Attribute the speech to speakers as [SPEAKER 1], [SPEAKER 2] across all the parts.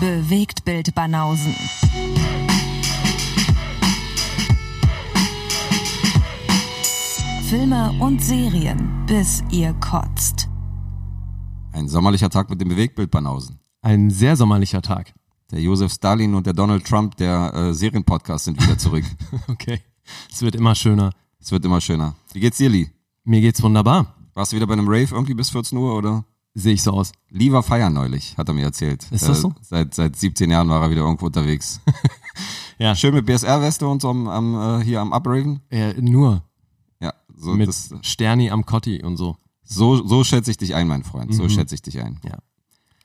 [SPEAKER 1] Bewegtbild Banausen. Filme und Serien, bis ihr kotzt.
[SPEAKER 2] Ein sommerlicher Tag mit dem Bewegtbild Banausen.
[SPEAKER 3] Ein sehr sommerlicher Tag.
[SPEAKER 2] Der Josef Stalin und der Donald Trump der äh, Serienpodcast sind wieder zurück.
[SPEAKER 3] Okay. Es wird immer schöner.
[SPEAKER 2] es wird immer schöner. Wie geht's dir, Lee?
[SPEAKER 3] Mir geht's wunderbar.
[SPEAKER 2] Warst du wieder bei einem Rave irgendwie bis 14 Uhr oder?
[SPEAKER 3] Sehe ich so aus.
[SPEAKER 2] Lee war feiern neulich, hat er mir erzählt. Äh,
[SPEAKER 3] Ist das so?
[SPEAKER 2] Seit, seit 17 Jahren war er wieder irgendwo unterwegs.
[SPEAKER 3] Ja.
[SPEAKER 2] Schön mit BSR-Weste und so am, am, äh, hier am Upraven.
[SPEAKER 3] Äh, nur
[SPEAKER 2] Ja, so,
[SPEAKER 3] mit
[SPEAKER 2] das,
[SPEAKER 3] Sterni am Kotti und so.
[SPEAKER 2] so, so schätze ich dich ein, mein Freund. So schätze ich dich ein.
[SPEAKER 3] Mhm. Ja.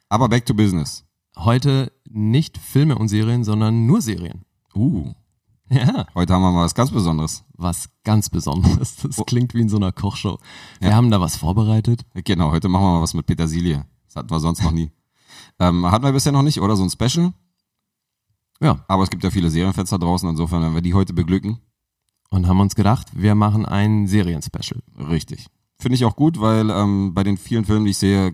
[SPEAKER 2] Aber back to business.
[SPEAKER 3] Heute nicht Filme und Serien, sondern nur Serien.
[SPEAKER 2] Uh.
[SPEAKER 3] Ja,
[SPEAKER 2] Heute haben wir mal was ganz Besonderes.
[SPEAKER 3] was ganz Besonderes.
[SPEAKER 2] Oh.
[SPEAKER 3] Das klingt wie in so einer Kochshow. Wir haben da was vorbereitet.
[SPEAKER 2] Genau, heute machen wir mal was mit Petersilie. Das hatten wir sonst noch nie. ähm, hatten wir bisher noch nicht, oder? So ein Special.
[SPEAKER 3] Ja,
[SPEAKER 2] Aber es gibt ja viele Serienfans da draußen, insofern werden wir die heute beglücken.
[SPEAKER 3] und haben uns gedacht, wir machen ein Serien-Special.
[SPEAKER 2] Richtig. Finde ich auch gut, weil ähm, bei den vielen Filmen, die ich sehe,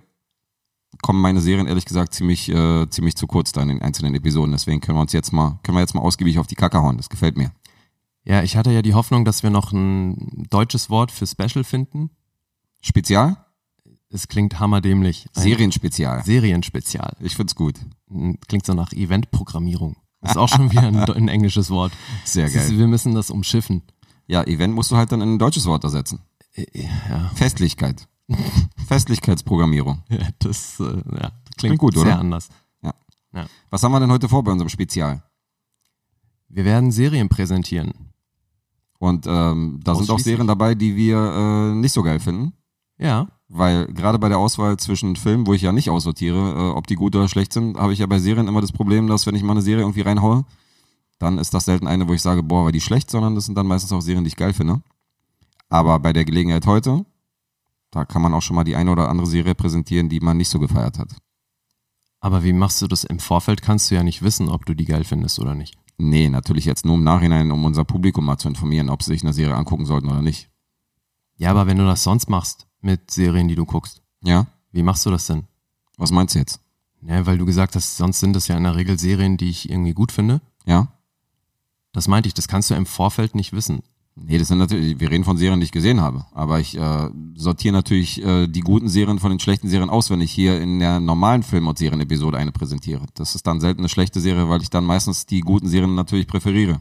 [SPEAKER 2] kommen meine Serien ehrlich gesagt ziemlich, äh, ziemlich zu kurz da in den einzelnen Episoden. Deswegen können wir uns jetzt mal, können wir jetzt mal ausgiebig auf die Kacke hauen. Das gefällt mir.
[SPEAKER 3] Ja, ich hatte ja die Hoffnung, dass wir noch ein deutsches Wort für Special finden.
[SPEAKER 2] Spezial?
[SPEAKER 3] Es klingt hammerdämlich. Ein
[SPEAKER 2] Serienspezial.
[SPEAKER 3] Serienspezial.
[SPEAKER 2] Ich find's gut.
[SPEAKER 3] Hm, Klingt so nach Eventprogrammierung. Ist auch schon wieder ein, ein englisches Wort.
[SPEAKER 2] Sehr
[SPEAKER 3] Es ist-
[SPEAKER 2] geil.
[SPEAKER 3] Wir müssen das umschiffen.
[SPEAKER 2] Ja, Event musst du halt dann in ein deutsches Wort ersetzen. äh,
[SPEAKER 3] Ja,
[SPEAKER 2] Festlichkeit. Festlichkeitsprogrammierung.
[SPEAKER 3] ja, das äh, ja, klingt,
[SPEAKER 2] gut,
[SPEAKER 3] sehr
[SPEAKER 2] oder?
[SPEAKER 3] anders.
[SPEAKER 2] Was haben wir denn heute vor bei unserem Spezial?
[SPEAKER 3] Wir werden Serien präsentieren.
[SPEAKER 2] Und ähm, da sind auch
[SPEAKER 3] Ausschließlich.
[SPEAKER 2] Serien dabei, die wir äh, nicht so geil finden.
[SPEAKER 3] Ja,
[SPEAKER 2] Weil gerade bei der Auswahl zwischen Filmen, wo ich ja nicht aussortiere, äh, ob die gut oder schlecht sind, habe ich ja bei Serien immer das Problem, dass wenn ich mal eine Serie irgendwie reinhaue, dann ist das selten eine, wo ich sage, boah, war die schlecht, sondern das sind dann meistens auch Serien, die ich geil finde. Aber bei der Gelegenheit heute, da kann man auch schon mal die eine oder andere Serie präsentieren, die man nicht so gefeiert hat.
[SPEAKER 3] aber wie machst du das? Im Vorfeld kannst du ja nicht wissen, ob du die geil findest oder nicht.
[SPEAKER 2] Nee, natürlich jetzt nur im Nachhinein, um unser Publikum mal zu informieren, ob sie sich eine Serie angucken sollten oder nicht.
[SPEAKER 3] Ja, aber wenn du das sonst machst mit Serien, die du guckst,
[SPEAKER 2] Ja?
[SPEAKER 3] wie machst du das denn?
[SPEAKER 2] Was meinst du jetzt?
[SPEAKER 3] Ja, weil du gesagt hast, sonst sind das ja in der Regel Serien, die ich irgendwie gut finde.
[SPEAKER 2] Ja?
[SPEAKER 3] Das meinte ich, das kannst du im Vorfeld nicht wissen.
[SPEAKER 2] Nee, das sind natürlich, wir reden von Serien, die ich gesehen habe. Aber ich äh, sortiere natürlich äh, die guten Serien von den schlechten Serien aus, wenn ich hier in der normalen Film- und Serienepisode eine präsentiere. Das ist dann selten eine schlechte Serie, weil ich dann meistens die guten Serien natürlich präferiere.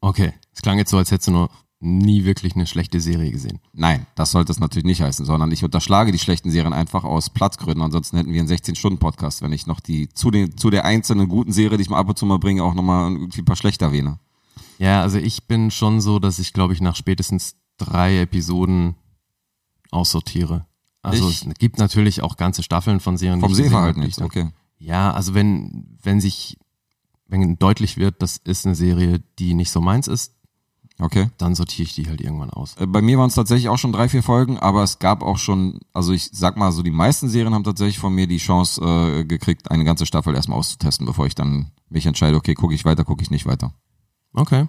[SPEAKER 3] Okay, es klang jetzt so, als hättest du nur nie wirklich eine schlechte Serie gesehen.
[SPEAKER 2] Nein, das sollte es natürlich nicht heißen, sondern ich unterschlage die schlechten Serien einfach aus Platzgründen. Ansonsten hätten wir einen 16-Stunden-Podcast, wenn ich noch die zu, den, zu der einzelnen guten Serie, die ich mal ab und zu mal bringe, auch nochmal irgendwie ein paar schlechter erwähne.
[SPEAKER 3] Ja, also ich bin schon so, dass ich, glaube ich, nach spätestens drei Episoden aussortiere. Also
[SPEAKER 2] Ich-
[SPEAKER 3] es gibt natürlich auch ganze Staffeln von Serien. die
[SPEAKER 2] Vom
[SPEAKER 3] ich halt gesehen habe,
[SPEAKER 2] Sehverhalten
[SPEAKER 3] die ich
[SPEAKER 2] jetzt,
[SPEAKER 3] dann-
[SPEAKER 2] okay.
[SPEAKER 3] Ja, also wenn, wenn sich, wenn deutlich wird, das ist eine Serie, die nicht so meins ist,
[SPEAKER 2] Okay.
[SPEAKER 3] dann sortiere ich die halt irgendwann aus.
[SPEAKER 2] Äh, Bei mir waren es tatsächlich auch schon drei, vier Folgen, aber es gab auch schon, also ich sag mal so, die meisten Serien haben tatsächlich von mir die Chance äh, gekriegt, eine ganze Staffel erstmal auszutesten, bevor ich dann mich entscheide, okay, gucke ich weiter, gucke ich nicht weiter.
[SPEAKER 3] Okay.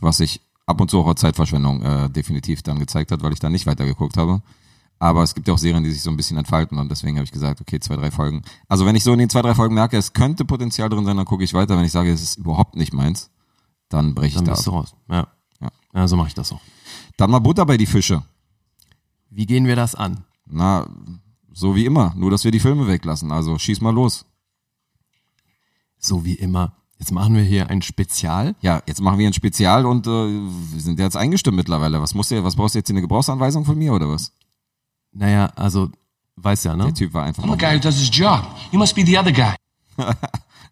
[SPEAKER 2] Was sich ab und zu auch als Zeitverschwendung äh, definitiv dann gezeigt hat, weil ich dann nicht weitergeguckt habe. Aber es gibt ja auch Serien, die sich so ein bisschen entfalten und deswegen habe ich gesagt, okay, zwei, drei Folgen. Also wenn ich so in den zwei, drei Folgen merke, es könnte Potenzial drin sein, dann gucke ich weiter. Wenn ich sage, es ist überhaupt nicht meins, dann breche ich
[SPEAKER 3] Dann
[SPEAKER 2] da
[SPEAKER 3] bist du
[SPEAKER 2] ab.
[SPEAKER 3] raus. Ja.
[SPEAKER 2] Ja.
[SPEAKER 3] ja, so mache ich das auch.
[SPEAKER 2] Dann mal Butter bei die Fische.
[SPEAKER 3] Wie gehen wir das an?
[SPEAKER 2] Na, so wie immer, nur dass wir die Filme weglassen. Also schieß mal los.
[SPEAKER 3] So wie immer. Jetzt machen wir hier ein Spezial.
[SPEAKER 2] Ja, jetzt machen wir ein Spezial und äh, wir sind jetzt eingestimmt mittlerweile. Was musst du, was brauchst du jetzt hier eine Gebrauchsanweisung von mir oder was?
[SPEAKER 3] Naja, also, weiß ja, ne?
[SPEAKER 2] Der Typ war einfach
[SPEAKER 4] I'm a
[SPEAKER 2] mal.
[SPEAKER 4] guy who does his job. You must be the other guy.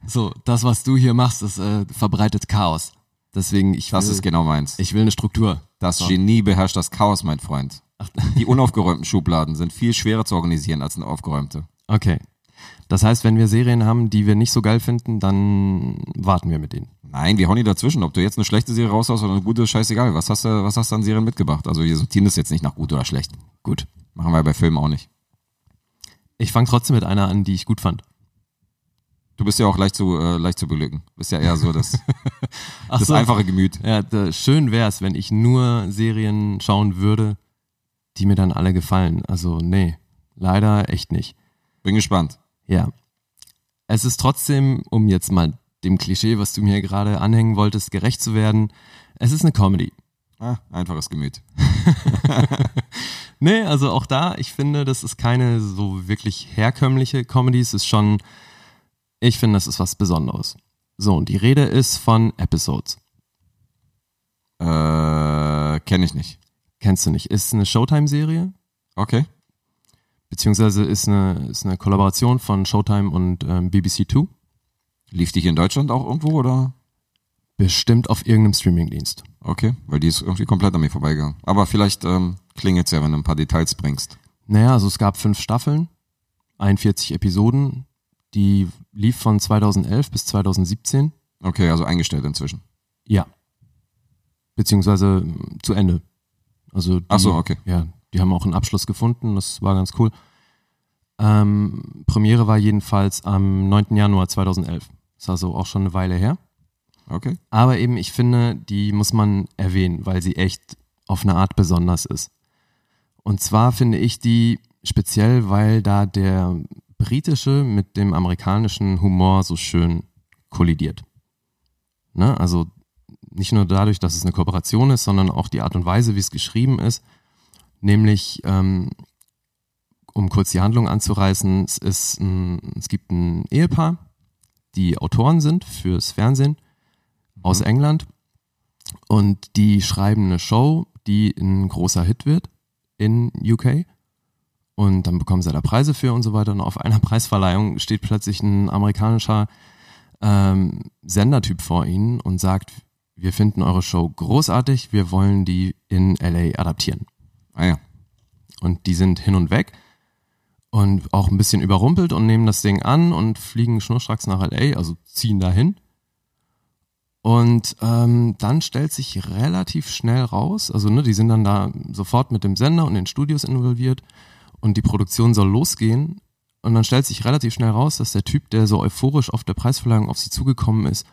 [SPEAKER 3] So, das, was du hier machst, das äh, verbreitet Chaos. Deswegen, ich will,
[SPEAKER 2] Das ist genau meins.
[SPEAKER 3] ich will eine Struktur.
[SPEAKER 2] Das Genie beherrscht das Chaos, mein Freund.
[SPEAKER 3] Ach,
[SPEAKER 2] Die unaufgeräumten Schubladen sind viel schwerer zu organisieren als eine aufgeräumte.
[SPEAKER 3] okay. Das heißt, wenn wir Serien haben, die wir nicht so geil finden, dann warten wir mit denen.
[SPEAKER 2] Nein, wir hauen die dazwischen. Ob du jetzt eine schlechte Serie raushaust oder eine gute, scheißegal. Was hast du, was hast du an Serien mitgebracht? Also wir sortieren das jetzt nicht nach gut oder schlecht.
[SPEAKER 3] Gut.
[SPEAKER 2] Machen wir bei Filmen auch nicht.
[SPEAKER 3] Ich fange trotzdem mit einer an, die ich gut fand.
[SPEAKER 2] Du bist ja auch leicht zu, äh, leicht zu belügen. Bist ja eher so das,
[SPEAKER 3] Ach
[SPEAKER 2] das einfache Gemüt.
[SPEAKER 3] Ja, da, schön wär's, wenn ich nur Serien schauen würde, die mir dann alle gefallen. Also, nee. Leider echt nicht.
[SPEAKER 2] Bin gespannt.
[SPEAKER 3] Ja. Es ist trotzdem, um jetzt mal dem Klischee, was du mir gerade anhängen wolltest, gerecht zu werden, es ist eine Comedy.
[SPEAKER 2] Ah, einfaches Gemüt.
[SPEAKER 3] Nee, also auch da, ich finde, das ist keine so wirklich herkömmliche Comedy. Es ist schon, ich finde, das ist was Besonderes. So, und die Rede ist von Episodes.
[SPEAKER 2] Äh, kenne ich nicht.
[SPEAKER 3] Kennst du nicht? Ist eine Showtime-Serie,
[SPEAKER 2] Okay.
[SPEAKER 3] beziehungsweise ist eine, ist eine Kollaboration von Showtime und ähm, BBC Two.
[SPEAKER 2] Lief die hier in Deutschland auch irgendwo oder?
[SPEAKER 3] Bestimmt auf irgendeinem Streamingdienst.
[SPEAKER 2] Okay, weil die ist irgendwie komplett an mir vorbeigegangen. Aber vielleicht ähm, klingelt's ja, wenn du ein paar Details bringst.
[SPEAKER 3] Naja, also es gab fünf Staffeln, 41 Episoden, die lief von 2011 bis 2017.
[SPEAKER 2] Okay, also eingestellt inzwischen.
[SPEAKER 3] Ja. Beziehungsweise mm, zu Ende. Also die,
[SPEAKER 2] Ach so, okay.
[SPEAKER 3] Ja, die haben auch einen Abschluss gefunden, das war ganz cool. Ähm, Premiere war jedenfalls am 9. Januar 2011. Ist also auch schon eine Weile her.
[SPEAKER 2] Okay.
[SPEAKER 3] Aber eben, ich finde, die muss man erwähnen, weil sie echt auf eine Art besonders ist. Und zwar finde ich die speziell, weil da der britische mit dem amerikanischen Humor so schön kollidiert. Ne? Also nicht nur dadurch, dass es eine Kooperation ist, sondern auch die Art und Weise, wie es geschrieben ist. Nämlich, ähm, um kurz die Handlung anzureißen, es, ist ein, es gibt ein Ehepaar, die Autoren sind fürs Fernsehen aus England und die schreiben eine Show, die ein großer Hit wird in UK und dann bekommen sie da Preise für und so weiter und auf einer Preisverleihung steht plötzlich ein amerikanischer ähm, Sendertyp vor ihnen und sagt, wir finden eure Show großartig, wir wollen die in LA adaptieren.
[SPEAKER 2] Ah ja.
[SPEAKER 3] Und die sind hin und weg und auch ein bisschen überrumpelt und nehmen das Ding an und fliegen schnurstracks nach LA, also ziehen dahin. Und ähm, dann stellt sich relativ schnell raus, also ne, die sind dann da sofort mit dem Sender und den Studios involviert und die Produktion soll losgehen. Und dann stellt sich relativ schnell raus, dass der Typ, der so euphorisch auf der Preisverleihung auf sie zugekommen ist,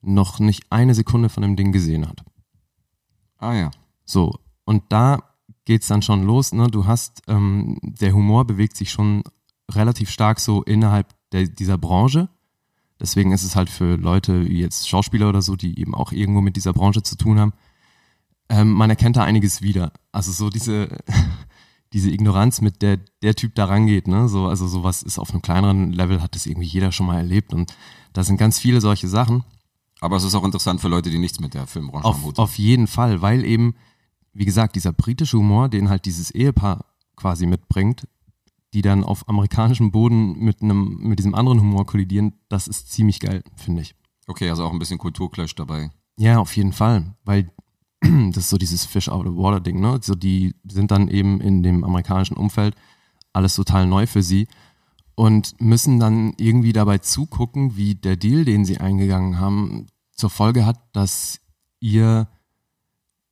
[SPEAKER 3] noch nicht eine Sekunde von dem Ding gesehen hat.
[SPEAKER 2] Ah ja.
[SPEAKER 3] So, und da geht's dann schon los, ne? Du hast, ähm, der Humor bewegt sich schon relativ stark so innerhalb der, dieser Branche. Deswegen ist es halt für Leute wie jetzt Schauspieler oder so, die eben auch irgendwo mit dieser Branche zu tun haben. Ähm, man erkennt da einiges wieder. Also so diese, diese Ignoranz, mit der der Typ da rangeht, ne? So, also sowas ist auf einem kleineren Level, hat das irgendwie jeder schon mal erlebt. Und da sind ganz viele solche Sachen.
[SPEAKER 2] Aber es ist auch interessant für Leute, die nichts mit der Filmbranche am Hut
[SPEAKER 3] Auf, auf jeden Fall, weil eben, wie gesagt, dieser britische Humor, den halt dieses Ehepaar quasi mitbringt, die dann auf amerikanischem Boden mit, einem, mit diesem anderen Humor kollidieren, das ist ziemlich geil, finde ich.
[SPEAKER 2] Okay, also auch ein bisschen Kulturclash dabei.
[SPEAKER 3] Ja, auf jeden Fall, weil das ist so dieses Fish out of water Ding, ne? So die sind dann eben in dem amerikanischen Umfeld alles total neu für sie und müssen dann irgendwie dabei zugucken, wie der Deal, den sie eingegangen haben, zur Folge hat, dass ihr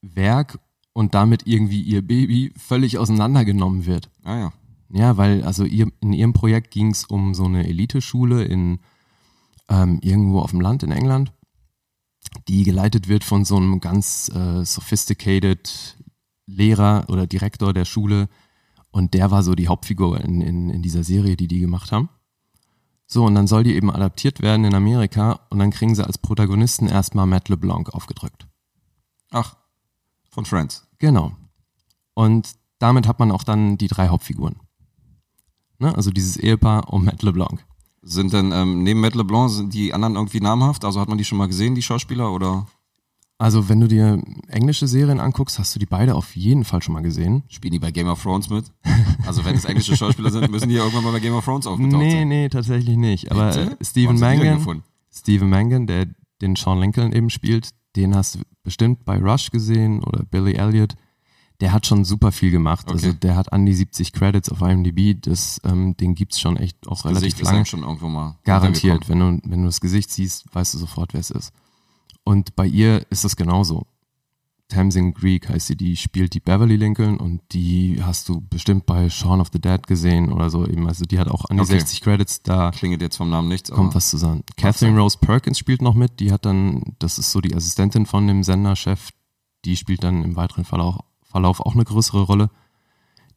[SPEAKER 3] Werk und damit irgendwie ihr Baby völlig auseinandergenommen wird.
[SPEAKER 2] Ah ja.
[SPEAKER 3] Ja, weil also ihr, in ihrem Projekt ging es um so eine Eliteschule in ähm, irgendwo auf dem Land in England, die geleitet wird von so einem ganz äh, sophisticated Lehrer oder Direktor der Schule und der war so die Hauptfigur in, in, in dieser Serie, die die gemacht haben. So, und dann soll die eben adaptiert werden in Amerika und dann kriegen sie als Protagonisten erstmal Matt LeBlanc aufgedrückt.
[SPEAKER 2] Ach, von Friends.
[SPEAKER 3] Genau. Und damit hat man auch dann die drei Hauptfiguren. Ne? Also dieses Ehepaar und Matt LeBlanc.
[SPEAKER 2] Sind denn ähm, neben Matt LeBlanc sind die anderen irgendwie namhaft? Also hat man die schon mal gesehen, die Schauspieler? Oder
[SPEAKER 3] Also wenn du dir englische Serien anguckst, hast du die beide auf jeden Fall schon mal gesehen.
[SPEAKER 2] spielen die bei Game of Thrones mit? Also wenn es englische Schauspieler sind, müssen die ja irgendwann mal bei Game of Thrones aufgetaucht
[SPEAKER 3] Nee,
[SPEAKER 2] sein.
[SPEAKER 3] nee, tatsächlich nicht. Aber
[SPEAKER 2] Bitte?
[SPEAKER 3] äh,
[SPEAKER 2] Wo
[SPEAKER 3] Stephen
[SPEAKER 2] hast du die denn
[SPEAKER 3] Mangan,
[SPEAKER 2] gefunden?
[SPEAKER 3] Stephen Mangan, der den Sean Lincoln eben spielt, den hast du bestimmt bei Rush gesehen oder Billy Elliot. Der hat schon super viel gemacht. Also
[SPEAKER 2] Okay.
[SPEAKER 3] der hat an die 70 Credits auf IMDb. Das, ähm, den gibt's schon echt auch relativ
[SPEAKER 2] Gesicht ist
[SPEAKER 3] lange.
[SPEAKER 2] einem schon irgendwo mal.
[SPEAKER 3] Garantiert. Wenn du, wenn du das Gesicht siehst, weißt du sofort, wer es ist. Und bei ihr ist das genauso. Tamsin Greek heißt sie, die spielt die Beverly Lincoln und die hast du bestimmt bei Shaun of the Dead gesehen oder so eben. Also die hat auch an die
[SPEAKER 2] Okay.
[SPEAKER 3] 60 Credits, da
[SPEAKER 2] Klingelt jetzt vom Namen nichts, aber
[SPEAKER 3] kommt was zusammen. Catherine Rose Perkins spielt noch mit, die hat dann, das ist so die Assistentin von dem Senderchef, die spielt dann im weiteren Verlauf, Verlauf auch eine größere Rolle.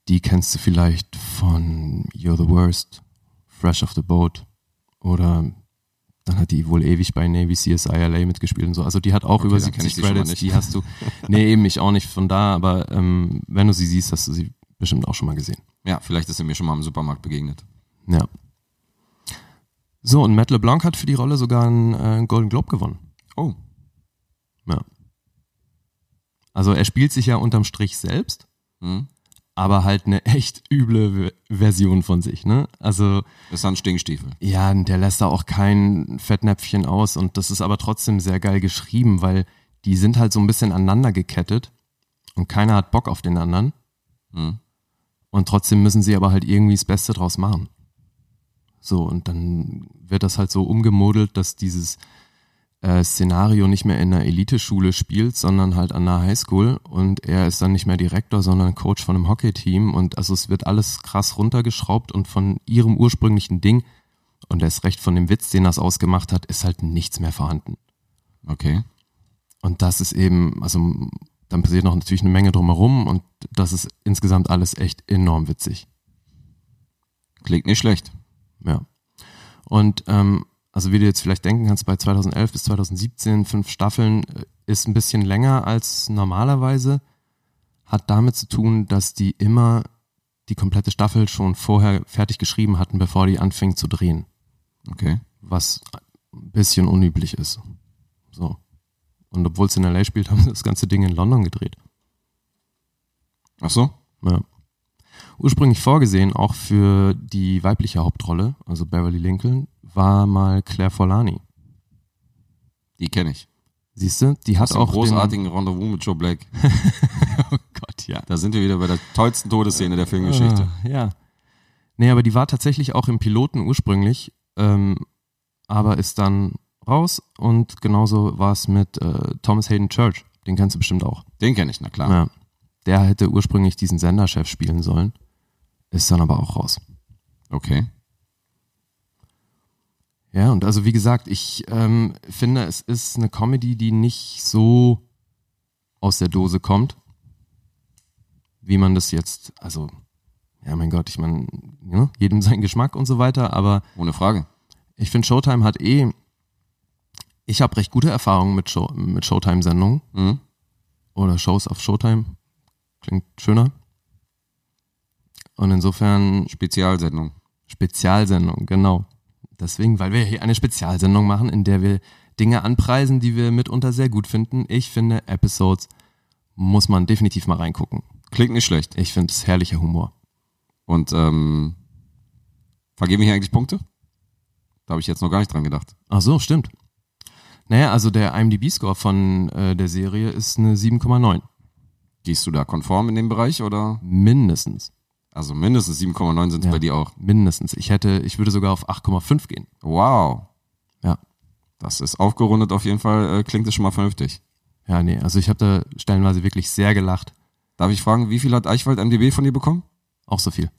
[SPEAKER 3] Die kennst du vielleicht von You're the Worst, Fresh off the Boat oder dann hat die wohl ewig bei Navy CSI LA mitgespielt und so. Also die hat auch
[SPEAKER 2] Okay,
[SPEAKER 3] über
[SPEAKER 2] dann kenn
[SPEAKER 3] 70
[SPEAKER 2] ich die schon mal
[SPEAKER 3] Credits,
[SPEAKER 2] nicht.
[SPEAKER 3] die hast du. Nee, eben ich auch nicht von da, aber ähm, wenn du sie siehst, hast du sie bestimmt auch schon mal gesehen.
[SPEAKER 2] Ja, vielleicht ist er mir schon mal im Supermarkt begegnet.
[SPEAKER 3] Ja. So, und Matt LeBlanc hat für die Rolle sogar einen äh, Golden Globe gewonnen.
[SPEAKER 2] Oh,
[SPEAKER 3] Ja. Also er spielt sich ja unterm Strich selbst,
[SPEAKER 2] hm.
[SPEAKER 3] aber halt eine echt üble V- Version von sich, ne? Also
[SPEAKER 2] ist dann Stinkstiefel.
[SPEAKER 3] ja, der lässt da auch kein Fettnäpfchen aus und das ist aber trotzdem sehr geil geschrieben, weil die sind halt so ein bisschen aneinander gekettet und keiner hat Bock auf den anderen
[SPEAKER 2] Hm.
[SPEAKER 3] und trotzdem müssen sie aber halt irgendwie das Beste draus machen. So, und dann wird das halt so umgemodelt, dass dieses äh, Szenario nicht mehr in einer Eliteschule spielt, sondern halt an einer Highschool und er ist dann nicht mehr Direktor, sondern Coach von einem Hockeyteam und also es wird alles krass runtergeschraubt und von ihrem ursprünglichen Ding und erst recht von dem Witz, den das ausgemacht hat, ist halt nichts mehr vorhanden.
[SPEAKER 2] Okay.
[SPEAKER 3] Und das ist eben, also dann passiert noch natürlich eine Menge drumherum und das ist insgesamt alles echt enorm witzig.
[SPEAKER 2] Klingt nicht schlecht.
[SPEAKER 3] Ja. Und ähm, also wie du jetzt vielleicht denken kannst, bei 2011 bis 2017 fünf Staffeln äh, ist ein bisschen länger als normalerweise. Hat damit zu tun, dass die immer die komplette Staffel schon vorher fertig geschrieben hatten, bevor die anfingen zu drehen,
[SPEAKER 2] Okay.
[SPEAKER 3] was ein bisschen unüblich ist. So. Und obwohl es in LA spielt, haben sie das ganze Ding in London gedreht.
[SPEAKER 2] Ach so?
[SPEAKER 3] Ja. Ursprünglich vorgesehen, auch für die weibliche Hauptrolle, also Beverly Lincoln, war mal Claire Forlani.
[SPEAKER 2] Die kenne ich.
[SPEAKER 3] Siehst du, die
[SPEAKER 2] Aus
[SPEAKER 3] hat
[SPEAKER 2] dem
[SPEAKER 3] auch
[SPEAKER 2] großartigen Rendezvous mit Joe Black.
[SPEAKER 3] Den, oh Gott, ja.
[SPEAKER 2] Da sind wir wieder bei der tollsten Todesszene der Filmgeschichte.
[SPEAKER 3] Ah, ja. Nee, aber die war tatsächlich auch im Piloten ursprünglich, ähm, aber ist dann raus und genauso war es mit äh, Thomas Hayden Church. Den kennst du bestimmt auch.
[SPEAKER 2] Den kenne ich, na klar.
[SPEAKER 3] Ja. Der hätte ursprünglich diesen Senderchef spielen sollen, ist dann aber auch raus.
[SPEAKER 2] Okay.
[SPEAKER 3] Ja, und also wie gesagt, ich ähm, finde, es ist eine Comedy, die nicht so aus der Dose kommt, wie man das jetzt, also, ja, mein Gott, ich meine, ne, jedem sein Geschmack und so weiter, aber
[SPEAKER 2] Ohne Frage.
[SPEAKER 3] ich finde, Showtime hat eh, ich habe recht gute Erfahrungen mit, Show, mit Showtime-Sendungen
[SPEAKER 2] Mhm.
[SPEAKER 3] oder Shows auf Showtime. Klingt schöner. Und insofern
[SPEAKER 2] Spezialsendung.
[SPEAKER 3] Spezialsendung, genau. Deswegen, weil wir hier eine Spezialsendung machen, in der wir Dinge anpreisen, die wir mitunter sehr gut finden. Ich finde, Episodes muss man definitiv mal reingucken.
[SPEAKER 2] Klingt nicht schlecht.
[SPEAKER 3] Ich finde es herrlicher Humor.
[SPEAKER 2] Und ähm, vergeben wir hier eigentlich Punkte? Da habe ich jetzt noch gar nicht dran gedacht.
[SPEAKER 3] Ach so, stimmt. Naja, also der IMDb-Score von äh, der Serie ist eine 7,9.
[SPEAKER 2] Gehst du da konform in dem Bereich oder?
[SPEAKER 3] Mindestens.
[SPEAKER 2] Also mindestens 7,9 sind es
[SPEAKER 3] Ja.
[SPEAKER 2] bei dir auch.
[SPEAKER 3] Mindestens. Ich hätte, ich würde sogar auf 8,5 gehen.
[SPEAKER 2] Wow.
[SPEAKER 3] Ja.
[SPEAKER 2] Das ist aufgerundet auf jeden Fall. Äh, klingt es schon mal vernünftig.
[SPEAKER 3] Ja, nee, also ich habe da stellenweise wirklich sehr gelacht.
[SPEAKER 2] Darf ich fragen, wie viel hat Eichwald MDB von dir bekommen?
[SPEAKER 3] Auch so viel.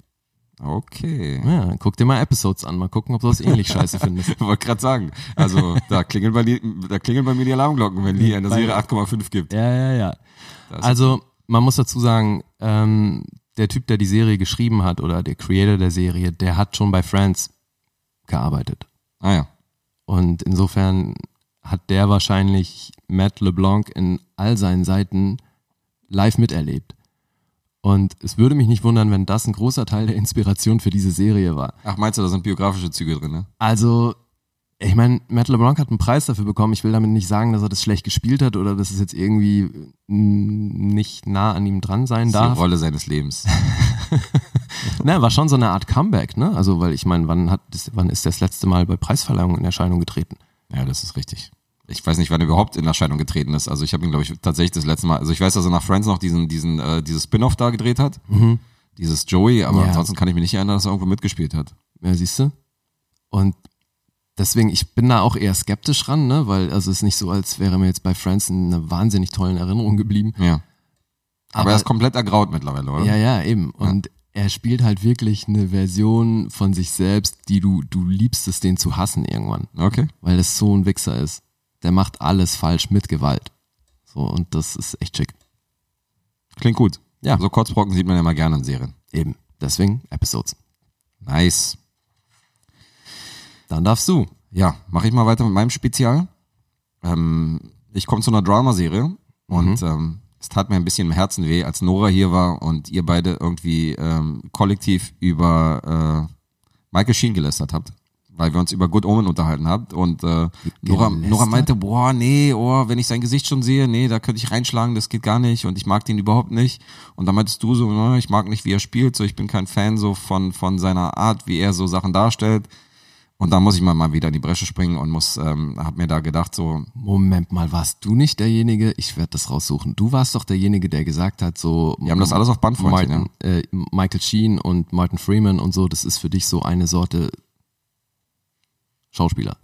[SPEAKER 2] Okay.
[SPEAKER 3] Ja, dann guck dir mal Episodes an. Mal gucken, ob du das ähnlich scheiße findest.
[SPEAKER 2] Wollte gerade sagen. Also da klingeln, bei, die- da klingeln bei mir die Alarmglocken, wenn die in der
[SPEAKER 3] Bei-
[SPEAKER 2] Serie 8,5 gibt.
[SPEAKER 3] Ja, ja, ja.
[SPEAKER 2] Das-
[SPEAKER 3] Also, man muss dazu sagen, ähm, der Typ, der die Serie geschrieben hat oder der Creator der Serie, der hat schon bei Friends gearbeitet.
[SPEAKER 2] Ah ja.
[SPEAKER 3] Und insofern hat der wahrscheinlich Matt LeBlanc in all seinen Seiten live miterlebt. Und es würde mich nicht wundern, wenn das ein großer Teil der Inspiration für diese Serie war.
[SPEAKER 2] Ach, meinst du, da sind biografische Züge drin, ne?
[SPEAKER 3] Also, ich meine, Matt LeBlanc hat einen Preis dafür bekommen. Ich will damit nicht sagen, dass er das schlecht gespielt hat oder dass es jetzt irgendwie mm, nicht nah an ihm dran
[SPEAKER 2] Das
[SPEAKER 3] sein
[SPEAKER 2] ist
[SPEAKER 3] darf.
[SPEAKER 2] die Rolle seines Lebens.
[SPEAKER 3] Na, war schon so eine Art Comeback, ne? Also, weil ich meine, wann hat das, wann ist das letzte Mal bei Preisverleihungen in Erscheinung getreten?
[SPEAKER 2] Ja, das ist richtig. Ich weiß nicht, wann er überhaupt in Erscheinung getreten ist. Also ich habe ihn, glaube ich, tatsächlich das letzte Mal. Also ich weiß, dass er nach Friends noch diesen, diesen, äh, dieses Spin-off da gedreht hat. Dieses Joey, aber
[SPEAKER 3] Mhm. Ja.
[SPEAKER 2] ansonsten kann ich mich nicht erinnern, dass er irgendwo mitgespielt hat.
[SPEAKER 3] Ja, siehst du? Und deswegen, ich bin da auch eher skeptisch ran, ne? Weil, also es ist nicht so, als wäre mir jetzt bei Friends eine wahnsinnig tollen Erinnerung geblieben.
[SPEAKER 2] Ja. Aber,
[SPEAKER 3] Aber-
[SPEAKER 2] er ist komplett ergraut mittlerweile, oder?
[SPEAKER 3] Ja, ja, eben. Und er spielt halt wirklich eine Version von sich selbst, die du, du liebst es, den zu hassen irgendwann.
[SPEAKER 2] Okay.
[SPEAKER 3] Weil das so ein Wichser ist. Der macht alles falsch mit Gewalt. So, und das ist echt schick.
[SPEAKER 2] Klingt gut.
[SPEAKER 3] Ja.
[SPEAKER 2] So Kotzbrocken sieht man ja mal gerne in Serien.
[SPEAKER 3] Eben. Deswegen Episodes.
[SPEAKER 2] Nice.
[SPEAKER 3] Dann darfst du.
[SPEAKER 2] Ja, mache ich mal weiter mit meinem Spezial. Ähm, ich komme zu einer Dramaserie und ähm, es tat mir ein bisschen im Herzen weh, als Nora hier war und ihr beide irgendwie ähm, kollektiv über äh, Michael Sheen gelästert habt, weil wir uns über Good Omen unterhalten habt und äh, Nora, Nora meinte, boah, nee, oh, wenn ich sein Gesicht schon sehe, nee, da könnte ich reinschlagen, das geht gar nicht und ich mag den überhaupt nicht. Und dann meintest du so, ne, ich mag nicht, wie er spielt, so ich bin kein Fan so von von seiner Art, wie er so Sachen darstellt. Und da muss ich mal, mal wieder in die Bresche springen und muss, ähm, hab mir da gedacht, so,
[SPEAKER 3] Moment mal, warst du nicht derjenige? Ich werde das raussuchen. Du warst doch derjenige, der gesagt hat, so.
[SPEAKER 2] Wir haben das alles auf Band, Freundchen,
[SPEAKER 3] Martin, äh, Michael Sheen und Martin Freeman und so, das ist für dich so eine Sorte Schauspieler.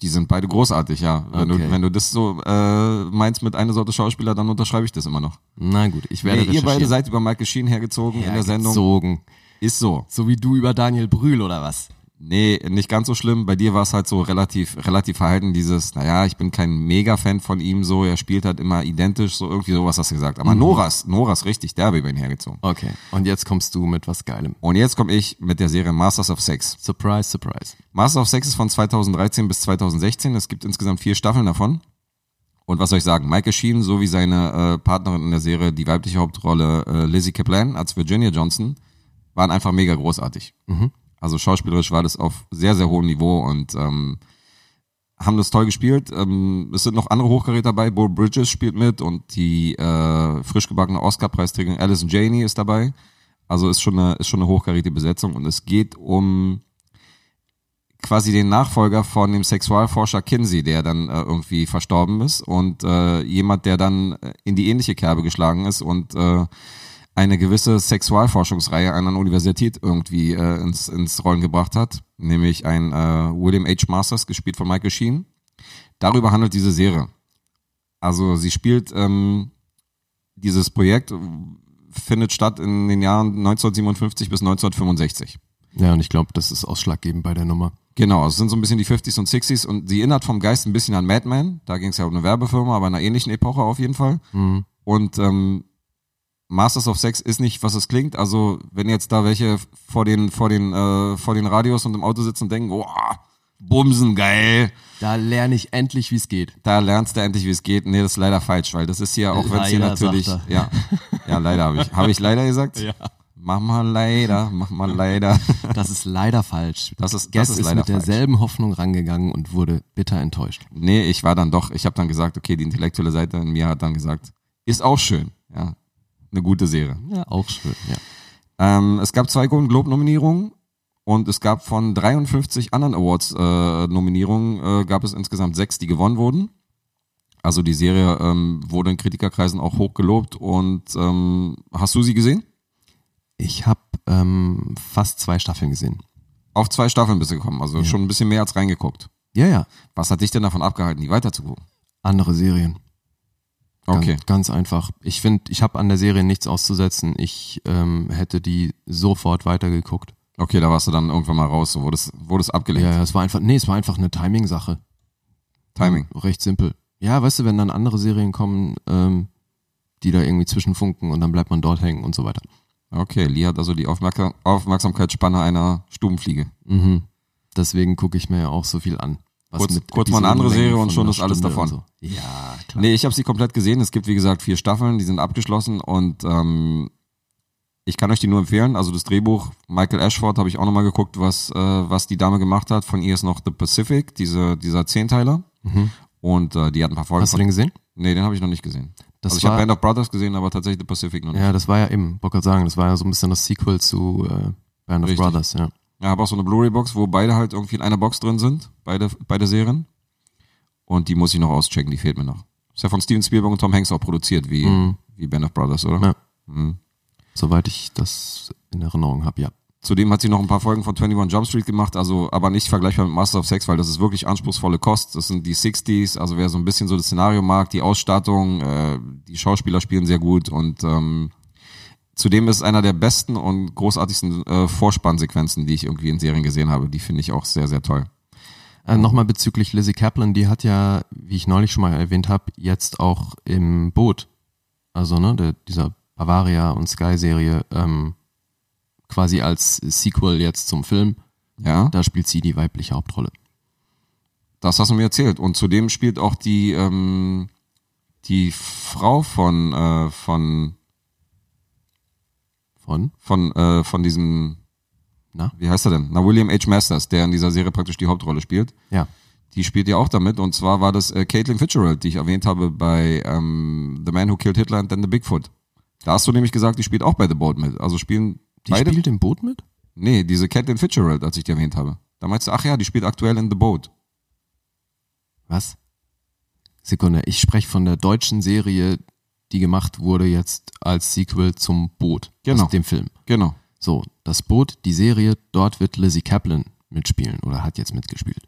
[SPEAKER 2] die sind beide großartig, ja. Wenn,
[SPEAKER 3] Okay.
[SPEAKER 2] du, wenn du das so äh, meinst mit einer Sorte Schauspieler, dann unterschreibe ich das immer noch.
[SPEAKER 3] Na gut, ich werde
[SPEAKER 2] Nee, ihr beide
[SPEAKER 3] recherchieren.
[SPEAKER 2] seid über Michael Sheen hergezogen in der Sendung.
[SPEAKER 3] Hergezogen.
[SPEAKER 2] Ist so.
[SPEAKER 3] So wie du über Daniel Brühl oder was?
[SPEAKER 2] Nee, nicht ganz so schlimm. Bei dir war es halt so relativ, relativ verhalten, dieses, naja, ich bin kein Mega-Fan von ihm, so, er spielt halt immer identisch, so irgendwie sowas hast du gesagt.
[SPEAKER 3] Mhm.
[SPEAKER 2] Aber Noras, Noras richtig derbe über ihn hergezogen.
[SPEAKER 3] Okay, und jetzt kommst du mit was Geilem.
[SPEAKER 2] Und jetzt komme ich mit der Serie Masters of Sex.
[SPEAKER 3] Surprise, surprise.
[SPEAKER 2] Master of Sex ist von 2013 bis 2016. Es gibt insgesamt vier Staffeln davon. Und was soll ich sagen? Michael Sheen sowie seine äh, Partnerin in der Serie, die weibliche Hauptrolle äh, Lizzie Kaplan als Virginia Johnson, waren einfach mega großartig. Also schauspielerisch war das auf sehr, sehr hohem Niveau und ähm, haben das toll gespielt. Ähm, es sind noch andere Hochkaräter dabei. Bo Bridges spielt mit und die äh, frisch gebackene Oscar-Preisträgerin Alison Janey ist dabei. Also ist schon eine, ist schon eine hochkarätige Besetzung und es geht um quasi den Nachfolger von dem Sexualforscher Kinsey, der dann äh, irgendwie verstorben ist und äh, jemand, der dann äh, in die ähnliche Kerbe geschlagen ist und äh, eine gewisse Sexualforschungsreihe an einer Universität irgendwie äh, ins, ins Rollen gebracht hat, nämlich ein äh, William H. Masters, gespielt von Michael Sheen. Darüber handelt diese Serie. Also sie spielt ähm, dieses Projekt äh, findet statt in den Jahren 1957 bis 1965.
[SPEAKER 3] Ja, und ich glaube, das ist ausschlaggebend bei der Nummer.
[SPEAKER 2] Genau, es sind so ein bisschen die 50s und 60s und sie erinnert vom Geist ein bisschen an Mad Men. Da ging es ja um eine Werbefirma, aber in einer ähnlichen Epoche auf jeden Fall.
[SPEAKER 3] Mhm.
[SPEAKER 2] Und ähm, Masters of Sex ist nicht, was es klingt. Also wenn jetzt da welche vor den vor den äh, vor den Radios und im Auto sitzen und denken, oh, Bumsen geil,
[SPEAKER 3] Da lerne ich endlich, wie es geht.
[SPEAKER 2] da lernst du endlich, wie es geht. Nee, das ist leider falsch, weil das ist hier auch wenn es hier
[SPEAKER 3] Leider, sagt
[SPEAKER 2] natürlich,
[SPEAKER 3] er.
[SPEAKER 2] ja, ja, leider habe ich, habe ich leider gesagt. Ja. Mach mal leider, mach mal leider.
[SPEAKER 3] Das ist leider falsch.
[SPEAKER 2] Das ist- das
[SPEAKER 3] Guess
[SPEAKER 2] ist
[SPEAKER 3] ist
[SPEAKER 2] leider
[SPEAKER 3] mit derselben Hoffnung rangegangen und wurde bitter enttäuscht.
[SPEAKER 2] Nee, ich war dann doch, ich habe dann gesagt, okay, die intellektuelle Seite in mir hat dann gesagt, ist auch schön, ja, eine gute Serie.
[SPEAKER 3] Ja, auch schön. Ja.
[SPEAKER 2] Ähm, es gab zwei Golden Globe Nominierungen und es gab von 53 anderen Awards äh, Nominierungen, äh, gab es insgesamt sechs, die gewonnen wurden. Also die Serie ähm, wurde in Kritikerkreisen auch hoch gelobt und ähm, hast du sie gesehen?
[SPEAKER 3] Ich habe ähm, fast zwei Staffeln gesehen.
[SPEAKER 2] Auf zwei Staffeln bist du gekommen, also schon ein bisschen mehr als reingeguckt.
[SPEAKER 3] Ja, ja.
[SPEAKER 2] Was hat dich denn davon abgehalten, die weiterzugucken?
[SPEAKER 3] Andere Serien. Ganz,
[SPEAKER 2] Okay.
[SPEAKER 3] Ganz einfach. Ich finde, ich habe an der Serie nichts auszusetzen. Ich ähm, hätte die sofort weitergeguckt.
[SPEAKER 2] Okay, da warst du dann irgendwann mal raus, so wurdest, wurdest abgelenkt.
[SPEAKER 3] Ja, ja, es war einfach, nee, es war einfach eine Timing-Sache. Hm,
[SPEAKER 2] Timing.
[SPEAKER 3] Recht simpel. Ja, weißt du, wenn dann andere Serien kommen, ähm, die da irgendwie zwischenfunken und dann bleibt man dort hängen und so weiter.
[SPEAKER 2] Okay, Lee hat also die Aufmerksam Aufmerksamkeitsspanne einer Stubenfliege.
[SPEAKER 3] Mhm. Deswegen gucke ich mir ja auch so viel an. Was
[SPEAKER 2] Kurz- kurz mal eine andere
[SPEAKER 3] Episodenlängen
[SPEAKER 2] Serie und
[SPEAKER 3] von
[SPEAKER 2] schon
[SPEAKER 3] einer
[SPEAKER 2] ist alles
[SPEAKER 3] Stunde
[SPEAKER 2] davon.
[SPEAKER 3] und So. Ja, klar.
[SPEAKER 2] Nee, ich habe sie komplett gesehen. Es gibt, wie gesagt, vier Staffeln, die sind abgeschlossen und ähm, ich kann euch die nur empfehlen. Also das Drehbuch Michael Ashford habe ich auch nochmal geguckt, was, äh, was die Dame gemacht hat. Von ihr ist noch The Pacific, diese, dieser Zehnteiler. Und äh, die hat ein paar Folgen.
[SPEAKER 3] Mhm. Hast du
[SPEAKER 2] Von,
[SPEAKER 3] den gesehen?
[SPEAKER 2] nee, den habe ich noch nicht gesehen.
[SPEAKER 3] Das
[SPEAKER 2] also ich habe
[SPEAKER 3] war-
[SPEAKER 2] Band of Brothers gesehen, aber tatsächlich The Pacific noch nicht.
[SPEAKER 3] Ja, das war ja eben, wollte gerade sagen, das war ja so ein bisschen das Sequel zu äh, Band of
[SPEAKER 2] Richtig.
[SPEAKER 3] Brothers, ja.
[SPEAKER 2] Ja, habe auch so eine Blu-ray-Box, wo beide halt irgendwie in einer Box drin sind, beide, beide Serien. Und die muss ich noch auschecken, die fehlt mir noch. Ist ja von Steven Spielberg und Tom Hanks auch produziert, wie, wie Band of Brothers, oder?
[SPEAKER 3] Ja. Soweit ich das in Erinnerung habe, ja.
[SPEAKER 2] Zudem hat sie noch ein paar Folgen von 21 Jump Street gemacht, also aber nicht vergleichbar mit Master of Sex, weil das ist wirklich anspruchsvolle Kost. Das sind die 60s, also wer so ein bisschen so das Szenario mag, die Ausstattung, äh, die Schauspieler spielen sehr gut und ähm, zudem ist einer der besten und großartigsten äh, Vorspannsequenzen, die ich irgendwie in Serien gesehen habe. Die finde ich auch sehr, sehr toll.
[SPEAKER 3] Äh, Nochmal bezüglich Lizzie Kaplan, die hat ja, wie ich neulich schon mal erwähnt habe, jetzt auch im Boot, also ne, der, dieser Bavaria und Sky-Serie, ähm, quasi als Sequel jetzt zum Film
[SPEAKER 2] Ja,
[SPEAKER 3] Da spielt sie die weibliche Hauptrolle.
[SPEAKER 2] das hast du mir erzählt. Und zudem spielt auch die, ähm, die Frau von, äh, von,
[SPEAKER 3] Von?
[SPEAKER 2] von, äh, von diesem,
[SPEAKER 3] Na?
[SPEAKER 2] wie heißt er denn? Na, William H. Masters, der in dieser Serie praktisch die Hauptrolle spielt.
[SPEAKER 3] Ja.
[SPEAKER 2] Die spielt ja auch damit. Und zwar war das äh, Caitlin Fitzgerald, die ich erwähnt habe bei ähm, The Man Who Killed Hitler and Then the Bigfoot. Da hast du nämlich gesagt, die spielt auch bei The Boat mit. Also spielen
[SPEAKER 3] Die
[SPEAKER 2] beide.
[SPEAKER 3] spielt im Boot mit?
[SPEAKER 2] nee, diese Caitlin Fitzgerald, als ich die erwähnt habe. Da meinst du, ach ja, die spielt aktuell in The Boat.
[SPEAKER 3] Was? Sekunde, ich spreche von der deutschen Serie, die gemacht wurde jetzt als Sequel zum Boot.
[SPEAKER 2] Genau.
[SPEAKER 3] Aus dem Film.
[SPEAKER 2] Genau.
[SPEAKER 3] So, das Boot, die Serie, dort wird Lizzie Kaplan mitspielen oder hat jetzt mitgespielt.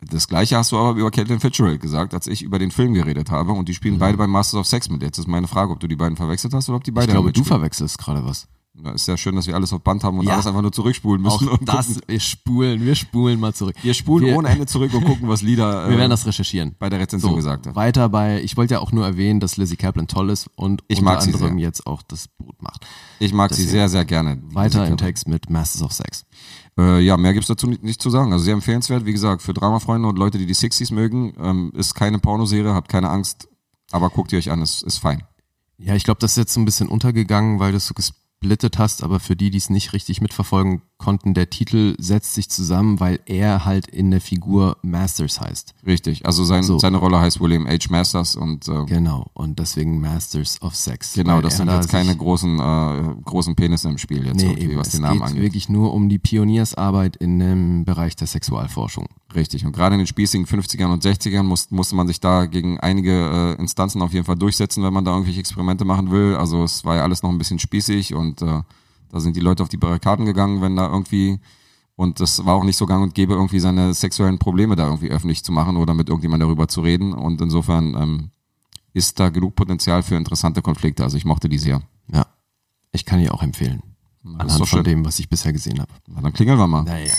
[SPEAKER 2] Das gleiche hast du aber über Caitlin Fitzgerald gesagt, als ich über den Film geredet habe. Und die spielen beide bei Masters of Sex mit. Jetzt ist meine Frage, ob du die beiden verwechselt hast oder ob die beide
[SPEAKER 3] Mhm. ich glaube, du
[SPEAKER 2] mitspielen.
[SPEAKER 3] verwechselst gerade was.
[SPEAKER 2] Na, Ist ja schön, dass wir alles auf Band haben und
[SPEAKER 3] Ja.
[SPEAKER 2] alles einfach nur zurückspulen müssen. und gucken.
[SPEAKER 3] wir spulen, wir spulen mal zurück.
[SPEAKER 2] Wir spulen
[SPEAKER 3] Wir-
[SPEAKER 2] ohne Ende zurück und gucken, was Lieder äh,
[SPEAKER 3] Wir werden das recherchieren.
[SPEAKER 2] bei der Rezension
[SPEAKER 3] So,
[SPEAKER 2] gesagt hat.
[SPEAKER 3] weiter bei, ich wollte ja auch nur erwähnen, dass Lizzie Kaplan toll ist und
[SPEAKER 2] Ich
[SPEAKER 3] unter
[SPEAKER 2] mag sie
[SPEAKER 3] anderem
[SPEAKER 2] sehr.
[SPEAKER 3] jetzt auch das Boot macht.
[SPEAKER 2] Ich mag sie
[SPEAKER 3] Deswegen.
[SPEAKER 2] sehr, sehr gerne. die
[SPEAKER 3] Weiter im
[SPEAKER 2] Musikerin.
[SPEAKER 3] Text mit Masters of Sex.
[SPEAKER 2] Äh, ja, mehr gibt's dazu nicht, nicht zu sagen. Also sehr empfehlenswert, wie gesagt, für Dramafreunde und Leute, die die 60s mögen. Ähm, ist keine Pornoserie, habt keine Angst, aber guckt ihr euch an, es ist fein.
[SPEAKER 3] Ja, ich glaube, das ist jetzt so ein bisschen untergegangen, weil du es so gesplittet hast, aber für die, die es nicht richtig mitverfolgen konnten, der Titel setzt sich zusammen, weil er halt in der Figur Masters heißt.
[SPEAKER 2] Richtig. Also sein,
[SPEAKER 3] So.
[SPEAKER 2] seine Rolle heißt William H. Masters und äh,
[SPEAKER 3] Genau, und deswegen Masters of Sex.
[SPEAKER 2] genau,
[SPEAKER 3] weil
[SPEAKER 2] das
[SPEAKER 3] er
[SPEAKER 2] sind
[SPEAKER 3] da
[SPEAKER 2] jetzt keine
[SPEAKER 3] sich-
[SPEAKER 2] großen, äh, großen Penisse im Spiel jetzt,
[SPEAKER 3] Nee,
[SPEAKER 2] irgendwie,
[SPEAKER 3] eben,
[SPEAKER 2] was
[SPEAKER 3] es
[SPEAKER 2] den Namen
[SPEAKER 3] geht
[SPEAKER 2] angeht.
[SPEAKER 3] wirklich nur um die Pioniersarbeit in dem Bereich der Sexualforschung.
[SPEAKER 2] Richtig. Und gerade in den spießigen 50ern und 60ern muss, musste man sich da gegen einige äh, Instanzen auf jeden Fall durchsetzen, wenn man da irgendwelche Experimente machen will. Also es war ja alles noch ein bisschen spießig und äh, da sind die Leute auf die Barrikaden gegangen, wenn da irgendwie und das war auch nicht so gang und gäbe, irgendwie seine sexuellen Probleme da irgendwie öffentlich zu machen oder mit irgendjemand darüber zu reden. Und insofern ähm, ist da genug Potenzial für interessante Konflikte. Also ich mochte die sehr.
[SPEAKER 3] Ja, ich kann die auch empfehlen.
[SPEAKER 2] ist doch
[SPEAKER 3] Anhand
[SPEAKER 2] schön.
[SPEAKER 3] von dem, was ich bisher gesehen habe.
[SPEAKER 2] Na, dann klingeln wir mal.
[SPEAKER 3] Naja.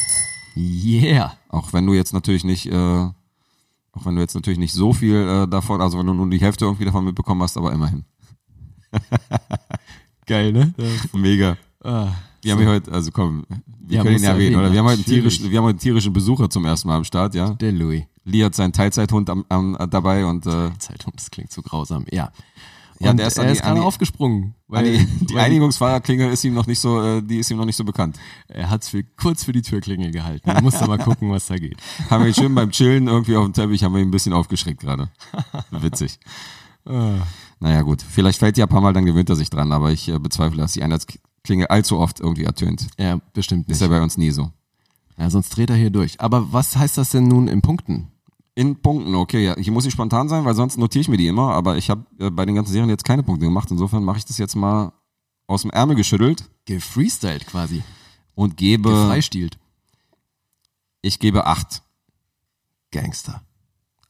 [SPEAKER 3] Yeah.
[SPEAKER 2] Auch wenn du jetzt natürlich nicht, äh, auch wenn du jetzt natürlich nicht so viel äh, davon, also wenn du nur die Hälfte irgendwie davon mitbekommen hast, aber immerhin.
[SPEAKER 3] Geil, ne?
[SPEAKER 2] Mega.
[SPEAKER 3] Ah.
[SPEAKER 2] Wir haben hier heute, also komm, wir
[SPEAKER 3] Ja,
[SPEAKER 2] können ihn
[SPEAKER 3] musst du
[SPEAKER 2] ja erwähnen,
[SPEAKER 3] erwähnen,
[SPEAKER 2] oder? Wir haben, heute einen
[SPEAKER 3] natürlich.
[SPEAKER 2] tierischen, wir haben heute einen tierischen Besucher zum ersten Mal am Start, ja.
[SPEAKER 3] Der Louis.
[SPEAKER 2] Lee hat seinen Teilzeithund am, am, dabei und äh,
[SPEAKER 3] Zeitung, das klingt so grausam. Ja.
[SPEAKER 2] Ja,
[SPEAKER 3] und
[SPEAKER 2] der ist an
[SPEAKER 3] er
[SPEAKER 2] die-
[SPEAKER 3] ist gerade
[SPEAKER 2] an die-
[SPEAKER 3] aufgesprungen,
[SPEAKER 2] an
[SPEAKER 3] weil,
[SPEAKER 2] die, die
[SPEAKER 3] weil
[SPEAKER 2] Einigungsfahrerklingel ist ihm noch nicht so, äh, die ist ihm noch nicht so bekannt.
[SPEAKER 3] er hat es für, kurz für die Türklingel gehalten. Er musste mal gucken, was da geht.
[SPEAKER 2] Haben wir ihn schön beim Chillen irgendwie auf dem Teppich, haben wir ihn ein bisschen aufgeschreckt gerade. Witzig. Naja gut, vielleicht fällt ja ein paar Mal, dann gewöhnt er sich dran, aber ich äh, bezweifle, dass die Einheitsklingel allzu oft irgendwie ertönt.
[SPEAKER 3] Ja, bestimmt
[SPEAKER 2] Ist
[SPEAKER 3] nicht.
[SPEAKER 2] ja bei uns nie so.
[SPEAKER 3] Ja, sonst dreht er hier durch. Aber was heißt das denn nun in Punkten?
[SPEAKER 2] In Punkten, okay. Ja, hier muss ich spontan sein, weil sonst notiere ich mir die immer. Aber ich habe äh, bei den ganzen Serien jetzt keine Punkte gemacht. Insofern mache ich das jetzt mal aus dem Ärmel geschüttelt
[SPEAKER 3] Gefreestylt quasi.
[SPEAKER 2] und gebe,
[SPEAKER 3] Gefreistielt.
[SPEAKER 2] ich gebe acht.
[SPEAKER 3] Gangster.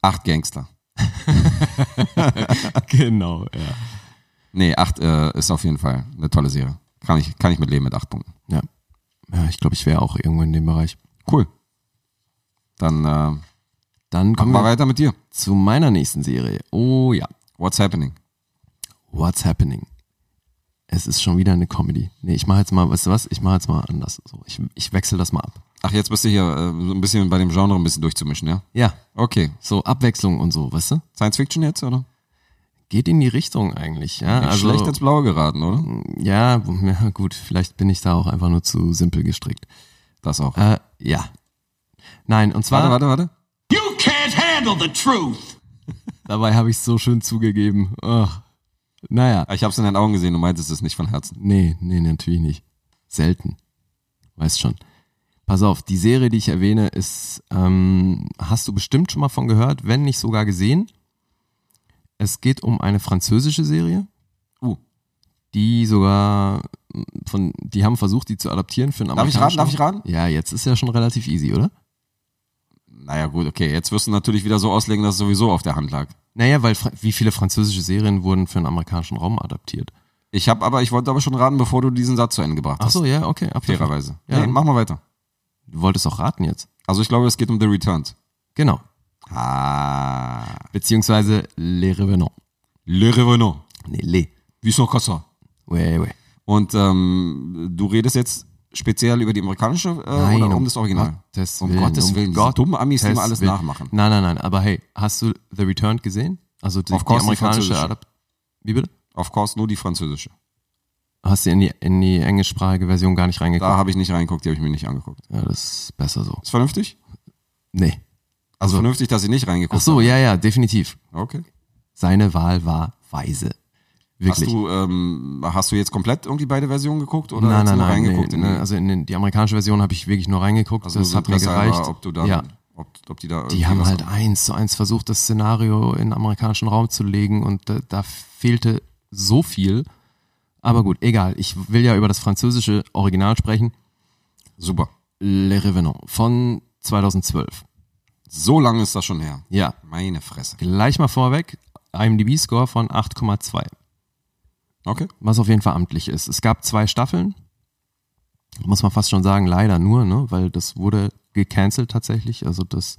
[SPEAKER 2] Acht Gangster.
[SPEAKER 3] genau, ja.
[SPEAKER 2] Nee, acht äh, ist auf jeden Fall eine tolle Serie. Kann ich, kann ich mit leben mit acht Punkten.
[SPEAKER 3] Ja, ja ich glaube, ich wäre auch irgendwo in dem Bereich.
[SPEAKER 2] Cool. Dann äh,
[SPEAKER 3] Dann
[SPEAKER 2] machen
[SPEAKER 3] kommen
[SPEAKER 2] wir
[SPEAKER 3] wir
[SPEAKER 2] weiter mit dir.
[SPEAKER 3] zu meiner nächsten Serie. Oh ja.
[SPEAKER 2] What's happening?
[SPEAKER 3] What's Happening. Es ist schon wieder eine Comedy. Nee, ich mache jetzt mal, weißt du was? Ich mache jetzt mal anders. So, ich, ich wechsle das mal ab.
[SPEAKER 2] Ach, jetzt bist du hier äh, so ein bisschen bei dem Genre ein bisschen durchzumischen, ja?
[SPEAKER 3] Ja,
[SPEAKER 2] Okay.
[SPEAKER 3] so Abwechslung und so, weißt du?
[SPEAKER 2] Science Fiction jetzt, oder?
[SPEAKER 3] Geht in die Richtung eigentlich, ja.
[SPEAKER 2] Nicht
[SPEAKER 3] Also, Hm.
[SPEAKER 2] Schlecht ins Blaue geraten, oder?
[SPEAKER 3] ja, w- ja, gut, vielleicht bin ich da auch einfach nur zu simpel gestrickt.
[SPEAKER 2] Das auch.
[SPEAKER 3] Äh, ja. Nein, und zwar,
[SPEAKER 2] Warte, warte, warte.
[SPEAKER 4] You can't handle the truth.
[SPEAKER 3] dabei habe ich es so schön zugegeben. Ach. Naja,
[SPEAKER 2] Ah, Ich hab's in deinen Augen gesehen, du meintest es nicht von Herzen.
[SPEAKER 3] nee, nee, natürlich nicht. Selten. Weißt schon. Pass auf, die Serie, die ich erwähne, ist, ähm, hast du bestimmt schon mal von gehört, wenn nicht sogar gesehen. Es geht um eine französische Serie.
[SPEAKER 2] Uh.
[SPEAKER 3] die sogar mm, von, die haben versucht, die zu adaptieren für einen
[SPEAKER 2] Darf ich raten?
[SPEAKER 3] amerikanischen.
[SPEAKER 2] Darf ich raten?
[SPEAKER 3] Ja, jetzt ist ja schon relativ easy, oder?
[SPEAKER 2] Naja, gut, okay. Jetzt wirst du natürlich wieder so auslegen, dass es sowieso auf der Hand lag.
[SPEAKER 3] Naja, weil Fra- wie viele französische Serien wurden für den amerikanischen Raum adaptiert?
[SPEAKER 2] Ich habe aber, ich wollte aber schon raten, bevor du diesen Satz zu Ende gebracht
[SPEAKER 3] Ach
[SPEAKER 2] hast.
[SPEAKER 3] so, ja, okay. ab-
[SPEAKER 2] Fairerweise.
[SPEAKER 3] Ja.
[SPEAKER 2] Nee, mach mal weiter.
[SPEAKER 3] Du wolltest auch raten jetzt.
[SPEAKER 2] Also ich glaube, es geht um The Returned.
[SPEAKER 3] Genau.
[SPEAKER 2] Ah.
[SPEAKER 3] Beziehungsweise Les Revenants.
[SPEAKER 2] Le Revenant.
[SPEAKER 3] Nee, Les.
[SPEAKER 2] Wie ist noch Kassa?
[SPEAKER 3] Ouais, ouais.
[SPEAKER 2] Und ähm, du redest jetzt speziell über die amerikanische äh,
[SPEAKER 3] Oh,
[SPEAKER 2] oder um das Original?
[SPEAKER 3] Gottes
[SPEAKER 2] um
[SPEAKER 3] Willen,
[SPEAKER 2] Gottes
[SPEAKER 3] um
[SPEAKER 2] Willen.
[SPEAKER 3] Gottes
[SPEAKER 2] Diese dummen Amis, die immer alles
[SPEAKER 3] Willen.
[SPEAKER 2] nachmachen.
[SPEAKER 3] Nein, nein, nein. Aber hey, hast du The Returned gesehen? Also die,
[SPEAKER 2] Auf
[SPEAKER 3] die
[SPEAKER 2] Kosten
[SPEAKER 3] amerikanische
[SPEAKER 2] französischer.
[SPEAKER 3] Adapt Wie bitte?
[SPEAKER 2] Of course, nur die französische.
[SPEAKER 3] Hast du in die, in die englischsprachige Version gar nicht
[SPEAKER 2] Da
[SPEAKER 3] reingeguckt?
[SPEAKER 2] habe ich nicht reingeguckt, die habe ich mir nicht angeguckt.
[SPEAKER 3] Ja, das ist besser so.
[SPEAKER 2] Ist vernünftig?
[SPEAKER 3] Nee.
[SPEAKER 2] Also
[SPEAKER 3] Also-
[SPEAKER 2] vernünftig, dass ich nicht reingeguckt
[SPEAKER 3] Ach so, ja, ja, definitiv.
[SPEAKER 2] habe. Okay.
[SPEAKER 3] Seine Wahl war weise.
[SPEAKER 2] Hast
[SPEAKER 3] Wirklich.
[SPEAKER 2] du, ähm, hast du jetzt komplett irgendwie beide Versionen geguckt oder
[SPEAKER 3] nein,
[SPEAKER 2] hast du
[SPEAKER 3] nein,
[SPEAKER 2] nur
[SPEAKER 3] nein.
[SPEAKER 2] reingeguckt?
[SPEAKER 3] nee,
[SPEAKER 2] in
[SPEAKER 3] nee.
[SPEAKER 2] die-
[SPEAKER 3] Also in den, die amerikanische Version habe ich wirklich nur reingeguckt.
[SPEAKER 2] also
[SPEAKER 3] das
[SPEAKER 2] nur
[SPEAKER 3] hat mir
[SPEAKER 2] Interesse halber,
[SPEAKER 3] gereicht.
[SPEAKER 2] ob du da,
[SPEAKER 3] ja.
[SPEAKER 2] ob, ob die da irgendwie
[SPEAKER 3] Die haben
[SPEAKER 2] was
[SPEAKER 3] halt eins zu eins versucht, das Szenario in den amerikanischen Raum zu legen und da, da fehlte so viel. Aber gut, egal. Ich will ja über das französische Original sprechen.
[SPEAKER 2] Super.
[SPEAKER 3] Le Revenant von 2012.
[SPEAKER 2] So lange ist das schon her.
[SPEAKER 3] Ja,
[SPEAKER 2] Meine Fresse.
[SPEAKER 3] gleich mal vorweg. IMDb-Score von 8,2.
[SPEAKER 2] Okay.
[SPEAKER 3] was auf jeden Fall amtlich ist. Es gab zwei Staffeln, muss man fast schon sagen, leider nur, ne? weil das wurde gecancelt tatsächlich. Also das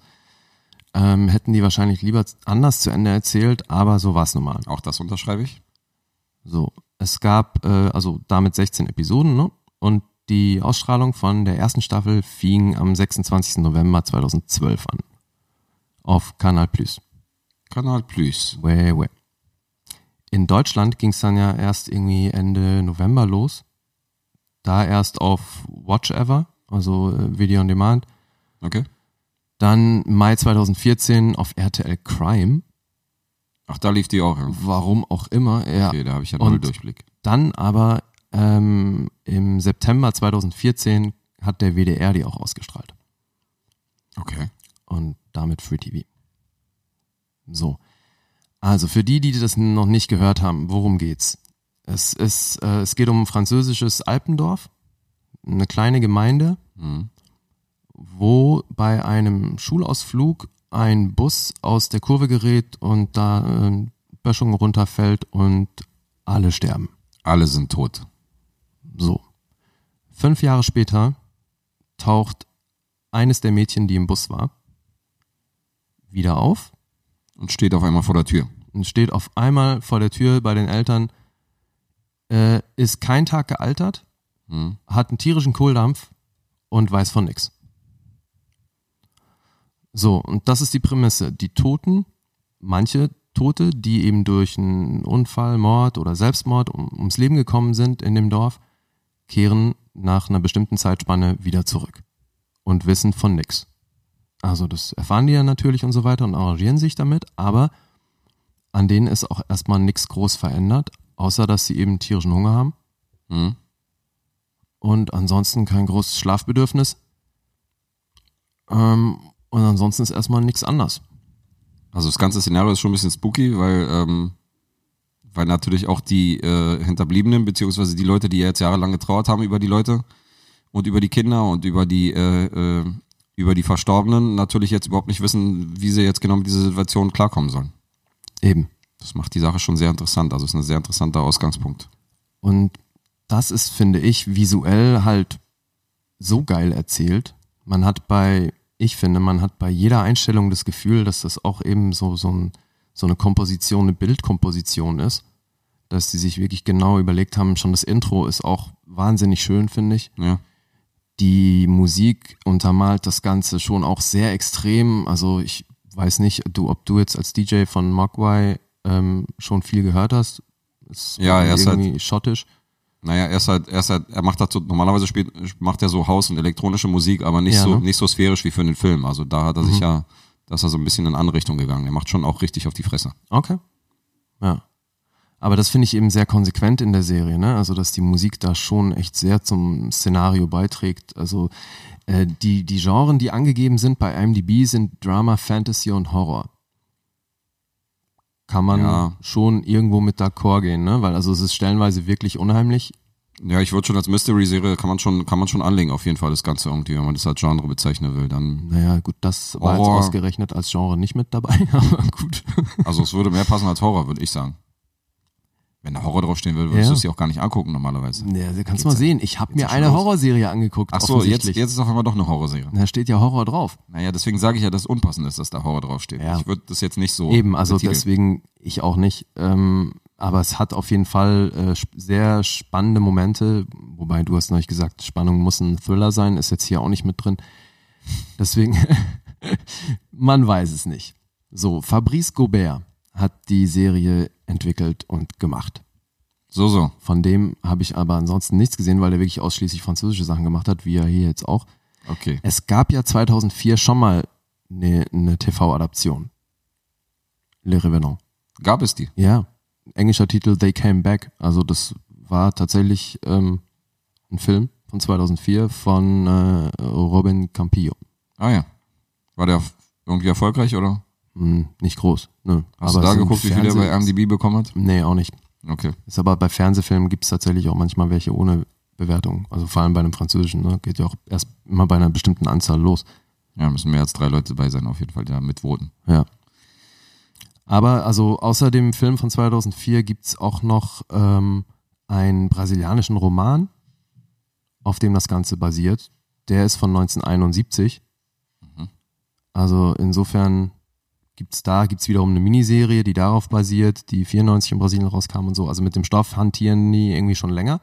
[SPEAKER 3] ähm, hätten die wahrscheinlich lieber anders zu Ende erzählt, aber so war es nun mal.
[SPEAKER 2] Auch das unterschreibe ich.
[SPEAKER 3] So, es gab äh, also damit 16 Episoden ne? und die Ausstrahlung von der ersten Staffel fing am 26. November 2012 an. Auf Kanal Plus.
[SPEAKER 2] Kanal Plus.
[SPEAKER 3] Way, way. In Deutschland ging es dann ja erst irgendwie Ende November los. Da erst auf Watch Ever, also äh, Video on Demand.
[SPEAKER 2] Okay.
[SPEAKER 3] Dann Mai 2014 auf RTL Crime.
[SPEAKER 2] Ach, da lief die auch. ja.
[SPEAKER 3] Warum auch immer. Ja.
[SPEAKER 2] Okay, da habe ich ja
[SPEAKER 3] Und-
[SPEAKER 2] null Durchblick.
[SPEAKER 3] Dann aber ähm, im September 2014 hat der WDR die auch ausgestrahlt.
[SPEAKER 2] Okay.
[SPEAKER 3] und damit Free TV. So. Also für die, die das noch nicht gehört haben, worum geht's? Es, ist, äh, es geht um ein französisches Alpendorf, eine kleine Gemeinde, wo bei einem Schulausflug ein Bus aus der Kurve gerät und da äh, Böschung runterfällt und alle sterben.
[SPEAKER 2] Alle sind tot.
[SPEAKER 3] So. Fünf Jahre später taucht eines der Mädchen, die im Bus war, wieder auf
[SPEAKER 2] Und steht auf einmal vor der Tür.
[SPEAKER 3] und steht auf einmal vor der Tür bei den Eltern, äh, ist kein Tag gealtert, hat einen tierischen Kohldampf und weiß von nix. So, und das ist die Prämisse. Die Toten, manche Tote, die eben durch einen Unfall, Mord oder Selbstmord um, ums Leben gekommen sind in dem Dorf, kehren nach einer bestimmten Zeitspanne wieder zurück und wissen von nix. Also das erfahren die ja natürlich und so weiter und arrangieren sich damit, aber an denen ist auch erstmal nichts groß verändert, außer dass sie eben tierischen Hunger haben. Und ansonsten kein großes Schlafbedürfnis. Ähm, und ansonsten ist erstmal nichts anders.
[SPEAKER 2] Also das ganze Szenario ist schon ein bisschen spooky, weil, ähm, weil natürlich auch die äh, Hinterbliebenen, beziehungsweise die Leute, die jetzt jahrelang getrauert haben über die Leute und über die Kinder und über die, äh, äh, über die Verstorbenen, natürlich jetzt überhaupt nicht wissen, wie sie jetzt genau mit dieser Situation klarkommen sollen.
[SPEAKER 3] Eben.
[SPEAKER 2] Das macht die Sache schon sehr interessant. Also es ist ein sehr interessanter Ausgangspunkt.
[SPEAKER 3] Und das ist, finde ich, visuell halt so geil erzählt. Man hat bei, ich finde, man hat bei jeder Einstellung das Gefühl, dass das auch eben so, so, ein, so eine Komposition, eine Bildkomposition ist. Dass die sich wirklich genau überlegt haben, schon das Intro ist auch wahnsinnig schön, finde ich.
[SPEAKER 2] Ja.
[SPEAKER 3] Die Musik untermalt das Ganze schon auch sehr extrem. Also ich weiß nicht, du, ob du jetzt als DJ von Mogwai ähm, schon viel gehört hast. Ist
[SPEAKER 2] Ja, er ist halt-
[SPEAKER 3] irgendwie schottisch.
[SPEAKER 2] Naja, er ist halt, er ist halt, er macht dazu, normalerweise spielt, macht er so Haus- und elektronische Musik, aber nicht
[SPEAKER 3] Ja,
[SPEAKER 2] so,
[SPEAKER 3] ne? Mhm.
[SPEAKER 2] nicht so sphärisch wie für den Film. Also da hat er sich ja, da ist er so ein bisschen in eine andere Richtung gegangen. Er macht schon auch richtig auf die Fresse.
[SPEAKER 3] Okay. Ja. Aber das finde ich eben sehr konsequent in der Serie, ne? Also, dass die Musik da schon echt sehr zum Szenario beiträgt. Also, äh, die, die Genren, die angegeben sind bei IMDb, sind Drama, Fantasy und Horror. Kann man
[SPEAKER 2] Ja.
[SPEAKER 3] schon irgendwo mit d'accord gehen, ne? Weil also es ist stellenweise wirklich unheimlich.
[SPEAKER 2] Ja, ich würde schon als Mystery-Serie kann man schon, kann man schon anlegen, auf jeden Fall das Ganze irgendwie, wenn man das als Genre bezeichnen will. Dann,
[SPEAKER 3] Naja, gut, das war jetzt
[SPEAKER 2] Horror.
[SPEAKER 3] ausgerechnet als Genre nicht mit dabei, aber gut.
[SPEAKER 2] also es würde mehr passen als Horror, würde ich sagen. Wenn da Horror draufstehen würde, würdest
[SPEAKER 3] Ja.
[SPEAKER 2] du es dir auch gar nicht angucken normalerweise.
[SPEAKER 3] Ja, kannst mal sehen. Ich habe mir eine
[SPEAKER 2] los.
[SPEAKER 3] Horrorserie angeguckt.
[SPEAKER 2] Ach so, jetzt,
[SPEAKER 3] offensichtlich.
[SPEAKER 2] jetzt ist auf einmal doch eine Horrorserie.
[SPEAKER 3] Da steht ja Horror drauf.
[SPEAKER 2] Naja, deswegen sage ich ja, dass es unpassend ist, dass da Horror draufsteht.
[SPEAKER 3] Ja.
[SPEAKER 2] Ich würde das jetzt nicht so.
[SPEAKER 3] Eben, also
[SPEAKER 2] betiteln.
[SPEAKER 3] deswegen ich auch nicht. Ähm, Aber es hat auf jeden Fall äh, sp- sehr spannende Momente, wobei du hast neulich gesagt, Spannung muss ein Thriller sein, ist jetzt hier auch nicht mit drin. Deswegen, man weiß es nicht. So, Fabrice Gobert hat die Serie entwickelt und gemacht.
[SPEAKER 2] So, so.
[SPEAKER 3] Von dem habe ich aber ansonsten nichts gesehen, weil er wirklich ausschließlich französische Sachen gemacht hat, wie er hier jetzt auch.
[SPEAKER 2] Okay.
[SPEAKER 3] Es gab ja 2004 schon mal ne, eine, eine TV-Adaption. Le Revenant.
[SPEAKER 2] Gab es die?
[SPEAKER 3] Ja, englischer Titel They Came Back. Also das war tatsächlich ähm, ein Film von 2004 von äh, Robin Campillo.
[SPEAKER 2] Ah ja. War der f- irgendwie erfolgreich oder?
[SPEAKER 3] Hm, nicht groß. Ne.
[SPEAKER 2] Hast du
[SPEAKER 3] es
[SPEAKER 2] da
[SPEAKER 3] sind
[SPEAKER 2] geguckt, wie viel der bei
[SPEAKER 3] Fernseh-
[SPEAKER 2] IMDb bekommen hat?
[SPEAKER 3] Nee, auch nicht.
[SPEAKER 2] Okay.
[SPEAKER 3] Ist aber bei Fernsehfilmen gibt es tatsächlich auch manchmal welche ohne Bewertung. Also vor allem bei einem französischen. Ne? Geht ja auch erst immer bei einer bestimmten Anzahl los.
[SPEAKER 2] Ja, müssen mehr als drei Leute bei sein, auf jeden Fall, die da mitvoten.
[SPEAKER 3] Ja. Aber also außer dem Film von 2004 gibt's auch noch ähm, einen brasilianischen Roman, auf dem das Ganze basiert. Der ist von 1971. Also insofern gibt's da gibt's wiederum eine Miniserie, die darauf basiert, die 94 in Brasilien rauskam und so. Also mit dem Stoff hantieren die irgendwie schon länger.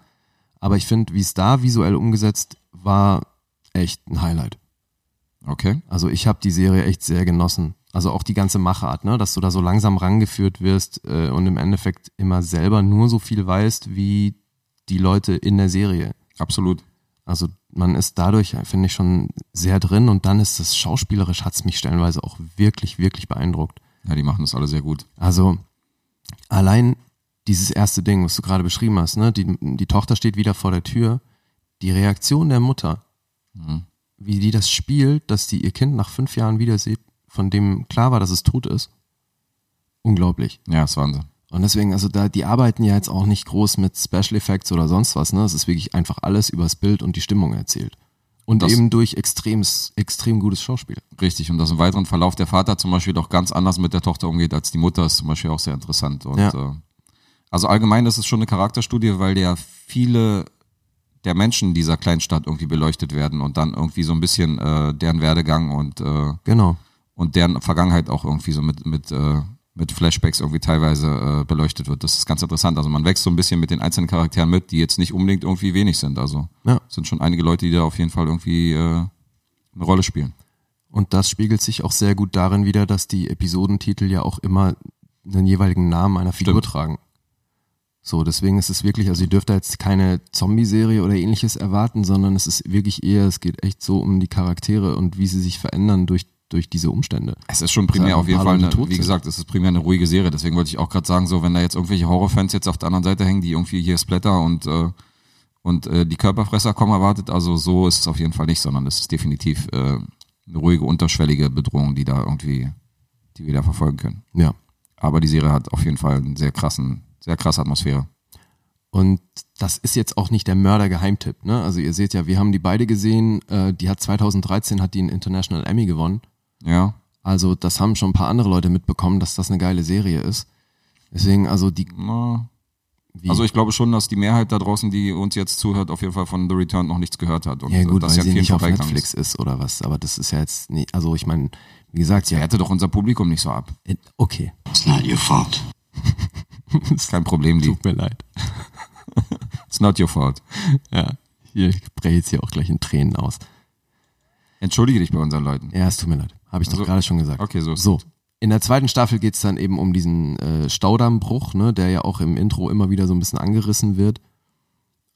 [SPEAKER 3] Aber ich finde, wie es da visuell umgesetzt war, echt ein Highlight.
[SPEAKER 2] Okay.
[SPEAKER 3] Also ich habe die Serie echt sehr genossen. Also auch die ganze Machart, ne? dass du da so langsam rangeführt wirst äh, und im Endeffekt immer selber nur so viel weißt, wie die Leute in der Serie.
[SPEAKER 2] Absolut.
[SPEAKER 3] Also man ist dadurch, finde ich, schon sehr drin und dann ist das schauspielerisch, hat's mich stellenweise auch wirklich, wirklich beeindruckt.
[SPEAKER 2] Ja, die machen das alle sehr gut.
[SPEAKER 3] Also allein dieses erste Ding, was du gerade beschrieben hast, ne? die, die Tochter steht wieder vor der Tür, die Reaktion der Mutter, wie die das spielt, dass die ihr Kind nach fünf Jahren wieder sieht, von dem klar war, dass es tot ist, unglaublich.
[SPEAKER 2] Ja, ist Wahnsinn.
[SPEAKER 3] Und deswegen, also da, die arbeiten ja jetzt auch nicht groß mit Special Effects oder sonst was, ne? Es ist wirklich einfach alles übers Bild und die Stimmung erzählt. Und
[SPEAKER 2] Das-
[SPEAKER 3] eben durch extremes, extrem gutes Schauspiel.
[SPEAKER 2] Richtig. Und dass im weiteren Verlauf der Vater zum Beispiel doch ganz anders mit der Tochter umgeht als die Mutter, ist zum Beispiel auch sehr interessant. Und,
[SPEAKER 3] Ja.
[SPEAKER 2] äh, also allgemein ist es schon eine Charakterstudie, weil ja viele der Menschen dieser Kleinstadt irgendwie beleuchtet werden und dann irgendwie so ein bisschen äh, deren Werdegang und äh,
[SPEAKER 3] Genau.
[SPEAKER 2] und deren Vergangenheit auch irgendwie so mit, mit, äh, mit Flashbacks irgendwie teilweise äh, beleuchtet wird. Das ist ganz interessant. Also man wächst so ein bisschen mit den einzelnen Charakteren mit, die jetzt nicht unbedingt irgendwie wenig sind. Also
[SPEAKER 3] Ja.
[SPEAKER 2] sind schon einige Leute, die da auf jeden Fall irgendwie äh, eine Rolle spielen.
[SPEAKER 3] Und das spiegelt sich auch sehr gut darin wider, dass die Episodentitel ja auch immer einen jeweiligen Namen einer Figur
[SPEAKER 2] Stimmt.
[SPEAKER 3] tragen. So, deswegen ist es wirklich, also ihr dürft da jetzt keine Zombie-Serie oder ähnliches erwarten, sondern es ist wirklich eher, es geht echt so um die Charaktere und wie sie sich verändern durch, durch diese Umstände.
[SPEAKER 2] Es ist schon primär
[SPEAKER 3] Sagen
[SPEAKER 2] auf jeden
[SPEAKER 3] ein
[SPEAKER 2] Fall,
[SPEAKER 3] paar
[SPEAKER 2] eine,
[SPEAKER 3] Leute tot
[SPEAKER 2] wie
[SPEAKER 3] sind.
[SPEAKER 2] gesagt, es ist primär eine ruhige Serie. Deswegen wollte ich auch gerade sagen, so wenn da jetzt irgendwelche Horrorfans jetzt auf der anderen Seite hängen, die irgendwie hier Splatter und äh, und äh, die Körperfresser kommen erwartet, also so ist es auf jeden Fall nicht, sondern es ist definitiv äh, eine ruhige, unterschwellige Bedrohung, die da irgendwie, die wir da verfolgen können.
[SPEAKER 3] Ja.
[SPEAKER 2] Aber die Serie hat auf jeden Fall einen sehr krassen, sehr krasse Atmosphäre.
[SPEAKER 3] Und das ist jetzt auch nicht der Mörder-Geheimtipp, ne? Also ihr seht ja, wir haben die beide gesehen, äh, die hat 2013 hat die einen International Emmy gewonnen.
[SPEAKER 2] Ja.
[SPEAKER 3] Also das haben schon ein paar andere Leute mitbekommen, dass das eine geile Serie ist. Deswegen, also die,
[SPEAKER 2] Na,
[SPEAKER 3] wie,
[SPEAKER 2] Also ich glaube schon, dass die Mehrheit da draußen, die uns jetzt zuhört, auf jeden Fall von The Return noch nichts gehört hat. Und
[SPEAKER 3] ja gut,
[SPEAKER 2] das
[SPEAKER 3] weil sie
[SPEAKER 2] vielen
[SPEAKER 3] nicht auf
[SPEAKER 2] vorbeigegangen
[SPEAKER 3] Netflix ist oder was, aber das ist ja jetzt nicht, also ich meine, wie gesagt,
[SPEAKER 2] Der
[SPEAKER 3] ja,
[SPEAKER 2] hätte doch unser Publikum nicht so ab.
[SPEAKER 3] äh, okay,
[SPEAKER 4] It's not your fault.
[SPEAKER 2] Ist kein Problem, Lee.
[SPEAKER 3] tut mir leid.
[SPEAKER 2] It's not your fault.
[SPEAKER 3] Ja, hier, ich breche jetzt hier auch gleich in Tränen aus.
[SPEAKER 2] Entschuldige dich bei unseren Leuten.
[SPEAKER 3] Ja, es tut mir leid, habe ich
[SPEAKER 2] Also-
[SPEAKER 3] doch gerade schon gesagt.
[SPEAKER 2] Okay, so ist
[SPEAKER 3] So,
[SPEAKER 2] gut.
[SPEAKER 3] in der zweiten Staffel geht's dann eben um diesen äh, Staudammbruch, ne, der ja auch im Intro immer wieder so ein bisschen angerissen wird.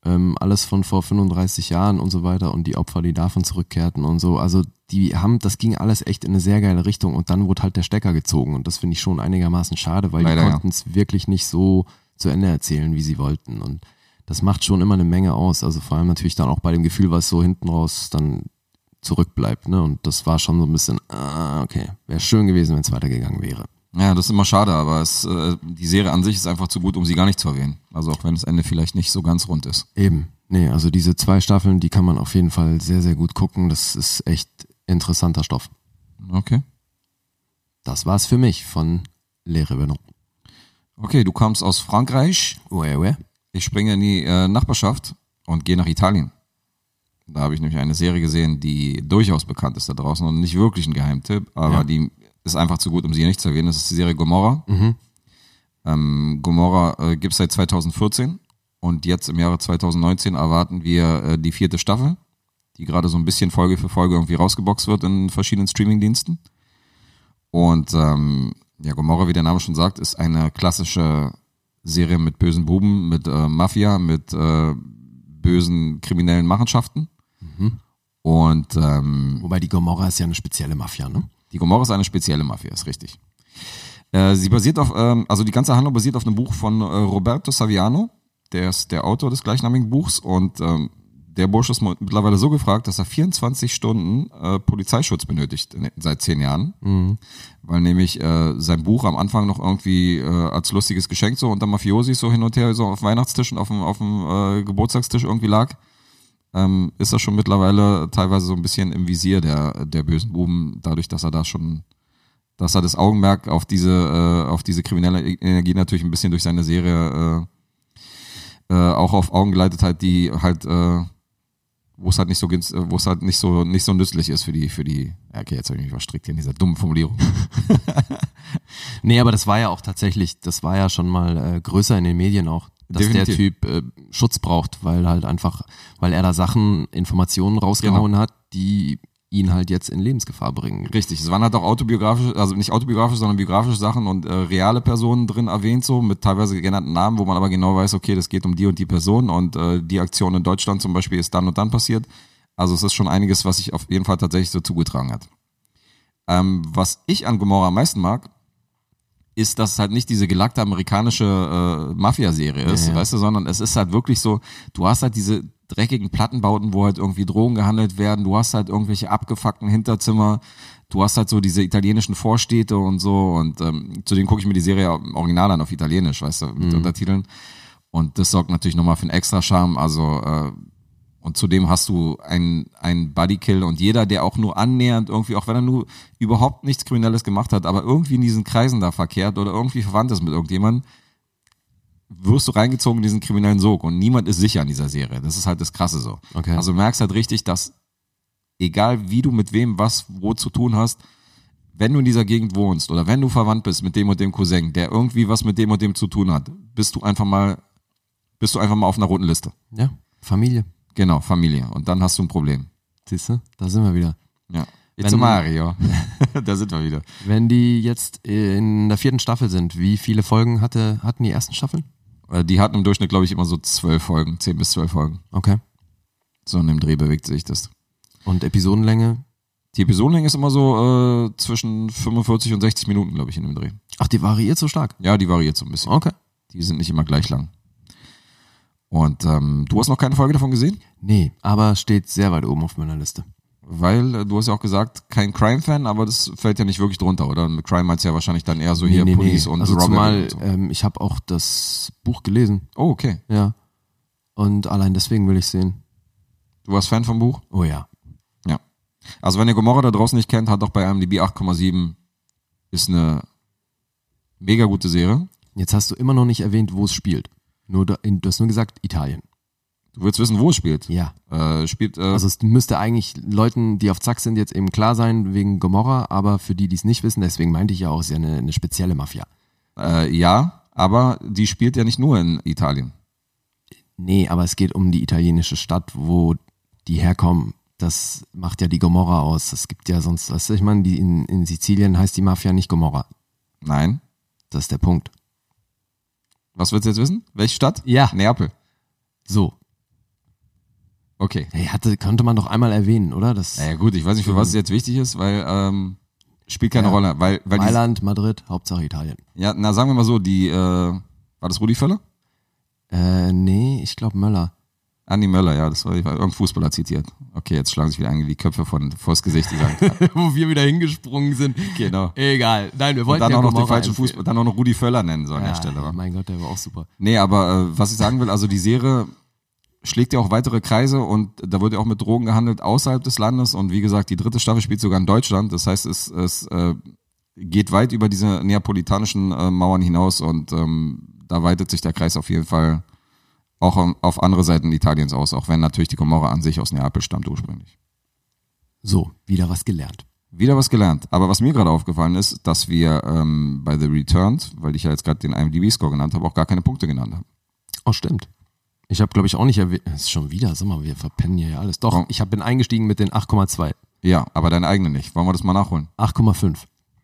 [SPEAKER 3] Ähm, alles von vor 35 Jahren und so weiter und die Opfer, die davon zurückkehrten und so. Also die haben, das ging alles echt in eine sehr geile Richtung und dann wurde halt der Stecker gezogen und das finde ich schon einigermaßen schade, weil
[SPEAKER 2] Leider,
[SPEAKER 3] die
[SPEAKER 2] ja.
[SPEAKER 3] konnten es wirklich nicht so zu Ende erzählen, wie sie wollten und das macht schon immer eine Menge aus. Also vor allem natürlich dann auch bei dem Gefühl, was so hinten raus dann zurückbleibt. Ne? Und das war schon so ein bisschen, ah, okay, wäre schön gewesen, wenn es weitergegangen wäre.
[SPEAKER 2] Ja, das ist immer schade, aber es, äh, die Serie an sich ist einfach zu gut, um sie gar nicht zu erwähnen. Also auch wenn das Ende vielleicht nicht so ganz rund ist.
[SPEAKER 3] Eben. Nee, also diese zwei Staffeln, die kann man auf jeden Fall sehr, sehr gut gucken. Das ist echt interessanter Stoff.
[SPEAKER 2] Okay.
[SPEAKER 3] Das war's für mich von Le Revenant.
[SPEAKER 2] Okay, du kommst aus Frankreich.
[SPEAKER 3] Ouais, ouais.
[SPEAKER 2] Ich springe in die äh, Nachbarschaft und gehe nach Italien. Da habe ich nämlich eine Serie gesehen, die durchaus bekannt ist da draußen und nicht wirklich ein Geheimtipp, aber
[SPEAKER 3] Ja.
[SPEAKER 2] die ist einfach zu gut, um sie hier nicht zu erwähnen. Das ist die Serie Gomorra. Ähm, Gomorra äh, gibt's seit 2014 und jetzt im Jahre 2019 erwarten wir äh, die vierte Staffel, die gerade so ein bisschen Folge für Folge irgendwie rausgeboxt wird in verschiedenen Streamingdiensten. Und ähm, ja, Gomorra, wie der Name schon sagt, ist eine klassische Serie mit bösen Buben, mit äh, Mafia, mit äh, bösen kriminellen Machenschaften. Und ähm,
[SPEAKER 3] Wobei die Gomorra ist ja eine spezielle Mafia, ne?
[SPEAKER 2] die Gomorra ist eine spezielle Mafia, ist richtig. Äh, sie basiert auf, ähm, also die ganze Handlung basiert auf einem Buch von äh, Roberto Saviano, der ist der Autor des gleichnamigen Buchs und ähm, der Bursch ist mo- mittlerweile so gefragt, dass er 24 Stunden äh, Polizeischutz benötigt in, seit zehn Jahren, weil nämlich äh, sein Buch am Anfang noch irgendwie äh, als lustiges Geschenk so unter Mafiosis so hin und her so auf Weihnachtstisch und auf dem, auf dem äh, Geburtstagstisch irgendwie lag ähm, ist er schon mittlerweile teilweise so ein bisschen im Visier der, der bösen Buben, dadurch, dass er da schon, dass er das Augenmerk auf diese, äh, auf diese kriminelle Energie natürlich ein bisschen durch seine Serie äh, äh, auch auf Augen geleitet hat, die halt, äh, wo es halt nicht so günst- äh, wo es halt nicht so nicht so nützlich ist für die, für die, ja, okay, jetzt habe ich mich verstrickt in dieser dummen Formulierung.
[SPEAKER 3] Nee, aber das war ja auch tatsächlich, das war ja schon mal äh, größer in den Medien auch, dass
[SPEAKER 2] Definitiv.
[SPEAKER 3] der Typ äh, Schutz braucht, weil halt einfach, weil er da Sachen, Informationen rausgehauen hat, die ihn halt jetzt in Lebensgefahr bringen.
[SPEAKER 2] Richtig, es waren halt auch autobiografische, also nicht autobiografische, sondern biografische Sachen und äh, reale Personen drin erwähnt, so mit teilweise genannten Namen, wo man aber genau weiß, okay, das geht um die und die Person und äh, die Aktion in Deutschland zum Beispiel ist dann und dann passiert. Also es ist schon einiges, was sich auf jeden Fall tatsächlich so zugetragen hat. Ähm, was ich an Gomorra am meisten mag, ist, dass es halt nicht diese gelackte amerikanische äh, Mafia-Serie ist,
[SPEAKER 3] Ja, ja.
[SPEAKER 2] weißt du, sondern es ist halt wirklich so, du hast halt diese dreckigen Plattenbauten, wo halt irgendwie Drogen gehandelt werden, du hast halt irgendwelche abgefuckten Hinterzimmer, du hast halt so diese italienischen Vorstädte und so und ähm, zudem gucke ich mir die Serie ja im Original an auf Italienisch, weißt du,
[SPEAKER 3] Mhm.
[SPEAKER 2] mit Untertiteln und das sorgt natürlich nochmal für einen extra Charme, also äh, und zudem hast du einen, einen Bodykill und jeder, der auch nur annähernd irgendwie, auch wenn er nur überhaupt nichts Kriminelles gemacht hat, aber irgendwie in diesen Kreisen da verkehrt oder irgendwie verwandt ist mit irgendjemandem, wirst du reingezogen in diesen kriminellen Sog und niemand ist sicher in dieser Serie. Das ist halt das Krasse so.
[SPEAKER 3] Okay.
[SPEAKER 2] Also du merkst halt richtig, dass egal wie du mit wem was wo zu tun hast, wenn du in dieser Gegend wohnst oder wenn du verwandt bist mit dem und dem Cousin, der irgendwie was mit dem und dem zu tun hat, bist du einfach mal, bist du einfach mal auf einer roten Liste.
[SPEAKER 3] Ja, Familie.
[SPEAKER 2] Genau, Familie. Und dann hast du ein Problem.
[SPEAKER 3] Siehst du, da sind wir wieder.
[SPEAKER 2] Ja.
[SPEAKER 3] Wenn-
[SPEAKER 2] It's a Mario. da sind wir wieder.
[SPEAKER 3] Wenn die jetzt in der vierten Staffel sind, wie viele Folgen hatte, hatten die ersten Staffeln?
[SPEAKER 2] Äh, Die hatten im Durchschnitt, glaube ich, immer so zwölf Folgen, zehn bis zwölf Folgen.
[SPEAKER 3] Okay.
[SPEAKER 2] So in dem Dreh bewegt sich das.
[SPEAKER 3] Und Episodenlänge?
[SPEAKER 2] Die Episodenlänge ist immer so äh, zwischen 45 und 60 Minuten, glaube ich, in dem Dreh.
[SPEAKER 3] Ach, die variiert so stark.
[SPEAKER 2] Ja, die variiert so ein bisschen.
[SPEAKER 3] Okay.
[SPEAKER 2] Die sind nicht immer gleich lang. Und ähm, du hast noch keine Folge davon gesehen?
[SPEAKER 3] Nee, aber steht sehr weit oben auf meiner Liste.
[SPEAKER 2] Weil äh, du hast ja auch gesagt, kein Crime-Fan, aber das fällt ja nicht wirklich drunter, oder? Mit Crime meinst du ja wahrscheinlich dann eher so hier Police und
[SPEAKER 3] also
[SPEAKER 2] Robin
[SPEAKER 3] Zumal,
[SPEAKER 2] und so.
[SPEAKER 3] ähm, ich habe auch das Buch gelesen,
[SPEAKER 2] Oh, okay.
[SPEAKER 3] ja. Und allein deswegen will ich sehen.
[SPEAKER 2] Du warst Fan vom Buch?
[SPEAKER 3] Oh ja.
[SPEAKER 2] Ja. Also wenn ihr Gomorra da draußen nicht kennt, hat auch bei IMDb 8,7 ist eine mega gute Serie.
[SPEAKER 3] Jetzt hast du immer noch nicht erwähnt, wo es spielt. Nur da, in, du hast nur gesagt Italien.
[SPEAKER 2] Du willst wissen, wo es spielt.
[SPEAKER 3] Ja.
[SPEAKER 2] Äh, spielt äh,
[SPEAKER 3] Also es müsste eigentlich Leuten, die auf Zack sind, jetzt eben klar sein wegen Gomorra, aber für die, die es nicht wissen, deswegen meinte ich ja auch, es ist ja eine, eine spezielle Mafia.
[SPEAKER 2] äh, ja, aber die spielt ja nicht nur in Italien.
[SPEAKER 3] Nee, aber es geht um die italienische Stadt, wo die herkommen. Das macht ja die Gomorra aus. Es gibt ja sonst, was ich meine, die in, in Sizilien heißt die Mafia nicht Gomorra.
[SPEAKER 2] Nein.
[SPEAKER 3] Das ist der Punkt.
[SPEAKER 2] Was willst du jetzt wissen? Welche Stadt?
[SPEAKER 3] Ja.
[SPEAKER 2] Neapel.
[SPEAKER 3] So,
[SPEAKER 2] Okay.
[SPEAKER 3] Hey, hatte, konnte man doch einmal erwähnen, oder? Das
[SPEAKER 2] Naja gut, ich weiß nicht, für was es jetzt wichtig ist, weil ähm, spielt keine
[SPEAKER 3] Ja.
[SPEAKER 2] Rolle. Weil, weil die,
[SPEAKER 3] Mailand, Madrid, Hauptsache Italien.
[SPEAKER 2] ja, na sagen wir mal so, die, äh, war das Rudi Völler?
[SPEAKER 3] Äh, nee, ich glaube Möller.
[SPEAKER 2] Andi Möller, ja, das war, ich war irgendein Fußballer zitiert. Okay, jetzt schlagen sich wieder einige die Köpfe von, vors Gesicht, die sagen,
[SPEAKER 3] Wo wir wieder hingesprungen sind.
[SPEAKER 2] Genau.
[SPEAKER 3] Egal. Nein, wir wollten
[SPEAKER 2] Und dann
[SPEAKER 3] ja
[SPEAKER 2] auch noch den
[SPEAKER 3] Gomorra
[SPEAKER 2] falschen
[SPEAKER 3] empfehlen.
[SPEAKER 2] Fußball, dann auch noch Rudi Völler nennen sollen an der
[SPEAKER 3] Ja,
[SPEAKER 2] Stelle. wa?
[SPEAKER 3] Mein Gott, der war auch super.
[SPEAKER 2] Nee, aber äh, was ich sagen will, also die Serie schlägt ja auch weitere Kreise und da wird ja auch mit Drogen gehandelt außerhalb des Landes und wie gesagt, die dritte Staffel spielt sogar in Deutschland. Das heißt, es, es äh, geht weit über diese neapolitanischen äh, Mauern hinaus und ähm, da weitet sich der Kreis auf jeden Fall auch am- auf andere Seiten Italiens aus, auch wenn natürlich die Gomorra an sich aus Neapel stammt ursprünglich.
[SPEAKER 3] So, wieder was gelernt.
[SPEAKER 2] Wieder was gelernt. Aber was mir gerade aufgefallen ist, dass wir ähm, bei The Returned, weil ich ja jetzt gerade den IMDb-Score genannt habe, auch gar keine Punkte genannt haben.
[SPEAKER 3] Oh, stimmt. Ich habe, glaube ich, auch nicht erwähnt. Es ist schon wieder, sag mal, wir verpennen hier ja alles. Doch,
[SPEAKER 2] Warum?
[SPEAKER 3] ich hab, bin eingestiegen mit den 8,2.
[SPEAKER 2] Ja, aber deine eigene nicht. Wollen wir das mal nachholen?
[SPEAKER 3] 8,5.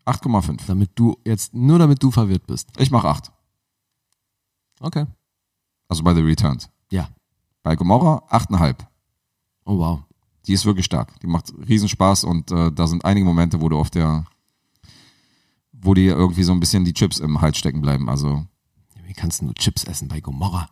[SPEAKER 2] 8,5.
[SPEAKER 3] Damit du jetzt, nur damit du verwirrt bist.
[SPEAKER 2] Ich mache 8.
[SPEAKER 3] Okay.
[SPEAKER 2] Also bei The Returned.
[SPEAKER 3] Ja.
[SPEAKER 2] Bei Gomorra 8,5.
[SPEAKER 3] Oh, wow.
[SPEAKER 2] Die ist wirklich stark. Die macht Riesenspaß und äh, da sind einige Momente, wo du auf der, wo dir irgendwie so ein bisschen die Chips im Hals stecken bleiben. Also,
[SPEAKER 3] Wie kannst du nur Chips essen bei Gomorra?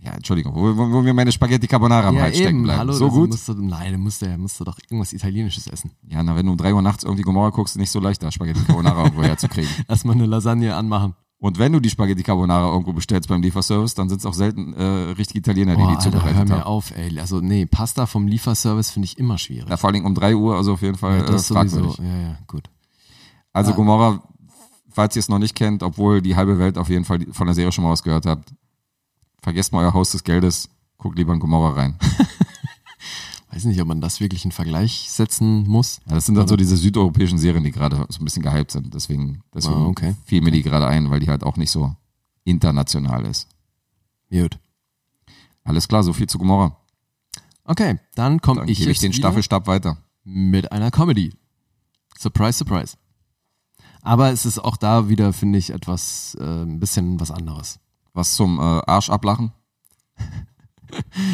[SPEAKER 2] ja, Entschuldigung, wo, wo, wo mir meine Spaghetti Carbonara im Hals stecken bleiben.
[SPEAKER 3] Hallo,
[SPEAKER 2] so
[SPEAKER 3] das
[SPEAKER 2] gut.
[SPEAKER 3] Musst du, nein, du musst, ja- musst du doch irgendwas Italienisches essen.
[SPEAKER 2] Ja, na, wenn du um 3 Uhr nachts irgendwie Gomorra guckst, nicht so leicht, da Spaghetti Carbonara irgendwo herzukriegen.
[SPEAKER 3] Erstmal eine Lasagne anmachen.
[SPEAKER 2] Und wenn du die Spaghetti Carbonara irgendwo bestellst beim Lieferservice, dann sind es auch selten äh, richtige Italiener, die
[SPEAKER 3] Boah,
[SPEAKER 2] die
[SPEAKER 3] Alter, hör
[SPEAKER 2] zubereitet
[SPEAKER 3] mir
[SPEAKER 2] haben.
[SPEAKER 3] auf, ey. Also, nee, Pasta vom Lieferservice finde ich immer schwierig.
[SPEAKER 2] Ja, vor allen Dingen um 3 Uhr, also auf jeden Fall äh, fragwürdig.
[SPEAKER 3] Ja, ja, gut. Ah.
[SPEAKER 2] Also Gomorra, falls ihr es noch nicht kennt, obwohl die halbe Welt auf jeden Fall die- von der Serie schon mal was gehört habt, vergesst mal euer Haus des Geldes, guckt lieber in Gomorra rein.
[SPEAKER 3] Weiß nicht, ob man das wirklich in Vergleich setzen muss.
[SPEAKER 2] Ja, das sind dann so diese südeuropäischen Serien, die gerade so ein bisschen gehypt sind. Deswegen, deswegen
[SPEAKER 3] Ah, okay.
[SPEAKER 2] fiel mir die gerade ein, weil die halt auch nicht so international ist.
[SPEAKER 3] Gut.
[SPEAKER 2] Alles klar, so viel zu Gomorra.
[SPEAKER 3] Okay, dann komme
[SPEAKER 2] Dann
[SPEAKER 3] ich
[SPEAKER 2] gebe
[SPEAKER 3] jetzt
[SPEAKER 2] ich den
[SPEAKER 3] wieder
[SPEAKER 2] Staffelstab weiter.
[SPEAKER 3] mit einer Comedy. Surprise, surprise. Aber es ist auch da wieder, finde ich, etwas, äh, ein bisschen was anderes.
[SPEAKER 2] Was zum äh, Arsch ablachen?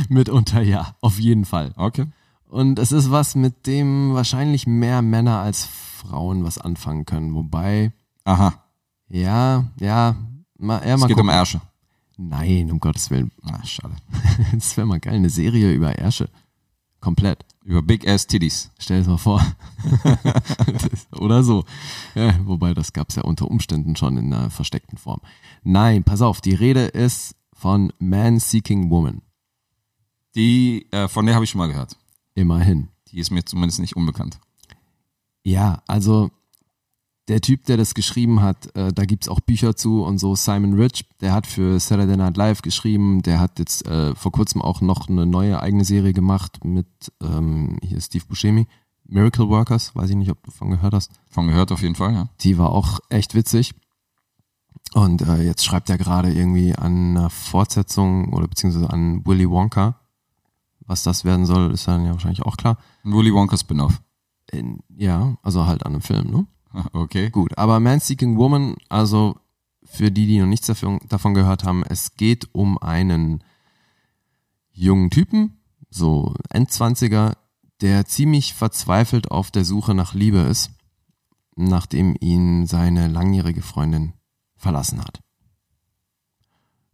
[SPEAKER 3] Mitunter ja, auf jeden Fall.
[SPEAKER 2] Okay.
[SPEAKER 3] Und es ist was, mit dem wahrscheinlich mehr Männer als Frauen was anfangen können. Wobei,
[SPEAKER 2] Aha,
[SPEAKER 3] ja, ja, mal, eher
[SPEAKER 2] es
[SPEAKER 3] mal
[SPEAKER 2] geht um
[SPEAKER 3] gucken.
[SPEAKER 2] Ärsche.
[SPEAKER 3] Nein, um Gottes Willen.
[SPEAKER 2] Ah, schade.
[SPEAKER 3] Das wäre mal geil, eine Serie über Ärsche. Komplett.
[SPEAKER 2] Über Big Ass Titties.
[SPEAKER 3] Stell es mal vor. das, oder so. Ja, wobei, das gab es ja unter Umständen schon in einer versteckten Form. Nein, pass auf, die Rede ist von Man Seeking Woman.
[SPEAKER 2] Die, äh, von der habe ich schon mal gehört.
[SPEAKER 3] Immerhin.
[SPEAKER 2] Die ist mir zumindest nicht unbekannt.
[SPEAKER 3] Ja, also der Typ, der das geschrieben hat, äh, da gibt's auch Bücher zu und so. Simon Rich, der hat für Saturday Night Live geschrieben, der hat jetzt äh, vor kurzem auch noch eine neue eigene Serie gemacht mit, ähm, hier ist Steve Buscemi, Miracle Workers, weiß ich nicht, ob du davon gehört hast.
[SPEAKER 2] Von gehört auf jeden Fall, ja.
[SPEAKER 3] Die war auch echt witzig. Und äh, jetzt schreibt er gerade irgendwie an einer Fortsetzung oder beziehungsweise an Willy Wonka. Was das werden soll, ist dann ja wahrscheinlich auch klar.
[SPEAKER 2] Ein Willy Wonka Spin-off.
[SPEAKER 3] In, ja, also halt an einem Film, ne?
[SPEAKER 2] Okay.
[SPEAKER 3] Gut, aber Man Seeking Woman, also für die, die noch nichts dafür, davon gehört haben, es geht um einen jungen Typen, so Endzwanziger, der ziemlich verzweifelt auf der Suche nach Liebe ist, nachdem ihn seine langjährige Freundin verlassen hat.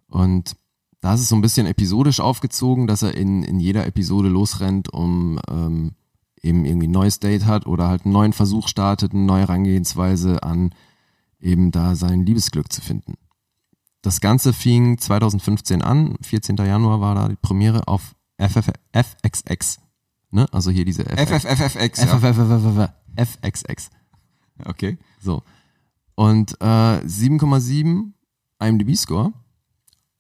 [SPEAKER 3] Und das ist so ein bisschen episodisch aufgezogen, dass er in, in jeder Episode losrennt, um ähm, eben irgendwie ein neues Date hat oder halt einen neuen Versuch startet, eine neue Herangehensweise an eben da sein Liebesglück zu finden. Das Ganze fing 2015 an, 14. Januar war da die Premiere auf FF, FXX, ne? Also hier diese FX,
[SPEAKER 2] FFFFX. Ja.
[SPEAKER 3] FXX. FXX.
[SPEAKER 2] Okay.
[SPEAKER 3] So. Und äh, 7,7 IMDb-Score,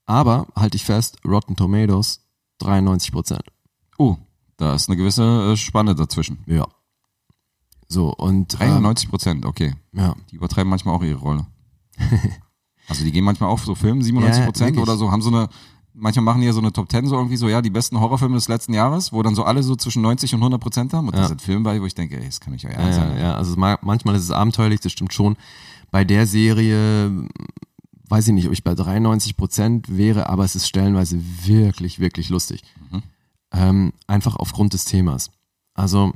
[SPEAKER 3] aber halte ich fest, Rotten Tomatoes 93%.
[SPEAKER 2] Oh, da ist eine gewisse äh, Spanne dazwischen.
[SPEAKER 3] Ja. So, und. äh,
[SPEAKER 2] 93 Prozent, okay.
[SPEAKER 3] ja.
[SPEAKER 2] Die übertreiben manchmal auch ihre Rolle. also die gehen manchmal auf so Filme, 97 Prozent
[SPEAKER 3] wirklich.
[SPEAKER 2] oder so, haben so eine, manchmal machen die ja so eine Top 10 so irgendwie so, ja, die besten Horrorfilme des letzten Jahres, wo dann so alle so zwischen 90 und 100 Prozent haben. Und da sind Filme bei, wo ich denke, ey, das kann nicht euer Ernst
[SPEAKER 3] Ja,
[SPEAKER 2] sein.
[SPEAKER 3] ja, also ma- manchmal ist es abenteuerlich, das stimmt schon. Bei der Serie, weiß ich nicht, ob ich bei 93 Prozent wäre, aber es ist stellenweise wirklich, wirklich lustig.
[SPEAKER 2] Mhm.
[SPEAKER 3] Ähm, einfach aufgrund des Themas. Also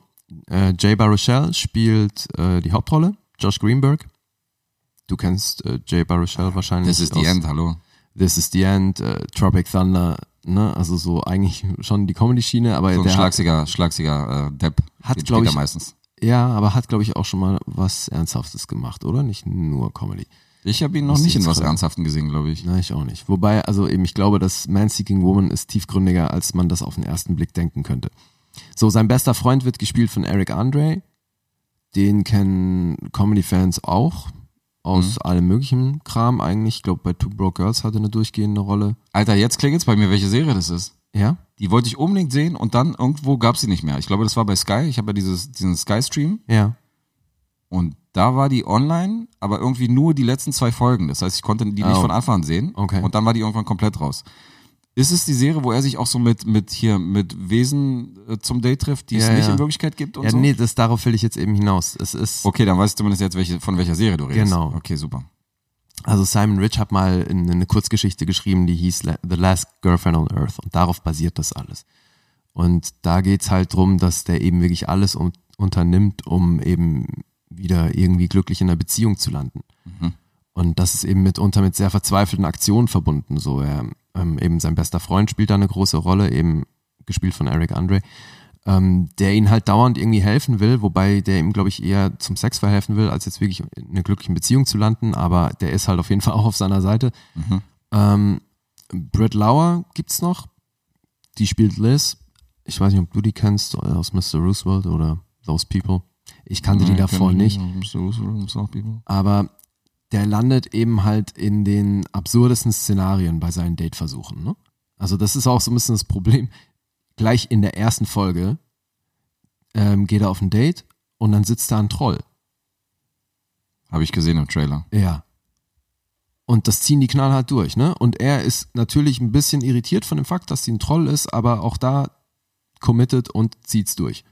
[SPEAKER 3] äh, Jay Baruchel spielt äh, die Hauptrolle, Josh Greenberg. Du kennst äh, Jay Baruchel wahrscheinlich.
[SPEAKER 2] This is the
[SPEAKER 3] aus-
[SPEAKER 2] end, hallo.
[SPEAKER 3] This is the End, äh, Tropic Thunder, ne? Also so eigentlich schon die Comedy-Schiene, aber
[SPEAKER 2] So ein
[SPEAKER 3] der hat-
[SPEAKER 2] schlagsiger, schlagsiger äh, Depp.
[SPEAKER 3] Hat,
[SPEAKER 2] Den
[SPEAKER 3] glaub
[SPEAKER 2] spielt er
[SPEAKER 3] ich-
[SPEAKER 2] meistens.
[SPEAKER 3] Ja, aber hat, glaube ich, auch schon mal was Ernsthaftes gemacht, oder? Nicht nur Comedy.
[SPEAKER 2] Ich habe ihn noch
[SPEAKER 3] Muss
[SPEAKER 2] nicht in
[SPEAKER 3] jetzt
[SPEAKER 2] was
[SPEAKER 3] gerade-
[SPEAKER 2] Ernsthaftem gesehen, glaube ich.
[SPEAKER 3] Na, ich auch nicht. Wobei, also eben, ich glaube, das Man Seeking Woman ist tiefgründiger, als man das auf den ersten Blick denken könnte. So, sein bester Freund wird gespielt von Eric Andre. Den kennen Comedy-Fans auch. Aus
[SPEAKER 2] Mhm.
[SPEAKER 3] allem möglichen Kram eigentlich. Ich glaube, bei Two Broke Girls hatte eine durchgehende Rolle.
[SPEAKER 2] Alter, jetzt klingelt's bei mir, welche Serie das ist.
[SPEAKER 3] Ja?
[SPEAKER 2] Die wollte ich unbedingt sehen und dann irgendwo gab sie nicht mehr. Ich glaube, das war bei Sky. Ich habe ja dieses, diesen Sky-Stream
[SPEAKER 3] Ja.
[SPEAKER 2] Und da war die online, aber irgendwie nur die letzten zwei Folgen. Das heißt, ich konnte die nicht
[SPEAKER 3] Oh.
[SPEAKER 2] von Anfang an sehen.
[SPEAKER 3] Okay.
[SPEAKER 2] Und dann war die irgendwann komplett raus. Ist es die Serie, wo er sich auch so mit, mit hier, mit Wesen äh, zum Date trifft, die es
[SPEAKER 3] Ja,
[SPEAKER 2] nicht
[SPEAKER 3] ja.
[SPEAKER 2] in Wirklichkeit gibt und
[SPEAKER 3] Ja,
[SPEAKER 2] so?
[SPEAKER 3] nee, das, darauf will ich jetzt eben hinaus. Es ist,
[SPEAKER 2] Okay, dann weißt du zumindest jetzt, welche, von welcher Serie du redest.
[SPEAKER 3] Genau.
[SPEAKER 2] Okay, super.
[SPEAKER 3] also Simon Rich hat mal in, eine Kurzgeschichte geschrieben, die hieß La- The Last Girlfriend on Earth und darauf basiert das alles. Und da geht's halt drum, dass der eben wirklich alles un unternimmt, um eben wieder irgendwie glücklich in einer Beziehung zu landen. Und das ist eben mitunter mit sehr verzweifelten Aktionen verbunden. So, er, ähm, eben sein bester Freund spielt da eine große Rolle, eben gespielt von Eric Andre, ähm, der ihn halt dauernd irgendwie helfen will, wobei der ihm, glaube ich, eher zum Sex verhelfen will, als jetzt wirklich in einer glücklichen Beziehung zu landen, aber der ist halt auf jeden Fall auch auf seiner Seite. Ähm, Brett Lauer gibt's noch, die spielt Liz. Ich weiß nicht, ob du die kennst, äh, aus Mr. Roosevelt oder Those People. Ich kannte die davor nicht aber der landet eben halt in den absurdesten Szenarien bei seinen Dateversuchen. Ne? Also das ist auch so ein bisschen das Problem. Gleich in der ersten Folge ähm, geht er auf ein Date und dann sitzt da ein Troll.
[SPEAKER 2] Habe ich gesehen im Trailer.
[SPEAKER 3] Ja. Und das ziehen die knallhart durch, ne? Und er ist natürlich ein bisschen irritiert von dem Fakt, dass sie ein Troll ist, aber auch da committed und zieht's durch.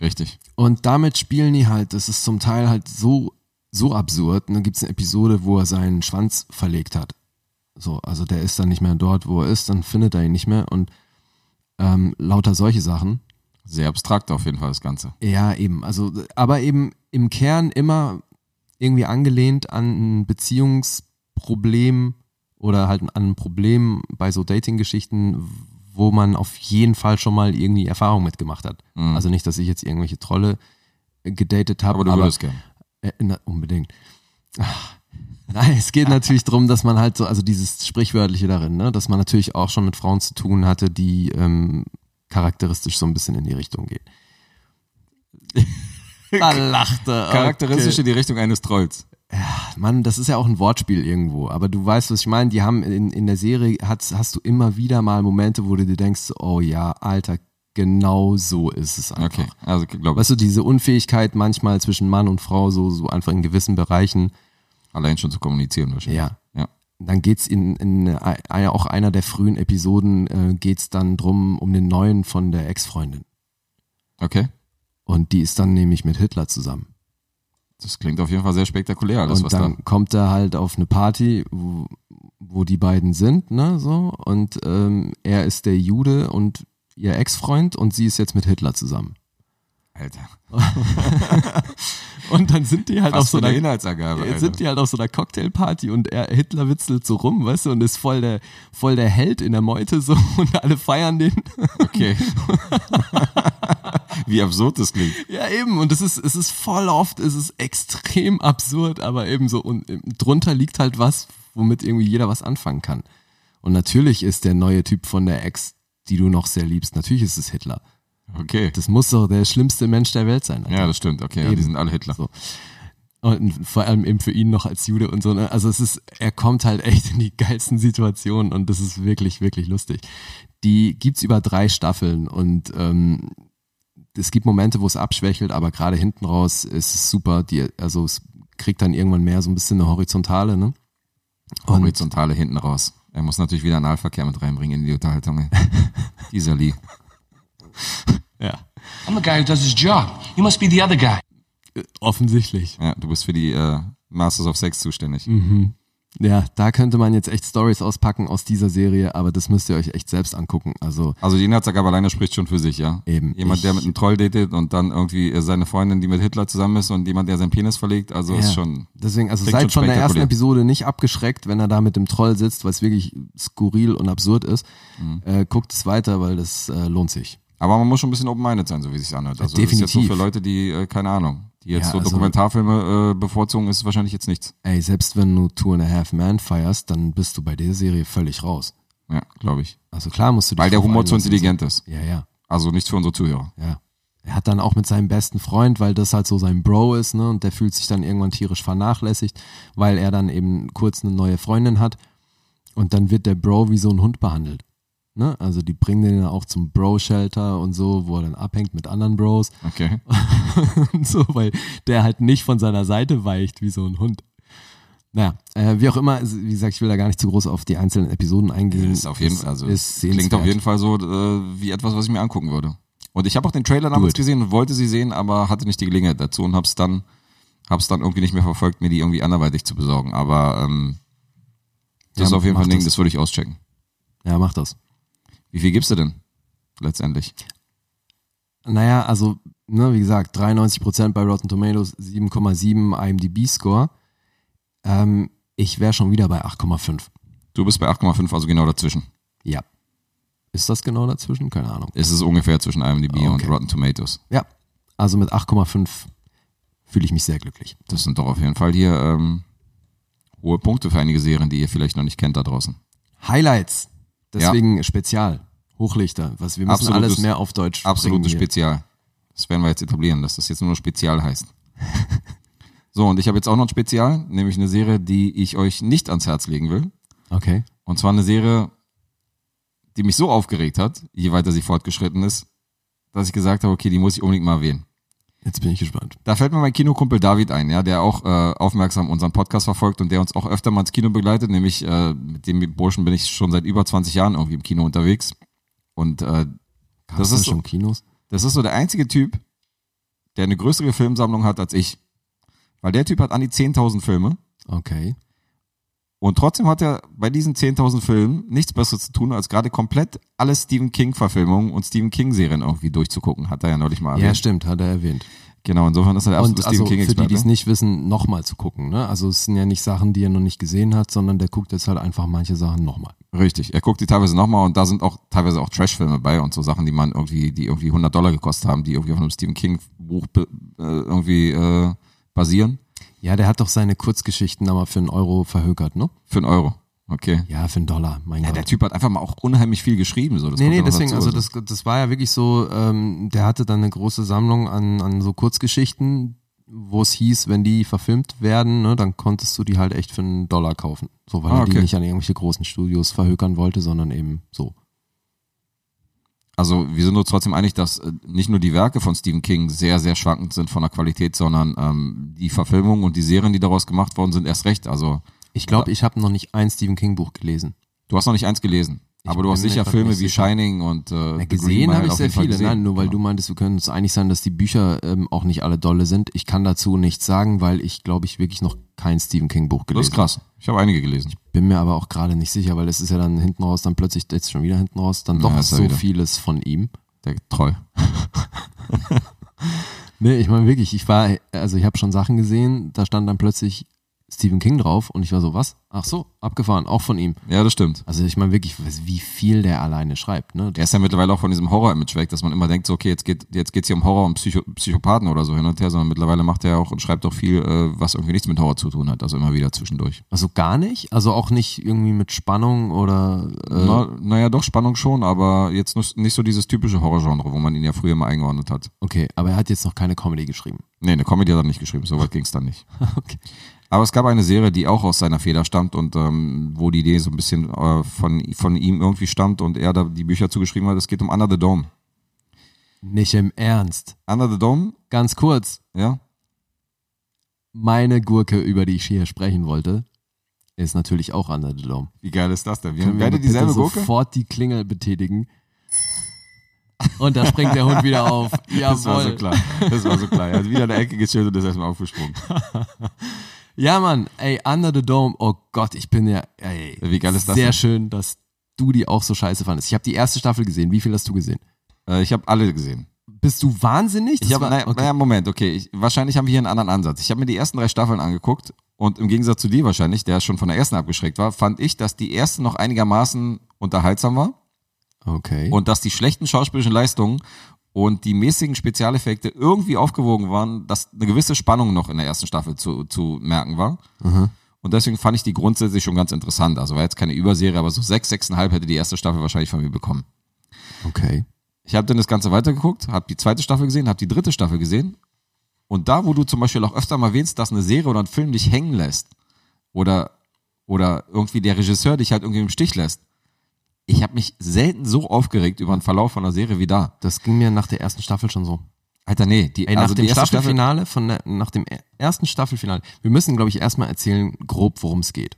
[SPEAKER 2] Richtig.
[SPEAKER 3] Und damit spielen die halt, das ist zum Teil halt so, so absurd. Und dann gibt es eine Episode, wo er seinen Schwanz verlegt hat. So, also der ist dann nicht mehr dort, wo er ist, dann findet er ihn nicht mehr und ähm, lauter solche Sachen.
[SPEAKER 2] Sehr abstrakt auf jeden Fall das Ganze.
[SPEAKER 3] Ja, eben. Also, aber eben im Kern immer irgendwie angelehnt an ein Beziehungsproblem oder halt an ein Problem bei so Dating-Geschichten, wo man auf jeden Fall schon mal irgendwie Erfahrung mitgemacht hat. Also nicht, dass ich jetzt irgendwelche Trolle äh, gedatet habe.
[SPEAKER 2] Mhm. Aber du würdest gerne.
[SPEAKER 3] Äh, na, unbedingt. Ach, Nein, es geht natürlich darum, dass man halt so, also dieses Sprichwörtliche darin, ne, dass man natürlich auch schon mit Frauen zu tun hatte, die ähm, charakteristisch so ein bisschen in die Richtung gehen. Da lachte. er.
[SPEAKER 2] Charakteristisch in die Richtung eines Trolls.
[SPEAKER 3] Okay. Mann, das ist ja auch ein Wortspiel irgendwo, aber du weißt, was ich meine. Die haben in, in der Serie, hat's, hast du immer wieder mal Momente, wo du dir denkst, so, oh ja, Alter, genau so ist es einfach.
[SPEAKER 2] Okay, also glaube ich,
[SPEAKER 3] Weißt du, diese Unfähigkeit manchmal zwischen Mann und Frau, so, so einfach in gewissen Bereichen,
[SPEAKER 2] allein schon zu kommunizieren wahrscheinlich.
[SPEAKER 3] ja,
[SPEAKER 2] Ja.
[SPEAKER 3] dann geht's in, in äh, auch einer der frühen Episoden äh, geht's dann drum um den neuen von der Ex-Freundin
[SPEAKER 2] Okay.
[SPEAKER 3] und die ist dann nämlich mit Hitler zusammen
[SPEAKER 2] Das klingt auf jeden Fall sehr spektakulär, alles, was
[SPEAKER 3] und dann
[SPEAKER 2] da.
[SPEAKER 3] kommt er halt auf eine Party wo, wo die beiden sind ne so und ähm, er ist der Jude und ihr Ex-Freund und sie ist jetzt mit Hitler zusammen
[SPEAKER 2] Alter.
[SPEAKER 3] halt und dann sind die halt
[SPEAKER 2] Was
[SPEAKER 3] auf so
[SPEAKER 2] für eine
[SPEAKER 3] einer
[SPEAKER 2] Inhaltsangabe,
[SPEAKER 3] Jetzt
[SPEAKER 2] Alter.
[SPEAKER 3] sind die halt auf so einer Cocktailparty und er, Hitler witzelt so rum, weißt du, und ist voll der, voll der Held in der Meute so und alle feiern den.
[SPEAKER 2] Okay. Wie absurd das klingt.
[SPEAKER 3] Ja, eben. Und es ist, es ist voll oft, es ist extrem absurd, aber eben so. Und ähm, drunter liegt halt was, womit irgendwie jeder was anfangen kann. Und natürlich ist der neue Typ von der Ex, die du noch sehr liebst, natürlich ist es Hitler.
[SPEAKER 2] Okay.
[SPEAKER 3] Das muss doch der schlimmste Mensch der Welt sein. Alter.
[SPEAKER 2] Ja, das stimmt. Okay, ja, die
[SPEAKER 3] Eben.
[SPEAKER 2] sind alle Hitler.
[SPEAKER 3] So. Und vor allem eben für ihn noch als Jude und so. ne? Also es ist, er kommt halt echt in die geilsten Situationen und das ist wirklich, wirklich lustig. Die gibt's über drei Staffeln und ähm, es gibt Momente, wo es abschwächelt, aber gerade hinten raus ist es super. Die, also es kriegt dann irgendwann mehr so ein bisschen eine horizontale, ne? Und
[SPEAKER 2] Horizontale hinten raus. Er muss natürlich wieder Analverkehr mit reinbringen in die Unterhaltung. ey. Dieser Lee.
[SPEAKER 3] ja,
[SPEAKER 4] I'm the guy who does his job. You must be the other guy.
[SPEAKER 3] offensichtlich.
[SPEAKER 2] Ja, du bist für die äh, Masters of Sex zuständig.
[SPEAKER 3] Mhm. Ja, da könnte man jetzt echt Stories auspacken aus dieser Serie, aber das müsst ihr euch echt selbst angucken. Also
[SPEAKER 2] Also die Inhaltsangabe alleine spricht schon für sich, ja?
[SPEAKER 3] Eben.
[SPEAKER 2] Jemand, der
[SPEAKER 3] Ich-
[SPEAKER 2] mit einem Troll datet und dann irgendwie äh, seine Freundin, die mit Hitler zusammen ist und jemand, der seinen Penis verlegt, also ist
[SPEAKER 3] Ja.
[SPEAKER 2] schon...
[SPEAKER 3] Deswegen, also
[SPEAKER 2] klingt
[SPEAKER 3] seid
[SPEAKER 2] schon
[SPEAKER 3] von der ersten
[SPEAKER 2] spektakulär.
[SPEAKER 3] Episode nicht abgeschreckt, wenn er da mit dem Troll sitzt, weil es wirklich skurril und absurd ist.
[SPEAKER 2] Mhm.
[SPEAKER 3] Äh, guckt es weiter, weil das äh, lohnt sich.
[SPEAKER 2] Aber man muss schon ein bisschen open-minded sein, so wie es sich anhört. Also Das ist jetzt so
[SPEAKER 3] definitiv.
[SPEAKER 2] für Leute, die, äh, keine Ahnung, die jetzt
[SPEAKER 3] Ja,
[SPEAKER 2] so
[SPEAKER 3] also-
[SPEAKER 2] Dokumentarfilme äh, bevorzugen, ist es wahrscheinlich jetzt nichts.
[SPEAKER 3] Ey, selbst wenn du Two and a Half Man feierst, dann bist du bei der Serie völlig raus.
[SPEAKER 2] Ja, glaube ich.
[SPEAKER 3] Also klar musst du dich
[SPEAKER 2] Weil der
[SPEAKER 3] drauf
[SPEAKER 2] Humor zu
[SPEAKER 3] einlassen.
[SPEAKER 2] intelligent ist.
[SPEAKER 3] Ja, ja,
[SPEAKER 2] Also nichts für unsere Zuhörer.
[SPEAKER 3] ja. Er hat dann auch mit seinem besten Freund, weil das halt so sein Bro ist, ne, und der fühlt sich dann irgendwann tierisch vernachlässigt, weil er dann eben kurz eine neue Freundin hat. Und dann wird der Bro wie so ein Hund behandelt. Ne? Also die bringen den ja auch zum Bro-Shelter und so, wo er dann abhängt mit anderen Bros.
[SPEAKER 2] Okay.
[SPEAKER 3] und so, weil der halt nicht von seiner Seite weicht wie so ein Hund. Naja, äh, wie auch immer, also, wie gesagt, ich will da gar nicht zu groß auf die einzelnen Episoden eingehen.
[SPEAKER 2] Ist auf jeden Fall, also
[SPEAKER 3] Mhm. ist
[SPEAKER 2] klingt auf
[SPEAKER 3] sehenswert.
[SPEAKER 2] jeden Fall so äh, wie etwas, was ich mir angucken würde. Und ich habe auch den Trailer damals
[SPEAKER 3] it.
[SPEAKER 2] gesehen und wollte sie sehen, aber hatte nicht die Gelegenheit dazu und hab's dann, hab's dann irgendwie nicht mehr verfolgt, mir die irgendwie anderweitig zu besorgen. Aber ähm, das
[SPEAKER 3] Ja,
[SPEAKER 2] ist auf jeden
[SPEAKER 3] mach
[SPEAKER 2] Fall ein Ding,
[SPEAKER 3] das.
[SPEAKER 2] das würde ich auschecken.
[SPEAKER 3] Ja, mach das.
[SPEAKER 2] Wie viel gibst du denn letztendlich?
[SPEAKER 3] Naja, also, ne, wie gesagt, 93% bei Rotten Tomatoes, 7,7 IMDb-Score. Ähm, ich wäre schon wieder bei 8,5.
[SPEAKER 2] Du bist bei 8,5, also genau dazwischen.
[SPEAKER 3] Ja. Ist das genau dazwischen? Keine Ahnung.
[SPEAKER 2] Es ist ungefähr zwischen IMDb
[SPEAKER 3] Ah,
[SPEAKER 2] und
[SPEAKER 3] okay.
[SPEAKER 2] Rotten Tomatoes.
[SPEAKER 3] Ja, also mit 8,5 fühle ich mich sehr glücklich.
[SPEAKER 2] Das sind doch auf jeden Fall hier ähm, hohe Punkte für einige Serien, die ihr vielleicht noch nicht kennt da draußen.
[SPEAKER 3] Highlights.
[SPEAKER 2] Ja.
[SPEAKER 3] Deswegen Spezial. Hochlichter. Was, wir müssen
[SPEAKER 2] Absolutes-
[SPEAKER 3] alles mehr auf Deutsch
[SPEAKER 2] Absolutes
[SPEAKER 3] bringen hier.
[SPEAKER 2] Spezial. Das werden wir jetzt etablieren, dass das jetzt nur Spezial heißt. so, und ich habe jetzt auch noch ein Spezial, nämlich eine Serie, die ich euch nicht ans Herz legen will.
[SPEAKER 3] Okay.
[SPEAKER 2] Und zwar eine Serie, die mich so aufgeregt hat, je weiter sie fortgeschritten ist, dass ich gesagt habe, okay, die muss ich unbedingt mal erwähnen.
[SPEAKER 3] Jetzt bin ich gespannt.
[SPEAKER 2] Da fällt mir mein Kinokumpel David ein, ja, der auch äh, aufmerksam unseren Podcast verfolgt und der uns auch öfter mal ins Kino begleitet, nämlich äh, mit dem Burschen bin ich schon seit über 20 Jahren irgendwie im Kino unterwegs. Und äh, das
[SPEAKER 3] Hast du
[SPEAKER 2] ist so,
[SPEAKER 3] schon Kinos.
[SPEAKER 2] das ist so der einzige Typ, der eine größere Filmsammlung hat als ich. Weil der Typ hat an die 10.000 Filme
[SPEAKER 3] Okay.
[SPEAKER 2] und trotzdem hat er bei diesen 10.000 Filmen nichts Besseres zu tun, als gerade komplett alle Stephen King-Verfilmungen und Stephen King-Serien irgendwie durchzugucken. Hat er ja neulich mal
[SPEAKER 3] Ja,
[SPEAKER 2] erwähnt.
[SPEAKER 3] stimmt, hat er erwähnt.
[SPEAKER 2] genau, insofern ist er der absolute
[SPEAKER 3] Und
[SPEAKER 2] Stephen
[SPEAKER 3] also für die, die es
[SPEAKER 2] King-Experte.
[SPEAKER 3] nicht wissen, nochmal zu gucken. Ne? Also es sind ja nicht Sachen, die er noch nicht gesehen hat, sondern der guckt jetzt halt einfach manche Sachen nochmal.
[SPEAKER 2] Richtig, er guckt die teilweise nochmal und da sind auch teilweise auch Trash-Filme bei und so Sachen, die man irgendwie, die irgendwie 100 Dollar gekostet haben, die irgendwie auf einem Stephen King-Buch be- äh, irgendwie äh, basieren.
[SPEAKER 3] Ja, der hat doch seine Kurzgeschichten aber für einen Euro verhökert, ne?
[SPEAKER 2] Für einen Euro. Okay.
[SPEAKER 3] Ja, für einen Dollar, mein
[SPEAKER 2] Ja,
[SPEAKER 3] Gott.
[SPEAKER 2] der Typ hat einfach mal auch unheimlich viel geschrieben. So. Das
[SPEAKER 3] Nee,
[SPEAKER 2] kommt
[SPEAKER 3] nee,
[SPEAKER 2] ja noch
[SPEAKER 3] deswegen,
[SPEAKER 2] dazu.
[SPEAKER 3] also das, das war ja wirklich so, ähm, der hatte dann eine große Sammlung an, an so Kurzgeschichten, wo es hieß, wenn die verfilmt werden, ne, dann konntest du die halt echt für einen Dollar kaufen. So, weil
[SPEAKER 2] Ah,
[SPEAKER 3] er die
[SPEAKER 2] okay.
[SPEAKER 3] nicht an irgendwelche großen Studios verhökern wollte, sondern eben so.
[SPEAKER 2] Also wir sind uns trotzdem einig, dass äh, nicht nur die Werke von Stephen King sehr, sehr schwankend sind von der Qualität, sondern ähm, die Verfilmungen und die Serien, die daraus gemacht worden sind, erst recht. Also
[SPEAKER 3] Ich glaube, ich habe noch nicht ein Stephen King Buch gelesen.
[SPEAKER 2] du hast noch nicht eins gelesen,
[SPEAKER 3] Ich
[SPEAKER 2] aber du hast
[SPEAKER 3] bin mir
[SPEAKER 2] sicher
[SPEAKER 3] grad
[SPEAKER 2] Filme
[SPEAKER 3] nicht
[SPEAKER 2] wie
[SPEAKER 3] sicher.
[SPEAKER 2] Shining und äh,
[SPEAKER 3] Na,
[SPEAKER 2] The Green
[SPEAKER 3] gesehen genau.
[SPEAKER 2] Mile
[SPEAKER 3] habe ich
[SPEAKER 2] auf
[SPEAKER 3] sehr
[SPEAKER 2] jeden Fall
[SPEAKER 3] viele.
[SPEAKER 2] gesehen.
[SPEAKER 3] Nein, nur weil du meintest, wir können uns einig sein, dass die Bücher ähm, auch nicht alle dolle sind. Ich kann dazu nichts sagen, weil ich glaube, ich wirklich noch kein Stephen King Buch
[SPEAKER 2] Das
[SPEAKER 3] gelesen
[SPEAKER 2] ist krass. Ich habe einige gelesen.
[SPEAKER 3] Bin mir aber auch gerade nicht sicher, weil es ist ja dann hinten raus, dann plötzlich, jetzt schon wieder hinten raus, dann doch
[SPEAKER 2] Ja, ist er
[SPEAKER 3] so
[SPEAKER 2] wieder.
[SPEAKER 3] vieles von ihm.
[SPEAKER 2] Der Troll.
[SPEAKER 3] Nee, ich meine wirklich, ich war, also ich habe schon Sachen gesehen, da stand dann plötzlich Stephen King drauf und ich war so, was? Ach so, abgefahren, auch von ihm.
[SPEAKER 2] Ja, das stimmt.
[SPEAKER 3] Also ich meine wirklich, was- wie viel der alleine schreibt, ne?
[SPEAKER 2] Der ist ja mittlerweile auch von diesem Horror-Image weg, dass man immer denkt, so, okay, jetzt geht jetzt geht's hier um Horror und Psycho Psychopathen oder so hin und her, sondern mittlerweile macht er auch und schreibt auch viel, äh, was irgendwie nichts mit Horror zu tun hat, also immer wieder zwischendurch.
[SPEAKER 3] Also gar nicht? Also auch nicht irgendwie mit Spannung oder äh,
[SPEAKER 2] Na, naja, doch, Spannung schon, aber jetzt nus- nicht so dieses typische Horrorgenre, wo man ihn ja früher mal eingeordnet hat.
[SPEAKER 3] okay, aber er hat jetzt noch keine Comedy geschrieben.
[SPEAKER 2] Nee, eine Comedy hat er nicht geschrieben, so weit ging es dann nicht.
[SPEAKER 3] Okay.
[SPEAKER 2] Aber es gab eine Serie, die auch aus seiner Feder stammt und ähm, wo die Idee so ein bisschen äh, von, von ihm irgendwie stammt und er da die Bücher zugeschrieben hat. Es geht um Under the Dome.
[SPEAKER 3] Nicht im Ernst.
[SPEAKER 2] Under the Dome,
[SPEAKER 3] Ganz kurz,
[SPEAKER 2] ja,
[SPEAKER 3] meine Gurke, über die ich hier sprechen wollte, ist natürlich auch Under the Dome.
[SPEAKER 2] wie geil ist das denn? Wir
[SPEAKER 3] Können wir
[SPEAKER 2] werdet
[SPEAKER 3] bitte
[SPEAKER 2] dieselbe Gurke?
[SPEAKER 3] sofort die Klingel betätigen. Und da springt der Hund wieder auf. Jawohl.
[SPEAKER 2] Das war so klar. Das war so klar. Er hat wieder eine Ecke geschildert und ist erstmal aufgesprungen.
[SPEAKER 3] Ja, Mann, ey, Under the Dome. Oh Gott, ich bin ja, ey.
[SPEAKER 2] Wie geil ist das
[SPEAKER 3] Sehr
[SPEAKER 2] denn?
[SPEAKER 3] schön, dass du die auch so scheiße fandest. Ich habe die erste Staffel gesehen. Wie viel hast du gesehen?
[SPEAKER 2] Äh, ich habe alle gesehen.
[SPEAKER 3] Bist du wahnsinnig?
[SPEAKER 2] Ich
[SPEAKER 3] Das
[SPEAKER 2] hab,
[SPEAKER 3] war-
[SPEAKER 2] naja,
[SPEAKER 3] okay.
[SPEAKER 2] naja, Moment, okay. Ich, wahrscheinlich haben wir hier einen anderen Ansatz. Ich habe mir die ersten drei Staffeln angeguckt und im Gegensatz zu dir wahrscheinlich, der schon von der ersten abgeschreckt war, fand ich, dass die erste noch einigermaßen unterhaltsam war
[SPEAKER 3] okay.
[SPEAKER 2] und dass die schlechten schauspielerischen Leistungen und die mäßigen Spezialeffekte irgendwie aufgewogen waren, dass eine gewisse Spannung noch in der ersten Staffel zu, zu merken war. Und deswegen fand ich die grundsätzlich schon ganz interessant. Also war jetzt keine Überserie, aber so sechs, sechseinhalb hätte die erste Staffel wahrscheinlich von mir bekommen.
[SPEAKER 3] okay.
[SPEAKER 2] Ich habe dann das Ganze weitergeguckt, habe die zweite Staffel gesehen, habe die dritte Staffel gesehen. Und da, wo du zum Beispiel auch öfter mal erwähnst, dass eine Serie oder ein Film dich hängen lässt oder, oder irgendwie der Regisseur dich halt irgendwie im Stich lässt, ich habe mich selten so aufgeregt über den Verlauf von einer Serie wie da.
[SPEAKER 3] Das ging mir nach der ersten Staffel schon so.
[SPEAKER 2] Alter, nee, die,
[SPEAKER 3] Ey,
[SPEAKER 2] also
[SPEAKER 3] nach dem
[SPEAKER 2] die erste Staffel,
[SPEAKER 3] Staffelfinale, von der, nach dem er- ersten Staffelfinale. Wir müssen, glaube ich, erstmal erzählen, grob, worum es geht.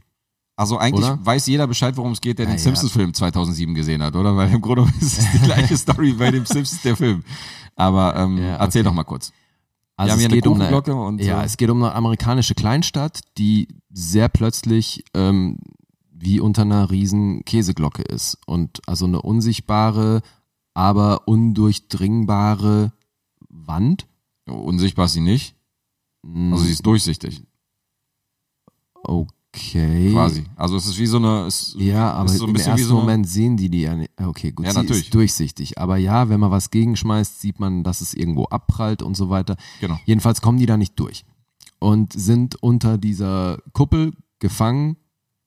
[SPEAKER 2] also eigentlich
[SPEAKER 3] oder?
[SPEAKER 2] weiß jeder Bescheid, worum es geht, der den
[SPEAKER 3] Ja, ja.
[SPEAKER 2] Simpsons-Film 2007 gesehen hat, oder? Weil im Grunde ist es die gleiche Story bei dem Simpsons, der Film. Aber ähm,
[SPEAKER 3] Ja,
[SPEAKER 2] erzähl
[SPEAKER 3] okay.
[SPEAKER 2] doch mal kurz.
[SPEAKER 3] Also
[SPEAKER 2] haben
[SPEAKER 3] es
[SPEAKER 2] hier eine
[SPEAKER 3] geht um
[SPEAKER 2] Kuchenglocke und
[SPEAKER 3] ja,
[SPEAKER 2] so.
[SPEAKER 3] es geht um eine amerikanische Kleinstadt, die sehr plötzlich ähm, wie unter einer riesen Käseglocke ist und also eine unsichtbare, aber undurchdringbare Wand.
[SPEAKER 2] Unsichtbar ist sie nicht. Also sie ist durchsichtig,
[SPEAKER 3] Okay.
[SPEAKER 2] quasi. Also es ist wie so eine. Es,
[SPEAKER 3] Ja, aber
[SPEAKER 2] Ist so ein
[SPEAKER 3] im
[SPEAKER 2] bisschen wie
[SPEAKER 3] ersten
[SPEAKER 2] so eine-
[SPEAKER 3] Moment sehen die die ja nicht. Okay, gut,
[SPEAKER 2] Ja,
[SPEAKER 3] sie
[SPEAKER 2] natürlich.
[SPEAKER 3] ist durchsichtig. Aber ja, wenn man was gegenschmeißt, sieht man, dass es irgendwo abprallt und so weiter.
[SPEAKER 2] Genau.
[SPEAKER 3] Jedenfalls kommen die da nicht durch und sind unter dieser Kuppel gefangen,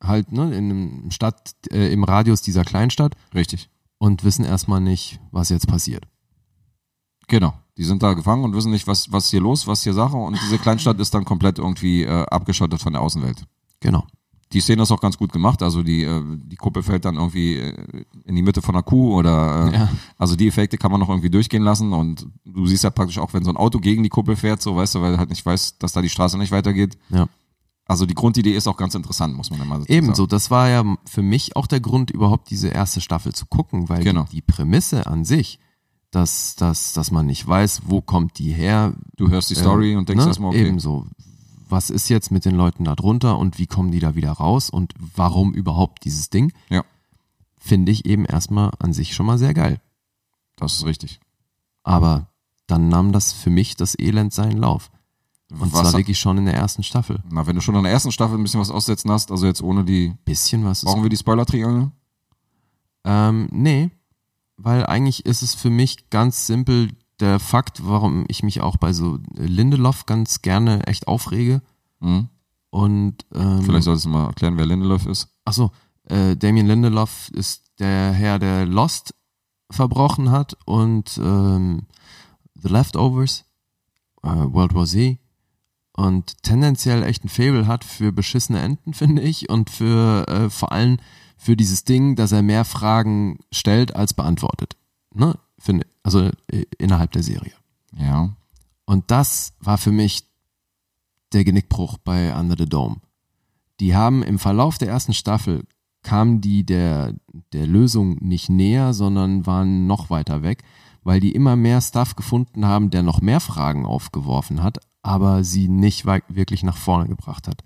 [SPEAKER 3] halt ne, in einem Stadt, äh, im Radius dieser Kleinstadt
[SPEAKER 2] Richtig.
[SPEAKER 3] und wissen erstmal nicht, was jetzt passiert.
[SPEAKER 2] Genau. Die sind da gefangen und wissen nicht, was, was hier los, was hier Sache. Und diese Kleinstadt ist dann komplett irgendwie äh, abgeschottet von der Außenwelt.
[SPEAKER 3] Genau.
[SPEAKER 2] Die Szene ist auch ganz gut gemacht. Also die, äh, die Kuppel fällt dann irgendwie äh, in die Mitte von einer Kuh oder äh,
[SPEAKER 3] Ja.
[SPEAKER 2] also die Effekte kann man noch irgendwie durchgehen lassen und du siehst ja praktisch auch, wenn so ein Auto gegen die Kuppel fährt, so weißt du, weil er halt nicht weiß, dass da die Straße nicht weitergeht.
[SPEAKER 3] Ja.
[SPEAKER 2] Also die Grundidee ist auch ganz interessant, muss man ja mal dazu sagen.
[SPEAKER 3] Ebenso, das war ja für mich auch der Grund, überhaupt diese erste Staffel zu gucken, weil
[SPEAKER 2] Genau.
[SPEAKER 3] die, die Prämisse an sich, dass, dass, dass man nicht weiß, wo kommt die her.
[SPEAKER 2] Du hörst die Story und
[SPEAKER 3] Ne?
[SPEAKER 2] denkst erstmal, okay.
[SPEAKER 3] Ebenso, was ist jetzt mit den Leuten da drunter und wie kommen die da wieder raus und warum überhaupt dieses Ding,
[SPEAKER 2] Ja,
[SPEAKER 3] finde ich eben erstmal an sich schon mal sehr geil.
[SPEAKER 2] das ist richtig.
[SPEAKER 3] Aber dann nahm das für mich das Elend seinen Lauf. Und
[SPEAKER 2] Was-
[SPEAKER 3] zwar wirklich schon in der ersten Staffel.
[SPEAKER 2] Na, wenn du schon an der ersten Staffel ein bisschen was aussetzen hast, also jetzt ohne die,
[SPEAKER 3] Bisschen was ist
[SPEAKER 2] brauchen wir die
[SPEAKER 3] Mhm.
[SPEAKER 2] Spoiler-Triangel?
[SPEAKER 3] Ähm, nee, weil eigentlich ist es für mich ganz simpel der Fakt, warum ich mich auch bei so Lindelof ganz gerne echt aufrege.
[SPEAKER 2] Mhm.
[SPEAKER 3] Und ähm,
[SPEAKER 2] Vielleicht solltest du mal erklären, wer Lindelof ist.
[SPEAKER 3] achso, äh, Damien Lindelof ist der Herr, der Lost verbrochen hat und ähm, The Leftovers, äh, World War Z und tendenziell echt ein Fable hat für beschissene Enten, finde ich, und für äh, vor allem für dieses Ding, dass er mehr Fragen stellt als beantwortet. Ne? Finde, also äh, innerhalb der Serie.
[SPEAKER 2] Ja.
[SPEAKER 3] Und das war für mich der Genickbruch bei Under the Dome. Die haben im Verlauf der ersten Staffel kamen die der, der Lösung nicht näher, sondern waren noch weiter weg, weil die immer mehr Stuff gefunden haben, der noch mehr Fragen aufgeworfen hat, aber sie nicht wei- wirklich nach vorne gebracht hat.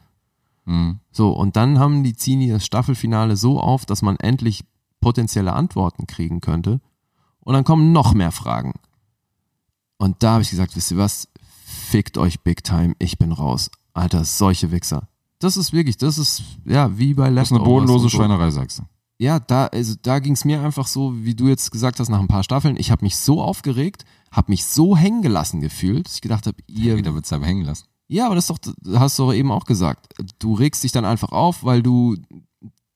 [SPEAKER 2] Mhm.
[SPEAKER 3] So, und dann haben die Zini das Staffelfinale so auf, dass man endlich potenzielle Antworten kriegen könnte. Und dann kommen noch mehr Fragen. Und da habe ich gesagt, wisst ihr was? Fickt euch big time, ich bin raus. Alter, solche Wichser. Das ist wirklich, das ist, ja, wie bei
[SPEAKER 2] Das
[SPEAKER 3] Leftovers.
[SPEAKER 2] ist eine bodenlose
[SPEAKER 3] und so.
[SPEAKER 2] Schweinerei, sagst du.
[SPEAKER 3] Ja, da, also, da ging es mir einfach so, wie du jetzt gesagt hast, nach ein paar Staffeln. Ich habe mich so aufgeregt, habe mich so hängen gelassen gefühlt, dass ich gedacht habe, ihr
[SPEAKER 2] Wieder wird's aber hängen lassen.
[SPEAKER 3] ja, aber das ist doch, das hast du doch eben auch gesagt. Du regst dich dann einfach auf, weil du,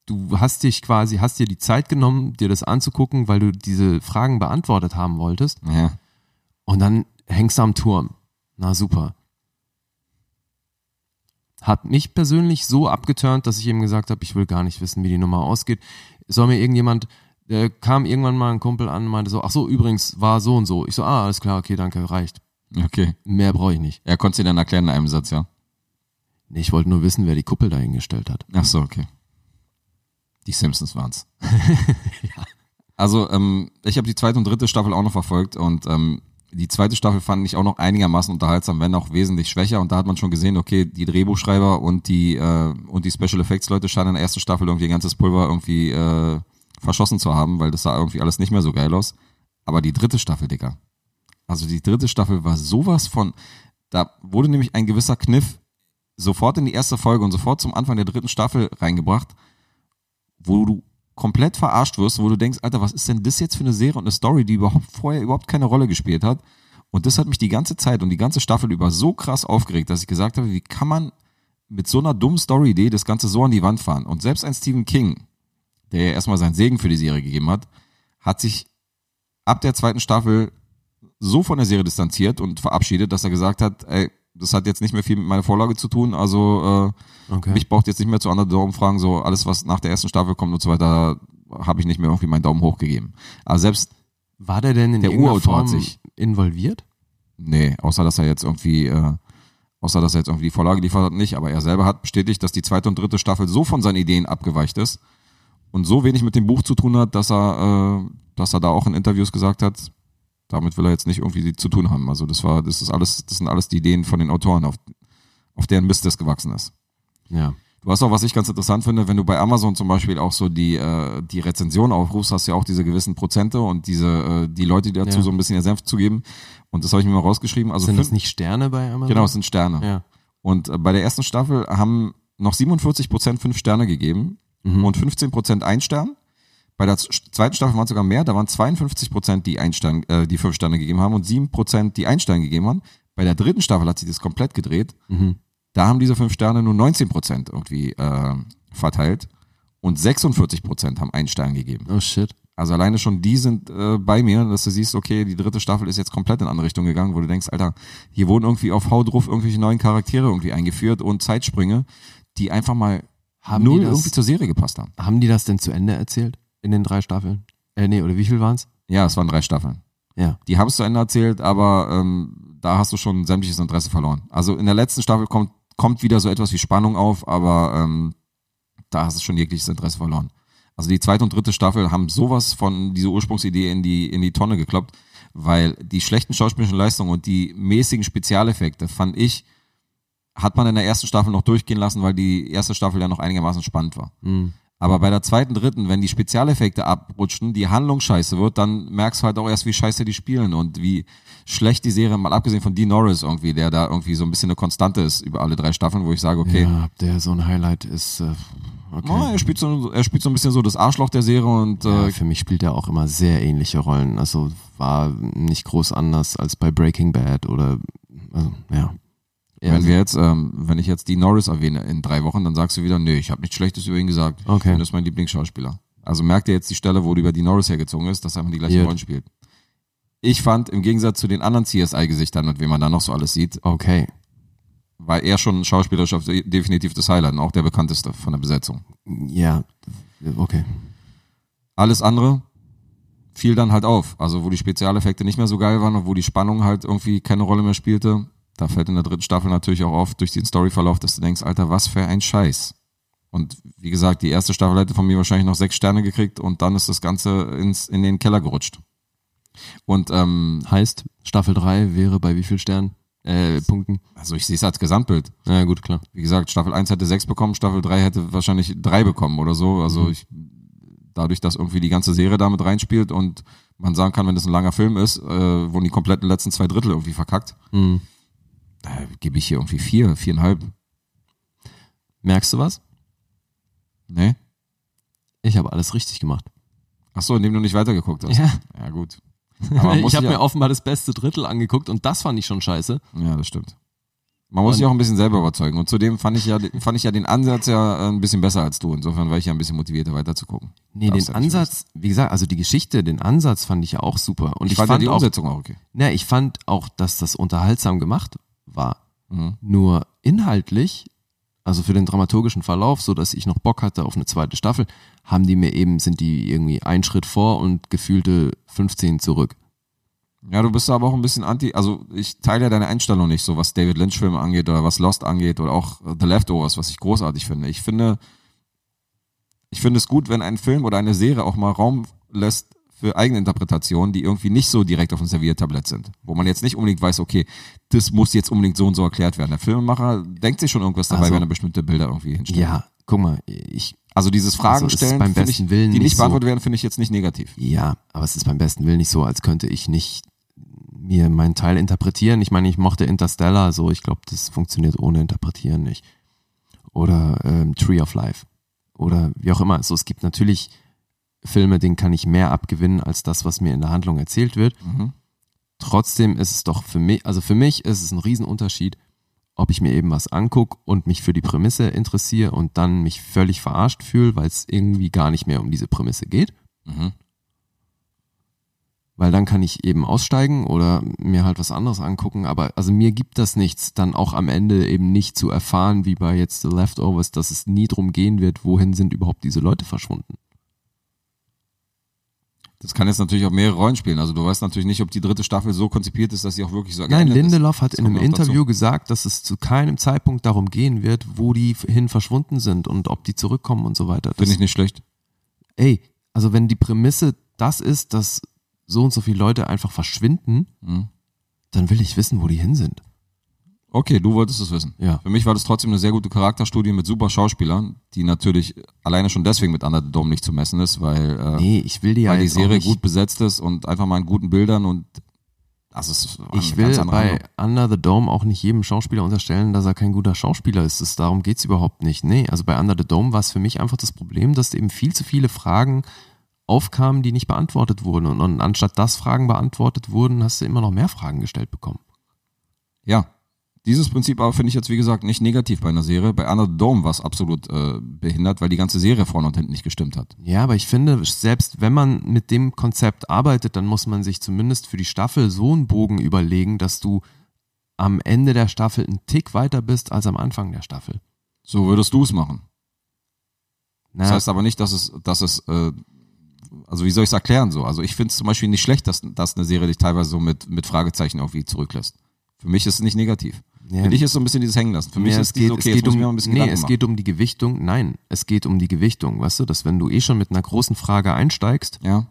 [SPEAKER 3] du hast dich quasi, hast dir die Zeit genommen, dir das anzugucken, weil du diese Fragen beantwortet haben wolltest.
[SPEAKER 2] Ja.
[SPEAKER 3] Und dann hängst du am Turm. Na super. Hat mich persönlich so abgeturnt, dass ich ihm gesagt habe, ich will gar nicht wissen, wie die Nummer ausgeht. Soll mir irgendjemand, äh, kam irgendwann mal ein Kumpel an und meinte so, ach so, übrigens war so und so. Ich so, ah, alles klar, okay, danke, reicht.
[SPEAKER 2] Okay.
[SPEAKER 3] Mehr brauche ich nicht.
[SPEAKER 2] Er konnte dir dann erklären in einem Satz, ja.
[SPEAKER 3] Nee, ich wollte nur wissen, wer die Kuppel dahingestellt hat.
[SPEAKER 2] Ach so, okay. Die Simpsons waren's. ja. Also, ähm, ich habe die zweite und dritte Staffel auch noch verfolgt und ähm, die zweite Staffel fand ich auch noch einigermaßen unterhaltsam, wenn auch wesentlich schwächer. Und da hat man schon gesehen, okay, die Drehbuchschreiber und die äh, und die Special Effects Leute scheinen in der ersten Staffel irgendwie ihr ganzes Pulver irgendwie äh, verschossen zu haben, weil das sah irgendwie alles nicht mehr so geil aus. Aber die dritte Staffel, Digga. Also die dritte Staffel war sowas von. Da wurde nämlich ein gewisser Kniff sofort in die erste Folge und sofort zum Anfang der dritten Staffel reingebracht, wo du komplett verarscht wirst, wo du denkst, Alter, was ist denn das jetzt für eine Serie und eine Story, die überhaupt vorher überhaupt keine Rolle gespielt hat? Und das hat mich die ganze Zeit und die ganze Staffel über so krass aufgeregt, dass ich gesagt habe, wie kann man mit so einer dummen Story-Idee das Ganze so an die Wand fahren? Und selbst ein Stephen King, der ja erstmal seinen Segen für die Serie gegeben hat, hat sich ab der zweiten Staffel so von der Serie distanziert und verabschiedet, dass er gesagt hat, ey, das hat jetzt nicht mehr viel mit meiner Vorlage zu tun, also äh,
[SPEAKER 3] Okay.
[SPEAKER 2] mich braucht jetzt nicht mehr zu anderen Dorm fragen, so alles, was nach der ersten Staffel kommt und so weiter, habe ich nicht mehr irgendwie meinen Daumen hoch gegeben. Aber selbst
[SPEAKER 3] War der denn in
[SPEAKER 2] Der
[SPEAKER 3] irgendeiner
[SPEAKER 2] Urautor hat
[SPEAKER 3] Form
[SPEAKER 2] sich-
[SPEAKER 3] involviert?
[SPEAKER 2] Nee, außer dass er jetzt irgendwie, äh, außer dass er jetzt irgendwie die Vorlage liefert hat, nicht. Aber er selber hat bestätigt, dass die zweite und dritte Staffel so von seinen Ideen abgeweicht ist und so wenig mit dem Buch zu tun hat, dass er, äh, dass er da auch in Interviews gesagt hat, damit will er jetzt nicht irgendwie zu tun haben. Also das war, das ist alles, das sind alles die Ideen von den Autoren, auf, auf deren Mist das gewachsen ist.
[SPEAKER 3] Ja.
[SPEAKER 2] Du hast auch, was ich ganz interessant finde, wenn du bei Amazon zum Beispiel auch so die, äh, die Rezension aufrufst, hast du ja auch diese gewissen Prozente und diese, äh, die Leute, die dazu
[SPEAKER 3] Ja.
[SPEAKER 2] so ein bisschen ihr Senf zugeben. Und das habe ich mir mal rausgeschrieben. Also
[SPEAKER 3] Sind das
[SPEAKER 2] fünf-
[SPEAKER 3] nicht Sterne bei Amazon?
[SPEAKER 2] Genau, es sind Sterne.
[SPEAKER 3] Mhm. Ja.
[SPEAKER 2] Und äh, bei der ersten Staffel haben noch 47 Prozent fünf Sterne gegeben und 15 Prozent ein Stern. Bei der z- zweiten Staffel waren es sogar mehr, da waren 52 Prozent, die, ein Stern, äh, die fünf Sterne gegeben haben und sieben Prozent, die ein Stern gegeben haben. Bei der dritten Staffel hat sich das komplett gedreht. Da haben diese fünf Sterne nur 19 Prozent irgendwie äh, verteilt und 46 Prozent haben einen Stern gegeben.
[SPEAKER 3] Oh shit.
[SPEAKER 2] Also alleine schon die sind äh, bei mir, dass du siehst, okay, die dritte Staffel ist jetzt komplett in andere Richtung gegangen, wo du denkst, Alter, hier wurden irgendwie auf Haut drauf irgendwelche neuen Charaktere irgendwie eingeführt und Zeitsprünge, die einfach mal
[SPEAKER 3] Haben
[SPEAKER 2] null
[SPEAKER 3] die das-
[SPEAKER 2] irgendwie zur Serie gepasst haben.
[SPEAKER 3] Haben die das denn zu Ende erzählt? In den drei Staffeln? Äh, nee, oder wie viel waren's?
[SPEAKER 2] Ja, es waren drei Staffeln.
[SPEAKER 3] Ja.
[SPEAKER 2] Die haben es zu Ende erzählt, aber ähm, da hast du schon sämtliches Interesse verloren. Also in der letzten Staffel kommt, kommt wieder so etwas wie Spannung auf, aber ähm, da hast du schon jegliches Interesse verloren. Also die zweite und dritte Staffel haben sowas von dieser Ursprungsidee in die, in die Tonne gekloppt, weil die schlechten schauspielerischen Leistungen und die mäßigen Spezialeffekte, fand ich, hat man in der ersten Staffel noch durchgehen lassen, weil die erste Staffel ja noch einigermaßen spannend war. Aber bei der zweiten, dritten, wenn die Spezialeffekte abrutschen, die Handlung scheiße wird, dann merkst du halt auch erst, wie scheiße die spielen und wie schlecht die Serie, mal abgesehen von Dean Norris irgendwie, der da irgendwie so ein bisschen eine Konstante ist über alle drei Staffeln, wo ich sage, okay,
[SPEAKER 3] Ja, ob der so ein Highlight ist. Äh, okay.
[SPEAKER 2] na, er, spielt so, er spielt so ein bisschen so das Arschloch der Serie und
[SPEAKER 3] Ja,
[SPEAKER 2] äh,
[SPEAKER 3] für mich spielt er auch immer sehr ähnliche Rollen. Also war nicht groß anders als bei Breaking Bad oder also, ja. Ja,
[SPEAKER 2] wenn wir jetzt, ähm, wenn ich jetzt Dean Norris erwähne in drei Wochen, dann sagst du wieder, nee, ich habe nichts Schlechtes über ihn gesagt.
[SPEAKER 3] Okay.
[SPEAKER 2] Und das ist mein Lieblingsschauspieler. Also merkt ihr jetzt die Stelle, wo du über Dean Norris hergezogen ist, dass er immer die gleichen
[SPEAKER 3] Gut.
[SPEAKER 2] Rollen spielt. Ich fand im Gegensatz zu den anderen CSI-Gesichtern, mit wem man da noch so alles sieht,
[SPEAKER 3] okay.
[SPEAKER 2] war er schon schauspielerisch auf definitiv das Highlight und auch der bekannteste von der Besetzung.
[SPEAKER 3] Ja, okay.
[SPEAKER 2] Alles andere fiel dann halt auf. Also wo die Spezialeffekte nicht mehr so geil waren und wo die Spannung halt irgendwie keine Rolle mehr spielte, da fällt in der dritten Staffel natürlich auch auf durch den Storyverlauf, dass du denkst, Alter, was für ein Scheiß. Und wie gesagt, die erste Staffel hätte von mir wahrscheinlich noch sechs Sterne gekriegt und dann ist das Ganze ins, in den Keller gerutscht. Und ähm,
[SPEAKER 3] Heißt, Staffel 3 wäre bei wie viel Sternen? Äh, Punkten?
[SPEAKER 2] also ich sehe es als Gesamtbild.
[SPEAKER 3] Na ja, gut, klar.
[SPEAKER 2] wie gesagt, Staffel 1 hätte 6 bekommen, Staffel 3 hätte wahrscheinlich 3 bekommen oder so.
[SPEAKER 3] Mhm.
[SPEAKER 2] Also ich, dadurch, dass irgendwie die ganze Serie damit reinspielt und man sagen kann, wenn das ein langer Film ist, äh, wurden die kompletten letzten zwei Drittel irgendwie verkackt,
[SPEAKER 3] Mhm.
[SPEAKER 2] äh, gebe ich hier irgendwie 4, vier, 4,5.
[SPEAKER 3] Merkst du was?
[SPEAKER 2] Ne?
[SPEAKER 3] Ich habe alles richtig gemacht.
[SPEAKER 2] Achso, indem du nicht weitergeguckt hast.
[SPEAKER 3] Ja.
[SPEAKER 2] Ja, gut. Aber man muss
[SPEAKER 3] ich habe
[SPEAKER 2] sich
[SPEAKER 3] mir offenbar das beste Drittel angeguckt und das fand ich schon scheiße.
[SPEAKER 2] Ja, das stimmt. Man muss sich auch ein bisschen selber überzeugen. Und zudem fand ich ja, fand ich ja den Ansatz ja äh, ein bisschen besser als du. Insofern war ich ja ein bisschen motivierter, weiterzugucken.
[SPEAKER 3] Nee,
[SPEAKER 2] Darfst
[SPEAKER 3] den
[SPEAKER 2] ja nicht
[SPEAKER 3] Ansatz, wie gesagt, also die Geschichte, den Ansatz fand ich ja auch super. Und
[SPEAKER 2] Ich,
[SPEAKER 3] ich,
[SPEAKER 2] fand, ja die
[SPEAKER 3] auch,
[SPEAKER 2] Umsetzung auch okay.
[SPEAKER 3] Na, ich fand auch, dass das unterhaltsam gemacht war. Nur inhaltlich, also für den dramaturgischen Verlauf, so dass ich noch Bock hatte auf eine zweite Staffel, haben die mir eben, sind die irgendwie einen Schritt vor und gefühlte 15 zurück.
[SPEAKER 2] Ja, du bist aber auch ein bisschen anti, also ich teile ja deine Einstellung nicht, so was David Lynch Filme angeht oder was Lost angeht oder auch äh, The Leftovers, was ich großartig finde. Ich finde, ich finde es gut, wenn ein Film oder eine Serie auch mal Raum lässt für Eigeninterpretationen, die irgendwie nicht so direkt auf dem Serviertablett sind, wo man jetzt nicht unbedingt weiß, okay, das muss jetzt unbedingt so und so erklärt werden. Der Filmemacher denkt sich schon irgendwas dabei,
[SPEAKER 3] Also-
[SPEAKER 2] wenn er bestimmte Bilder irgendwie hinstellt.
[SPEAKER 3] Ja, guck mal, ich,
[SPEAKER 2] Also dieses Fragen
[SPEAKER 3] Also es ist
[SPEAKER 2] stellen,
[SPEAKER 3] beim
[SPEAKER 2] finde
[SPEAKER 3] besten
[SPEAKER 2] ich,
[SPEAKER 3] Willen
[SPEAKER 2] die
[SPEAKER 3] nicht
[SPEAKER 2] nicht
[SPEAKER 3] so.
[SPEAKER 2] beantwortet werden, finde ich jetzt nicht negativ.
[SPEAKER 3] ja, aber es ist beim besten Willen nicht so, als könnte ich nicht mir meinen Teil interpretieren. Ich meine, ich mochte Interstellar so, ich glaube, das funktioniert ohne Interpretieren nicht. Oder ähm, Tree of Life. Oder wie auch immer. So, es gibt natürlich Filme, denen kann ich mehr abgewinnen als das, was mir in der Handlung erzählt wird. Trotzdem ist es doch für mich, also für mich ist es ein Riesenunterschied, ob ich mir eben was angucke und mich für die Prämisse interessiere und dann mich völlig verarscht fühle, weil es irgendwie gar nicht mehr um diese Prämisse geht. Weil dann kann ich eben aussteigen oder mir halt was anderes angucken. Aber also mir gibt das nichts, dann auch am Ende eben nicht zu erfahren, wie bei jetzt The Leftovers, dass es nie drum gehen wird, wohin sind überhaupt diese Leute verschwunden.
[SPEAKER 2] Das kann jetzt natürlich auch mehrere Rollen spielen. Also du weißt natürlich nicht, ob die dritte Staffel so konzipiert ist, dass sie auch wirklich so
[SPEAKER 3] Nein,
[SPEAKER 2] geändert ist.
[SPEAKER 3] Lindelof hat
[SPEAKER 2] Das
[SPEAKER 3] in einem
[SPEAKER 2] kommt noch
[SPEAKER 3] Interview
[SPEAKER 2] dazu.
[SPEAKER 3] gesagt, dass es zu keinem Zeitpunkt darum gehen wird, wo die f- hin verschwunden sind und ob die zurückkommen und so weiter. Das,
[SPEAKER 2] Finde ich nicht schlecht.
[SPEAKER 3] ey, also wenn die Prämisse das ist, dass so und so viele Leute einfach verschwinden,
[SPEAKER 2] Mhm.
[SPEAKER 3] dann will ich wissen, wo die hin sind.
[SPEAKER 2] Okay, du wolltest es wissen.
[SPEAKER 3] Ja.
[SPEAKER 2] Für mich war das trotzdem eine sehr gute Charakterstudie mit super Schauspielern, die natürlich alleine schon deswegen mit Under the Dome nicht zu messen ist, weil, äh,
[SPEAKER 3] Nee, ich will die ja
[SPEAKER 2] weil die
[SPEAKER 3] jetzt auch
[SPEAKER 2] Serie
[SPEAKER 3] nicht,
[SPEAKER 2] gut besetzt ist und einfach mal in guten Bildern und das ist war
[SPEAKER 3] Ich
[SPEAKER 2] eine
[SPEAKER 3] will
[SPEAKER 2] ganz andere
[SPEAKER 3] bei
[SPEAKER 2] Eindruck.
[SPEAKER 3] Under the Dome auch nicht jedem Schauspieler unterstellen, dass er kein guter Schauspieler ist. Das, darum geht's überhaupt nicht. Nee, also bei Under the Dome war es für mich einfach das Problem, dass eben viel zu viele Fragen aufkamen, die nicht beantwortet wurden. Und, und anstatt dass Fragen beantwortet wurden, hast du immer noch mehr Fragen gestellt bekommen.
[SPEAKER 2] Ja. Dieses Prinzip aber finde ich jetzt, wie gesagt, nicht negativ bei einer Serie. Bei Under the Dome war es absolut äh, behindert, weil die ganze Serie vorne und hinten nicht gestimmt hat.
[SPEAKER 3] Ja, aber ich finde, selbst wenn man mit dem Konzept arbeitet, dann muss man sich zumindest für die Staffel so einen Bogen überlegen, dass du am Ende der Staffel einen Tick weiter bist als am Anfang der Staffel.
[SPEAKER 2] So würdest du es machen.
[SPEAKER 3] Na,
[SPEAKER 2] Das heißt aber nicht, dass es, dass es, äh, also wie soll ich es erklären so? Also ich finde es zum Beispiel nicht schlecht, dass, dass eine Serie dich teilweise so mit, mit Fragezeichen irgendwie zurücklässt. Für mich ist es nicht negativ.
[SPEAKER 3] Ja.
[SPEAKER 2] Für dich ist so ein bisschen dieses Hängen lassen. Für mich
[SPEAKER 3] Ja,
[SPEAKER 2] ist es dieses, okay, jetzt muss ich mir mal ein bisschen
[SPEAKER 3] nee,
[SPEAKER 2] Gedanken
[SPEAKER 3] es
[SPEAKER 2] machen.
[SPEAKER 3] geht um die Gewichtung. Nein, es geht um die Gewichtung. Weißt du, dass wenn du eh schon mit einer großen Frage einsteigst,
[SPEAKER 2] ja,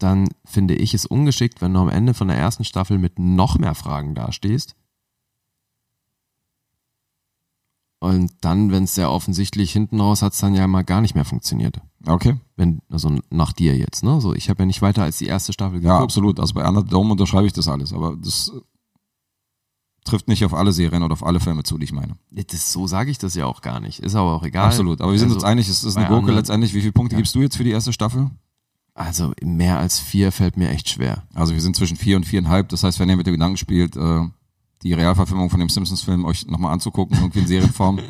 [SPEAKER 3] dann finde ich es ungeschickt, wenn du am Ende von der ersten Staffel mit noch mehr Fragen dastehst. Und dann, wenn es sehr offensichtlich hinten raus hat, es dann ja mal gar nicht mehr funktioniert.
[SPEAKER 2] okay.
[SPEAKER 3] Wenn, also nach dir jetzt, ne? So, ich habe ja nicht weiter als die erste Staffel
[SPEAKER 2] Ja,
[SPEAKER 3] geguckt.
[SPEAKER 2] absolut. Also bei Under the Dome unterschreibe ich das alles. Aber das äh, trifft nicht auf alle Serien oder auf alle Filme zu, die ich meine.
[SPEAKER 3] Das, so sage ich das ja auch gar nicht. Ist aber auch egal.
[SPEAKER 2] Absolut. Aber wir sind
[SPEAKER 3] Also,
[SPEAKER 2] uns einig, es ist eine
[SPEAKER 3] bei
[SPEAKER 2] Gurke
[SPEAKER 3] anderen-
[SPEAKER 2] letztendlich. Wie viele Punkte gibst du jetzt für die erste Staffel?
[SPEAKER 3] Also mehr als vier fällt mir echt schwer.
[SPEAKER 2] Also wir sind zwischen vier und viereinhalb. Das heißt, wenn ihr mit dem Gedanken spielt, äh, die Realverfilmung von dem Simpsons-Film euch nochmal anzugucken, irgendwie in Serienform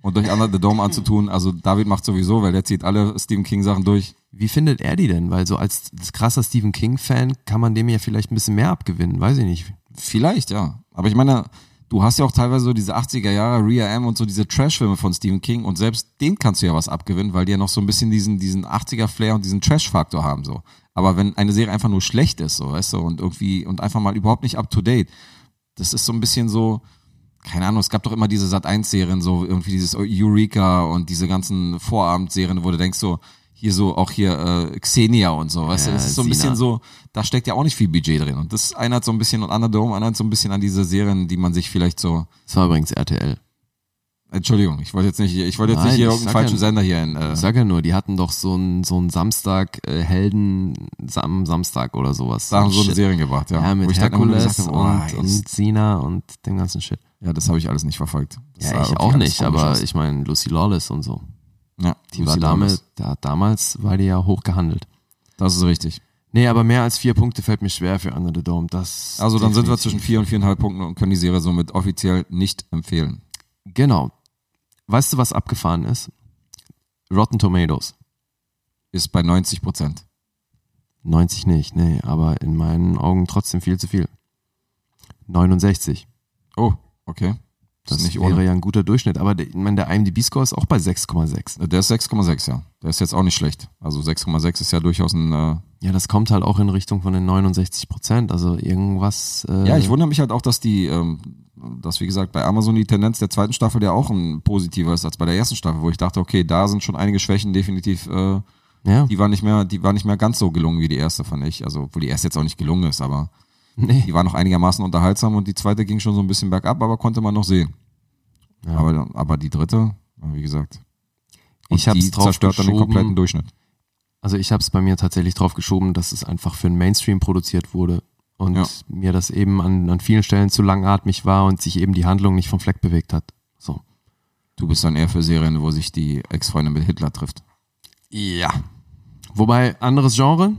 [SPEAKER 2] und euch Under the Dome anzutun. Also David macht sowieso, weil der zieht alle Stephen King-Sachen durch.
[SPEAKER 3] Wie findet er die denn? Weil so als krasser Stephen King-Fan kann man dem ja vielleicht ein bisschen mehr abgewinnen, weiß ich nicht.
[SPEAKER 2] Vielleicht, ja. Aber ich meine, du hast ja auch teilweise so diese 80er Jahre, Rhea M und so diese Trash-Filme von Stephen King und selbst den kannst du ja was abgewinnen, weil die ja noch so ein bisschen diesen, diesen 80er-Flair und diesen Trash-Faktor haben, so. Aber wenn eine Serie einfach nur schlecht ist, so, weißt du, und irgendwie, und einfach mal überhaupt nicht up to date, das ist so ein bisschen so, keine Ahnung, es gab doch immer diese Sat1-Serien, so irgendwie dieses Eureka und diese ganzen Vorabendserien, wo du denkst so, hier so, auch hier äh, Xenia und so, weißt du,
[SPEAKER 3] Ja,
[SPEAKER 2] das ist so ein
[SPEAKER 3] Sina.
[SPEAKER 2] bisschen so, da steckt ja auch nicht viel Budget drin. Und das erinnert so ein bisschen und Underdome erinnert so ein bisschen an diese Serien, die man sich vielleicht so,
[SPEAKER 3] Das war übrigens RTL.
[SPEAKER 2] Entschuldigung, ich wollte jetzt nicht, hier- ich wollte jetzt
[SPEAKER 3] Nein,
[SPEAKER 2] nicht hier
[SPEAKER 3] ich
[SPEAKER 2] irgendeinen
[SPEAKER 3] sag ja
[SPEAKER 2] falschen
[SPEAKER 3] nicht.
[SPEAKER 2] Sender hier in, äh,
[SPEAKER 3] Ich sag ja nur, die hatten doch so einen so einen Samstag, äh, Helden am Samstag oder sowas.
[SPEAKER 2] da haben so eine
[SPEAKER 3] Shit.
[SPEAKER 2] Serien gebracht, ja.
[SPEAKER 3] Ja,
[SPEAKER 2] Wo
[SPEAKER 3] mit
[SPEAKER 2] ich dann immer nur
[SPEAKER 3] Herkules
[SPEAKER 2] gesagt
[SPEAKER 3] und,
[SPEAKER 2] habe, oh,
[SPEAKER 3] und Sina und dem ganzen Shit.
[SPEAKER 2] ja, das habe ich alles nicht verfolgt. Das
[SPEAKER 3] Ja,
[SPEAKER 2] war
[SPEAKER 3] ich
[SPEAKER 2] irgendwie
[SPEAKER 3] auch
[SPEAKER 2] alles
[SPEAKER 3] nicht,
[SPEAKER 2] komisch aus.
[SPEAKER 3] aber ich meine Lucy Lawless und so.
[SPEAKER 2] ja,
[SPEAKER 3] Die war damals, da, damals war die ja hoch gehandelt.
[SPEAKER 2] Das ist richtig.
[SPEAKER 3] Nee, aber mehr als vier Punkte fällt mir schwer für Under the Dome. Das
[SPEAKER 2] Also dann sind wir
[SPEAKER 3] definitiv.
[SPEAKER 2] zwischen vier und viereinhalb Punkten und können die Serie somit offiziell nicht empfehlen.
[SPEAKER 3] Genau. Weißt du, was abgefahren ist? Rotten Tomatoes.
[SPEAKER 2] Ist bei 90 Prozent.
[SPEAKER 3] 90 nicht, nee, aber in meinen Augen trotzdem viel zu viel. 69.
[SPEAKER 2] Oh, okay.
[SPEAKER 3] Das,
[SPEAKER 2] ist nicht
[SPEAKER 3] wäre
[SPEAKER 2] ohne.
[SPEAKER 3] ja ein guter Durchschnitt, aber der, ich meine, der IMDb-Score ist auch bei 6,6.
[SPEAKER 2] Äh, Der ist 6,6, ja. Der ist jetzt auch nicht schlecht. Also 6,6 ist ja durchaus ein. Äh,
[SPEAKER 3] Ja, das kommt halt auch in Richtung von den 69 Prozent, also irgendwas. Äh,
[SPEAKER 2] ja, ich wundere mich halt auch, dass die, ähm, dass wie gesagt bei Amazon die Tendenz der zweiten Staffel ja auch ein positiver ist als bei der ersten Staffel, wo ich dachte, okay, da sind schon einige Schwächen definitiv. Äh,
[SPEAKER 3] ja,
[SPEAKER 2] die war nicht mehr, die war nicht mehr ganz so gelungen wie die erste, fand ich. Also, obwohl die erste jetzt auch nicht gelungen ist, aber
[SPEAKER 3] nee.
[SPEAKER 2] die war noch einigermaßen unterhaltsam und die zweite ging schon so ein bisschen bergab, aber konnte man noch sehen.
[SPEAKER 3] Ja.
[SPEAKER 2] Aber, aber die dritte, wie gesagt, und
[SPEAKER 3] ich habe
[SPEAKER 2] die
[SPEAKER 3] es drauf
[SPEAKER 2] zerstört dann den kompletten
[SPEAKER 3] geschoben.
[SPEAKER 2] Durchschnitt.
[SPEAKER 3] Also ich habe es bei mir tatsächlich drauf geschoben, dass es einfach für den Mainstream produziert wurde und
[SPEAKER 2] Ja.
[SPEAKER 3] mir das eben an, an vielen Stellen zu langatmig war und sich eben die Handlung nicht vom Fleck bewegt hat. So.
[SPEAKER 2] Du bist dann eher für Serien, wo sich die Ex-Freundin mit Hitler trifft.
[SPEAKER 3] Ja. Wobei, anderes Genre.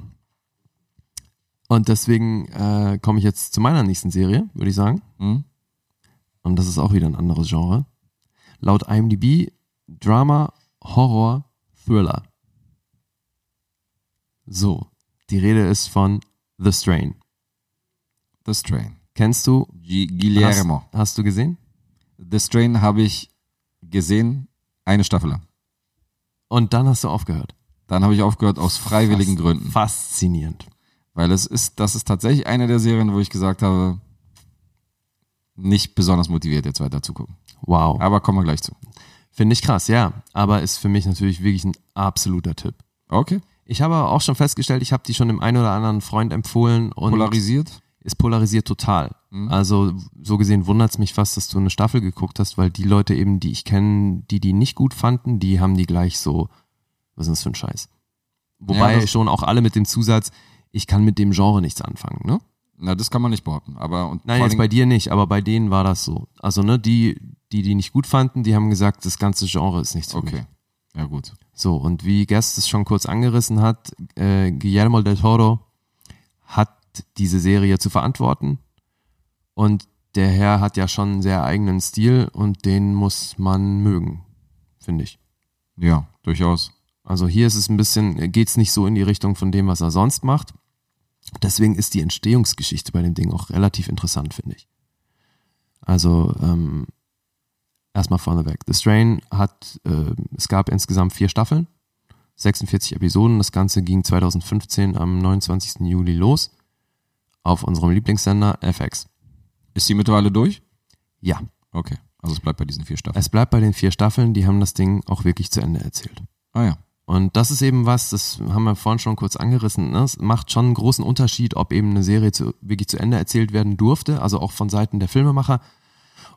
[SPEAKER 3] Und deswegen äh, komme ich jetzt zu meiner nächsten Serie, würde ich sagen.
[SPEAKER 2] Hm?
[SPEAKER 3] Und das ist auch wieder ein anderes Genre. Laut IMDb Drama, Horror, Thriller. So, die Rede ist von The Strain.
[SPEAKER 2] The Strain.
[SPEAKER 3] Kennst du?
[SPEAKER 2] G Guillermo.
[SPEAKER 3] Hast, hast du gesehen?
[SPEAKER 2] The Strain habe ich gesehen, eine Staffel lang.
[SPEAKER 3] Und dann hast du aufgehört.
[SPEAKER 2] Dann habe ich aufgehört aus freiwilligen Gründen.
[SPEAKER 3] Faszinierend.
[SPEAKER 2] Weil es ist, das ist tatsächlich eine der Serien, wo ich gesagt habe, nicht besonders motiviert, jetzt weiter zu gucken.
[SPEAKER 3] Wow.
[SPEAKER 2] Aber kommen wir gleich zu.
[SPEAKER 3] Finde ich krass, ja. Aber ist für mich natürlich wirklich ein absoluter Tipp.
[SPEAKER 2] Okay.
[SPEAKER 3] Ich habe auch schon festgestellt, ich habe die schon dem einen oder anderen Freund empfohlen und
[SPEAKER 2] Polarisiert?
[SPEAKER 3] ist polarisiert total. Also so gesehen wundert es mich fast, dass du eine Staffel geguckt hast, weil die Leute eben, die ich kenne, die die nicht gut fanden, die haben die gleich so, was ist das für ein Scheiß? Wobei
[SPEAKER 2] das-
[SPEAKER 3] schon auch alle mit dem Zusatz, ich kann mit dem Genre nichts anfangen, ne?
[SPEAKER 2] Na, das kann man nicht behaupten. Aber und
[SPEAKER 3] Nein,
[SPEAKER 2] vor
[SPEAKER 3] jetzt
[SPEAKER 2] allen
[SPEAKER 3] bei dir nicht, aber bei denen war das so. Also ne, die, die die nicht gut fanden, die haben gesagt, das ganze Genre ist nichts für
[SPEAKER 2] Dingen-
[SPEAKER 3] mich.
[SPEAKER 2] Okay. Ja, gut.
[SPEAKER 3] So, und wie Guest es schon kurz angerissen hat, äh, Guillermo del Toro hat diese Serie zu verantworten. Und der Herr hat ja schon einen sehr eigenen Stil und den muss man mögen, finde ich.
[SPEAKER 2] Ja, durchaus.
[SPEAKER 3] Also hier ist es ein bisschen, geht es nicht so in die Richtung von dem, was er sonst macht. Deswegen ist die Entstehungsgeschichte bei dem Ding auch relativ interessant, finde ich. Also ähm, erstmal vorneweg. The Strain hat, äh, es gab insgesamt vier Staffeln, 46 Episoden. Das Ganze ging 2015 am 29. Juli los auf unserem Lieblingssender FX.
[SPEAKER 2] Ist die mittlerweile durch?
[SPEAKER 3] Ja,
[SPEAKER 2] Okay. Also es bleibt bei diesen vier Staffeln.
[SPEAKER 3] es bleibt bei den vier Staffeln, die haben das Ding auch wirklich zu Ende erzählt.
[SPEAKER 2] Ah ja.
[SPEAKER 3] Und das ist eben was, das haben wir vorhin schon kurz angerissen, ne? es macht schon einen großen Unterschied, ob eben eine Serie zu, wirklich zu Ende erzählt werden durfte, also auch von Seiten der Filmemacher,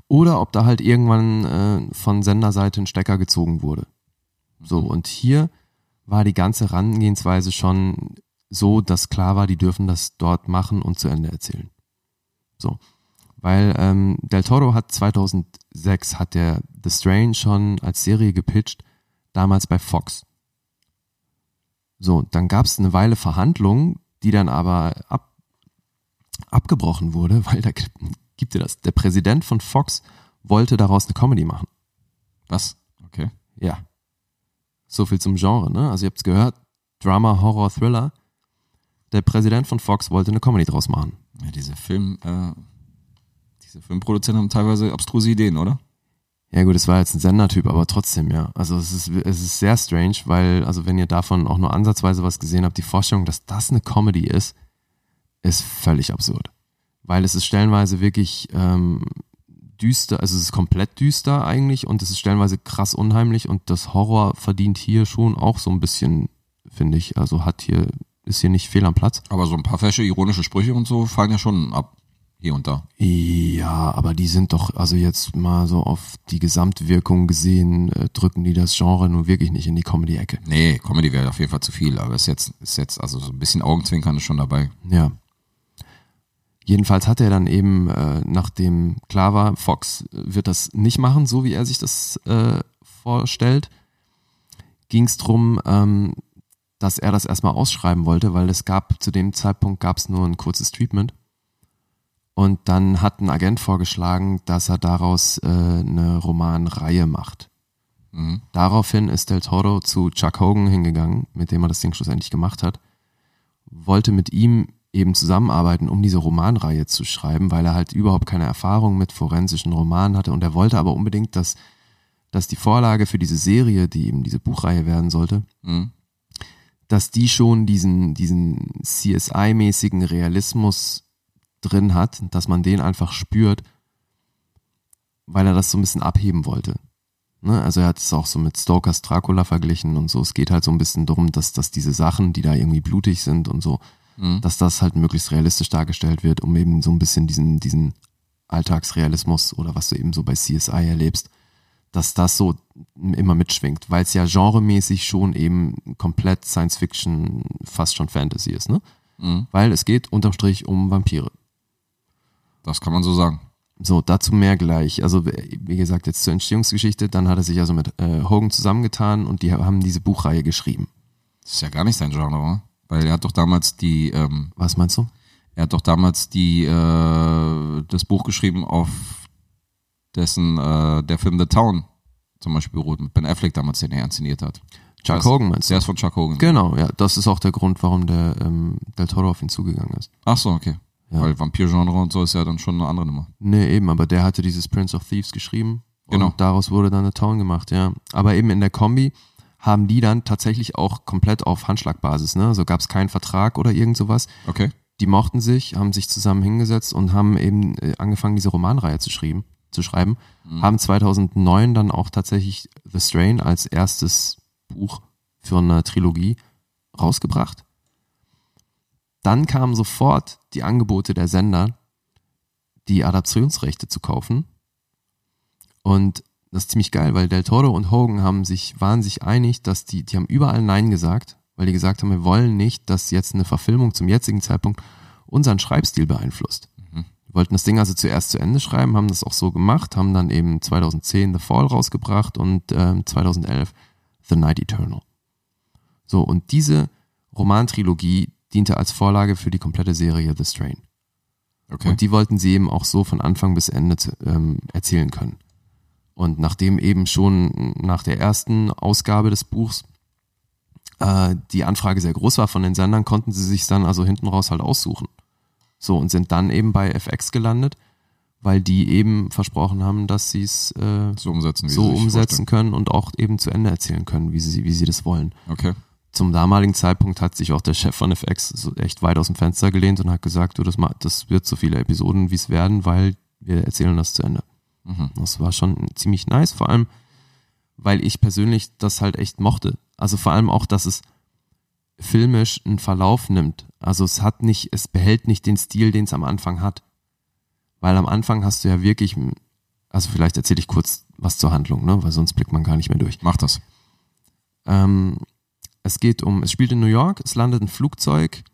[SPEAKER 3] oder ob da halt irgendwann äh, von Senderseite ein Stecker gezogen wurde. So, und hier war die ganze Herangehensweise schon so, dass klar war, die dürfen das dort machen und zu Ende erzählen. So. Weil ähm, Del Toro hat 2006 hat der The Strain schon als Serie gepitcht, damals bei Fox. So, dann gab es eine Weile Verhandlungen, die dann aber ab, abgebrochen wurde, weil da gibt- gibt dir das. Der Präsident von Fox wollte daraus eine Comedy machen.
[SPEAKER 2] Was? Okay.
[SPEAKER 3] Ja. So viel zum Genre, ne? Also ihr habt's gehört, Drama, Horror, Thriller. Der Präsident von Fox wollte eine Comedy draus machen.
[SPEAKER 2] Ja, diese Film, äh, diese Filmproduzenten haben teilweise abstruse Ideen, oder?
[SPEAKER 3] Ja gut, es war jetzt ein Sendertyp, aber trotzdem, ja. Also es ist, es ist sehr strange, weil, also wenn ihr davon auch nur ansatzweise was gesehen habt, die Vorstellung, dass das eine Comedy ist, ist völlig absurd. Weil es ist stellenweise wirklich ähm, düster, also es ist komplett düster eigentlich und es ist stellenweise krass unheimlich und das Horror verdient hier schon auch so ein bisschen, finde ich. Also hat hier, ist hier nicht fehl am Platz.
[SPEAKER 2] Aber so ein paar fesche, ironische Sprüche und so fallen ja schon ab. Hier und da.
[SPEAKER 3] Ja, aber die sind doch, also jetzt mal so auf die Gesamtwirkung gesehen, äh, drücken die das Genre nun wirklich nicht in die Comedy-Ecke.
[SPEAKER 2] Nee, Comedy wäre auf jeden Fall zu viel, aber ist jetzt, ist jetzt, also so ein bisschen Augenzwinkern ist schon dabei.
[SPEAKER 3] Ja. Jedenfalls hat er dann eben, äh, nachdem klar war, Fox wird das nicht machen, so wie er sich das äh, vorstellt, ging es darum, ähm, dass er das erstmal ausschreiben wollte, weil es gab, zu dem Zeitpunkt gab es nur ein kurzes Treatment. Und dann hat ein Agent vorgeschlagen, dass er daraus äh, eine Romanreihe macht.
[SPEAKER 2] Mhm.
[SPEAKER 3] Daraufhin ist Del Toro zu Chuck Hogan hingegangen, mit dem er das Ding schlussendlich gemacht hat, wollte mit ihm eben zusammenarbeiten, um diese Romanreihe zu schreiben, weil er halt überhaupt keine Erfahrung mit forensischen Romanen hatte und er wollte aber unbedingt, dass, dass die Vorlage für diese Serie, die eben diese Buchreihe werden sollte,
[SPEAKER 2] Mhm.
[SPEAKER 3] dass die schon diesen, diesen CSI-mäßigen Realismus drin hat, dass man den einfach spürt, weil er das so ein bisschen abheben wollte. Ne? Also er hat es auch so mit Stokers Dracula verglichen und so. Es geht halt so ein bisschen darum, dass, dass diese Sachen, die da irgendwie blutig sind und so, dass das halt möglichst realistisch dargestellt wird, um eben so ein bisschen diesen, diesen Alltagsrealismus oder was du eben so bei CSI erlebst, dass das so immer mitschwingt, weil es ja genremäßig schon eben komplett Science Fiction, fast schon Fantasy ist, ne? Weil es geht unterm Strich um Vampire.
[SPEAKER 2] Das kann man so sagen.
[SPEAKER 3] So, dazu mehr gleich. Also, wie gesagt, jetzt zur Entstehungsgeschichte, dann hat er sich also mit äh, Hogan zusammengetan und die haben diese Buchreihe geschrieben.
[SPEAKER 2] Das ist ja gar nicht sein Genre, oder? Weil er hat doch damals die, ähm,
[SPEAKER 3] Was meinst du?
[SPEAKER 2] er hat doch damals die, äh, das Buch geschrieben, auf dessen äh, der Film The Town zum Beispiel beruht, mit Ben Affleck damals, den er inszeniert hat.
[SPEAKER 3] Chuck
[SPEAKER 2] Das-
[SPEAKER 3] Hogan meinst du?
[SPEAKER 2] Der ist von Chuck Hogan.
[SPEAKER 3] Genau, ja. Das ist auch der Grund, warum der ähm, Del Toro auf ihn zugegangen ist.
[SPEAKER 2] Ach so, okay.
[SPEAKER 3] Ja.
[SPEAKER 2] Weil Vampir-Genre und so ist ja dann schon eine andere Nummer.
[SPEAKER 3] Nee, Ne, eben, aber der hatte dieses Prince of Thieves geschrieben.
[SPEAKER 2] Genau.
[SPEAKER 3] Und daraus wurde dann eine Town gemacht, ja. Aber eben in der Kombi haben die dann tatsächlich auch komplett auf Handschlagbasis, ne? Also gab es keinen Vertrag oder irgend sowas.
[SPEAKER 2] Okay.
[SPEAKER 3] Die mochten sich, haben sich zusammen hingesetzt und haben eben äh, angefangen, diese Romanreihe zu schreiben, zu schreiben. Haben 2009 dann auch tatsächlich The Strain als erstes Buch für eine Trilogie rausgebracht. Dann kamen sofort die Angebote der Sender, die Adaptionsrechte zu kaufen. Und das ist ziemlich geil, weil Del Toro und Hogan haben sich, waren sich einig, dass die, die haben überall Nein gesagt, weil die gesagt haben, wir wollen nicht, dass jetzt eine Verfilmung zum jetzigen Zeitpunkt unseren Schreibstil beeinflusst. Wir wollten das Ding also zuerst zu Ende schreiben, haben das auch so gemacht, haben dann eben 2010 The Fall rausgebracht und ähm, 2011 The Night Eternal. So, und diese Romantrilogie diente als Vorlage für die komplette Serie The Strain.
[SPEAKER 2] Okay.
[SPEAKER 3] Und die wollten sie eben auch so von Anfang bis Ende zu- ähm, erzählen können. Und nachdem eben schon nach der ersten Ausgabe des Buchs äh, die Anfrage sehr groß war von den Sendern, konnten sie sich dann also hinten raus halt aussuchen. So, und sind dann eben bei FX gelandet, weil die eben versprochen haben, dass sie es äh,
[SPEAKER 2] so umsetzen, wie
[SPEAKER 3] so
[SPEAKER 2] sie sich
[SPEAKER 3] umsetzen können und auch eben zu Ende erzählen können, wie sie, wie sie das wollen
[SPEAKER 2] vorstellen. Okay.
[SPEAKER 3] zum damaligen Zeitpunkt hat sich auch der Chef von FX so echt weit aus dem Fenster gelehnt und hat gesagt, du, das, ma- das wird so viele Episoden, wie es werden, weil wir erzählen das zu Ende. Das war schon ziemlich nice, vor allem, weil ich persönlich das halt echt mochte. Also vor allem auch, dass es filmisch einen Verlauf nimmt. Also es hat nicht, es behält nicht den Stil, den es am Anfang hat. Weil am Anfang hast du ja wirklich, also vielleicht erzähle ich kurz was zur Handlung, ne? weil sonst blickt man gar nicht mehr durch.
[SPEAKER 2] Mach das.
[SPEAKER 3] Ähm, es geht um, es spielt in New York, es landet ein Flugzeug,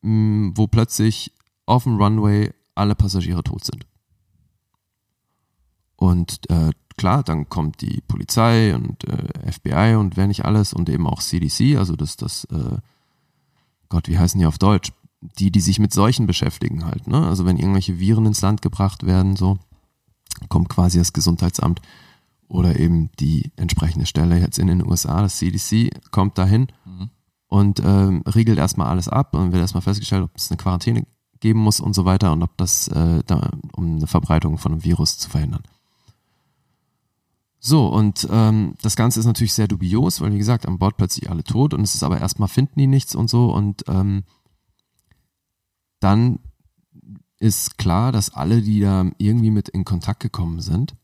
[SPEAKER 3] mh, wo plötzlich auf dem Runway alle Passagiere tot sind. Und äh, klar, dann kommt die Polizei und äh, FBI und wer nicht alles und eben auch CDC, also das, das, äh, Gott, wie heißen die auf Deutsch? Die, die sich mit Seuchen beschäftigen halt, ne? Also wenn irgendwelche Viren ins Land gebracht werden, so, kommt quasi das Gesundheitsamt oder eben die entsprechende Stelle jetzt in den USA, das CDC, kommt dahin und ähm, riegelt erstmal alles ab und wird erstmal festgestellt, ob es eine Quarantäne geben muss und so weiter und ob das, äh, da, um eine Verbreitung von einem Virus zu verhindern. So, und ähm, das Ganze ist natürlich sehr dubios, weil wie gesagt, an Bord plötzlich alle tot und es ist aber erstmal finden die nichts und so und ähm, dann ist klar, dass alle, die da irgendwie mit in Kontakt gekommen sind,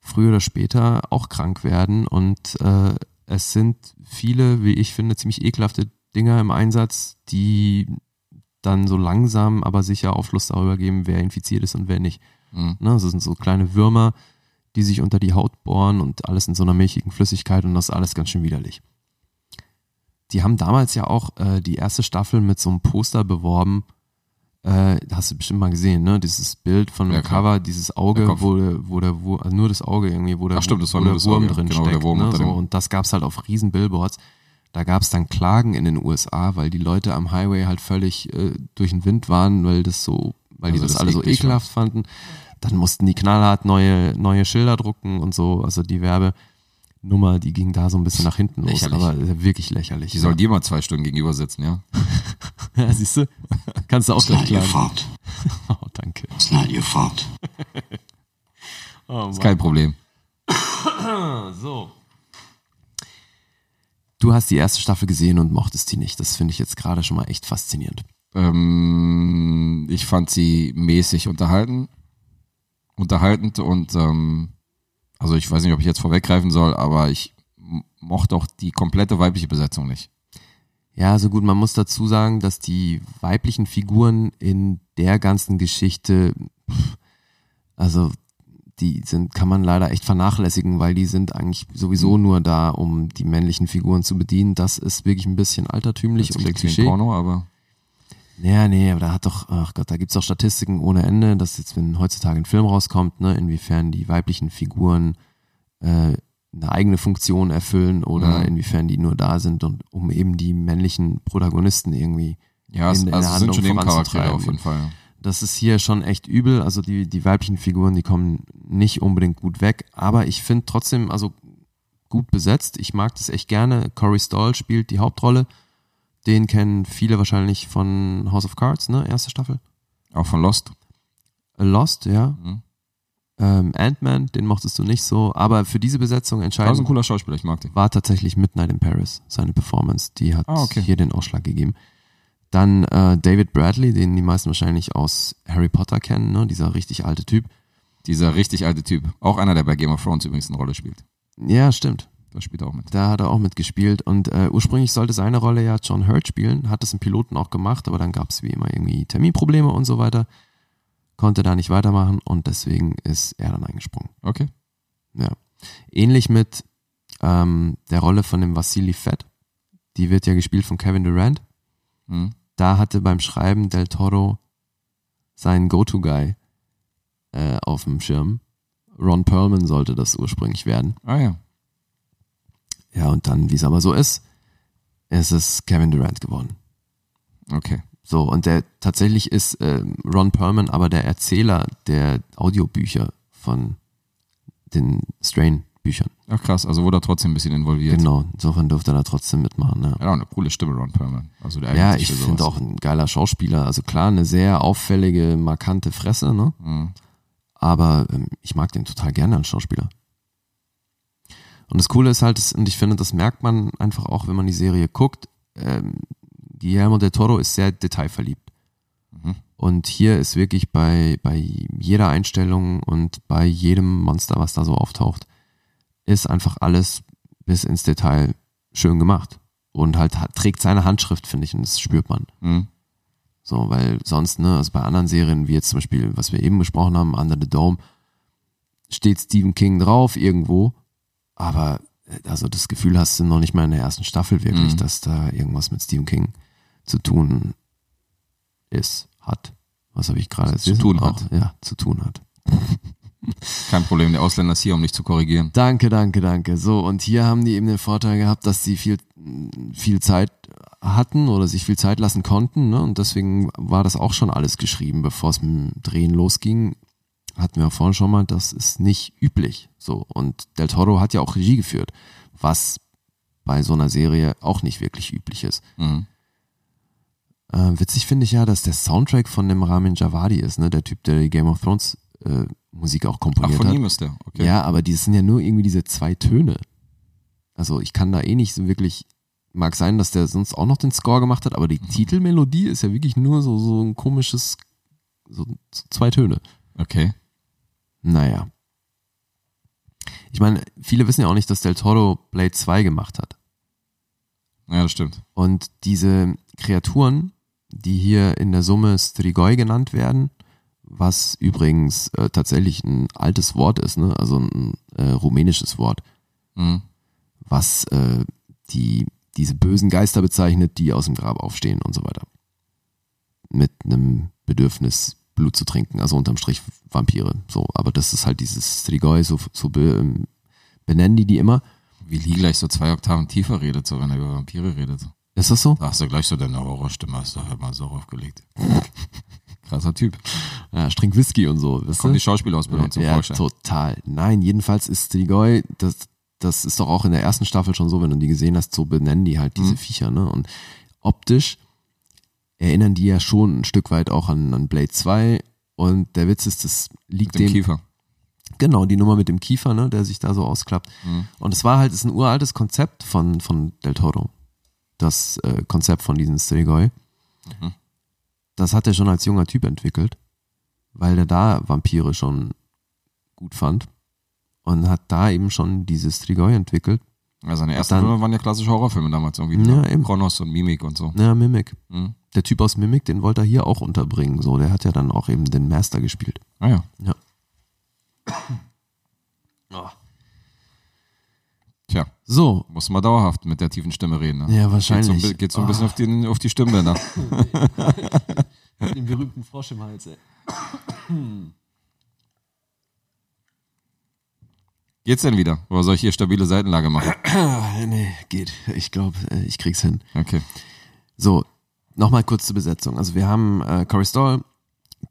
[SPEAKER 3] früher oder später auch krank werden. Und äh, es sind viele, wie ich finde, ziemlich ekelhafte Dinger im Einsatz, die dann so langsam, aber sicher Aufschluss darüber geben, wer infiziert ist und wer nicht.
[SPEAKER 2] Mhm.
[SPEAKER 3] Ne, das sind so kleine Würmer, die sich unter die Haut bohren und alles in so einer milchigen Flüssigkeit und das ist alles ganz schön widerlich. Die haben damals ja auch äh, die erste Staffel mit so einem Poster beworben. Äh, hast du bestimmt mal gesehen, ne? Dieses Bild von dem
[SPEAKER 2] Ja, klar.
[SPEAKER 3] Cover, dieses Auge,
[SPEAKER 2] Der Kopf.
[SPEAKER 3] wo, der- wo der Wurm, also nur das Auge irgendwie, wo der,
[SPEAKER 2] Ach stimmt, das war
[SPEAKER 3] wo
[SPEAKER 2] nur
[SPEAKER 3] der
[SPEAKER 2] das
[SPEAKER 3] Wurm
[SPEAKER 2] Auge,
[SPEAKER 3] drin
[SPEAKER 2] genau,
[SPEAKER 3] steckt.
[SPEAKER 2] der Wurm
[SPEAKER 3] ne?
[SPEAKER 2] unter
[SPEAKER 3] so,
[SPEAKER 2] dem-
[SPEAKER 3] und das gab es halt auf riesen Billboards. Da gab es dann Klagen in den USA, weil die Leute am Highway halt völlig äh, durch den Wind waren, weil das so, weil die
[SPEAKER 2] Also
[SPEAKER 3] das,
[SPEAKER 2] das
[SPEAKER 3] alle so
[SPEAKER 2] eklig war.
[SPEAKER 3] ekelhaft fanden. Dann mussten die knallhart neue, neue Schilder drucken und so. Also die Werbenummer, die ging da so ein bisschen nach hinten los,
[SPEAKER 2] Lächerlich.
[SPEAKER 3] aber äh, wirklich lächerlich.
[SPEAKER 2] Die soll dir mal zwei Stunden gegenüber sitzen, ja?
[SPEAKER 3] Oh ja, siehst du, kannst du auch
[SPEAKER 4] It's not
[SPEAKER 3] gleich
[SPEAKER 4] your
[SPEAKER 3] klagen.
[SPEAKER 4] fault.
[SPEAKER 3] Oh, danke.
[SPEAKER 4] It's not your fault.
[SPEAKER 2] Ist kein Problem.
[SPEAKER 3] So. Du hast die erste Staffel gesehen und mochtest die nicht. Das finde ich jetzt gerade schon mal echt faszinierend.
[SPEAKER 2] Ähm, ich fand sie mäßig unterhalten, unterhaltend und ähm, also ich weiß nicht, ob ich jetzt vorweggreifen soll, aber ich m- mochte auch die komplette weibliche Besetzung nicht.
[SPEAKER 3] Ja, also gut, man muss dazu sagen, dass die weiblichen Figuren in der ganzen Geschichte, pff, also die sind, kann man leider echt vernachlässigen, weil die sind eigentlich sowieso nur da, um die männlichen Figuren zu bedienen. Das ist wirklich ein bisschen altertümlich
[SPEAKER 2] Jetzt
[SPEAKER 3] und
[SPEAKER 2] klingt wie ein
[SPEAKER 3] um Klischee.
[SPEAKER 2] Porno, aber
[SPEAKER 3] Ja, nee, aber da hat doch, ach Gott, da gibt's doch Statistiken ohne Ende, dass jetzt, wenn heutzutage ein Film rauskommt, ne, inwiefern die weiblichen Figuren äh, eine eigene Funktion erfüllen oder
[SPEAKER 2] Mhm.
[SPEAKER 3] inwiefern die nur da sind und um eben die männlichen Protagonisten irgendwie.
[SPEAKER 2] ja, es,
[SPEAKER 3] in der
[SPEAKER 2] also es sind
[SPEAKER 3] Handlung
[SPEAKER 2] schon Nebencharaktere
[SPEAKER 3] voranzutreiben.
[SPEAKER 2] auf jeden Fall.
[SPEAKER 3] Das ist hier schon echt übel. Also die, die weiblichen Figuren, die kommen nicht unbedingt gut weg, aber ich finde trotzdem, also gut besetzt. Ich mag das echt gerne. Corey Stoll spielt die Hauptrolle. Den kennen viele wahrscheinlich von House of Cards, ne? Erste Staffel.
[SPEAKER 2] Auch von Lost.
[SPEAKER 3] Lost, ja.
[SPEAKER 2] Mhm.
[SPEAKER 3] ähm, Ant-Man, den mochtest du nicht so, aber für diese Besetzung
[SPEAKER 2] Er ist ein
[SPEAKER 3] entscheidend
[SPEAKER 2] cooler Schauspieler, ich mag den.
[SPEAKER 3] war tatsächlich Midnight in Paris, seine Performance, die hat
[SPEAKER 2] Ah, okay.
[SPEAKER 3] hier den Ausschlag gegeben. Dann äh, David Bradley, den die meisten wahrscheinlich aus Harry Potter kennen, ne? dieser richtig alte Typ.
[SPEAKER 2] Dieser richtig alte Typ. Auch einer, der bei Game of Thrones übrigens eine Rolle spielt.
[SPEAKER 3] Ja, stimmt.
[SPEAKER 2] Da spielt er auch mit.
[SPEAKER 3] Da hat er auch mitgespielt und äh, ursprünglich sollte seine Rolle ja John Hurt spielen, hat es im Piloten auch gemacht, aber dann gab es wie immer irgendwie Terminprobleme und so weiter, konnte da nicht weitermachen und deswegen ist er dann eingesprungen.
[SPEAKER 2] Okay.
[SPEAKER 3] Ja. Ähnlich mit ähm, der Rolle von dem Vassili Fett, die wird ja gespielt von Kevin Durant.
[SPEAKER 2] Mhm.
[SPEAKER 3] Da hatte beim Schreiben Del Toro seinen Go-To-Guy äh, auf dem Schirm. Ron Perlman sollte das ursprünglich werden.
[SPEAKER 2] Ah ja.
[SPEAKER 3] Ja, und dann, wie es aber so ist, ist es Kevin Durant geworden.
[SPEAKER 2] Okay.
[SPEAKER 3] So, und der tatsächlich ist ähm, Ron Perlman aber der Erzähler der Audiobücher von den Strain-Büchern.
[SPEAKER 2] Ach krass, also wurde er trotzdem ein bisschen involviert.
[SPEAKER 3] Genau, insofern durfte er da trotzdem mitmachen. Ja,
[SPEAKER 2] Er hat auch eine coole Stimme, Ron Perlman. Also der
[SPEAKER 3] ja
[SPEAKER 2] eignet
[SPEAKER 3] ich
[SPEAKER 2] sich für
[SPEAKER 3] finde
[SPEAKER 2] sowas.
[SPEAKER 3] auch ein geiler Schauspieler. Also klar, eine sehr auffällige, markante Fresse, ne?
[SPEAKER 2] Mhm.
[SPEAKER 3] aber ähm, ich mag den total gerne als Schauspieler. Und das Coole ist halt, dass, und ich finde, das merkt man einfach auch, wenn man die Serie guckt, ähm, Guillermo del Toro ist sehr detailverliebt.
[SPEAKER 2] Mhm.
[SPEAKER 3] Und hier ist wirklich bei, bei jeder Einstellung und bei jedem Monster, was da so auftaucht, ist einfach alles bis ins Detail schön gemacht. Und halt hat, trägt seine Handschrift, finde ich, und das spürt man.
[SPEAKER 2] Mhm.
[SPEAKER 3] So, weil sonst, ne, also bei anderen Serien, wie jetzt zum Beispiel, was wir eben besprochen haben, Under the Dome, steht Stephen King drauf irgendwo, aber äh, also das Gefühl hast du noch nicht mal in der ersten Staffel wirklich,
[SPEAKER 2] Mhm.
[SPEAKER 3] dass da irgendwas mit Stephen King zu tun ist, hat. Was habe ich gerade
[SPEAKER 2] Zu
[SPEAKER 3] erzählt?
[SPEAKER 2] tun
[SPEAKER 3] Auch,
[SPEAKER 2] hat.
[SPEAKER 3] Ja, zu tun hat.
[SPEAKER 2] Kein Problem, der Ausländer ist hier, um dich zu korrigieren.
[SPEAKER 3] Danke, danke, danke. So, und hier haben die eben den Vorteil gehabt, dass sie viel, viel Zeit hatten oder sich viel Zeit lassen konnten. Ne? Und deswegen war das auch schon alles geschrieben, bevor es mit dem Drehen losging. Hatten wir ja vorhin schon mal, das ist nicht üblich. So, und Del Toro hat ja auch Regie geführt, was bei so einer Serie auch nicht wirklich üblich ist.
[SPEAKER 2] Mhm.
[SPEAKER 3] Äh, witzig finde ich ja, dass der Soundtrack von dem Ramin Javadi ist, ne? der Typ, der die Game of Thrones äh, Musik auch
[SPEAKER 2] Ach,
[SPEAKER 3] komponiert
[SPEAKER 2] von
[SPEAKER 3] hat.
[SPEAKER 2] ihm ist der. Okay.
[SPEAKER 3] Ja, aber die sind ja nur irgendwie diese zwei Töne. Also ich kann da eh nicht so wirklich. Mag sein, dass der sonst auch noch den Score gemacht hat, aber die Titelmelodie ist ja wirklich nur so, so ein komisches, so so zwei Töne.
[SPEAKER 2] Okay.
[SPEAKER 3] Naja. Ich meine, viele wissen ja auch nicht, dass Del Toro Blade 2 gemacht hat.
[SPEAKER 2] Ja, das stimmt.
[SPEAKER 3] Und diese Kreaturen, die hier in der Summe Strigoi genannt werden, was übrigens äh, tatsächlich ein altes Wort ist, ne? also ein äh, rumänisches Wort.
[SPEAKER 2] Mhm.
[SPEAKER 3] was äh, die, diese bösen Geister bezeichnet, die aus dem Grab aufstehen und so weiter. Mit einem Bedürfnis, Blut zu trinken, also unterm Strich Vampire. So, aber das ist halt dieses Strigoi, so, so be, ähm, benennen die die immer.
[SPEAKER 2] Wie Lee gleich so zwei Oktaven tiefer redet, so wenn er über Vampire redet.
[SPEAKER 3] Ist das so?
[SPEAKER 2] Da hast du gleich so deine Horrorstimme, hast du halt mal so aufgelegt. Krasser Typ.
[SPEAKER 3] Ja, strink Whisky und so. Wisst
[SPEAKER 2] Kommt
[SPEAKER 3] ihr?
[SPEAKER 2] die Schauspielausbildung zum
[SPEAKER 3] ja,
[SPEAKER 2] Vorschein.
[SPEAKER 3] total. Nein, jedenfalls ist Strigoi, das, das ist doch auch in der ersten Staffel schon so, wenn du die gesehen hast, so benennen die halt
[SPEAKER 2] Mhm.
[SPEAKER 3] diese Viecher, ne? Und optisch erinnern die ja schon ein Stück weit auch an, an Blade 2 und der Witz ist, das liegt
[SPEAKER 2] Mit dem
[SPEAKER 3] dem,
[SPEAKER 2] Kiefer.
[SPEAKER 3] genau, die Nummer mit dem Kiefer, ne, der sich da so ausklappt. Und es war halt, es ist ein uraltes Konzept von, von Del Toro. Das äh, Konzept von diesen Strigoi. Mhm. Das hat er schon als junger Typ entwickelt, weil er da Vampire schon gut fand und hat da eben schon dieses Strigoi entwickelt.
[SPEAKER 2] Ja, seine ersten
[SPEAKER 3] dann-
[SPEAKER 2] Filme waren ja klassische Horrorfilme damals irgendwie.
[SPEAKER 3] Ja,
[SPEAKER 2] ne?
[SPEAKER 3] eben.
[SPEAKER 2] Kronos und Mimik und so.
[SPEAKER 3] Ja, Mimic.
[SPEAKER 2] Mhm.
[SPEAKER 3] Der Typ aus Mimic, den wollte er hier auch unterbringen. So, der hat ja dann auch eben den Master gespielt.
[SPEAKER 2] Ah ja.
[SPEAKER 3] Ja.
[SPEAKER 2] Tja,
[SPEAKER 3] So,
[SPEAKER 2] muss man dauerhaft mit der tiefen Stimme reden. Ne?
[SPEAKER 3] Ja,
[SPEAKER 2] Geht
[SPEAKER 3] wahrscheinlich. Oh.
[SPEAKER 2] so, ein bi- geht so ein bisschen auf, den, auf die ne? Stimmbänder.
[SPEAKER 3] den berühmten Frosch im Hals, ey.
[SPEAKER 2] Geht's denn wieder? Oder soll ich hier stabile Seitenlage machen?
[SPEAKER 3] Ah, Nee, geht. Ich glaube, ich krieg's hin.
[SPEAKER 2] Okay.
[SPEAKER 3] So, nochmal kurz zur Besetzung. Also wir haben äh, Corey Stoll,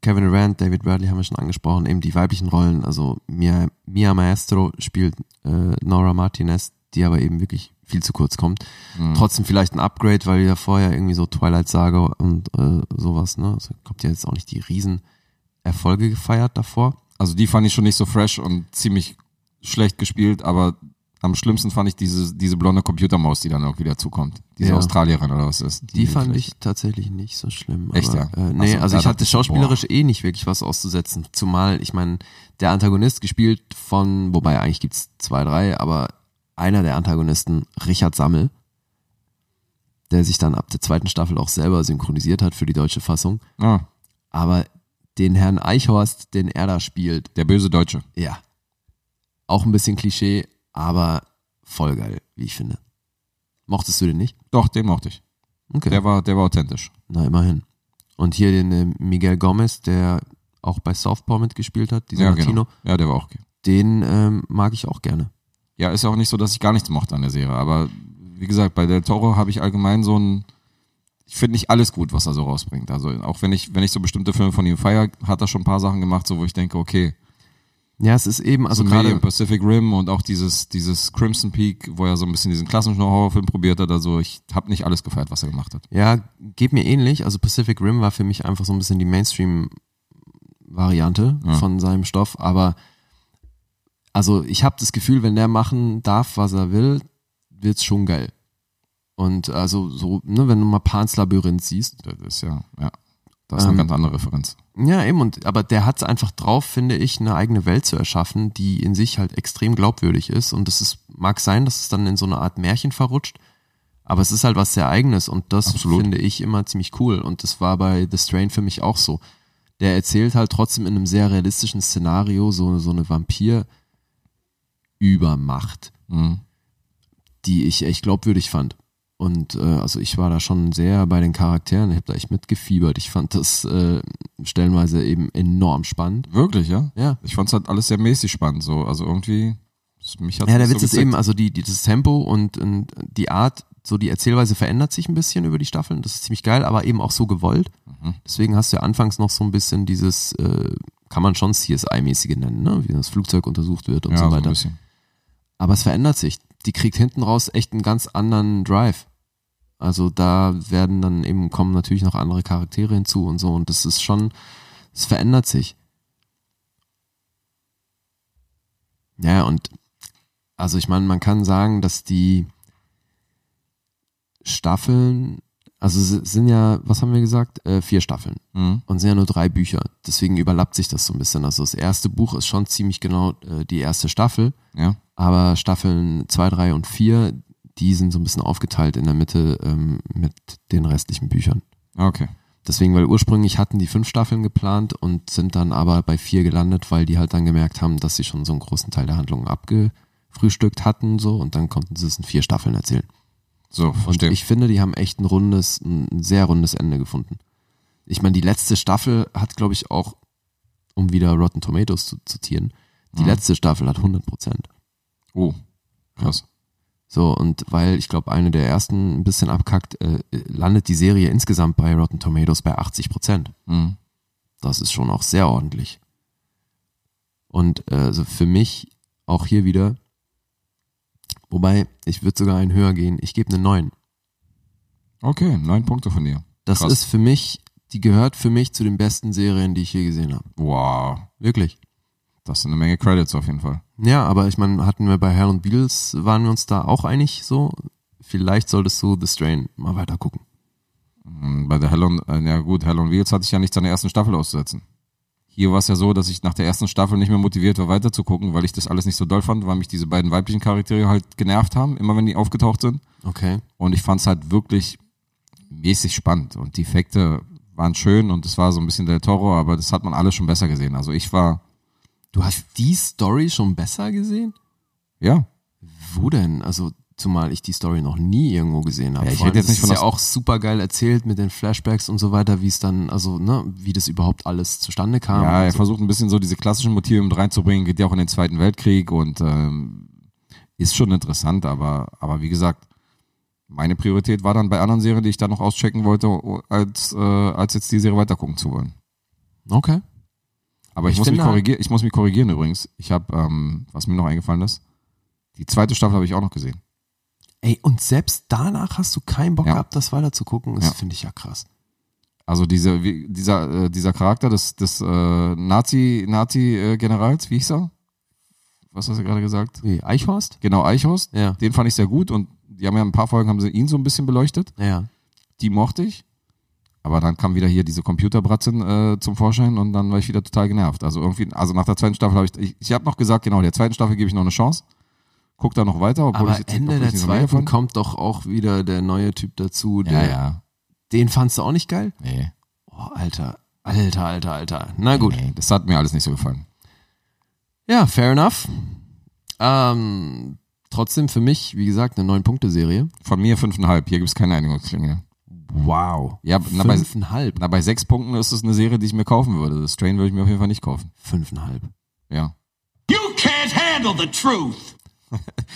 [SPEAKER 3] Kevin Durant, David Bradley haben wir schon angesprochen, eben die weiblichen Rollen. Also Mia, Mia Maestro spielt äh, Nora Martinez, die aber eben wirklich viel zu kurz kommt. Trotzdem vielleicht ein Upgrade, weil ja vorher irgendwie so Twilight Saga und äh, sowas, ne? Also kommt ja jetzt auch nicht die Riesenerfolge gefeiert davor.
[SPEAKER 2] Also die fand ich schon nicht so fresh und ziemlich schlecht gespielt, aber am schlimmsten fand ich diese, diese blonde Computermaus, die dann irgendwie dazukommt. Diese
[SPEAKER 3] Ja.
[SPEAKER 2] Australierin oder was ist.
[SPEAKER 3] Die fand ich tatsächlich nicht so schlimm.
[SPEAKER 2] Echt,
[SPEAKER 3] aber,
[SPEAKER 2] ja?
[SPEAKER 3] Äh, nee,
[SPEAKER 2] Ach so,
[SPEAKER 3] also
[SPEAKER 2] ja,
[SPEAKER 3] ich hatte
[SPEAKER 2] das-
[SPEAKER 3] schauspielerisch eh nicht wirklich was auszusetzen. Zumal, ich meine, der Antagonist gespielt von, wobei eigentlich gibt's zwei, drei, aber einer der Antagonisten, Richard Sammel, der sich dann ab der zweiten Staffel auch selber synchronisiert hat für die deutsche Fassung.
[SPEAKER 2] Ah,
[SPEAKER 3] Aber den Herrn Eichhorst, den er da spielt,
[SPEAKER 2] der böse Deutsche.
[SPEAKER 3] ja. Auch ein bisschen Klischee, aber voll geil, wie ich finde. Mochtest du den nicht?
[SPEAKER 2] Doch, den mochte ich.
[SPEAKER 3] Okay.
[SPEAKER 2] Der war, der war authentisch.
[SPEAKER 3] Na, immerhin. Und hier den äh, Miguel Gomez, der auch bei Southpaw mitgespielt hat, dieser
[SPEAKER 2] ja,
[SPEAKER 3] Latino,
[SPEAKER 2] genau. Ja, der war auch okay.
[SPEAKER 3] den ähm, mag ich auch gerne.
[SPEAKER 2] Ja, ist ja auch nicht so, dass ich gar nichts mochte an der Serie, aber wie gesagt, bei Del Toro habe ich allgemein so ein ich finde nicht alles gut, was er so rausbringt. Also auch wenn ich wenn ich so bestimmte Filme von ihm feier, hat er schon ein paar Sachen gemacht, so wo ich denke, okay,
[SPEAKER 3] Ja, es ist eben, also
[SPEAKER 2] also
[SPEAKER 3] gerade,
[SPEAKER 2] gerade Pacific Rim und auch dieses dieses Crimson Peak, wo er so ein bisschen diesen klassischen Horrorfilm probiert hat, also ich habe nicht alles gefeiert, was er gemacht hat.
[SPEAKER 3] ja, geht mir ähnlich. Also Pacific Rim war für mich einfach so ein bisschen die Mainstream-Variante
[SPEAKER 2] Ja.
[SPEAKER 3] von seinem Stoff, aber also ich habe das Gefühl, wenn der machen darf, was er will, wird's schon geil. Und also so, ne, wenn du mal Pans Labyrinth siehst,
[SPEAKER 2] Das ist ja ja, das ist eine
[SPEAKER 3] Ähm,
[SPEAKER 2] ganz andere Referenz.
[SPEAKER 3] Ja, eben, und, aber der hat es einfach drauf, finde ich, eine eigene Welt zu erschaffen, die in sich halt extrem glaubwürdig ist. Und es ist, mag sein, dass es dann in so eine Art Märchen verrutscht, aber es ist halt was sehr eigenes und das
[SPEAKER 2] Absolut.
[SPEAKER 3] finde ich immer ziemlich cool. Und das war bei The Strain für mich auch so. Der erzählt halt trotzdem in einem sehr realistischen Szenario so, so eine Vampir-Übermacht,
[SPEAKER 2] Mhm.
[SPEAKER 3] die ich echt glaubwürdig fand. Und äh, also ich war da schon sehr bei den Charakteren, ich habe da echt mitgefiebert. Ich fand das äh, stellenweise eben enorm spannend.
[SPEAKER 2] Wirklich, ja?
[SPEAKER 3] Ja.
[SPEAKER 2] Ich fand's halt alles sehr mäßig spannend so, also irgendwie mich hat's
[SPEAKER 3] Ja, der
[SPEAKER 2] nicht
[SPEAKER 3] Witz
[SPEAKER 2] so
[SPEAKER 3] ist
[SPEAKER 2] gezeigt.
[SPEAKER 3] eben, also die, die, das Tempo und, und die Art, so die Erzählweise verändert sich ein bisschen über die Staffeln. Das ist ziemlich geil, aber eben auch so gewollt.
[SPEAKER 2] Mhm.
[SPEAKER 3] Deswegen hast du ja anfangs noch so ein bisschen dieses, äh, kann man schon CSI-mäßige nennen, ne? wie das Flugzeug untersucht wird und
[SPEAKER 2] ja,
[SPEAKER 3] so
[SPEAKER 2] so ein
[SPEAKER 3] weiter.
[SPEAKER 2] bisschen.
[SPEAKER 3] aber es verändert sich. Die kriegt hinten raus echt einen ganz anderen Drive. Also da werden dann eben, kommen natürlich noch andere Charaktere hinzu und so. Und das ist schon, es verändert sich. Ja, und also ich meine, man kann sagen, dass die Staffeln, also es sind ja, was haben wir gesagt? Äh, vier Staffeln.
[SPEAKER 2] Mhm.
[SPEAKER 3] Und es sind ja nur drei Bücher. Deswegen überlappt sich das so ein bisschen. Also das erste Buch ist schon ziemlich genau äh, die erste Staffel.
[SPEAKER 2] Ja.
[SPEAKER 3] Aber Staffeln 2, 3 und 4, die sind so ein bisschen aufgeteilt in der Mitte ähm, mit den restlichen Büchern.
[SPEAKER 2] Ah, Okay.
[SPEAKER 3] Deswegen, weil ursprünglich hatten die fünf Staffeln geplant und sind dann aber bei vier gelandet, weil die halt dann gemerkt haben, dass sie schon so einen großen Teil der Handlungen abgefrühstückt hatten so und dann konnten sie es in vier Staffeln erzählen.
[SPEAKER 2] So,
[SPEAKER 3] Und
[SPEAKER 2] verstehe.
[SPEAKER 3] ich finde, die haben echt ein rundes, ein ein sehr rundes Ende gefunden. Ich meine, die letzte Staffel hat, glaube ich, auch, um wieder Rotten Tomatoes zu zitieren, die letzte Staffel hat 100 Prozent.
[SPEAKER 2] oh, krass.
[SPEAKER 3] So, und weil ich glaube, eine der ersten ein bisschen abkackt, äh, landet die Serie insgesamt bei Rotten Tomatoes bei 80 Prozent.
[SPEAKER 2] Mhm.
[SPEAKER 3] Das ist schon auch sehr ordentlich. Und äh, also für mich auch hier wieder, wobei ich würde sogar einen höher gehen, ich 'ne gebe eine 9.
[SPEAKER 2] Okay, neun Punkte von dir.
[SPEAKER 3] Das
[SPEAKER 2] Krass.
[SPEAKER 3] ist für mich, die gehört für mich zu den besten Serien, die ich je gesehen habe.
[SPEAKER 2] Wow,
[SPEAKER 3] Wirklich.
[SPEAKER 2] das sind eine Menge Credits auf jeden Fall.
[SPEAKER 3] Ja, aber ich meine, hatten wir bei Herr und Beatles, waren wir uns da auch einig so? Vielleicht solltest du The Strain mal weiter gucken.
[SPEAKER 2] Mhm, Bei der Hell on, äh, ja gut, Hell on Wheels hatte ich ja nichts an der ersten Staffel auszusetzen. Hier war es ja so, dass ich nach der ersten Staffel nicht mehr motiviert war, weiterzugucken, weil ich das alles nicht so doll fand, weil mich diese beiden weiblichen Charaktere halt genervt haben, immer wenn die aufgetaucht sind.
[SPEAKER 3] Okay.
[SPEAKER 2] Und ich fand es halt wirklich mäßig spannend. Und die Effekte waren schön und es war so ein bisschen Del Toro, aber das hat man alles schon besser gesehen. Also ich war,
[SPEAKER 3] Du hast die Story schon besser gesehen?
[SPEAKER 2] ja,
[SPEAKER 3] Wo denn? Also, zumal ich die Story noch nie irgendwo gesehen habe.
[SPEAKER 2] Ja, ich
[SPEAKER 3] Vor allem,
[SPEAKER 2] rede jetzt nicht
[SPEAKER 3] das
[SPEAKER 2] von
[SPEAKER 3] ist ja
[SPEAKER 2] der-
[SPEAKER 3] auch super geil erzählt mit den Flashbacks und so weiter, wie es dann, also, ne, wie das überhaupt alles zustande kam.
[SPEAKER 2] Ja, er
[SPEAKER 3] also,
[SPEAKER 2] versucht ein bisschen so diese klassischen Motive mit reinzubringen, geht ja auch in den Zweiten Weltkrieg und ähm, ist schon interessant, aber, aber wie gesagt, meine Priorität war dann bei anderen Serien, die ich dann noch auschecken wollte, als, äh, als jetzt die Serie weitergucken zu wollen.
[SPEAKER 3] okay.
[SPEAKER 2] Aber ich,
[SPEAKER 3] Ich
[SPEAKER 2] muss, mich
[SPEAKER 3] finde-
[SPEAKER 2] korrigieren, ich muss mich korrigieren übrigens. Ich habe, ähm, was mir noch eingefallen ist, die zweite Staffel habe ich auch noch gesehen.
[SPEAKER 3] Ey, und selbst danach hast du keinen Bock
[SPEAKER 2] Ja.
[SPEAKER 3] gehabt, das weiter zu gucken. Das
[SPEAKER 2] Ja.
[SPEAKER 3] finde ich ja krass.
[SPEAKER 2] Also diese, wie, dieser, äh, dieser Charakter des, des äh, Nazi, Nazi-Generals, wie hieß er? Was hast du gerade gesagt?
[SPEAKER 3] Wie, Eichhorst?
[SPEAKER 2] Genau, Eichhorst.
[SPEAKER 3] Ja.
[SPEAKER 2] Den fand ich sehr gut und die haben ja in ein paar Folgen haben sie ihn so ein bisschen beleuchtet.
[SPEAKER 3] Ja.
[SPEAKER 2] Die mochte ich. Aber dann kam wieder hier diese Computerbratzen äh, zum Vorschein und dann war ich wieder total genervt. Also irgendwie, also nach der zweiten Staffel habe ich, ich, ich habe noch gesagt, genau, der zweiten Staffel gebe ich noch eine Chance. Guck da noch weiter, obwohl ich
[SPEAKER 3] Aber
[SPEAKER 2] jetzt
[SPEAKER 3] Ende
[SPEAKER 2] obwohl ich
[SPEAKER 3] der
[SPEAKER 2] nicht so mehr
[SPEAKER 3] zweiten
[SPEAKER 2] davon-
[SPEAKER 3] kommt doch auch wieder der neue Typ dazu.
[SPEAKER 2] Ja,
[SPEAKER 3] Der,
[SPEAKER 2] ja.
[SPEAKER 3] Den fandst du auch nicht geil?
[SPEAKER 2] Nee.
[SPEAKER 3] Oh, Alter. Alter, Alter, Alter. Na gut.
[SPEAKER 2] Nee, das hat mir alles nicht so gefallen.
[SPEAKER 3] Ja, fair enough. Ähm, trotzdem für mich, wie gesagt, eine neun punkte serie
[SPEAKER 2] Von mir fünfeinhalb. Hier gibt es keine Einigungsklingel.
[SPEAKER 3] Wow.
[SPEAKER 2] Ja, na, bei,
[SPEAKER 3] Fünfeinhalb.
[SPEAKER 2] na, bei sechs Punkten ist es eine Serie, die ich mir kaufen würde. Das Train würde ich mir auf jeden Fall nicht kaufen.
[SPEAKER 3] Fünfeinhalb.
[SPEAKER 2] Ja.
[SPEAKER 4] You can't handle the truth.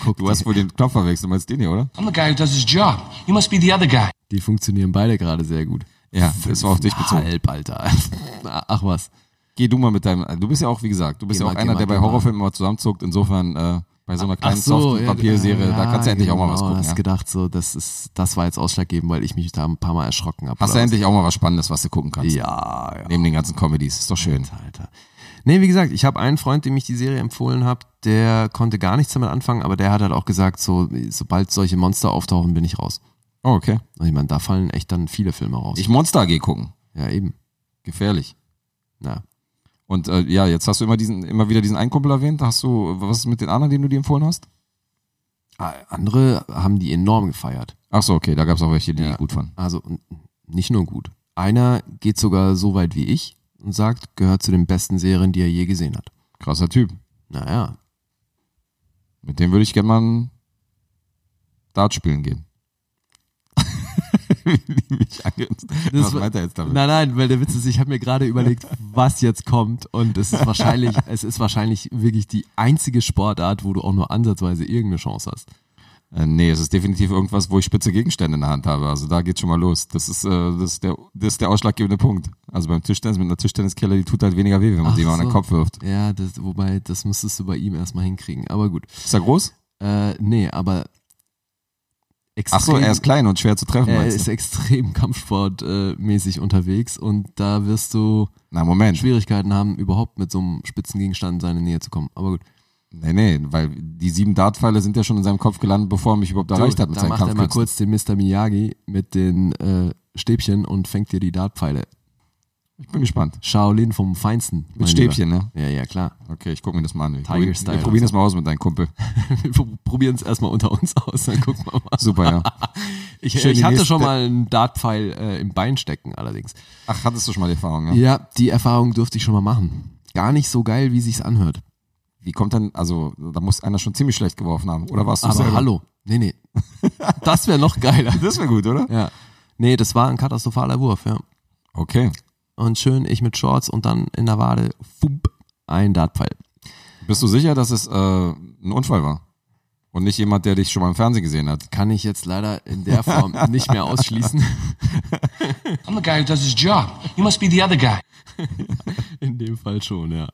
[SPEAKER 3] Guck,
[SPEAKER 2] Du hast wohl den Knopf verwechselt, meinst den hier, oder?
[SPEAKER 4] I'm the guy who does his job. You must be the other guy.
[SPEAKER 3] die funktionieren beide gerade sehr gut.
[SPEAKER 2] Ja, das war auf dich bezogen.
[SPEAKER 3] Halb, Alter. Ach was.
[SPEAKER 2] Geh du mal mit deinem. äh, Du bist ja auch, wie gesagt, du bist
[SPEAKER 3] Geh
[SPEAKER 2] ja auch
[SPEAKER 3] mal, geh
[SPEAKER 2] einer,
[SPEAKER 3] mal,
[SPEAKER 2] der bei
[SPEAKER 3] geh mal.
[SPEAKER 2] Horrorfilmen immer zusammenzuckt. Insofern äh, bei so einer kleinen Soft-Papierserie, da kannst du endlich auch mal was gucken.
[SPEAKER 3] Ich
[SPEAKER 2] Ja.
[SPEAKER 3] genau, hast gedacht, so, das, ist, das war jetzt ausschlaggebend, weil ich mich da ein paar Mal erschrocken habe.
[SPEAKER 2] Hast du endlich auch mal was Spannendes, was du gucken kannst.
[SPEAKER 3] Ja, ja.
[SPEAKER 2] Neben den ganzen Comedies. Ist doch schön.
[SPEAKER 3] Alter, Alter. Nee, wie gesagt, ich habe einen Freund, dem ich die Serie empfohlen habe, der konnte gar nichts damit anfangen, aber der hat halt auch gesagt, so, sobald solche Monster auftauchen, bin ich raus.
[SPEAKER 2] Oh, okay.
[SPEAKER 3] Und ich meine, da fallen echt dann viele Filme raus.
[SPEAKER 2] Ich Monster AG gucken.
[SPEAKER 3] ja, eben.
[SPEAKER 2] Gefährlich.
[SPEAKER 3] Na.
[SPEAKER 2] Und äh, ja, jetzt hast du immer diesen, immer wieder diesen einen Kumpel erwähnt. Hast du, was ist mit den anderen, den du dir empfohlen hast?
[SPEAKER 3] Ah, Andere haben die enorm gefeiert.
[SPEAKER 2] Ach so, okay, da gab es auch welche, die
[SPEAKER 3] Ja.
[SPEAKER 2] ich gut fand.
[SPEAKER 3] Also n- nicht nur gut. Einer geht sogar so weit wie ich und sagt, gehört zu den besten Serien, die er je gesehen hat.
[SPEAKER 2] Krasser Typ.
[SPEAKER 3] Naja,
[SPEAKER 2] Mit dem würde ich gerne mal ein Dart spielen gehen. Wie die mich angrinst. Was
[SPEAKER 3] war-
[SPEAKER 2] meint er jetzt damit?
[SPEAKER 3] Nein, nein, weil der Witz ist, ich habe mir gerade überlegt, was jetzt kommt und es ist wahrscheinlich, es ist wahrscheinlich wirklich die einzige Sportart, wo du auch nur ansatzweise irgendeine Chance hast.
[SPEAKER 2] Äh, nee, es ist definitiv irgendwas, wo ich spitze Gegenstände in der Hand habe. Also da geht schon mal los. Das ist, äh, das ist, der, das ist der ausschlaggebende Punkt. Also beim Tischtennis mit einer Tischtenniskelle, die tut halt weniger weh, wenn man
[SPEAKER 3] Ach
[SPEAKER 2] die mal an den
[SPEAKER 3] so.
[SPEAKER 2] Kopf wirft.
[SPEAKER 3] Ja, das, wobei, das müsstest du bei ihm erstmal hinkriegen, aber gut.
[SPEAKER 2] Ist er groß?
[SPEAKER 3] Äh, nee, aber extrem,
[SPEAKER 2] Ach so, er ist klein und schwer zu treffen,
[SPEAKER 3] er
[SPEAKER 2] meinst
[SPEAKER 3] Äh, ist
[SPEAKER 2] du?
[SPEAKER 3] extrem kampfsportmäßig unterwegs und da wirst du
[SPEAKER 2] Na, Moment.
[SPEAKER 3] Schwierigkeiten haben, überhaupt mit so einem spitzen Gegenstand in seine Nähe zu kommen. Aber gut.
[SPEAKER 2] Nee, nee, weil die sieben Dartpfeile sind ja schon in seinem Kopf gelandet, bevor er mich überhaupt erreicht hat mit
[SPEAKER 3] da
[SPEAKER 2] seinem
[SPEAKER 3] macht er mal
[SPEAKER 2] Kampfkünsten.
[SPEAKER 3] kurz den Mr. Miyagi mit den äh, Stäbchen und fängt dir die Dartpfeile.
[SPEAKER 2] Ich bin gespannt.
[SPEAKER 3] Shaolin vom Feinsten.
[SPEAKER 2] Mit
[SPEAKER 3] mein
[SPEAKER 2] Stäbchen, ne?
[SPEAKER 3] Lieber. Ja, ja, klar.
[SPEAKER 2] Okay, ich gucke mir das mal an. Wir
[SPEAKER 3] Tiger
[SPEAKER 2] probieren,
[SPEAKER 3] Style
[SPEAKER 2] wir probieren das mal aus mit deinem Kumpel.
[SPEAKER 3] Wir probieren es erstmal unter uns aus, dann gucken wir mal.
[SPEAKER 2] Super, ja.
[SPEAKER 3] Ich,
[SPEAKER 2] Schön die
[SPEAKER 3] ich hatte
[SPEAKER 2] nächste-
[SPEAKER 3] schon mal einen Dartpfeil äh, im Bein stecken allerdings.
[SPEAKER 2] Ach, hattest du schon mal die Erfahrung, ja?
[SPEAKER 3] Ja, die Erfahrung durfte ich schon mal machen. Gar nicht so geil, wie sich's anhört.
[SPEAKER 2] Wie kommt denn, also da muss einer schon ziemlich schlecht geworfen haben, oder warst du
[SPEAKER 3] Aber
[SPEAKER 2] selber?
[SPEAKER 3] hallo. Nee, nee. Das wäre noch geiler.
[SPEAKER 2] Das wäre gut, oder?
[SPEAKER 3] Ja. Nee, das war ein katastrophaler Wurf, ja.
[SPEAKER 2] Okay.
[SPEAKER 3] Und schön, ich mit Shorts und dann in der Wade, fump, ein Dartpfeil.
[SPEAKER 2] Bist du sicher, dass es äh, ein Unfall war? Und nicht jemand, der dich schon mal im Fernsehen gesehen hat?
[SPEAKER 3] kann ich jetzt leider in der Form nicht mehr ausschließen.
[SPEAKER 4] I'm the guy who does his job. You must be the other guy.
[SPEAKER 3] In dem Fall schon, ja.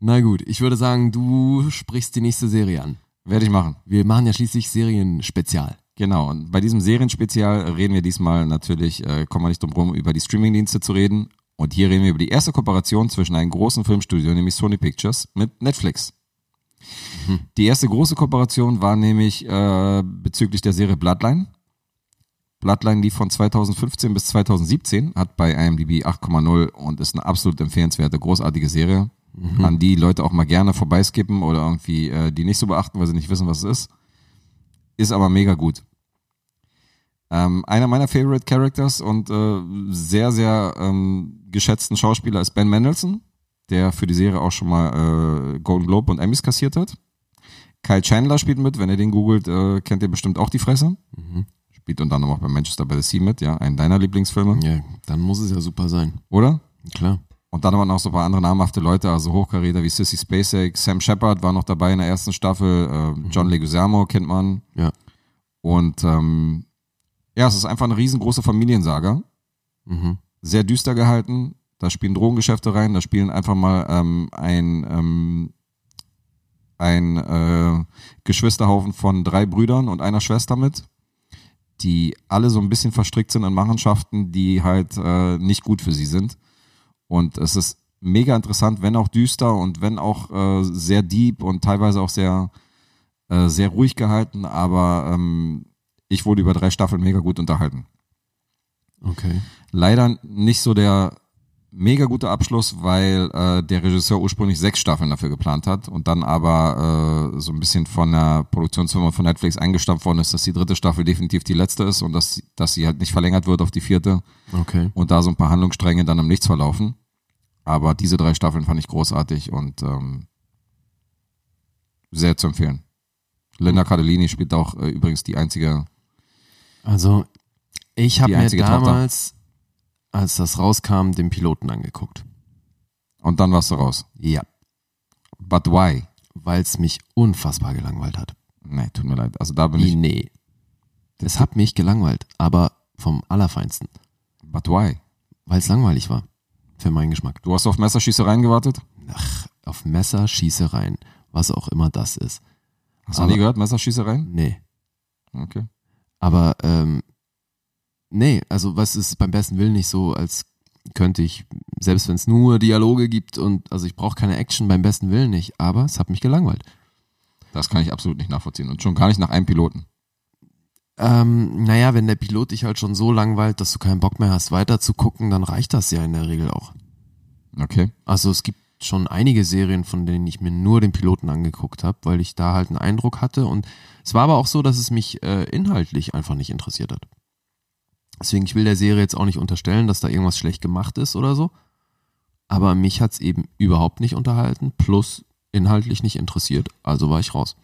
[SPEAKER 3] Na gut, ich würde sagen, du sprichst die nächste Serie an.
[SPEAKER 2] Werde ich machen.
[SPEAKER 3] Wir machen ja schließlich Serien-Spezial.
[SPEAKER 2] Genau. Und bei diesem Serienspezial reden wir diesmal natürlich, äh, kommen wir nicht drum rum, über die Streamingdienste zu reden. Und hier reden wir über die erste Kooperation zwischen einem großen Filmstudio, nämlich Sony Pictures, mit Netflix. Die erste große Kooperation war nämlich äh, bezüglich der Serie Bloodline. Bloodline lief von 2015 bis 2017, hat bei IMDb 8,0 und ist eine absolut empfehlenswerte, großartige Serie, an die Leute auch mal gerne vorbeiskippen oder irgendwie äh, die nicht so beachten, weil sie nicht wissen, was es ist. Ist aber mega gut. Ähm, einer meiner Favorite Characters und äh, sehr, sehr ähm, geschätzten Schauspieler ist Ben Mendelssohn, der für die Serie auch schon mal äh, Golden Globe und Emmys kassiert hat. Kyle Chandler spielt mit, wenn ihr den googelt, äh, kennt ihr bestimmt auch die Fresse. Spielt unter anderem auch bei Manchester by the Sea mit, ja, einen deiner Lieblingsfilme,
[SPEAKER 3] Ja, dann muss es ja super sein.
[SPEAKER 2] oder?
[SPEAKER 3] Klar.
[SPEAKER 2] Und dann waren auch so ein paar andere namhafte Leute, also Hochkaräter wie Sissy Spacek, Sam Shepard war noch dabei in der ersten Staffel, äh, John Leguizamo kennt man.
[SPEAKER 3] Ja.
[SPEAKER 2] Und ähm, ja, es ist einfach eine riesengroße Familiensaga.
[SPEAKER 3] Mhm.
[SPEAKER 2] Sehr düster gehalten. Da spielen Drogengeschäfte rein, da spielen einfach mal ähm, ein, ähm, ein äh, Geschwisterhaufen von drei Brüdern und einer Schwester mit, die alle so ein bisschen verstrickt sind in Machenschaften, die halt äh, nicht gut für sie sind. Und es ist mega interessant, wenn auch düster und wenn auch äh, sehr deep und teilweise auch sehr, äh, sehr ruhig gehalten, aber ähm, ich wurde über drei Staffeln mega gut unterhalten.
[SPEAKER 3] Okay.
[SPEAKER 2] Leider nicht so der mega gute Abschluss, weil äh, der Regisseur ursprünglich sechs Staffeln dafür geplant hat und dann aber äh, so ein bisschen von der Produktionsfirma von Netflix eingestampft worden ist, dass die dritte Staffel definitiv die letzte ist und dass, dass sie halt nicht verlängert wird auf die vierte
[SPEAKER 3] Okay.
[SPEAKER 2] und da so ein paar Handlungsstränge dann im Nichts verlaufen. Aber diese drei Staffeln fand ich großartig und ähm, sehr zu empfehlen. Linda Cardellini spielt auch äh, übrigens die einzige.
[SPEAKER 3] Also, ich habe
[SPEAKER 2] Die
[SPEAKER 3] mir
[SPEAKER 2] einzige Tochter.
[SPEAKER 3] damals, als das rauskam, den Piloten angeguckt.
[SPEAKER 2] Und dann warst du raus.
[SPEAKER 3] Ja.
[SPEAKER 2] But why?
[SPEAKER 3] Weil es mich unfassbar gelangweilt hat.
[SPEAKER 2] Nee, tut mir leid. Also da bin
[SPEAKER 3] Wie,
[SPEAKER 2] ich.
[SPEAKER 3] nee. Es hat mich gelangweilt, aber vom Allerfeinsten.
[SPEAKER 2] But why?
[SPEAKER 3] Weil es langweilig war. Für meinen Geschmack.
[SPEAKER 2] Du hast auf Messerschießereien gewartet?
[SPEAKER 3] Ach, auf Messer, Schießereien, was auch immer das ist.
[SPEAKER 2] Hast du noch
[SPEAKER 3] Aber-
[SPEAKER 2] nie gehört? Messerschießereien?
[SPEAKER 3] Nee.
[SPEAKER 2] Okay.
[SPEAKER 3] Aber ähm, nee, also was ist beim besten Willen nicht so, als könnte ich, selbst wenn es nur Dialoge gibt und also ich brauche keine Action beim besten Willen nicht, aber es hat mich gelangweilt.
[SPEAKER 2] Das kann ich absolut nicht nachvollziehen. Und schon gar nicht nach einem Piloten.
[SPEAKER 3] Ähm, naja, wenn der Pilot dich halt schon so langweilt, dass du keinen Bock mehr hast, weiter zu gucken, dann reicht das ja in der Regel auch.
[SPEAKER 2] Okay.
[SPEAKER 3] Also es gibt schon einige Serien, von denen ich mir nur den Piloten angeguckt habe, weil ich da halt einen Eindruck hatte. Und es war aber auch so, dass es mich äh, inhaltlich einfach nicht interessiert hat. Deswegen, ich will der Serie jetzt auch nicht unterstellen, dass da irgendwas schlecht gemacht ist oder so. Aber mich hat es eben überhaupt nicht unterhalten, plus inhaltlich nicht interessiert. Also war ich raus.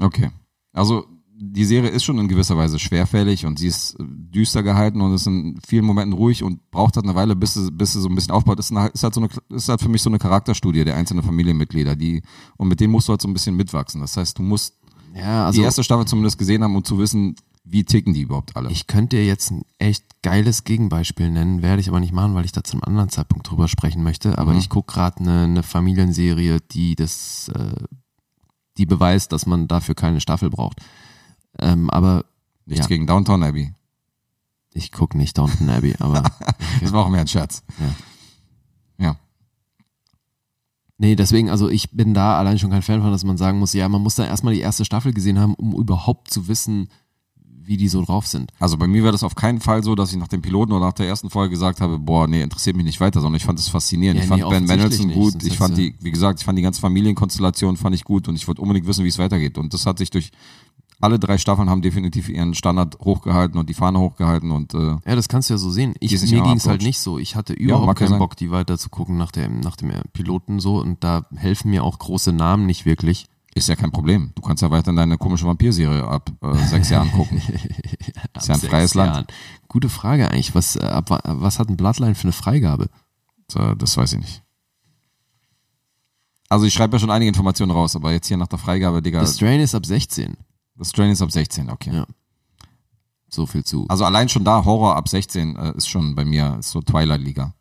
[SPEAKER 2] Okay. Also die Serie ist schon in gewisser Weise schwerfällig und sie ist äh, düster gehalten und ist in vielen Momenten ruhig und braucht halt eine Weile, bis sie, bis sie so ein bisschen aufbaut. Ist, eine, ist, halt so eine, ist halt für mich so eine Charakterstudie der einzelnen Familienmitglieder. Die, und mit denen musst du halt so ein bisschen mitwachsen. Das heißt, du musst
[SPEAKER 3] Ja,
[SPEAKER 2] die erste Staffel zumindest gesehen haben, um zu wissen, wie ticken die überhaupt alle.
[SPEAKER 3] ich könnte dir jetzt ein echt geiles Gegenbeispiel nennen, werde ich aber nicht machen, weil ich da zu einem anderen Zeitpunkt drüber sprechen möchte. Aber ich gucke gerade eine, eine Familienserie, die das, äh, die beweist, dass man dafür keine Staffel braucht. Ähm, aber
[SPEAKER 2] Nichts
[SPEAKER 3] ja.
[SPEAKER 2] gegen Downtown Abbey.
[SPEAKER 3] ich gucke nicht Downton Abbey, aber
[SPEAKER 2] Das war auch mehr ein Scherz. Ja.
[SPEAKER 3] nee, deswegen, also ich bin da allein schon kein Fan von, dass man sagen muss, ja, man muss da erstmal die erste Staffel gesehen haben, um überhaupt zu wissen, wie die so drauf sind.
[SPEAKER 2] Also bei mir war das auf keinen Fall so, dass ich nach dem Piloten oder nach der ersten Folge gesagt habe, boah, nee, interessiert mich nicht weiter, sondern ich fand es faszinierend.
[SPEAKER 3] Ja,
[SPEAKER 2] ich fand
[SPEAKER 3] nee,
[SPEAKER 2] Ben
[SPEAKER 3] offensichtlich
[SPEAKER 2] Mendelssohn
[SPEAKER 3] nicht,
[SPEAKER 2] gut,
[SPEAKER 3] sonst
[SPEAKER 2] ich
[SPEAKER 3] hättest
[SPEAKER 2] fand
[SPEAKER 3] du-
[SPEAKER 2] die, wie gesagt, ich fand die ganze Familienkonstellation fand ich gut und ich wollte unbedingt wissen, wie es weitergeht. Und das hat sich durch alle drei Staffeln haben definitiv ihren Standard hochgehalten und die Fahne hochgehalten und äh,
[SPEAKER 3] Ja, das kannst du ja so sehen. Ich,
[SPEAKER 2] Die ist nicht
[SPEAKER 3] mir
[SPEAKER 2] am
[SPEAKER 3] ging es halt
[SPEAKER 2] Abklatsch.
[SPEAKER 3] nicht so. Ich hatte
[SPEAKER 2] mag
[SPEAKER 3] überhaupt
[SPEAKER 2] ja
[SPEAKER 3] keinen
[SPEAKER 2] sein.
[SPEAKER 3] Bock, die weiter zu gucken nach dem, nach dem äh, Piloten so. Und da helfen mir auch große Namen nicht wirklich.
[SPEAKER 2] ist ja kein Problem. Du kannst ja weiterhin deine komische Vampirserie ab äh, sechs Jahren gucken.
[SPEAKER 3] Ab
[SPEAKER 2] ja ein
[SPEAKER 3] sechs
[SPEAKER 2] freies Land.
[SPEAKER 3] Gute Frage eigentlich. Was, äh, ab, wa- was hat ein Bloodline für eine Freigabe?
[SPEAKER 2] Äh, das weiß ich nicht. Also ich schreibe ja schon einige Informationen raus, aber jetzt hier nach der Freigabe, Digga,
[SPEAKER 3] The Strain ist ab 16.
[SPEAKER 2] das Train ist ab 16, okay.
[SPEAKER 3] Ja. So viel zu.
[SPEAKER 2] Also allein schon da Horror ab 16 äh, ist schon bei mir ist so Twilight Liga.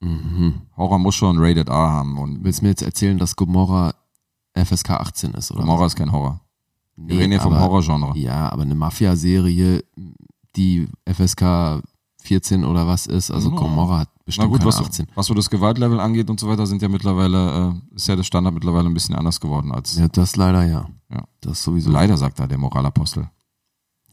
[SPEAKER 3] Mhm.
[SPEAKER 2] Horror muss schon Rated R haben und
[SPEAKER 3] Willst du mir jetzt erzählen, dass Gomorra FSK 18 ist, oder?
[SPEAKER 2] Horror ist kein Horror.
[SPEAKER 3] nee,
[SPEAKER 2] Wir reden hier vom
[SPEAKER 3] aber-
[SPEAKER 2] Horrorgenre.
[SPEAKER 3] Ja, aber eine Mafia-Serie, die FSK 14 oder was ist. Also
[SPEAKER 2] Ja.
[SPEAKER 3] Gomorra hat
[SPEAKER 2] Na
[SPEAKER 3] bestimmt
[SPEAKER 2] gut,
[SPEAKER 3] keine
[SPEAKER 2] was,
[SPEAKER 3] 18.
[SPEAKER 2] was so das Gewaltlevel angeht und so weiter, sind ja mittlerweile äh, ist ja der Standard mittlerweile ein bisschen anders geworden als
[SPEAKER 3] Ja, das leider ja.
[SPEAKER 2] Ja.
[SPEAKER 3] Das sowieso.
[SPEAKER 2] leider sagt da der Moralapostel.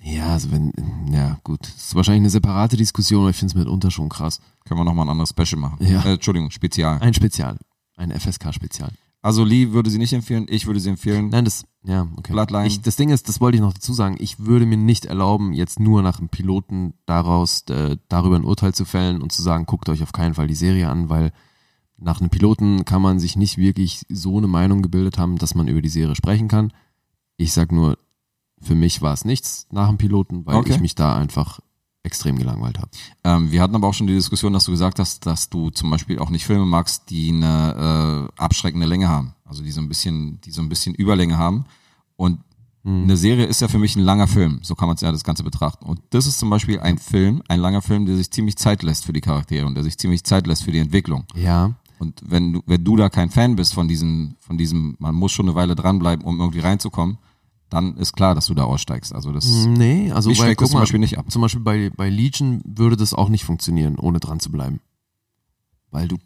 [SPEAKER 3] Ja, also wenn, ja, gut. Das ist wahrscheinlich eine separate Diskussion, aber ich finde es mitunter schon krass.
[SPEAKER 2] Können wir noch mal ein anderes Special machen?
[SPEAKER 3] Ja.
[SPEAKER 2] Äh, Entschuldigung, Spezial.
[SPEAKER 3] Ein Spezial. Ein FSK-Spezial.
[SPEAKER 2] Also Lee würde sie nicht empfehlen, ich würde sie empfehlen.
[SPEAKER 3] Nein, das, ja, okay.
[SPEAKER 2] Bloodline.
[SPEAKER 3] Ich, das Ding ist, das wollte ich noch dazu sagen, ich würde mir nicht erlauben, jetzt nur nach dem Piloten daraus, äh, darüber ein Urteil zu fällen und zu sagen, guckt euch auf keinen Fall die Serie an, weil nach einem Piloten kann man sich nicht wirklich so eine Meinung gebildet haben, dass man über die Serie sprechen kann. Ich sag nur, für mich war es nichts nach dem Piloten, weil
[SPEAKER 2] Okay.
[SPEAKER 3] ich mich da einfach extrem gelangweilt habe.
[SPEAKER 2] Ähm, wir hatten aber auch schon die Diskussion, dass du gesagt hast, dass du zum Beispiel auch nicht Filme magst, die eine äh, abschreckende Länge haben. Also die so ein bisschen, die so ein bisschen Überlänge haben. Und eine Serie ist ja für mich ein langer Film. So kann man ja das Ganze betrachten. Und das ist zum Beispiel ein Film, ein langer Film, der sich ziemlich Zeit lässt für die Charaktere und der sich ziemlich Zeit lässt für die Entwicklung.
[SPEAKER 3] Ja,
[SPEAKER 2] Und wenn du, wenn du da kein Fan bist von diesem, von diesem, man muss schon eine Weile dranbleiben, um irgendwie reinzukommen, dann ist klar, dass du da aussteigst. Also das
[SPEAKER 3] Nee, also
[SPEAKER 2] Mich
[SPEAKER 3] bei,
[SPEAKER 2] schreckt das
[SPEAKER 3] guck
[SPEAKER 2] zum
[SPEAKER 3] mal,
[SPEAKER 2] Beispiel nicht ab.
[SPEAKER 3] Zum Beispiel bei, bei Legion würde das auch nicht funktionieren, ohne dran zu bleiben. Weil du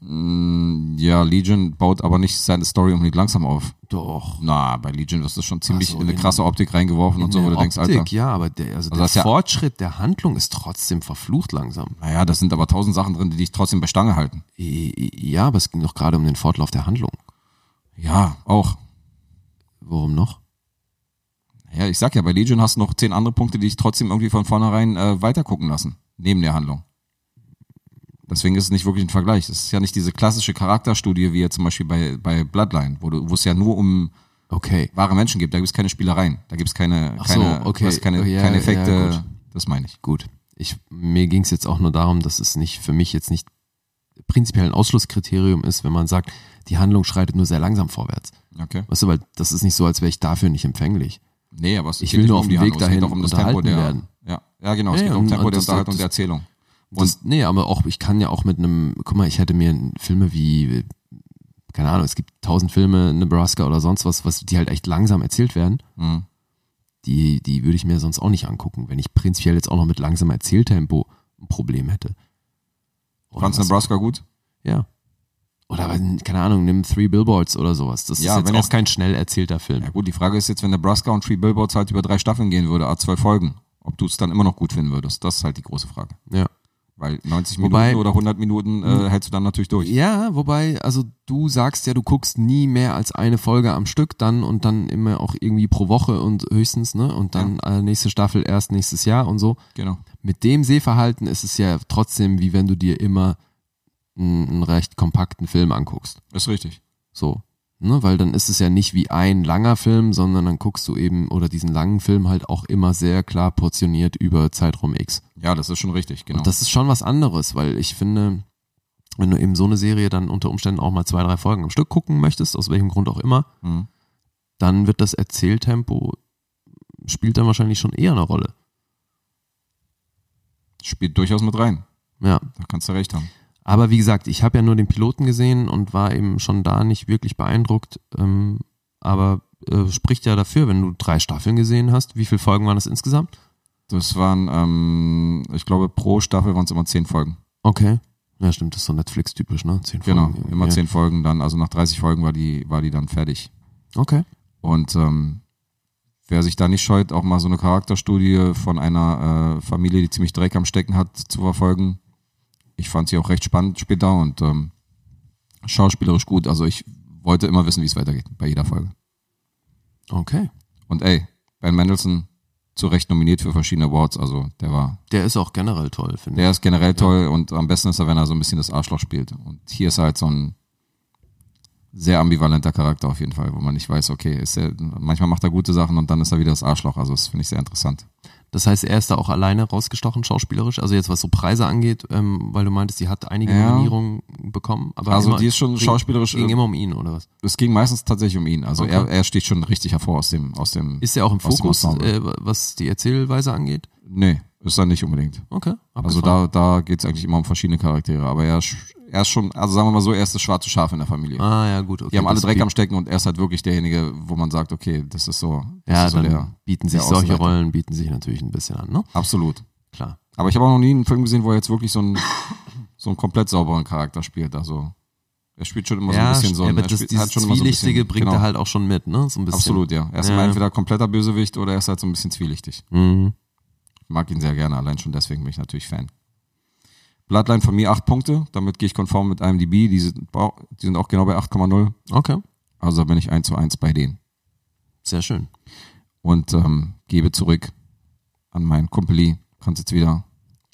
[SPEAKER 2] ja, Legion baut aber nicht seine Story unbedingt langsam auf.
[SPEAKER 3] doch
[SPEAKER 2] Na, bei Legion wirst du schon ziemlich
[SPEAKER 3] Ach so,
[SPEAKER 2] in eine
[SPEAKER 3] in-
[SPEAKER 2] krasse Optik reingeworfen und so, wo
[SPEAKER 3] in
[SPEAKER 2] du
[SPEAKER 3] der
[SPEAKER 2] denkst, Alter.
[SPEAKER 3] Optik, ja, aber der, also
[SPEAKER 2] das ist
[SPEAKER 3] der
[SPEAKER 2] ja-
[SPEAKER 3] Fortschritt der Handlung ist trotzdem verflucht langsam.
[SPEAKER 2] Naja, das sind aber tausend Sachen drin, die dich trotzdem bei Stange halten.
[SPEAKER 3] I- i- Ja, aber es ging doch gerade um den Fortlauf der Handlung.
[SPEAKER 2] Ja, auch.
[SPEAKER 3] Worum noch?
[SPEAKER 2] Ja, ich sag ja, bei Legion hast du noch zehn andere Punkte, die dich trotzdem irgendwie von vornherein äh, weitergucken lassen, neben der Handlung. Deswegen ist es nicht wirklich ein Vergleich. Es ist ja nicht diese klassische Charakterstudie, wie ja zum Beispiel bei, bei Bloodline, wo du- wo es ja nur um
[SPEAKER 3] Okay.
[SPEAKER 2] wahre Menschen gibt. Da gibt es keine Spielereien, da gibt es keine,
[SPEAKER 3] Ach so,
[SPEAKER 2] keine,
[SPEAKER 3] okay.
[SPEAKER 2] du hast keine,
[SPEAKER 3] Oh, ja,
[SPEAKER 2] keine
[SPEAKER 3] ja,
[SPEAKER 2] Effekte.
[SPEAKER 3] gut.
[SPEAKER 2] das meine ich.
[SPEAKER 3] Gut. Ich, mir ging es jetzt auch nur darum, dass es nicht für mich jetzt nicht prinzipiell ein Ausschlusskriterium ist, wenn man sagt, die Handlung schreitet nur sehr langsam vorwärts.
[SPEAKER 2] Okay.
[SPEAKER 3] Weißt du, weil das ist nicht so, als wäre ich dafür nicht empfänglich.
[SPEAKER 2] Nee, aber es
[SPEAKER 3] Ich
[SPEAKER 2] geht
[SPEAKER 3] will
[SPEAKER 2] nicht
[SPEAKER 3] nur
[SPEAKER 2] um
[SPEAKER 3] auf
[SPEAKER 2] die
[SPEAKER 3] dem
[SPEAKER 2] Handlung,
[SPEAKER 3] Weg
[SPEAKER 2] es geht
[SPEAKER 3] dahin
[SPEAKER 2] doch um das
[SPEAKER 3] unterhalten
[SPEAKER 2] Tempo der,
[SPEAKER 3] werden.
[SPEAKER 2] Ja. ja, genau, es
[SPEAKER 3] Ja,
[SPEAKER 2] geht
[SPEAKER 3] ja,
[SPEAKER 2] um
[SPEAKER 3] und-
[SPEAKER 2] Tempo
[SPEAKER 3] und
[SPEAKER 2] der
[SPEAKER 3] das-
[SPEAKER 2] Unterhaltung
[SPEAKER 3] das-
[SPEAKER 2] der Erzählung. Und
[SPEAKER 3] Das, nee, aber auch, ich kann ja auch mit einem, guck mal, ich hätte mir Filme wie, keine Ahnung, es gibt tausend Filme, Nebraska oder sonst was, was die halt echt langsam erzählt werden.
[SPEAKER 2] Mhm.
[SPEAKER 3] Die, die würde ich mir sonst auch nicht angucken, wenn ich prinzipiell jetzt auch noch mit langsamer Erzähltempo ein Problem hätte. Oder
[SPEAKER 2] Franz
[SPEAKER 3] was-
[SPEAKER 2] Nebraska gut?
[SPEAKER 3] Ja. Oder, weiß- keine Ahnung, nimm Three Billboards oder sowas. Das
[SPEAKER 2] Ja,
[SPEAKER 3] ist jetzt
[SPEAKER 2] wenn
[SPEAKER 3] auch
[SPEAKER 2] jetzt-
[SPEAKER 3] kein schnell erzählter Film.
[SPEAKER 2] Ja gut, die Frage ist jetzt, wenn Nebraska und Three Billboards halt über drei Staffeln gehen würde, A12 Folgen, ob du es dann immer noch gut finden würdest. Das ist halt die große Frage.
[SPEAKER 3] Ja.
[SPEAKER 2] Weil 90
[SPEAKER 3] Wobei- Hm.
[SPEAKER 2] Minuten oder 100 Minuten äh, hältst du dann natürlich durch.
[SPEAKER 3] Ja, wobei, also du sagst ja, du guckst nie mehr als eine Folge am Stück dann und dann immer auch irgendwie pro Woche und höchstens, ne? Und dann äh, nächste Staffel erst nächstes Jahr und so.
[SPEAKER 2] Genau.
[SPEAKER 3] Mit dem Sehverhalten ist es ja trotzdem, wie wenn du dir immer einen, einen recht kompakten Film anguckst.
[SPEAKER 2] Ist richtig.
[SPEAKER 3] So. Ne? Weil dann ist es ja nicht wie ein langer Film, sondern dann guckst du eben oder diesen langen Film halt auch immer sehr klar portioniert über Zeitraum X.
[SPEAKER 2] Ja, das ist schon richtig, genau.
[SPEAKER 3] Und das ist schon was anderes, weil ich finde, wenn du eben so eine Serie dann unter Umständen auch mal zwei, drei Folgen am Stück gucken möchtest, aus welchem Grund auch immer,
[SPEAKER 2] Mhm.
[SPEAKER 3] dann wird das Erzähltempo, spielt dann wahrscheinlich schon eher eine Rolle.
[SPEAKER 2] Spielt durchaus mit rein.
[SPEAKER 3] Ja.
[SPEAKER 2] Da kannst du recht haben.
[SPEAKER 3] Aber wie gesagt, ich habe ja nur den Piloten gesehen und war eben schon da nicht wirklich beeindruckt. Ähm, aber äh, spricht ja dafür, wenn du drei Staffeln gesehen hast. Wie viele Folgen waren das insgesamt?
[SPEAKER 2] Das waren, ähm, ich glaube, pro Staffel waren es immer 10 Folgen.
[SPEAKER 3] Okay. Ja, stimmt, das ist so Netflix-typisch, ne? Zehn
[SPEAKER 2] Genau,
[SPEAKER 3] Folgen.
[SPEAKER 2] immer
[SPEAKER 3] ja.
[SPEAKER 2] 10 Folgen dann. Also nach 30 Folgen war die, war die dann fertig.
[SPEAKER 3] Okay.
[SPEAKER 2] Und ähm, wer sich da nicht scheut, auch mal so eine Charakterstudie von einer äh, Familie, die ziemlich Dreck am Stecken hat, zu verfolgen. Ich fand sie auch recht spannend später und ähm, schauspielerisch gut. Also ich wollte immer wissen, wie es weitergeht bei jeder Folge.
[SPEAKER 3] Okay.
[SPEAKER 2] Und ey, Ben Mendelssohn zu Recht nominiert für verschiedene Awards. Also der war,
[SPEAKER 3] Der ist auch generell toll, finde ich.
[SPEAKER 2] der ist generell toll und am besten ist er, wenn er so ein bisschen das Arschloch spielt. Und hier ist er halt so ein sehr ambivalenter Charakter auf jeden Fall, wo man nicht weiß, okay, ist er, manchmal macht er gute Sachen und dann ist er wieder das Arschloch. Also das finde ich sehr interessant.
[SPEAKER 3] Das heißt, er ist da auch alleine rausgestochen, schauspielerisch. Also jetzt was so Preise angeht, ähm, weil du meintest, die hat einige
[SPEAKER 2] Ja.
[SPEAKER 3] Nominierungen bekommen. Aber
[SPEAKER 2] Also
[SPEAKER 3] immer,
[SPEAKER 2] die ist schon
[SPEAKER 3] ging-
[SPEAKER 2] schauspielerisch,
[SPEAKER 3] Ging
[SPEAKER 2] äh,
[SPEAKER 3] immer um ihn oder was?
[SPEAKER 2] Es ging meistens tatsächlich um ihn. Also
[SPEAKER 3] Okay.
[SPEAKER 2] er, er steht schon richtig hervor aus dem, aus dem.
[SPEAKER 3] Ist er auch im
[SPEAKER 2] aus dem
[SPEAKER 3] Fokus,
[SPEAKER 2] Ensemble.
[SPEAKER 3] äh, was die Erzählweise angeht?
[SPEAKER 2] nee, ist er nicht unbedingt.
[SPEAKER 3] Okay.
[SPEAKER 2] Also
[SPEAKER 3] abgefahren.
[SPEAKER 2] da, da geht's eigentlich immer um verschiedene Charaktere. Aber er, sch- er ist schon, also sagen wir mal so, er ist das schwarze Schaf in der Familie.
[SPEAKER 3] Ah ja gut. Okay.
[SPEAKER 2] Die haben alle
[SPEAKER 3] das
[SPEAKER 2] Dreck
[SPEAKER 3] biet-
[SPEAKER 2] am Stecken und er ist halt wirklich derjenige, wo man sagt, okay, das ist so. Das
[SPEAKER 3] Ja,
[SPEAKER 2] ist so
[SPEAKER 3] dann
[SPEAKER 2] Also der,
[SPEAKER 3] bieten
[SPEAKER 2] der
[SPEAKER 3] sich solche
[SPEAKER 2] Außenseiter.
[SPEAKER 3] Rollen bieten sich natürlich ein bisschen an, ne?
[SPEAKER 2] Absolut.
[SPEAKER 3] Klar.
[SPEAKER 2] Aber ich habe auch noch nie einen Film gesehen, wo er jetzt wirklich so einen, so einen komplett sauberen Charakter spielt. Also er spielt schon immer so ein bisschen so.
[SPEAKER 3] aber
[SPEAKER 2] einen- er
[SPEAKER 3] das
[SPEAKER 2] spielt,
[SPEAKER 3] dieses
[SPEAKER 2] hat schon immer so ein bisschen-
[SPEAKER 3] zwielichtige bringt
[SPEAKER 2] genau.
[SPEAKER 3] er halt auch schon mit, ne? So ein bisschen.
[SPEAKER 2] Absolut, ja. Er ist
[SPEAKER 3] Ja.
[SPEAKER 2] immer entweder kompletter Bösewicht oder er ist halt so ein bisschen zwielichtig.
[SPEAKER 3] Mhm.
[SPEAKER 2] Ich mag ihn sehr gerne, allein schon deswegen bin ich natürlich Fan. Bloodline von mir 8 Punkte, damit gehe ich konform mit IMDb, die sind, au- die sind auch genau bei 8,0,
[SPEAKER 3] Okay.
[SPEAKER 2] also da bin ich 1 zu 1 bei denen.
[SPEAKER 3] Sehr schön.
[SPEAKER 2] Und ähm, gebe zurück an meinen Kumpeli, kannst jetzt wieder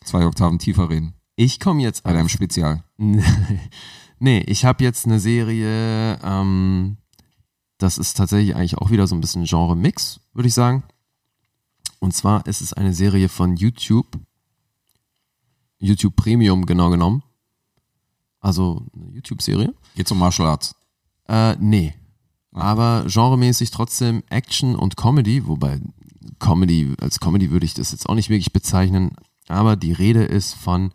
[SPEAKER 2] zwei Oktaven tiefer reden,
[SPEAKER 3] Ich komme jetzt
[SPEAKER 2] bei deinem Spezial.
[SPEAKER 3] nee, ich habe jetzt eine Serie, ähm, das ist tatsächlich eigentlich auch wieder so ein bisschen Genre-Mix, würde ich sagen. Und zwar ist es eine Serie von YouTube, YouTube Premium genau genommen. Also eine YouTube-Serie.
[SPEAKER 2] Geht zum Martial Arts.
[SPEAKER 3] Äh, nee. Aber genremäßig trotzdem Action und Comedy, wobei Comedy, als Comedy würde ich das jetzt auch nicht wirklich bezeichnen, aber die Rede ist von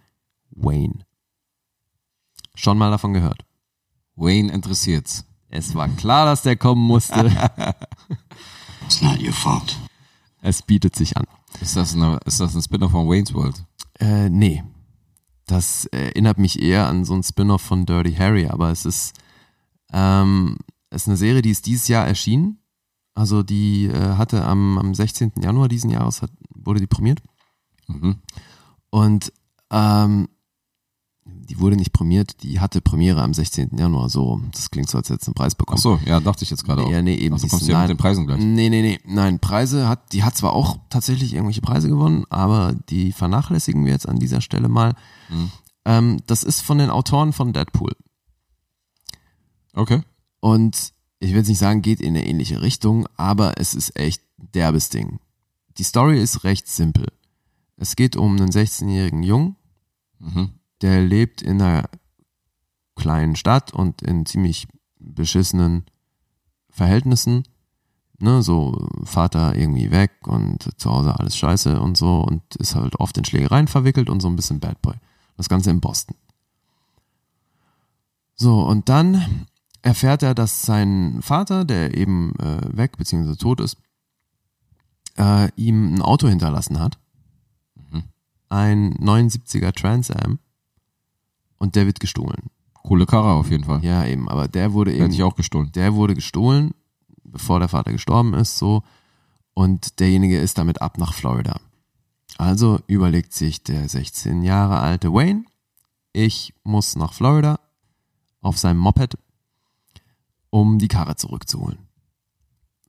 [SPEAKER 3] Wayne. Schon mal davon gehört.
[SPEAKER 2] Wayne interessiert's.
[SPEAKER 3] Es war klar, dass der kommen musste.
[SPEAKER 5] It's not your fault.
[SPEAKER 3] Es bietet sich an.
[SPEAKER 2] Ist das, eine, ist das ein Spin-off von Wayne's World?
[SPEAKER 3] Äh, nee. Das erinnert mich eher an so ein Spin-off von Dirty Harry, aber es ist, ähm, es ist eine Serie, die ist dieses Jahr erschienen. Also die äh, hatte am, am 16. Januar diesen Jahres hat, wurde die prämiert.
[SPEAKER 2] Mhm.
[SPEAKER 3] Und ähm, die wurde nicht prämiert, die hatte Premiere am 16. Januar. So, das klingt so, als hätte es einen Preis bekommen.
[SPEAKER 2] Ach so, ja, dachte ich jetzt gerade auch.
[SPEAKER 3] Ja, nee, eben.
[SPEAKER 2] Also
[SPEAKER 3] siehst
[SPEAKER 2] kommst
[SPEAKER 3] du,
[SPEAKER 2] du ja
[SPEAKER 3] nein.
[SPEAKER 2] mit den Preisen gleich.
[SPEAKER 3] Nee, nee, nee. Nein, Preise hat, die hat zwar auch tatsächlich irgendwelche Preise gewonnen, aber die vernachlässigen wir jetzt an dieser Stelle mal. Ähm, das ist von den Autoren von Deadpool.
[SPEAKER 2] Okay.
[SPEAKER 3] Und ich will jetzt nicht sagen, geht in eine ähnliche Richtung, aber es ist echt ein derbes Ding. Die Story ist recht simpel. Es geht um einen 16-jährigen Jungen,
[SPEAKER 2] Mhm.
[SPEAKER 3] der lebt in einer kleinen Stadt und in ziemlich beschissenen Verhältnissen. Ne, so Vater irgendwie weg und zu Hause alles scheiße und so und ist halt oft in Schlägereien verwickelt und so ein bisschen Bad Boy. Das Ganze in Boston. So, und dann erfährt er, dass sein Vater, der eben äh, weg bzw. tot ist, äh, ihm ein Auto hinterlassen hat. Ein 79er Trans Am. Und der wird gestohlen.
[SPEAKER 2] Coole Karre auf jeden Fall.
[SPEAKER 3] Ja, eben, aber der wurde
[SPEAKER 2] Die
[SPEAKER 3] eben
[SPEAKER 2] hätte ich auch gestohlen.
[SPEAKER 3] der wurde gestohlen, bevor der Vater gestorben ist, so. Und derjenige ist damit ab nach Florida. Also überlegt sich der 16 Jahre alte Wayne, ich muss nach Florida auf seinem Moped, um die Karre zurückzuholen.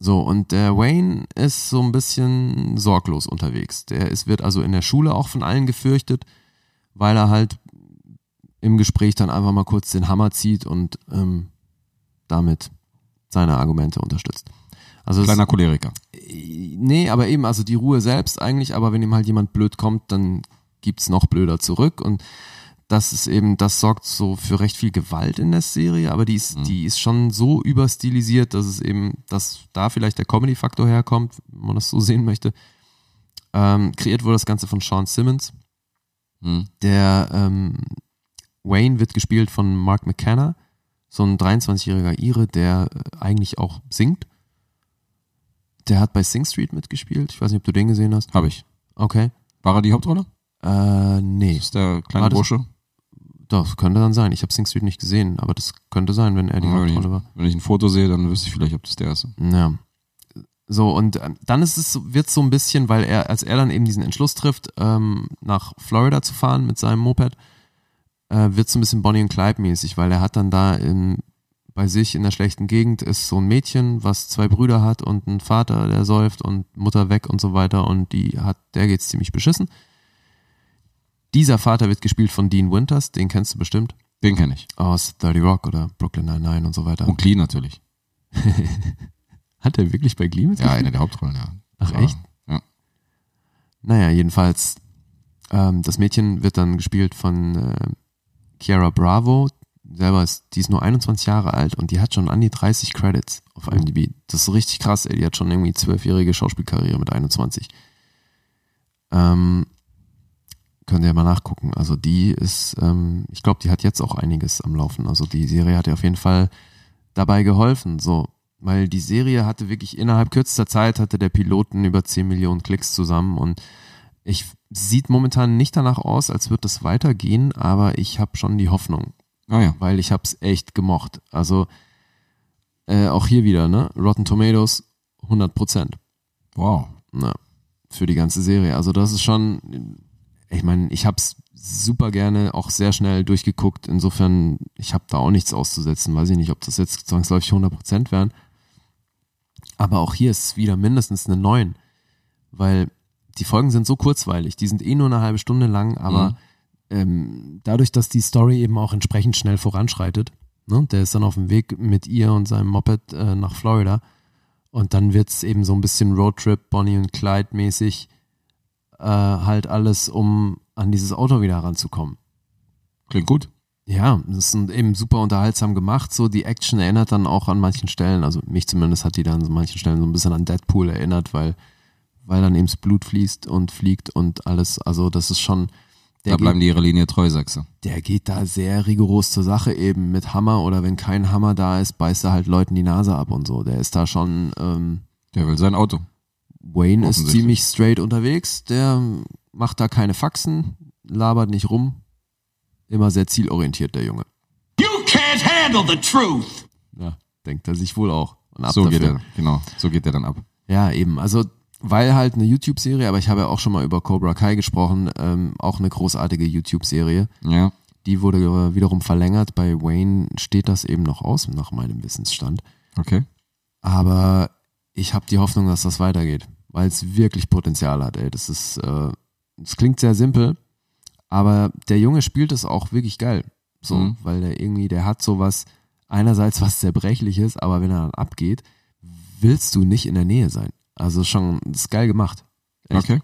[SPEAKER 3] So, und der Wayne ist so ein bisschen sorglos unterwegs. Der ist, wird also in der Schule auch von allen gefürchtet, weil er halt im Gespräch dann einfach mal kurz den Hammer zieht und ähm, damit seine Argumente unterstützt. Also es-
[SPEAKER 2] Kleiner Choleriker.
[SPEAKER 3] nee, aber eben, also die Ruhe selbst eigentlich, aber wenn ihm halt jemand blöd kommt, dann gibt's noch blöder zurück und das ist eben, das sorgt so für recht viel Gewalt in der Serie, aber die ist, die ist schon so überstilisiert, dass es eben, dass da vielleicht der Comedy-Faktor herkommt, wenn man das so sehen möchte. Ähm, kreiert wurde das Ganze von Sean Simmons.
[SPEAKER 2] Mhm.
[SPEAKER 3] Der ähm, Wayne wird gespielt von Mark McKenna, so ein 23-jähriger Ire, der äh, eigentlich auch singt. Der hat bei Sing Street mitgespielt. Ich weiß nicht, ob du den gesehen hast.
[SPEAKER 2] Habe ich.
[SPEAKER 3] Okay.
[SPEAKER 2] War er die Hauptrolle?
[SPEAKER 3] Äh, nee.
[SPEAKER 2] Das ist der kleine
[SPEAKER 3] War das-
[SPEAKER 2] Bursche.
[SPEAKER 3] Das könnte dann sein. Ich habe Sing Street nicht gesehen, aber das könnte sein, wenn er die
[SPEAKER 2] Ja, wenn, ich,
[SPEAKER 3] Hauptrolle war.
[SPEAKER 2] wenn ich ein Foto sehe, dann wüsste ich vielleicht, ob das der ist.
[SPEAKER 3] Ja. So, und ähm, dann ist es, wird so ein bisschen, weil er, als er dann eben diesen Entschluss trifft, ähm, nach Florida zu fahren mit seinem Moped, äh, wird so ein bisschen Bonnie und Clyde mäßig, weil er hat dann da in, bei sich in der schlechten Gegend ist so ein Mädchen, was zwei Brüder hat und einen Vater, der säuft und Mutter weg und so weiter und die hat, der geht's ziemlich beschissen. Dieser Vater wird gespielt von Dean Winters, den kennst du bestimmt,
[SPEAKER 2] Den kenne ich.
[SPEAKER 3] aus 30 Rock oder Brooklyn Nine-Nine und so weiter.
[SPEAKER 2] Und Clean natürlich.
[SPEAKER 3] Hat er wirklich bei Glee
[SPEAKER 2] Ja,
[SPEAKER 3] mitgespielt?
[SPEAKER 2] eine der Hauptrollen, ja.
[SPEAKER 3] Ach,
[SPEAKER 2] Ja.
[SPEAKER 3] echt?
[SPEAKER 2] Ja.
[SPEAKER 3] Naja, jedenfalls, ähm, das Mädchen wird dann gespielt von äh, Chiara Bravo. Selber ist, die ist nur 21 Jahre alt und die hat schon an die 30 Credits auf IMDb. Das ist richtig krass, ey. Die hat schon irgendwie zwölfjährige Schauspielkarriere mit 21. Ähm, könnt ihr mal nachgucken. Also die ist, ähm, ich glaube, die hat jetzt auch einiges am Laufen. Also die Serie hat ihr auf jeden Fall dabei geholfen, so. Weil die Serie hatte wirklich innerhalb kürzester Zeit hatte der Piloten über 10 Millionen Klicks zusammen und ich sieht momentan nicht danach aus, als würde das weitergehen, aber ich habe schon die Hoffnung,
[SPEAKER 2] Ah ja.
[SPEAKER 3] weil ich habe es echt gemocht. Also äh, auch hier wieder, ne? Rotten Tomatoes 100 Prozent
[SPEAKER 2] Wow.
[SPEAKER 3] ne, für die ganze Serie. Also das ist schon, ich meine, ich habe es super gerne auch sehr schnell durchgeguckt. Insofern, ich habe da auch nichts auszusetzen. Weiß ich nicht, ob das jetzt zwangsläufig 100% wären. Aber auch hier ist es wieder mindestens eine 9, weil die Folgen sind so kurzweilig. Die sind eh nur eine halbe Stunde lang, aber ähm, dadurch, dass die Story eben auch entsprechend schnell voranschreitet, ne, der ist dann auf dem Weg mit ihr und seinem Moped äh, nach Florida. Und dann wird's eben so ein bisschen Roadtrip, Bonnie und Clyde mäßig, äh, halt alles, um an dieses Auto wieder heranzukommen.
[SPEAKER 2] Klingt gut.
[SPEAKER 3] Ja, das ist eben super unterhaltsam gemacht. So, die Action erinnert dann auch an manchen Stellen, also mich zumindest hat die dann an manchen Stellen so ein bisschen an Deadpool erinnert, weil, weil dann eben das Blut fließt und fliegt und alles. Also, das ist schon.
[SPEAKER 2] Da bleiben die ihrer Linie treu, sagst du.
[SPEAKER 3] der geht da sehr rigoros zur Sache eben mit Hammer oder wenn kein Hammer da ist, beißt er halt Leuten die Nase ab und so. Der ist da schon, ähm,
[SPEAKER 2] Der will sein Auto.
[SPEAKER 3] Wayne ist
[SPEAKER 2] Offensichtlich.
[SPEAKER 3] ziemlich straight unterwegs, der macht da keine Faxen, labert nicht rum. Immer sehr zielorientiert, der Junge.
[SPEAKER 4] You can't handle the truth.
[SPEAKER 3] Ja, denkt er sich wohl auch. Und ab
[SPEAKER 2] so geht
[SPEAKER 3] dafür.
[SPEAKER 2] er, genau. So geht er dann ab.
[SPEAKER 3] Ja, eben. Also, weil halt eine YouTube-Serie, aber ich habe ja auch schon mal über Cobra Kai gesprochen, ähm, auch eine großartige YouTube-Serie.
[SPEAKER 2] Ja.
[SPEAKER 3] Die wurde äh, wiederum verlängert. Bei Wayne steht das eben noch aus, nach meinem Wissensstand.
[SPEAKER 2] Okay.
[SPEAKER 3] Aber ich habe die Hoffnung, dass das weitergeht, weil es wirklich Potenzial hat. Ey. Das ist, äh, es klingt sehr simpel, aber der Junge spielt es auch wirklich geil. So,
[SPEAKER 2] Mhm.
[SPEAKER 3] weil der irgendwie, der hat sowas, einerseits was Zerbrechliches, aber wenn er dann abgeht, willst du nicht in der Nähe sein. Also schon, das ist geil gemacht. Echt.
[SPEAKER 2] Okay.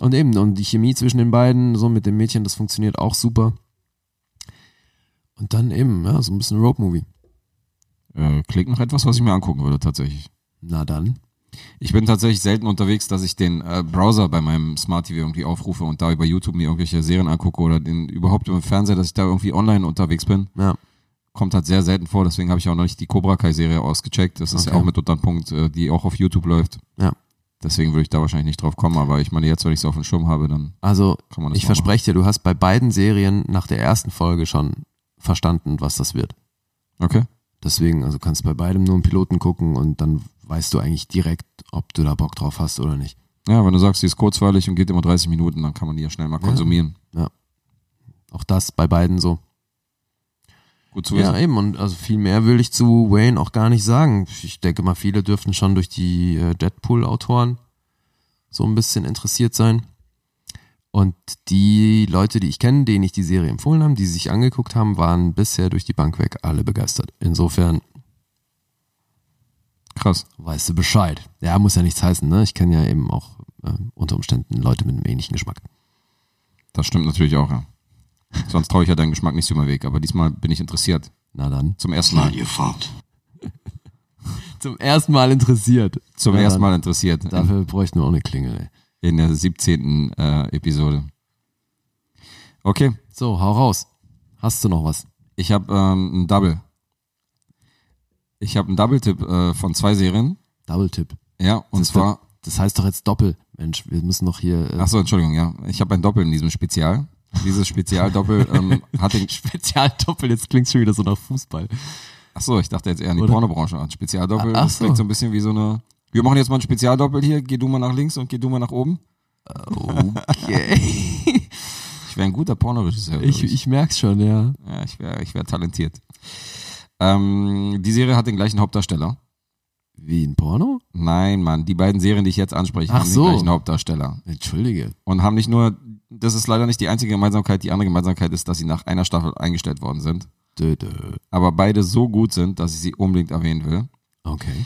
[SPEAKER 3] Und eben, und die Chemie zwischen den beiden, so mit dem Mädchen, das funktioniert auch super. Und dann eben, ja, so ein bisschen Rope-Movie.
[SPEAKER 2] Äh, klingt noch etwas, was ich mir angucken würde, tatsächlich.
[SPEAKER 3] Na dann.
[SPEAKER 2] Ich bin tatsächlich selten unterwegs, dass ich den äh, Browser bei meinem Smart TV irgendwie aufrufe und da über YouTube mir irgendwelche Serien angucke oder den überhaupt im Fernseher, dass ich da irgendwie online unterwegs bin.
[SPEAKER 3] Ja.
[SPEAKER 2] Kommt halt sehr selten vor, deswegen habe ich auch noch nicht die Cobra Kai-Serie ausgecheckt. Das ist
[SPEAKER 3] Okay.
[SPEAKER 2] ja auch mitunter ein Punkt, äh, die auch auf YouTube läuft.
[SPEAKER 3] Ja.
[SPEAKER 2] Deswegen würde ich da wahrscheinlich nicht drauf kommen, aber ich meine, jetzt, wenn ich es auf dem Schirm habe, dann
[SPEAKER 3] Also,
[SPEAKER 2] kann man das
[SPEAKER 3] ich
[SPEAKER 2] mal machen.
[SPEAKER 3] verspreche dir, du hast bei beiden Serien nach der ersten Folge schon verstanden, was das wird.
[SPEAKER 2] Okay.
[SPEAKER 3] Deswegen, also kannst bei beidem nur einen Piloten gucken und dann weißt du eigentlich direkt, ob du da Bock drauf hast oder nicht.
[SPEAKER 2] Ja, wenn du sagst, die ist kurzweilig und geht immer 30 Minuten, dann kann man die ja schnell mal konsumieren.
[SPEAKER 3] Auch das bei beiden so.
[SPEAKER 2] Gut zu
[SPEAKER 3] ja,
[SPEAKER 2] wissen.
[SPEAKER 3] eben. Und also viel mehr will ich zu Wayne auch gar nicht sagen. Ich denke mal, viele dürften schon durch die äh, Deadpool-Autoren so ein bisschen interessiert sein. Und die Leute, die ich kenne, denen ich die Serie empfohlen habe, die sie sich angeguckt haben, waren bisher durch die Bank weg alle begeistert. Insofern
[SPEAKER 2] Krass.
[SPEAKER 3] weißt du Bescheid. Ja, muss ja nichts heißen, ne? Ich kenne ja eben auch äh, unter Umständen Leute mit einem ähnlichen Geschmack.
[SPEAKER 2] Das stimmt natürlich auch, ja. Sonst traue ich ja deinen Geschmack nicht so immer weg, aber diesmal bin ich interessiert.
[SPEAKER 3] Na dann.
[SPEAKER 2] Zum ersten Mal.
[SPEAKER 4] your fault.
[SPEAKER 3] Zum ersten Mal interessiert.
[SPEAKER 2] Zum
[SPEAKER 3] Na
[SPEAKER 2] ersten
[SPEAKER 3] dann.
[SPEAKER 2] Mal interessiert. In,
[SPEAKER 3] Dafür bräuchten wir auch eine Klingel, ey.
[SPEAKER 2] in der 17. Äh, Episode. Okay,
[SPEAKER 3] So, hau raus. Hast du noch was?
[SPEAKER 2] ich habe ähm, ein Double. Ich habe einen Double-Tipp äh, von zwei Serien.
[SPEAKER 3] Double Tip.
[SPEAKER 2] Ja, und
[SPEAKER 3] das
[SPEAKER 2] zwar.
[SPEAKER 3] Das heißt doch jetzt Doppel. Mensch, wir müssen doch hier. Äh,
[SPEAKER 2] Achso, Entschuldigung, ja. Ich habe ein Doppel in diesem Spezial. Dieses Spezialdoppel ähm, hat den.
[SPEAKER 3] Spezialdoppel, jetzt klingt schon wieder so nach Fußball.
[SPEAKER 2] Achso, ich dachte jetzt eher an die
[SPEAKER 3] Oder-
[SPEAKER 2] Pornobranche. Ein Spezialdoppel
[SPEAKER 3] Ach
[SPEAKER 2] das
[SPEAKER 3] so.
[SPEAKER 2] klingt so ein bisschen wie so eine. Wir machen jetzt mal ein Spezialdoppel hier. Geh du mal nach links und geh du mal nach oben.
[SPEAKER 3] Okay.
[SPEAKER 2] Ich wäre ein guter Pornoregisseur. glaub
[SPEAKER 3] Äh, ich, ich merk's schon, ja.
[SPEAKER 2] Ja, ich wäre ich wär talentiert. Ähm, die Serie hat den gleichen Hauptdarsteller.
[SPEAKER 3] Wie ein Porno?
[SPEAKER 2] Nein, Mann, die beiden Serien, die ich jetzt anspreche,
[SPEAKER 3] Ach
[SPEAKER 2] haben
[SPEAKER 3] so.
[SPEAKER 2] den gleichen Hauptdarsteller.
[SPEAKER 3] Entschuldige.
[SPEAKER 2] Und haben nicht nur, das ist leider nicht die einzige Gemeinsamkeit, die andere Gemeinsamkeit ist, dass sie nach einer Staffel eingestellt worden sind.
[SPEAKER 3] Dö, dö.
[SPEAKER 2] Aber beide so gut sind, dass ich sie unbedingt erwähnen will.
[SPEAKER 3] Okay.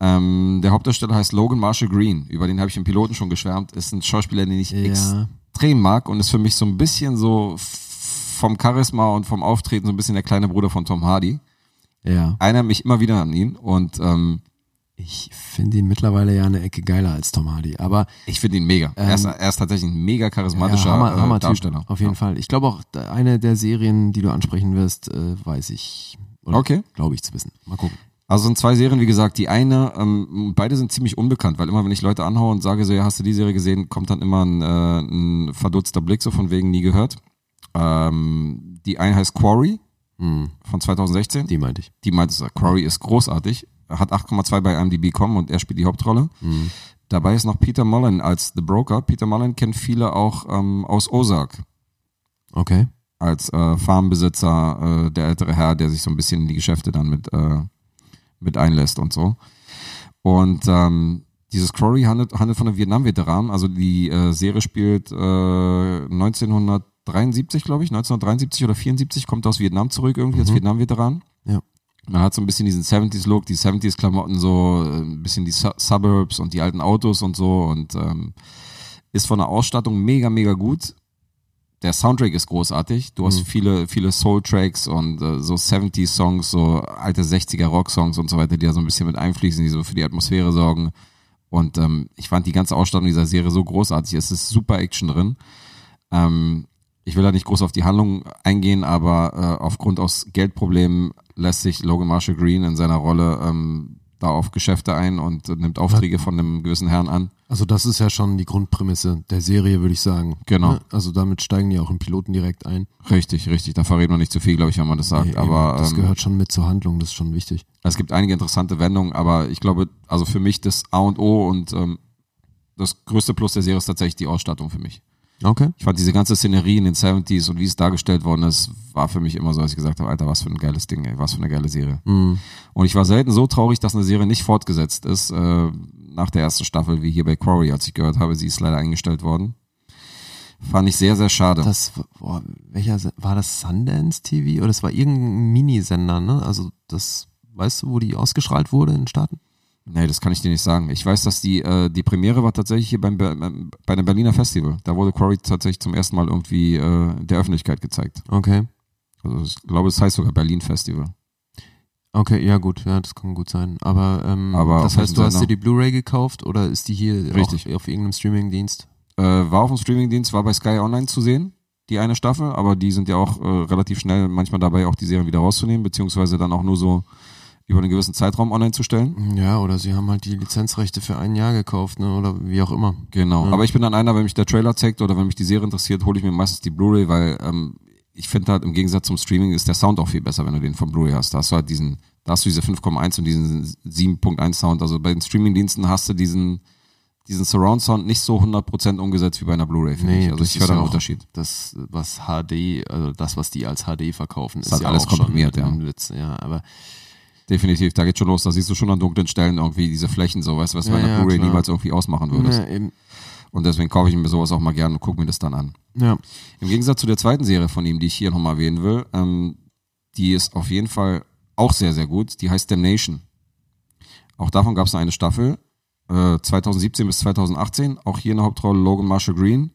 [SPEAKER 2] Ähm, der Hauptdarsteller heißt Logan Marshall Green, über den habe ich im Piloten schon geschwärmt. Ist ein Schauspieler, den ich
[SPEAKER 3] Ja.
[SPEAKER 2] extrem mag und ist für mich so ein bisschen so f- vom Charisma und vom Auftreten so ein bisschen der kleine Bruder von Tom Hardy.
[SPEAKER 3] Ja.
[SPEAKER 2] erinnere mich immer wieder an ihn und ähm,
[SPEAKER 3] Ich finde ihn mittlerweile ja eine Ecke geiler als Tom Hardy. Aber
[SPEAKER 2] ich finde ihn mega.
[SPEAKER 3] Ähm,
[SPEAKER 2] er, ist, er ist tatsächlich ein mega charismatischer
[SPEAKER 3] ja, Hammer,
[SPEAKER 2] äh,
[SPEAKER 3] Hammer
[SPEAKER 2] Darsteller.
[SPEAKER 3] Typ, auf jeden
[SPEAKER 2] ja.
[SPEAKER 3] Fall. Ich glaube auch, da- eine der Serien, die du ansprechen wirst, äh, weiß ich. Oder
[SPEAKER 2] Okay.
[SPEAKER 3] Glaube ich zu wissen. Mal gucken.
[SPEAKER 2] Also sind zwei Serien, wie gesagt, die eine, ähm, beide sind ziemlich unbekannt, weil immer wenn ich Leute anhaue und sage so, ja, hast du die Serie gesehen, kommt dann immer ein, äh, ein verdutzter Blick so von wegen nie gehört. Ähm, die eine heißt Quarry
[SPEAKER 3] Hm,
[SPEAKER 2] von 2016.
[SPEAKER 3] die meinte ich.
[SPEAKER 2] die meinte, so, Quarry ist großartig, hat 8,2 bei IMDb kommen und er spielt die Hauptrolle. Dabei ist noch Peter Mullen als The Broker. Peter Mullen kennt viele auch ähm, aus Ozark
[SPEAKER 3] Okay.
[SPEAKER 2] als äh, Farmbesitzer, äh, der ältere Herr, der sich so ein bisschen in die Geschäfte dann mit, äh, mit einlässt und so. Und ähm, dieses Quarry handelt, handelt von einem Vietnam-Veteran. Also die äh, Serie spielt äh, 1973, glaube ich, 1973 oder 74, kommt aus Vietnam zurück irgendwie als Vietnam-Veteran.
[SPEAKER 3] Ja.
[SPEAKER 2] Man hat so ein bisschen diesen 70s-Look, die 70s-Klamotten, so äh, ein bisschen die Su Suburbs und die alten Autos und so und ähm, ist von der Ausstattung mega, mega gut. Der Soundtrack ist großartig. Du hast viele, viele Soul-Tracks und äh, so 70s-Songs, so alte 60er-Rock-Songs und so weiter, die da so ein bisschen mit einfließen, die so für die Atmosphäre sorgen. Und ähm, ich fand die ganze Ausstattung dieser Serie so großartig. Es ist super Action drin. Ähm, ich will da nicht groß auf die Handlung eingehen, aber äh, aufgrund aus Geldproblemen lässt sich Logan Marshall Green in seiner Rolle ähm, da auf Geschäfte ein und äh, nimmt Aufträge von einem gewissen Herrn an.
[SPEAKER 3] Also das ist ja schon die Grundprämisse der Serie, würde ich sagen.
[SPEAKER 2] Genau.
[SPEAKER 3] Ne? Also damit steigen die auch im Piloten direkt ein.
[SPEAKER 2] Richtig, richtig. Da verrät man nicht zu viel, glaube ich, wenn man das sagt.
[SPEAKER 3] Nee, eben,
[SPEAKER 2] aber
[SPEAKER 3] das
[SPEAKER 2] ähm,
[SPEAKER 3] gehört schon mit zur Handlung, das ist schon wichtig.
[SPEAKER 2] es gibt einige interessante Wendungen, aber ich glaube, also für mich das A und O und ähm, das größte Plus der Serie ist tatsächlich die Ausstattung für mich.
[SPEAKER 3] Okay.
[SPEAKER 2] Ich fand diese ganze Szenerie in den 70s und wie es dargestellt worden ist, war für mich immer so, dass ich gesagt habe, Alter, was für ein geiles Ding, ey, was für eine geile Serie. Und ich war selten so traurig, dass eine Serie nicht fortgesetzt ist äh, nach der ersten Staffel, wie hier bei Quarry, als ich gehört habe, sie ist leider eingestellt worden. Fand ich sehr, sehr schade.
[SPEAKER 3] Das, boah, welcher, Se- war das Sundance TV oder es war irgendein Minisender, ne? Also das, weißt du, wo die ausgestrahlt wurde in den Staaten?
[SPEAKER 2] Nee, das kann ich dir nicht sagen. Ich weiß, dass die, äh, die Premiere war tatsächlich hier beim, Ber- beim- bei einem Berliner Festival. Da wurde Quarry tatsächlich zum ersten Mal irgendwie äh, der Öffentlichkeit gezeigt.
[SPEAKER 3] Okay.
[SPEAKER 2] Also ich glaube, es heißt sogar Berlin Festival.
[SPEAKER 3] Okay, ja gut, ja, das kann gut sein. Aber, ähm,
[SPEAKER 2] Aber
[SPEAKER 3] das
[SPEAKER 2] auf
[SPEAKER 3] heißt,
[SPEAKER 2] welchem
[SPEAKER 3] du hast dir
[SPEAKER 2] Sender?
[SPEAKER 3] die Blu-ray gekauft oder ist die hier
[SPEAKER 2] Richtig.
[SPEAKER 3] Auch auf irgendeinem Streamingdienst?
[SPEAKER 2] Äh, war auf dem Streamingdienst, war bei Sky Online zu sehen, die eine Staffel, aber die sind ja auch äh, relativ schnell manchmal dabei, auch die Serien wieder rauszunehmen, beziehungsweise dann auch nur so über einen gewissen Zeitraum online zu stellen.
[SPEAKER 3] Ja, oder sie haben halt die Lizenzrechte für ein Jahr gekauft, ne? Oder wie auch immer.
[SPEAKER 2] Genau. Aber ich bin dann einer, wenn mich der Trailer zeigt oder wenn mich die Serie interessiert, hole ich mir meistens die Blu-ray, weil ähm, ich finde halt im Gegensatz zum Streaming ist der Sound auch viel besser, wenn du den von Blu-ray hast. Da hast du halt diesen, da hast du diese 5,1 und diesen 7.1 Sound. Also bei den Streaming-Diensten hast du diesen, diesen Surround-Sound nicht so 100% umgesetzt wie bei einer Blu-ray. finde ich. also
[SPEAKER 3] das
[SPEAKER 2] ich
[SPEAKER 3] ist
[SPEAKER 2] höre da
[SPEAKER 3] ja
[SPEAKER 2] einen
[SPEAKER 3] auch
[SPEAKER 2] Unterschied.
[SPEAKER 3] Das, was HD, also das, was die als HD verkaufen, ist,
[SPEAKER 2] halt
[SPEAKER 3] ja
[SPEAKER 2] alles
[SPEAKER 3] auch schon
[SPEAKER 2] komprimiert,
[SPEAKER 3] mit
[SPEAKER 2] ja.
[SPEAKER 3] dem Blitz, ja. Aber
[SPEAKER 2] Definitiv, da geht schon los. Da siehst du schon an dunklen Stellen irgendwie diese Flächen, so weißt du, was du
[SPEAKER 3] Ja,
[SPEAKER 2] bei einer
[SPEAKER 3] ja,
[SPEAKER 2] Blu-ray
[SPEAKER 3] klar.
[SPEAKER 2] niemals irgendwie ausmachen würdest.
[SPEAKER 3] Ja, eben,
[SPEAKER 2] Und deswegen kaufe ich mir sowas auch mal gerne und gucke mir das dann an.
[SPEAKER 3] ja.
[SPEAKER 2] Im Gegensatz zu der zweiten Serie von ihm, die ich hier nochmal erwähnen will, ähm, die ist auf jeden Fall auch sehr, sehr gut. Die heißt Damnation. Auch davon gab es eine Staffel, äh, 2017 bis 2018. Auch hier in der Hauptrolle Logan Marshall Green.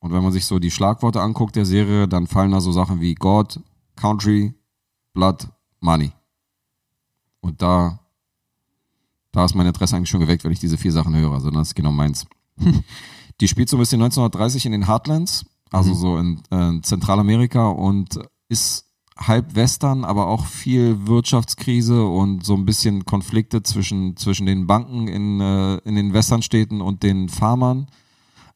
[SPEAKER 2] Und wenn man sich so die Schlagworte anguckt der Serie, dann fallen da so Sachen wie God, Country, Blood, Money. Und da, da ist mein Interesse eigentlich schon geweckt, wenn ich diese vier Sachen höre. Also das ist genau meins. Die spielt so ein bisschen 1930 in den Heartlands, also so in, äh, in Zentralamerika und ist halb Western, aber auch viel Wirtschaftskrise und so ein bisschen Konflikte zwischen, zwischen den Banken in, äh, in den Westernstädten und den Farmern.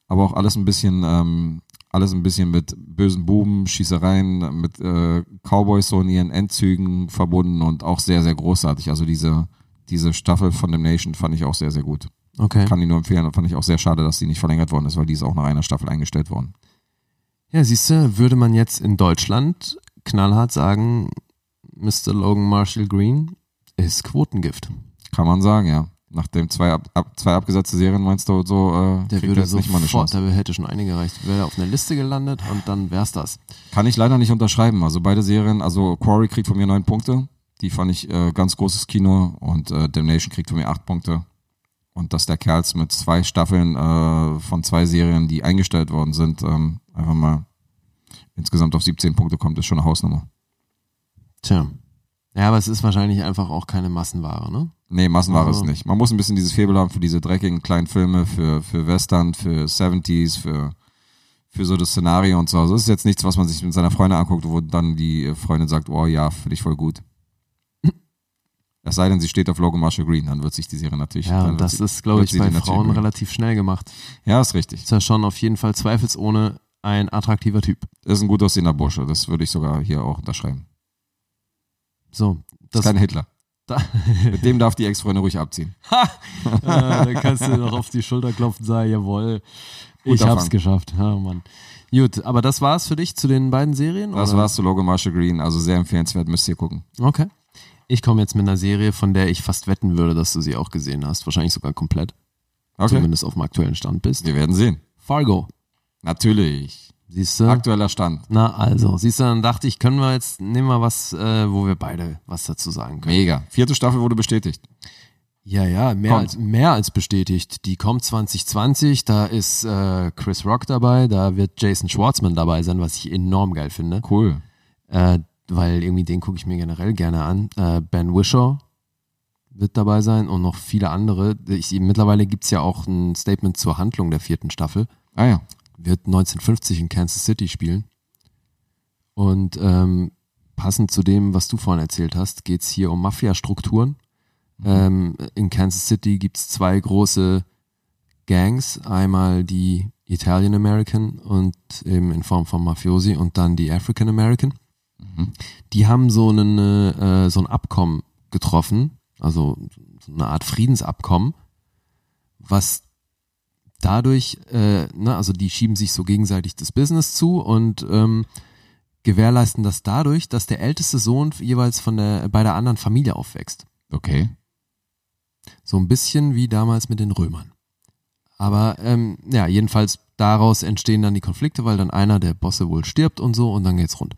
[SPEAKER 2] Aber auch alles ein bisschen, ähm, alles ein bisschen mit bösen Buben, Schießereien, mit äh, Cowboys so in ihren Endzügen verbunden und auch sehr, sehr großartig. Also diese, diese Staffel von Damnation fand ich auch sehr, sehr gut.
[SPEAKER 3] Okay.
[SPEAKER 2] Kann die nur empfehlen. Und fand ich auch sehr schade, dass die nicht verlängert worden ist, weil die ist auch nach einer Staffel eingestellt worden.
[SPEAKER 3] Ja, siehst du, würde man jetzt in Deutschland knallhart sagen, Mr. Logan Marshall Green ist Quotengift.
[SPEAKER 2] Kann man sagen, ja. Nachdem zwei, ab, ab, zwei abgesetzte Serien meinst du, so äh,
[SPEAKER 3] Der
[SPEAKER 2] kriegt
[SPEAKER 3] würde
[SPEAKER 2] jetzt nicht mal eine
[SPEAKER 3] sofort,
[SPEAKER 2] Chance.
[SPEAKER 3] der hätte schon eine gereicht. Wäre auf einer Liste gelandet und dann wär's das.
[SPEAKER 2] Kann ich leider nicht unterschreiben. Also beide Serien, also Quarry kriegt von mir neun Punkte. Die fand ich äh, ganz großes Kino und äh, Damnation kriegt von mir acht Punkte. Und dass der Kerls mit zwei Staffeln äh, von zwei Serien, die eingestellt worden sind, ähm, einfach mal insgesamt auf 17 Punkte kommt, ist schon eine Hausnummer.
[SPEAKER 3] Tja. Ja, aber es ist wahrscheinlich einfach auch keine Massenware, ne?
[SPEAKER 2] Nee, Massenware ist
[SPEAKER 3] Also-
[SPEAKER 2] nicht. Man muss ein bisschen dieses Faible haben für diese dreckigen kleinen Filme, für, für Western, für 70s, für, für so das Szenario und so. Also es ist jetzt nichts, was man sich mit seiner Freundin anguckt, wo dann die äh, Freundin sagt, oh ja, finde ich voll gut. Es sei denn, sie steht auf Logo Marshall Green, dann wird sich die Serie natürlich...
[SPEAKER 3] Ja,
[SPEAKER 2] dann
[SPEAKER 3] und
[SPEAKER 2] wird
[SPEAKER 3] das
[SPEAKER 2] sie,
[SPEAKER 3] ist, glaube
[SPEAKER 2] wird
[SPEAKER 3] ich,
[SPEAKER 2] sie
[SPEAKER 3] bei
[SPEAKER 2] die natürlich
[SPEAKER 3] Frauen
[SPEAKER 2] mögen.
[SPEAKER 3] relativ schnell gemacht.
[SPEAKER 2] Ja, ist richtig.
[SPEAKER 3] Ist ja schon auf jeden Fall zweifelsohne ein attraktiver Typ.
[SPEAKER 2] Ist ein gut aussehender Bursche, das würde ich sogar hier auch unterschreiben.
[SPEAKER 3] So,
[SPEAKER 2] Das
[SPEAKER 3] das
[SPEAKER 2] ist kein Hitler.
[SPEAKER 3] da,
[SPEAKER 2] Mit dem darf die Ex-Freundin ruhig abziehen.
[SPEAKER 3] äh, da kannst du noch auf die Schulter klopfen und sagen, jawohl, ich
[SPEAKER 2] Guter
[SPEAKER 3] hab's
[SPEAKER 2] Fang.
[SPEAKER 3] geschafft. Ja, Mann. Gut, aber das war's für dich zu den beiden Serien?
[SPEAKER 2] Das
[SPEAKER 3] oder?
[SPEAKER 2] war's zu Logo Marshall Green, also sehr empfehlenswert, müsst ihr gucken.
[SPEAKER 3] Okay. Ich komme jetzt mit einer Serie, von der ich fast wetten würde, dass du sie auch gesehen hast. Wahrscheinlich sogar komplett.
[SPEAKER 2] Okay,
[SPEAKER 3] Zumindest auf dem aktuellen Stand bist.
[SPEAKER 2] wir werden sehen.
[SPEAKER 3] Fargo.
[SPEAKER 2] Natürlich.
[SPEAKER 3] Siehst du?
[SPEAKER 2] Aktueller Stand.
[SPEAKER 3] Na also, siehst du, dann dachte ich, können wir jetzt, nehmen wir was, äh, wo wir beide was dazu sagen können.
[SPEAKER 2] Mega. Vierte Staffel wurde bestätigt.
[SPEAKER 3] Ja, ja, mehr
[SPEAKER 2] Kommt.
[SPEAKER 3] als, mehr als bestätigt. Die kommt 2020, da ist äh, Chris Rock dabei, da wird Jason Schwartzman dabei sein, was ich enorm geil finde.
[SPEAKER 2] Cool.
[SPEAKER 3] Äh, weil irgendwie den gucke ich mir generell gerne an. Äh, ben Wisher wird dabei sein und noch viele andere. Ich, mittlerweile gibt's ja auch ein Statement zur Handlung der vierten Staffel.
[SPEAKER 2] Ah ja.
[SPEAKER 3] Wird 1950 in Kansas City spielen. Und ähm, passend zu dem, was du vorhin erzählt hast, geht's hier um Mafia-Strukturen. Ähm, in Kansas City gibt's zwei große Gangs. Einmal die Italian American und eben in Form von Mafiosi und dann die African American. Die haben so, einen, äh, so ein Abkommen getroffen, also so eine Art Friedensabkommen, was dadurch, äh, ne, also die schieben sich so gegenseitig das Business zu und ähm, gewährleisten das dadurch, dass der älteste Sohn jeweils von der, bei der anderen Familie aufwächst.
[SPEAKER 2] Okay.
[SPEAKER 3] So ein bisschen wie damals mit den Römern. Aber ähm, ja, jedenfalls daraus entstehen dann die Konflikte, weil dann einer der Bosse wohl stirbt und so und dann geht's rund.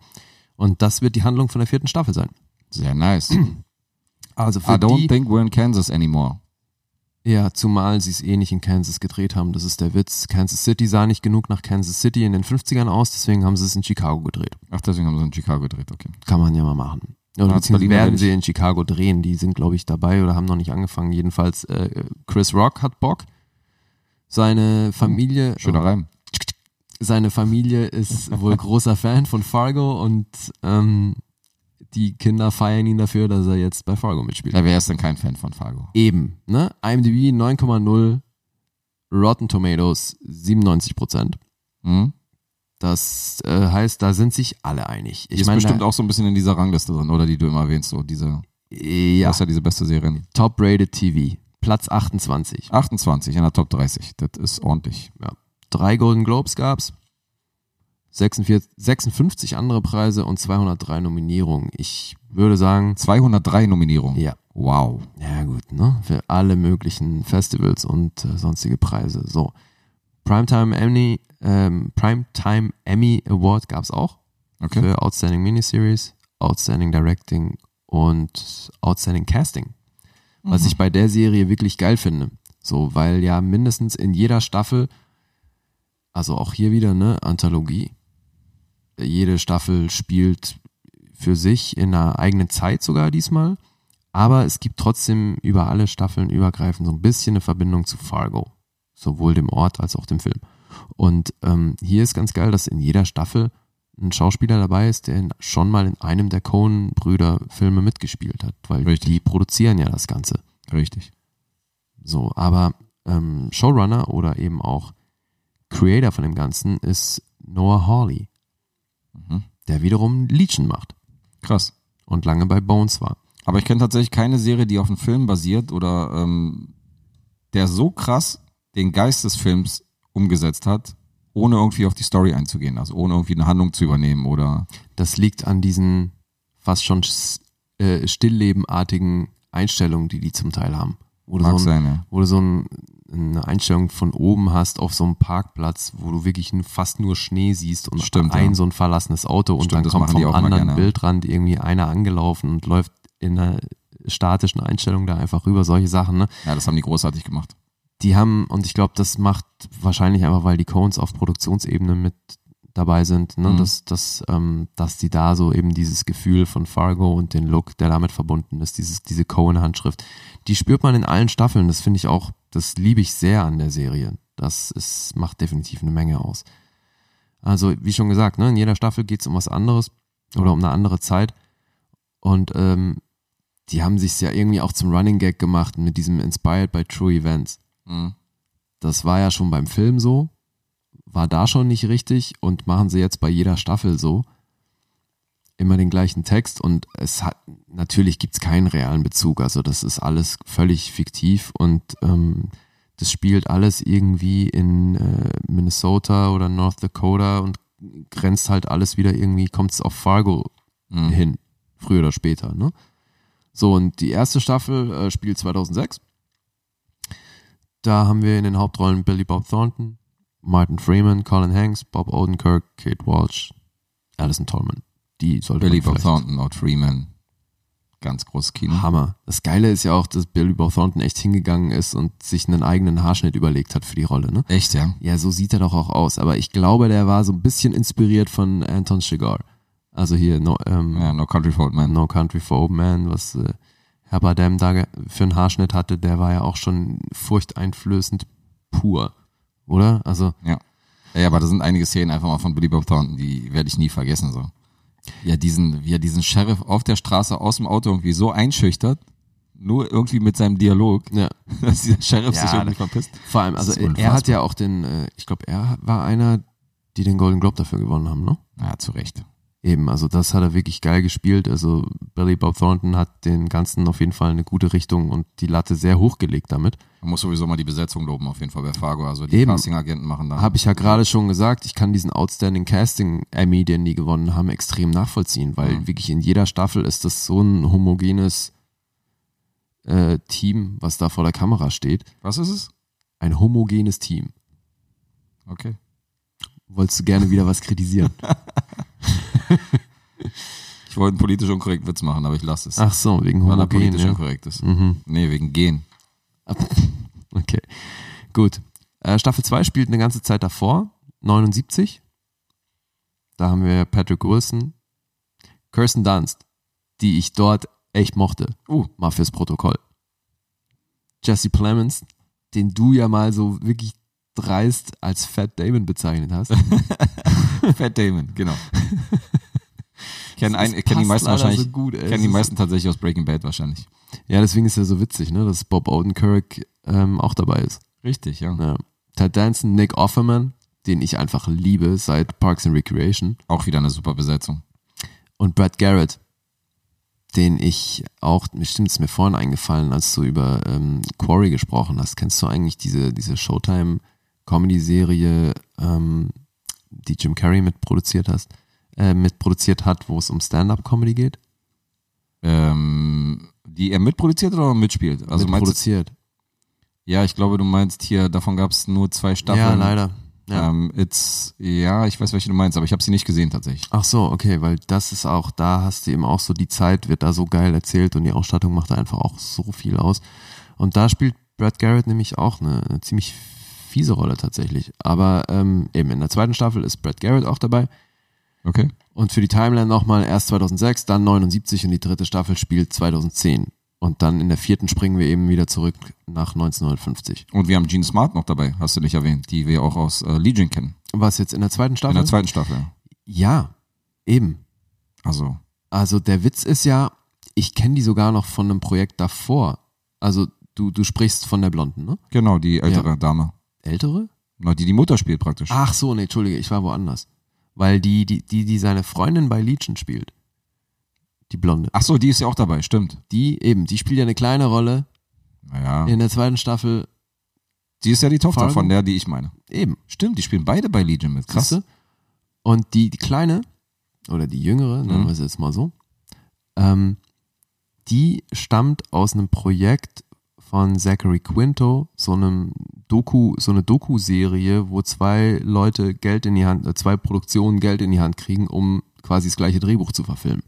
[SPEAKER 3] Und das wird die Handlung von der vierten Staffel sein.
[SPEAKER 2] Sehr nice. I
[SPEAKER 3] Also für
[SPEAKER 2] don't
[SPEAKER 3] die,
[SPEAKER 2] think we're in Kansas anymore.
[SPEAKER 3] ja, zumal sie es eh nicht in Kansas gedreht haben, das ist der Witz. Kansas City sah nicht genug nach Kansas City in den 50ern aus, deswegen haben sie es in Chicago gedreht.
[SPEAKER 2] Ach, deswegen haben sie in Chicago gedreht, okay.
[SPEAKER 3] Kann man ja mal machen. Oder
[SPEAKER 2] Ah,
[SPEAKER 3] beziehungsweise
[SPEAKER 2] Berlin
[SPEAKER 3] werden
[SPEAKER 2] will
[SPEAKER 3] sie in Chicago drehen. Die sind, glaube ich, dabei oder haben noch nicht angefangen. Jedenfalls, äh, Chris Rock hat Bock. Seine Familie,
[SPEAKER 2] Schöner Reim.
[SPEAKER 3] seine Familie ist wohl großer Fan von Fargo und ähm, die Kinder feiern ihn dafür, dass er jetzt bei Fargo mitspielt.
[SPEAKER 2] Ja, wer ist denn kein Fan von Fargo?
[SPEAKER 3] Eben, ne? IMDb 9,0, Rotten Tomatoes 97 Prozent.
[SPEAKER 2] Hm?
[SPEAKER 3] Das äh, heißt, da sind sich alle einig.
[SPEAKER 2] Die
[SPEAKER 3] Ich
[SPEAKER 2] ist
[SPEAKER 3] meine,
[SPEAKER 2] bestimmt
[SPEAKER 3] da-
[SPEAKER 2] auch so ein bisschen in dieser Rangliste drin, oder die du immer erwähnst, so diese,
[SPEAKER 3] ja,
[SPEAKER 2] das ist ja diese beste Serie.
[SPEAKER 3] Top-Rated TV, Platz 28.
[SPEAKER 2] 28 in der Top 30, das ist ordentlich.
[SPEAKER 3] Drei Golden Globes gab's, 46, 56 andere Preise und 203 Nominierungen. Ich würde sagen,
[SPEAKER 2] 203 Nominierungen.
[SPEAKER 3] ja,
[SPEAKER 2] Wow.
[SPEAKER 3] Ja, gut, ne? Für alle möglichen Festivals und äh, sonstige Preise. So. Primetime Emmy, ähm, Primetime Emmy Award gab's auch
[SPEAKER 2] Okay.
[SPEAKER 3] für Outstanding Miniseries, Outstanding Directing und Outstanding Casting. Was ich bei der Serie wirklich geil finde. So, weil ja mindestens in jeder Staffel, also auch hier wieder, ne, Anthologie. Jede Staffel spielt für sich in einer eigenen Zeit sogar diesmal. Aber es gibt trotzdem über alle Staffeln übergreifend so ein bisschen eine Verbindung zu Fargo. Sowohl dem Ort als auch dem Film. Und ähm, hier ist ganz geil, dass in jeder Staffel ein Schauspieler dabei ist, der in, schon mal in einem der Cohen-Brüder-Filme mitgespielt hat, weil
[SPEAKER 2] Richtig.
[SPEAKER 3] die produzieren ja das Ganze.
[SPEAKER 2] Richtig.
[SPEAKER 3] So, aber ähm, Showrunner oder eben auch Creator von dem Ganzen ist Noah Hawley,
[SPEAKER 2] Mhm.
[SPEAKER 3] der wiederum Legion macht
[SPEAKER 2] Krass.
[SPEAKER 3] und lange bei Bones war.
[SPEAKER 2] Aber ich kenne tatsächlich keine Serie, die auf einem Film basiert oder ähm, der so krass den Geist des Films umgesetzt hat, ohne irgendwie auf die Story einzugehen, also ohne irgendwie eine Handlung zu übernehmen oder
[SPEAKER 3] Das liegt an diesen fast schon s- äh, stilllebenartigen Einstellungen, die die zum Teil haben. Wo du
[SPEAKER 2] mag
[SPEAKER 3] so, ein,
[SPEAKER 2] sein, ja.
[SPEAKER 3] wo du so ein, eine Einstellung von oben hast auf so einem Parkplatz, wo du wirklich n- fast nur Schnee siehst und
[SPEAKER 2] Stimmt,
[SPEAKER 3] ein
[SPEAKER 2] ja.
[SPEAKER 3] so ein verlassenes Auto und
[SPEAKER 2] Stimmt,
[SPEAKER 3] dann
[SPEAKER 2] das
[SPEAKER 3] kommt
[SPEAKER 2] machen die
[SPEAKER 3] vom
[SPEAKER 2] auch mal
[SPEAKER 3] anderen
[SPEAKER 2] gerne.
[SPEAKER 3] Bildrand irgendwie einer angelaufen und läuft in einer statischen Einstellung da einfach rüber, solche Sachen. Ne?
[SPEAKER 2] Ja, das haben die großartig gemacht.
[SPEAKER 3] die haben, und ich glaube, das macht wahrscheinlich einfach, weil die Cones auf Produktionsebene mit dabei sind, ne?
[SPEAKER 2] Mhm.
[SPEAKER 3] dass, dass, ähm, dass die da so eben dieses Gefühl von Fargo und den Look, der damit verbunden ist, dieses, diese Cohen-Handschrift, die spürt man in allen Staffeln. Das finde ich auch, das liebe ich sehr an der Serie. Das ist, macht definitiv eine Menge aus. Also, wie schon gesagt, ne? in jeder Staffel geht es um was anderes oder um eine andere Zeit. Und ähm, die haben sich ja irgendwie auch zum Running Gag gemacht mit diesem Inspired by True Events
[SPEAKER 2] Mhm.
[SPEAKER 3] das war ja schon beim Film so, war da schon nicht richtig und machen sie jetzt bei jeder Staffel so. Immer den gleichen Text und es hat, natürlich gibt's keinen realen Bezug, also das ist alles völlig fiktiv und ähm, das spielt alles irgendwie in äh, Minnesota oder North Dakota und grenzt halt alles wieder irgendwie, kommt's auf Fargo
[SPEAKER 2] Mhm.
[SPEAKER 3] hin, früher oder später. Ne? So, und die erste Staffel äh, spielt 2006. Da haben wir in den Hauptrollen Billy Bob Thornton, Martin Freeman, Colin Hanks, Bob Odenkirk, Kate Walsh, Alison Tolman. Die sollte
[SPEAKER 2] Billy
[SPEAKER 3] man
[SPEAKER 2] Bob
[SPEAKER 3] vielleicht-
[SPEAKER 2] Thornton, Not Freeman. Ganz großes Kino.
[SPEAKER 3] Hammer. Das Geile ist ja auch, dass Billy Bob Thornton echt hingegangen ist und sich einen eigenen Haarschnitt überlegt hat für die Rolle. Ne?
[SPEAKER 2] Echt, ja?
[SPEAKER 3] Ja, so sieht er doch auch aus. Aber ich glaube, der war so ein bisschen inspiriert von Anton Chigurh. Also hier no, ähm,
[SPEAKER 2] Ja, No Country for Old Men.
[SPEAKER 3] No Country for Old Men, was äh, Herr Bardem da ge- für einen Haarschnitt hatte, der war ja auch schon furchteinflößend pur, oder? Also
[SPEAKER 2] Ja. Ja, aber da sind einige Szenen einfach mal von Billy Bob Thornton, die werde ich nie vergessen, so. Wie er diesen, wie er diesen Sheriff auf der Straße aus dem Auto irgendwie so einschüchtert, Nur irgendwie mit seinem Dialog,
[SPEAKER 3] Ja.
[SPEAKER 2] dass dieser Sheriff sich
[SPEAKER 3] Ja,
[SPEAKER 2] irgendwie verpisst.
[SPEAKER 3] Vor allem,
[SPEAKER 2] Das
[SPEAKER 3] also
[SPEAKER 2] ist
[SPEAKER 3] er
[SPEAKER 2] unfassbar.
[SPEAKER 3] hat ja auch den, äh, ich glaube, er war einer, die den Golden Globe dafür gewonnen haben, ne?
[SPEAKER 2] Ja, zu Recht.
[SPEAKER 3] Eben, also das hat er wirklich geil gespielt. Also Billy Bob Thornton hat den Ganzen auf jeden Fall eine gute Richtung und die Latte sehr hochgelegt damit.
[SPEAKER 2] Man muss sowieso mal die Besetzung loben, auf jeden Fall bei Fargo. Also die
[SPEAKER 3] Eben.
[SPEAKER 2] Casting-Agenten machen da.
[SPEAKER 3] Habe ich ja gerade schon gesagt, ich kann diesen Outstanding Casting Emmy, den die gewonnen haben, extrem nachvollziehen, weil
[SPEAKER 2] Mhm.
[SPEAKER 3] wirklich in jeder Staffel ist das so ein homogenes äh, Team, was da vor der Kamera steht.
[SPEAKER 2] Was ist es?
[SPEAKER 3] Ein homogenes Team.
[SPEAKER 2] Okay.
[SPEAKER 3] Wolltest du gerne wieder was kritisieren?
[SPEAKER 2] Ich wollte einen politisch unkorrekten Witz machen, aber ich lasse es.
[SPEAKER 3] Ach so, wegen
[SPEAKER 2] Weil er
[SPEAKER 3] homogen.
[SPEAKER 2] politisch
[SPEAKER 3] Ah, Ja. Mhm.
[SPEAKER 2] unkorrekt ist. Nee, wegen Gen.
[SPEAKER 3] Okay, gut. Äh, Staffel 2 spielt eine ganze Zeit davor, 79. Da haben wir Patrick Wilson, Kirsten Dunst, die ich dort echt mochte.
[SPEAKER 2] Uh.
[SPEAKER 3] Mal fürs Protokoll. Jesse Plemons, den du ja mal so wirklich dreist als Fat Damon bezeichnet hast.
[SPEAKER 2] Fat Damon, genau. Ich kenne
[SPEAKER 3] Das
[SPEAKER 2] einen- ich kenne die
[SPEAKER 3] passt
[SPEAKER 2] meisten
[SPEAKER 3] leider
[SPEAKER 2] wahrscheinlich.
[SPEAKER 3] so gut, ey.
[SPEAKER 2] kenne die
[SPEAKER 3] Es ist-
[SPEAKER 2] meisten tatsächlich aus Breaking Bad wahrscheinlich.
[SPEAKER 3] Ja, deswegen ist er so witzig, ne, dass Bob Odenkirk ähm, auch dabei ist.
[SPEAKER 2] Richtig, ja.
[SPEAKER 3] Ja. Ted Danson, Nick Offerman, den ich einfach liebe seit Parks and Recreation.
[SPEAKER 2] Auch wieder eine super Besetzung.
[SPEAKER 3] Und Brad Garrett, den ich auch, mir stimmt es mir vorhin eingefallen, als du über ähm, Quarry gesprochen hast. Kennst du eigentlich diese, diese Showtime-Comedy-Serie, ähm, die Jim Carrey mitproduziert hast, äh, mitproduziert hat, wo es um Stand-up-Comedy geht?
[SPEAKER 2] Ähm, die er mitproduziert oder mitspielt? Also meinst
[SPEAKER 3] mitproduziert.
[SPEAKER 2] du, ja, ich glaube, du meinst hier, davon gab es nur zwei Staffeln.
[SPEAKER 3] ja, leider. Ja.
[SPEAKER 2] Ähm, it's, ja, ich weiß, welche du meinst, aber ich habe sie nicht gesehen tatsächlich.
[SPEAKER 3] Ach so, okay, weil das ist auch, da hast du eben auch so, die Zeit wird da so geil erzählt und die Ausstattung macht da einfach auch so viel aus. Und da spielt Brad Garrett nämlich auch eine, eine ziemlich fiese Rolle tatsächlich. Aber ähm, eben in der zweiten Staffel ist Brad Garrett auch dabei.
[SPEAKER 2] Okay.
[SPEAKER 3] Und für die Timeline nochmal erst 2006, dann 79 und die dritte Staffel spielt 2010. Und dann in der vierten springen wir eben wieder zurück nach 1950.
[SPEAKER 2] Und wir haben Gene Smart noch dabei, hast du nicht erwähnt, die wir auch aus äh, Legion kennen.
[SPEAKER 3] Was jetzt in der zweiten
[SPEAKER 2] In
[SPEAKER 3] Staffel?
[SPEAKER 2] der zweiten Staffel.
[SPEAKER 3] ja, eben.
[SPEAKER 2] Also,
[SPEAKER 3] Also der Witz ist ja, ich kenne die sogar noch von einem Projekt davor. Also du, du sprichst von der Blonden, ne?
[SPEAKER 2] genau, die ältere Dame.
[SPEAKER 3] Ältere?
[SPEAKER 2] Na, die die Mutter spielt praktisch.
[SPEAKER 3] Ach so, nee, Entschuldige, ich war woanders. Weil die, die, die, die seine Freundin bei Legion spielt. Die Blonde.
[SPEAKER 2] Ach so, die ist ja auch dabei, stimmt.
[SPEAKER 3] Die eben, die spielt ja eine kleine Rolle
[SPEAKER 2] Naja.
[SPEAKER 3] in der zweiten Staffel
[SPEAKER 2] Die ist ja die Tochter
[SPEAKER 3] Fargo?
[SPEAKER 2] von der, die ich meine.
[SPEAKER 3] eben.
[SPEAKER 2] Stimmt, die spielen beide bei Legion mit. Krass.
[SPEAKER 3] Siehste? Und die, die kleine, oder die jüngere, nennen wir es jetzt mal so, ähm, die stammt aus einem Projekt von Zachary Quinto, so einem Doku, so eine Doku-Serie, wo zwei Leute Geld in die Hand, äh, zwei Produktionen Geld in die Hand kriegen, um quasi das gleiche Drehbuch zu verfilmen.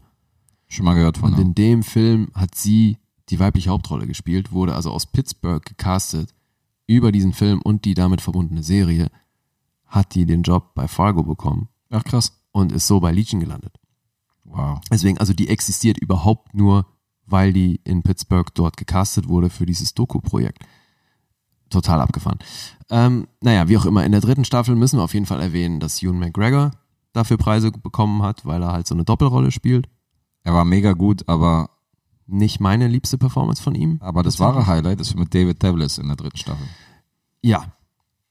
[SPEAKER 2] Schon mal gehört von.
[SPEAKER 3] Und
[SPEAKER 2] Ne?
[SPEAKER 3] in dem Film hat sie die weibliche Hauptrolle gespielt, wurde also aus Pittsburgh gecastet. Über diesen Film und die damit verbundene Serie hat die den Job bei Fargo bekommen
[SPEAKER 2] Ach krass.
[SPEAKER 3] und ist so bei Legion gelandet.
[SPEAKER 2] Wow.
[SPEAKER 3] Deswegen, also die existiert überhaupt nur, weil die in Pittsburgh dort gecastet wurde für dieses Doku-Projekt. Total abgefahren. Ähm, naja, wie auch immer, in der dritten Staffel müssen wir auf jeden Fall erwähnen, dass Ewan McGregor dafür Preise bekommen hat, weil er halt so eine Doppelrolle spielt.
[SPEAKER 2] Er war mega gut, aber,
[SPEAKER 3] Nicht meine liebste Performance von ihm.
[SPEAKER 2] aber das wahre Highlight ist mit David Tavlis in der dritten Staffel.
[SPEAKER 3] Ja,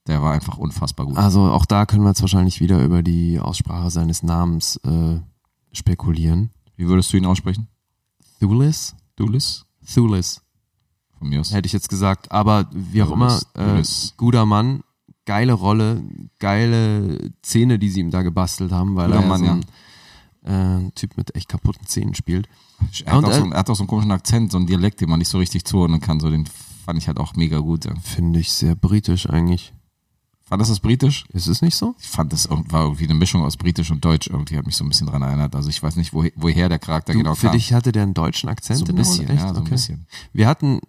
[SPEAKER 2] Der war einfach unfassbar gut.
[SPEAKER 3] also auch da können wir jetzt wahrscheinlich wieder über die Aussprache seines Namens äh, spekulieren.
[SPEAKER 2] Wie würdest du ihn aussprechen?
[SPEAKER 3] Thulis?
[SPEAKER 2] Dulis?
[SPEAKER 3] Thulis.
[SPEAKER 2] Von mir aus.
[SPEAKER 3] hätte ich jetzt gesagt. Aber wie auch immer,
[SPEAKER 2] Dulis,
[SPEAKER 3] äh,
[SPEAKER 2] Dulis.
[SPEAKER 3] guter Mann, geile Rolle, geile Zähne, die sie ihm da gebastelt haben, weil
[SPEAKER 2] Guter
[SPEAKER 3] er
[SPEAKER 2] Mann,
[SPEAKER 3] ja so ein äh, Typ mit echt kaputten Zähnen spielt.
[SPEAKER 2] Er hat,
[SPEAKER 3] Und,
[SPEAKER 2] auch so,
[SPEAKER 3] äh,
[SPEAKER 2] einen- er hat auch so einen komischen Akzent, so einen Dialekt, den man nicht so richtig zuordnen kann. So, den fand ich halt auch mega gut. Ja.
[SPEAKER 3] Finde ich sehr britisch eigentlich.
[SPEAKER 2] Fand das das britisch?
[SPEAKER 3] Ist es nicht so?
[SPEAKER 2] Ich fand das irgend- war irgendwie eine Mischung aus britisch und deutsch. Irgendwie hat mich so ein bisschen dran erinnert. Also ich weiß nicht, woher, woher der Charakter
[SPEAKER 3] Du,
[SPEAKER 2] genau
[SPEAKER 3] für
[SPEAKER 2] kam.
[SPEAKER 3] dich hatte der einen deutschen Akzent
[SPEAKER 2] so ein
[SPEAKER 3] in der Rolle?
[SPEAKER 2] bisschen,
[SPEAKER 3] Echt?
[SPEAKER 2] ja, so ein
[SPEAKER 3] Okay.
[SPEAKER 2] bisschen.
[SPEAKER 3] Wir hatten,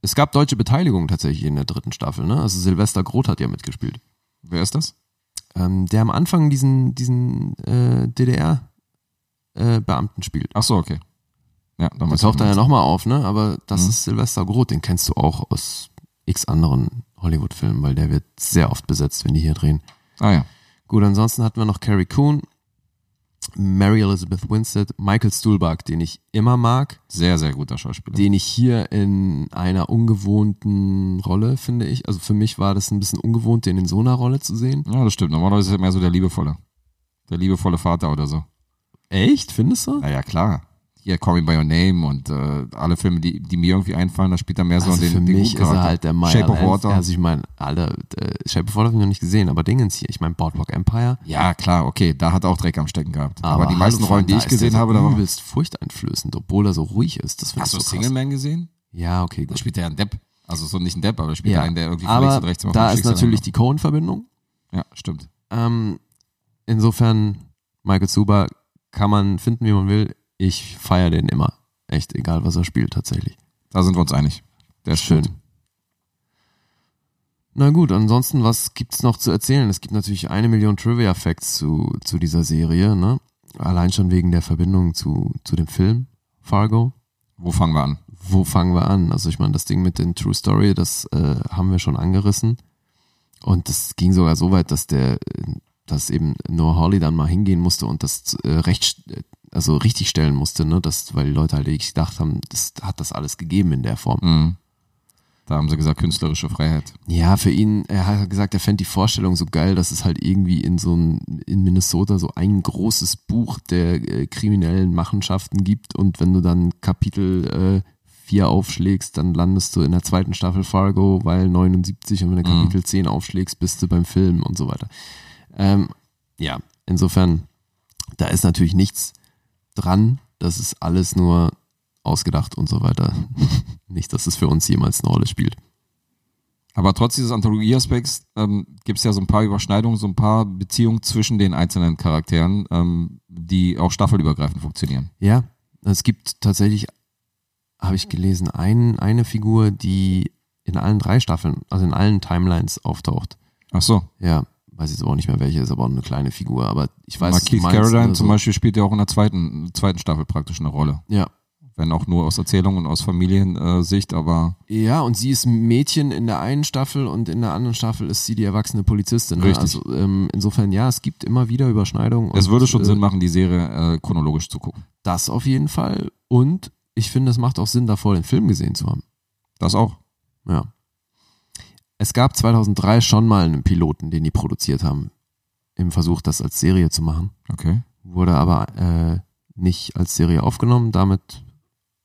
[SPEAKER 3] es gab deutsche Beteiligung tatsächlich in der dritten Staffel, ne? Also Silvester Groth hat ja mitgespielt.
[SPEAKER 2] Wer ist das?
[SPEAKER 3] Ähm, der am Anfang diesen, diesen äh, DDR-Beamten äh, spielt.
[SPEAKER 2] Ach so, okay. Ja, dann
[SPEAKER 3] Da
[SPEAKER 2] weiß ich,
[SPEAKER 3] taucht
[SPEAKER 2] wer
[SPEAKER 3] er ja
[SPEAKER 2] das ist.
[SPEAKER 3] nochmal auf, ne? Aber das
[SPEAKER 2] Mhm.
[SPEAKER 3] ist Sylvester Groth, den kennst du auch aus x anderen Hollywood-Filmen, weil der wird sehr oft besetzt, wenn die hier drehen.
[SPEAKER 2] Ah ja.
[SPEAKER 3] Gut, ansonsten hatten wir noch Carrie Coon, Mary Elizabeth Winstead, Michael Stuhlbarg, den ich immer mag,
[SPEAKER 2] Sehr, sehr guter Schauspieler.
[SPEAKER 3] den ich hier in einer ungewohnten Rolle, finde ich. Also für mich war das ein bisschen ungewohnt, den in so einer Rolle zu sehen.
[SPEAKER 2] ja, das stimmt. Normalerweise ist er mehr so der liebevolle. Der liebevolle Vater oder so.
[SPEAKER 3] Echt, findest du?
[SPEAKER 2] Naja, klar. Hier Call Me By Your Name und äh, alle Filme, die, die mir irgendwie einfallen, da spielt er mehr so
[SPEAKER 3] also
[SPEAKER 2] den
[SPEAKER 3] für
[SPEAKER 2] den
[SPEAKER 3] mich ist
[SPEAKER 2] Gutcharakter.
[SPEAKER 3] er halt der Meier.
[SPEAKER 2] Shape of
[SPEAKER 3] Elf.
[SPEAKER 2] Water.
[SPEAKER 3] Also ich meine, alle, äh, Shape of Water habe ich noch nicht gesehen, aber Dingens hier. Ich meine, Boardwalk Empire.
[SPEAKER 2] ja, klar, okay, da hat er auch Dreck am Stecken gehabt. Aber, die
[SPEAKER 3] hallo,
[SPEAKER 2] meisten
[SPEAKER 3] Frank,
[SPEAKER 2] Rollen, die
[SPEAKER 3] da
[SPEAKER 2] ich
[SPEAKER 3] ist der
[SPEAKER 2] gesehen
[SPEAKER 3] so
[SPEAKER 2] habe, da war.
[SPEAKER 3] übelst furchteinflößend, obwohl er so ruhig ist. Das finde ich
[SPEAKER 2] Hast
[SPEAKER 3] so
[SPEAKER 2] du
[SPEAKER 3] krass.
[SPEAKER 2] Single Man gesehen?
[SPEAKER 3] Ja, okay,
[SPEAKER 2] Da
[SPEAKER 3] gut.
[SPEAKER 2] spielt er ja einen Depp. Also so nicht einen Depp, aber da spielt er einen, der irgendwie von links
[SPEAKER 3] aber
[SPEAKER 2] und rechts auf dem
[SPEAKER 3] da ist
[SPEAKER 2] Schicksal
[SPEAKER 3] natürlich die Cohen-Verbindung.
[SPEAKER 2] handelt. Ja, stimmt.
[SPEAKER 3] Ähm, insofern, Michael Zuber kann man finden, wie man will. Ich feiere den immer. Echt, egal was er spielt, tatsächlich.
[SPEAKER 2] Da sind wir uns einig. Der ist
[SPEAKER 3] Schön.
[SPEAKER 2] schön.
[SPEAKER 3] Na gut, ansonsten, was gibt's noch zu erzählen? Es gibt natürlich eine Million Trivia-Facts zu, zu dieser Serie, ne? Allein schon wegen der Verbindung zu, zu dem Film Fargo.
[SPEAKER 2] Wo fangen wir an?
[SPEAKER 3] Wo fangen wir an? Also ich meine, das Ding mit den True Story, das äh, haben wir schon angerissen. Und das ging sogar so weit, dass der, äh, dass eben Noah Hawley dann mal hingehen musste und das äh, recht, äh, also richtig stellen musste, ne? Das, weil die Leute halt wirklich gedacht haben, das hat das alles gegeben in der Form.
[SPEAKER 2] Mhm. Da haben sie gesagt, künstlerische Freiheit.
[SPEAKER 3] Ja, für ihn, er hat gesagt, er fänd die Vorstellung so geil, dass es halt irgendwie in so ein, in Minnesota so ein großes Buch der äh, kriminellen Machenschaften gibt und wenn du dann Kapitel äh, 4 aufschlägst, dann landest du in der zweiten Staffel Fargo, weil 79 und wenn du Kapitel 10 aufschlägst, bist du beim Film und so weiter. Ähm, ja, insofern, da ist natürlich nichts dran, das ist alles nur ausgedacht und so weiter. Nicht, dass es für uns jemals eine Rolle spielt.
[SPEAKER 2] Aber trotz dieses Anthologie-Aspekts ähm, gibt es ja so ein paar Überschneidungen, so ein paar Beziehungen zwischen den einzelnen Charakteren, ähm, die auch staffelübergreifend funktionieren.
[SPEAKER 3] Ja, es gibt tatsächlich, habe ich gelesen, ein, eine Figur, die in allen drei Staffeln, also in allen Timelines auftaucht.
[SPEAKER 2] Ach so.
[SPEAKER 3] Ja, weiß jetzt aber auch nicht mehr welche, ist aber auch eine kleine Figur, aber ich weiß
[SPEAKER 2] Weiß,
[SPEAKER 3] was du
[SPEAKER 2] Keith
[SPEAKER 3] meinst,
[SPEAKER 2] Carradine
[SPEAKER 3] ne,
[SPEAKER 2] zum
[SPEAKER 3] so-
[SPEAKER 2] Beispiel spielt ja auch in der zweiten, zweiten Staffel praktisch eine Rolle.
[SPEAKER 3] Ja.
[SPEAKER 2] Wenn auch nur aus Erzählung und aus Familiensicht, aber
[SPEAKER 3] Ja, und sie ist ein Mädchen in der einen Staffel und in der anderen Staffel ist sie die erwachsene Polizistin. Ne?
[SPEAKER 2] Richtig.
[SPEAKER 3] Also ähm, insofern, ja, es gibt immer wieder Überschneidungen.
[SPEAKER 2] es
[SPEAKER 3] und,
[SPEAKER 2] würde schon
[SPEAKER 3] äh,
[SPEAKER 2] Sinn machen, die Serie äh, chronologisch zu gucken.
[SPEAKER 3] Das auf jeden Fall. Und ich finde, es macht auch Sinn, davor den Film gesehen zu haben.
[SPEAKER 2] Das auch.
[SPEAKER 3] Ja. Es gab 2003 schon mal einen Piloten, den die produziert haben, im Versuch, das als Serie zu machen.
[SPEAKER 2] Okay.
[SPEAKER 3] Wurde aber äh, nicht als Serie aufgenommen, damit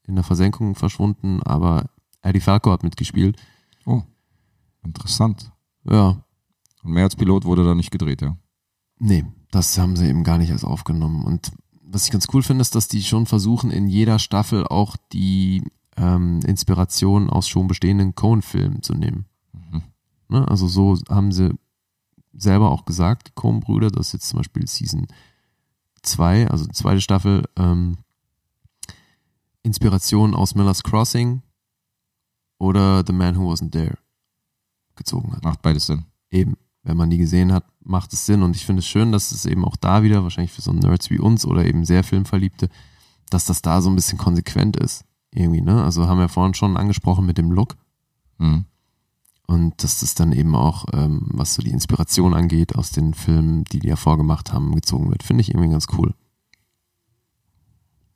[SPEAKER 3] in der Versenkung verschwunden, aber Eddie Falco hat mitgespielt.
[SPEAKER 2] Interessant.
[SPEAKER 3] Ja,
[SPEAKER 2] Und mehr als Pilot wurde da nicht gedreht, ja.
[SPEAKER 3] nee, das haben sie eben gar nicht erst aufgenommen. Und was ich ganz cool finde, ist, dass die schon versuchen, in jeder Staffel auch die ähm, Inspiration aus schon bestehenden Cohen-Filmen zu nehmen. Ne? Also so haben sie selber auch gesagt, die Coen-Brüder, dass jetzt zum Beispiel Season 2, also zweite Staffel, ähm, Inspiration aus Miller's Crossing oder The Man Who Wasn't There gezogen hat.
[SPEAKER 2] Macht beides Sinn.
[SPEAKER 3] Eben, wenn man die gesehen hat, macht es Sinn. Und ich finde es schön, dass es eben auch da wieder, wahrscheinlich für so Nerds wie uns oder eben sehr Filmverliebte, dass das da so ein bisschen konsequent ist. Irgendwie, ne? Also haben wir vorhin schon angesprochen mit dem Look.
[SPEAKER 2] Mhm.
[SPEAKER 3] Und dass das dann eben auch, ähm, was so die Inspiration angeht, aus den Filmen, die die ja vorgemacht haben, gezogen wird. Finde ich irgendwie ganz cool.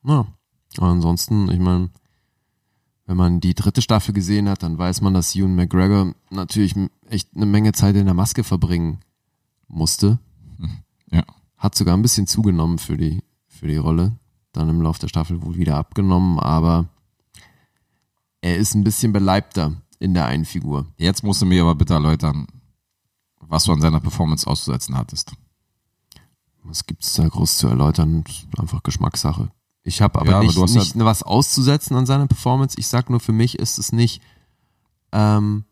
[SPEAKER 3] Ja. Aber ansonsten, ich meine, wenn man die dritte Staffel gesehen hat, dann weiß man, dass Ewan McGregor natürlich m- echt eine Menge Zeit in der Maske verbringen musste.
[SPEAKER 2] Ja.
[SPEAKER 3] Hat sogar ein bisschen zugenommen für die, für die Rolle. Dann im Laufe der Staffel wohl wieder abgenommen, aber er ist ein bisschen beleibter in der einen Figur.
[SPEAKER 2] Jetzt musst du mir aber bitte erläutern, was du an seiner Performance auszusetzen hattest.
[SPEAKER 3] Was gibt's da groß zu erläutern? Einfach Geschmackssache. Ich habe aber
[SPEAKER 2] Ja, aber
[SPEAKER 3] nicht,
[SPEAKER 2] du hast halt
[SPEAKER 3] nicht was auszusetzen an seiner Performance. Ich sag nur, für mich ist es nicht, ähm,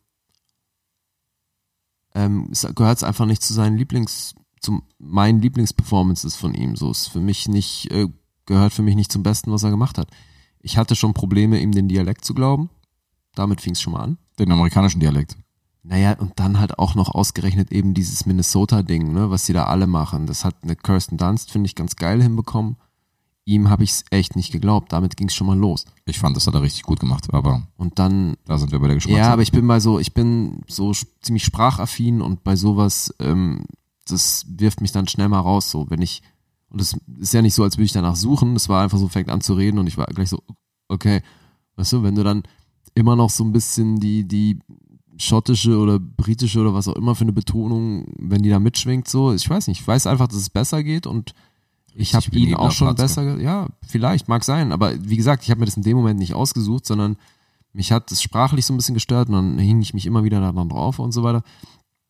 [SPEAKER 3] ähm, es gehört einfach nicht zu seinen Lieblings, zu meinen Lieblingsperformances von ihm. So ist für mich nicht, äh, gehört für mich nicht zum Besten, was er gemacht hat. Ich hatte schon Probleme, ihm den Dialekt zu glauben. Damit fing es schon mal an.
[SPEAKER 2] Den amerikanischen Dialekt.
[SPEAKER 3] Naja, und dann halt auch noch ausgerechnet eben dieses Minnesota-Ding, ne, was die da alle machen. Das hat eine Kirsten Dunst, finde ich, ganz geil hinbekommen. Ihm habe ich es echt nicht geglaubt. Damit ging es schon mal los.
[SPEAKER 2] Ich fand, das hat er richtig gut gemacht, aber
[SPEAKER 3] Und dann,
[SPEAKER 2] da sind wir bei der Geschmackssache.
[SPEAKER 3] ja, aber ich bin bei so, ich bin so sch- ziemlich sprachaffin und bei sowas, ähm, das wirft mich dann schnell mal raus. So, wenn ich, Und es ist ja nicht so, als würde ich danach suchen. Es war einfach so, fängt an zu reden und ich war gleich so, okay. Weißt du, wenn du dann immer noch so ein bisschen die, die schottische oder britische oder was auch immer für eine Betonung, wenn die da mitschwingt, so, ich weiß nicht, ich weiß einfach, dass es besser geht und ich habe
[SPEAKER 2] Richtig
[SPEAKER 3] ihn auch schon
[SPEAKER 2] Platzke.
[SPEAKER 3] besser, ge- ja, vielleicht, mag sein, aber wie gesagt, ich habe mir das in dem Moment nicht ausgesucht, sondern mich hat es sprachlich so ein bisschen gestört und dann hing ich mich immer wieder daran drauf und so weiter.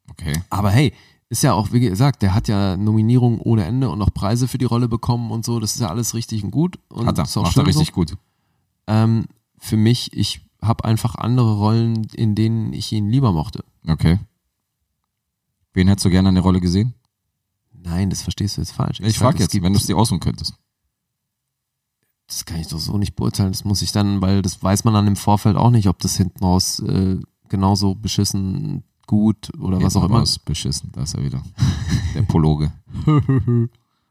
[SPEAKER 2] Okay.
[SPEAKER 3] Aber hey, ist ja auch, wie gesagt, der hat ja Nominierungen ohne Ende und auch Preise für die Rolle bekommen und so. Das ist ja alles richtig und gut. Und
[SPEAKER 2] Hat er.
[SPEAKER 3] ist auch
[SPEAKER 2] Macht
[SPEAKER 3] schön
[SPEAKER 2] er
[SPEAKER 3] so.
[SPEAKER 2] richtig gut.
[SPEAKER 3] Ähm, für mich, ich habe einfach andere Rollen, in denen ich ihn lieber mochte.
[SPEAKER 2] Okay. Wen hättest du gerne an der Rolle gesehen?
[SPEAKER 3] Nein, das verstehst du jetzt falsch.
[SPEAKER 2] Ich
[SPEAKER 3] sag,
[SPEAKER 2] frage
[SPEAKER 3] es
[SPEAKER 2] jetzt,
[SPEAKER 3] gibt-
[SPEAKER 2] wenn du es dir aussuchen könntest.
[SPEAKER 3] Das kann ich doch so nicht beurteilen. Das muss ich dann, weil das weiß man dann im Vorfeld auch nicht, ob das hinten raus äh, genauso beschissen gut oder was auch
[SPEAKER 2] Hinten
[SPEAKER 3] immer.
[SPEAKER 2] raus, Beschissen, da ist er wieder. Der Pologe.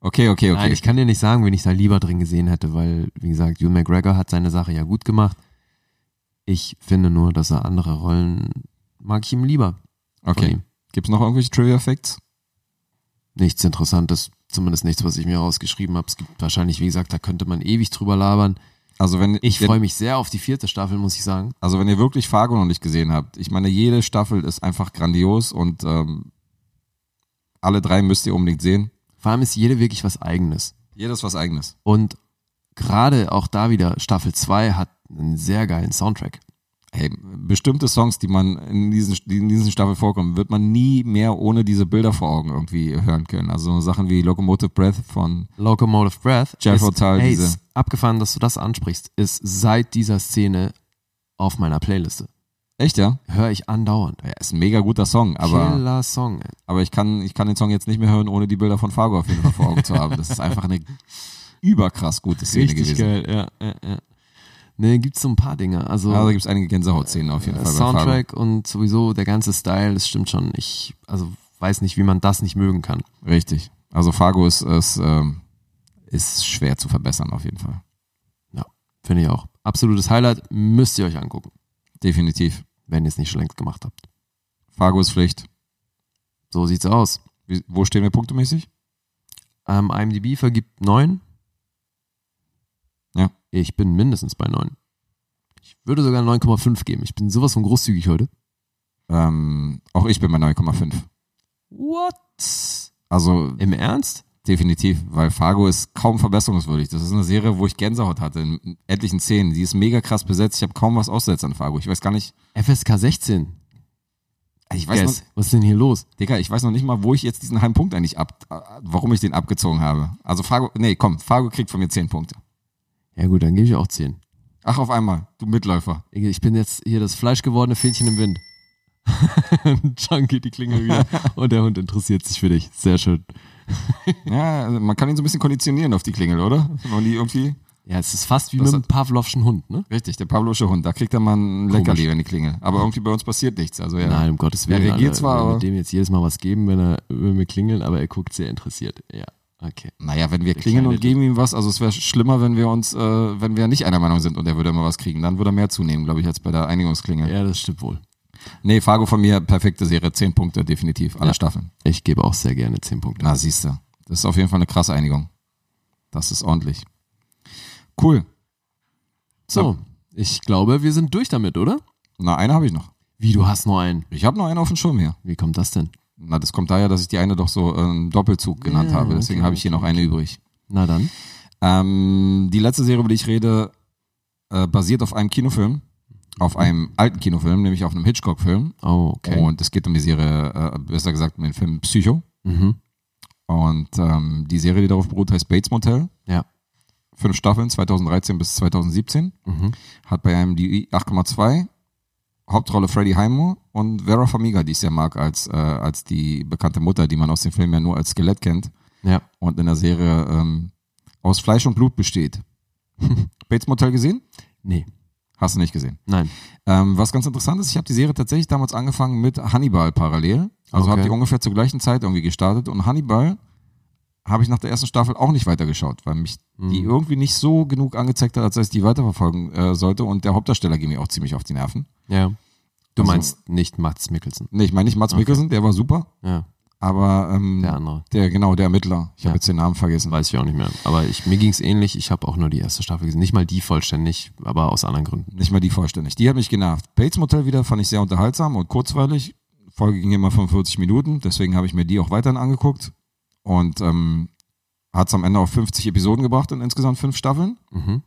[SPEAKER 2] Okay, okay, okay.
[SPEAKER 3] Nein, ich kann dir nicht sagen, wen ich da lieber drin gesehen hätte, weil, wie gesagt, Hugh McGregor hat seine Sache ja gut gemacht. Ich finde nur, dass er andere Rollen mag ich ihm lieber. von
[SPEAKER 2] okay.
[SPEAKER 3] ihm.
[SPEAKER 2] Gibt's noch irgendwelche Trivia Facts?
[SPEAKER 3] Nichts Interessantes, zumindest nichts, was ich mir rausgeschrieben habe. Es gibt wahrscheinlich, wie gesagt, da könnte man ewig drüber labern.
[SPEAKER 2] Also wenn
[SPEAKER 3] Ich
[SPEAKER 2] ihr,
[SPEAKER 3] freue mich sehr auf die vierte Staffel, muss ich sagen.
[SPEAKER 2] also wenn ihr wirklich Fargo noch nicht gesehen habt, ich meine, jede Staffel ist einfach grandios und ähm, alle drei müsst ihr unbedingt sehen.
[SPEAKER 3] Vor allem ist jede wirklich was Eigenes.
[SPEAKER 2] Jedes was eigenes.
[SPEAKER 3] Und gerade auch da wieder, Staffel 2 hat einen sehr geilen Soundtrack.
[SPEAKER 2] Hey, bestimmte Songs, die man in diesen, die in diesen Staffel vorkommen, wird man nie mehr ohne diese Bilder vor Augen irgendwie hören können. Also so Sachen wie Locomotive Breath von
[SPEAKER 3] Locomotive Breath.
[SPEAKER 2] Jeff
[SPEAKER 3] ist,
[SPEAKER 2] Hotel,
[SPEAKER 3] ey,
[SPEAKER 2] diese-
[SPEAKER 3] ist abgefahren, dass du das ansprichst, ist seit dieser Szene auf meiner Playliste.
[SPEAKER 2] Echt, ja?
[SPEAKER 3] Höre ich andauernd.
[SPEAKER 2] Ja, ist ein mega guter Song, aber.
[SPEAKER 3] Killer Song. Ey.
[SPEAKER 2] Aber ich kann, ich kann den Song jetzt nicht mehr hören, ohne die Bilder von Fargo auf jeden Fall vor Augen zu haben. Das ist einfach eine überkrass gute Szene gewesen.
[SPEAKER 3] geil, ja, ja, ja. Ne, gibt's so ein paar Dinge. Also,
[SPEAKER 2] Ja, da gibt es einige Gänsehautszenen auf jeden
[SPEAKER 3] der
[SPEAKER 2] Fall bei Fargo.
[SPEAKER 3] Soundtrack und sowieso der ganze Style, das stimmt schon. Ich also weiß nicht, wie man das nicht mögen kann.
[SPEAKER 2] Richtig. Also Fargo ist, ist, ähm, ist schwer zu verbessern auf jeden Fall.
[SPEAKER 3] Ja, finde ich auch. Absolutes Highlight, müsst ihr euch angucken,
[SPEAKER 2] Definitiv.
[SPEAKER 3] wenn ihr es nicht schon längst gemacht habt.
[SPEAKER 2] Fargo ist Pflicht.
[SPEAKER 3] So sieht's aus.
[SPEAKER 2] Wie, wo stehen wir punktemäßig?
[SPEAKER 3] Ähm, IMDb vergibt 9.
[SPEAKER 2] Ja.
[SPEAKER 3] Ich bin mindestens bei 9. Ich würde sogar 9,5 geben. Ich bin sowas von großzügig heute.
[SPEAKER 2] Ähm, auch ich bin bei 9,5.
[SPEAKER 3] What?
[SPEAKER 2] Also
[SPEAKER 3] Im Ernst?
[SPEAKER 2] definitiv, weil Fargo ist kaum verbesserungswürdig. Das ist eine Serie, wo ich Gänsehaut hatte in etlichen Szenen. Die ist mega krass besetzt. Ich habe kaum was auszusetzen an Fargo. Ich weiß gar nicht.
[SPEAKER 3] FSK 16.
[SPEAKER 2] Ich weiß noch,
[SPEAKER 3] Guess. Was ist denn hier los?
[SPEAKER 2] Digga, ich weiß noch nicht mal, wo ich jetzt diesen halben Punkt eigentlich ab, äh, warum ich den abgezogen habe. Also Fargo, nee, komm, Fargo kriegt von mir 10 Punkte.
[SPEAKER 3] Ja gut, dann gebe ich auch 10.
[SPEAKER 2] Ach, auf einmal, du Mitläufer.
[SPEAKER 3] Ich bin jetzt hier das fleischgewordene Fähnchen im Wind. John geht die Klinge wieder und der Hund interessiert sich für dich. Sehr schön.
[SPEAKER 2] Ja, also man kann ihn so ein bisschen konditionieren auf die Klingel, oder? Wenn man die irgendwie,
[SPEAKER 3] Ja, es ist fast wie
[SPEAKER 2] Das
[SPEAKER 3] mit einem Pavlovschen Hund, ne?
[SPEAKER 2] richtig, der Pavlosche Hund, da kriegt er mal ein Leckerli,
[SPEAKER 3] Komisch.
[SPEAKER 2] wenn die Klingel. Aber irgendwie bei uns passiert nichts, also ja.
[SPEAKER 3] Nein, um Gottes
[SPEAKER 2] Der
[SPEAKER 3] Willen.
[SPEAKER 2] reagiert zwar,
[SPEAKER 3] wir
[SPEAKER 2] aber-
[SPEAKER 3] mit dem jetzt jedes Mal was geben, wenn er wenn wir klingeln, aber er guckt sehr interessiert. Ja, okay.
[SPEAKER 2] Naja, wenn wir klingeln
[SPEAKER 3] kleine
[SPEAKER 2] und geben ihm was, also es wäre schlimmer, wenn wir uns, äh, wenn wir nicht einer Meinung sind und er würde immer was kriegen, dann würde er mehr zunehmen, glaube ich, als bei der Einigungsklingel.
[SPEAKER 3] Ja, das stimmt wohl.
[SPEAKER 2] Nee, Fargo von mir, perfekte Serie, 10 Punkte, definitiv, alle
[SPEAKER 3] Ja.
[SPEAKER 2] Staffeln.
[SPEAKER 3] Ich gebe auch sehr gerne 10 Punkte.
[SPEAKER 2] Na, siehst du. Das ist auf jeden Fall eine krasse Einigung. Das ist ordentlich. Cool.
[SPEAKER 3] so, ich glaube, wir sind durch damit, oder?
[SPEAKER 2] Na, eine habe ich noch.
[SPEAKER 3] Wie, du hast nur einen.
[SPEAKER 2] Ich habe noch eine auf dem Schirm hier.
[SPEAKER 3] Wie kommt das denn?
[SPEAKER 2] Na, das kommt daher, dass ich die eine doch so äh, einen Doppelzug genannt
[SPEAKER 3] Ja,
[SPEAKER 2] habe. Deswegen
[SPEAKER 3] okay,
[SPEAKER 2] habe ich hier noch eine übrig.
[SPEAKER 3] Na dann.
[SPEAKER 2] Ähm, die letzte Serie, über die ich rede, äh, basiert auf einem Kinofilm. Auf einem alten Kinofilm, nämlich auf einem Hitchcock-Film.
[SPEAKER 3] Oh, okay.
[SPEAKER 2] Und es geht um die Serie, äh, besser gesagt um den Film Psycho.
[SPEAKER 3] Mhm.
[SPEAKER 2] Und ähm, die Serie, die darauf beruht, heißt Bates Motel.
[SPEAKER 3] Ja.
[SPEAKER 2] Fünf Staffeln, 2013 bis 2017.
[SPEAKER 3] Mhm.
[SPEAKER 2] hat bei einem die 8,2 Hauptrolle Freddie Highmore und Vera Farmiga, die ich sehr mag, als, äh, als die bekannte Mutter, die man aus dem Film ja nur als Skelett kennt
[SPEAKER 3] Ja.
[SPEAKER 2] und in der Serie ähm, aus Fleisch und Blut besteht. Bates Motel gesehen?
[SPEAKER 3] Nee,
[SPEAKER 2] Hast du nicht gesehen.
[SPEAKER 3] nein.
[SPEAKER 2] Ähm, was ganz interessant ist, ich habe die Serie tatsächlich damals angefangen mit Hannibal parallel. Also
[SPEAKER 3] Okay.
[SPEAKER 2] habe die ungefähr zur gleichen Zeit irgendwie gestartet und Hannibal habe ich nach der ersten Staffel auch nicht weitergeschaut, weil mich
[SPEAKER 3] Hm.
[SPEAKER 2] die irgendwie nicht so genug angezeigt hat, als dass ich die weiterverfolgen äh, sollte und der Hauptdarsteller ging mir auch ziemlich auf die Nerven.
[SPEAKER 3] Ja. Du
[SPEAKER 2] Also-
[SPEAKER 3] meinst nicht Mats Mikkelsen.
[SPEAKER 2] Nee, ich meine nicht Mats Mikkelsen, der war super,
[SPEAKER 3] Ja.
[SPEAKER 2] Aber ähm,
[SPEAKER 3] Der andere.
[SPEAKER 2] der, genau, der Ermittler. Ich
[SPEAKER 3] Ja.
[SPEAKER 2] habe jetzt den Namen vergessen.
[SPEAKER 3] Weiß ich auch nicht mehr. Aber ich, mir ging's ähnlich. Ich habe auch nur die erste Staffel gesehen. Nicht mal die vollständig, aber aus anderen Gründen.
[SPEAKER 2] Nicht mal die vollständig. Die hat mich genervt. Bates Motel wieder fand ich sehr unterhaltsam und kurzweilig. Folge ging immer 45 Minuten, deswegen habe ich mir die auch weiterhin angeguckt. Und ähm, hat es am Ende auf 50 Episoden gebracht in insgesamt fünf Staffeln.
[SPEAKER 3] Mhm.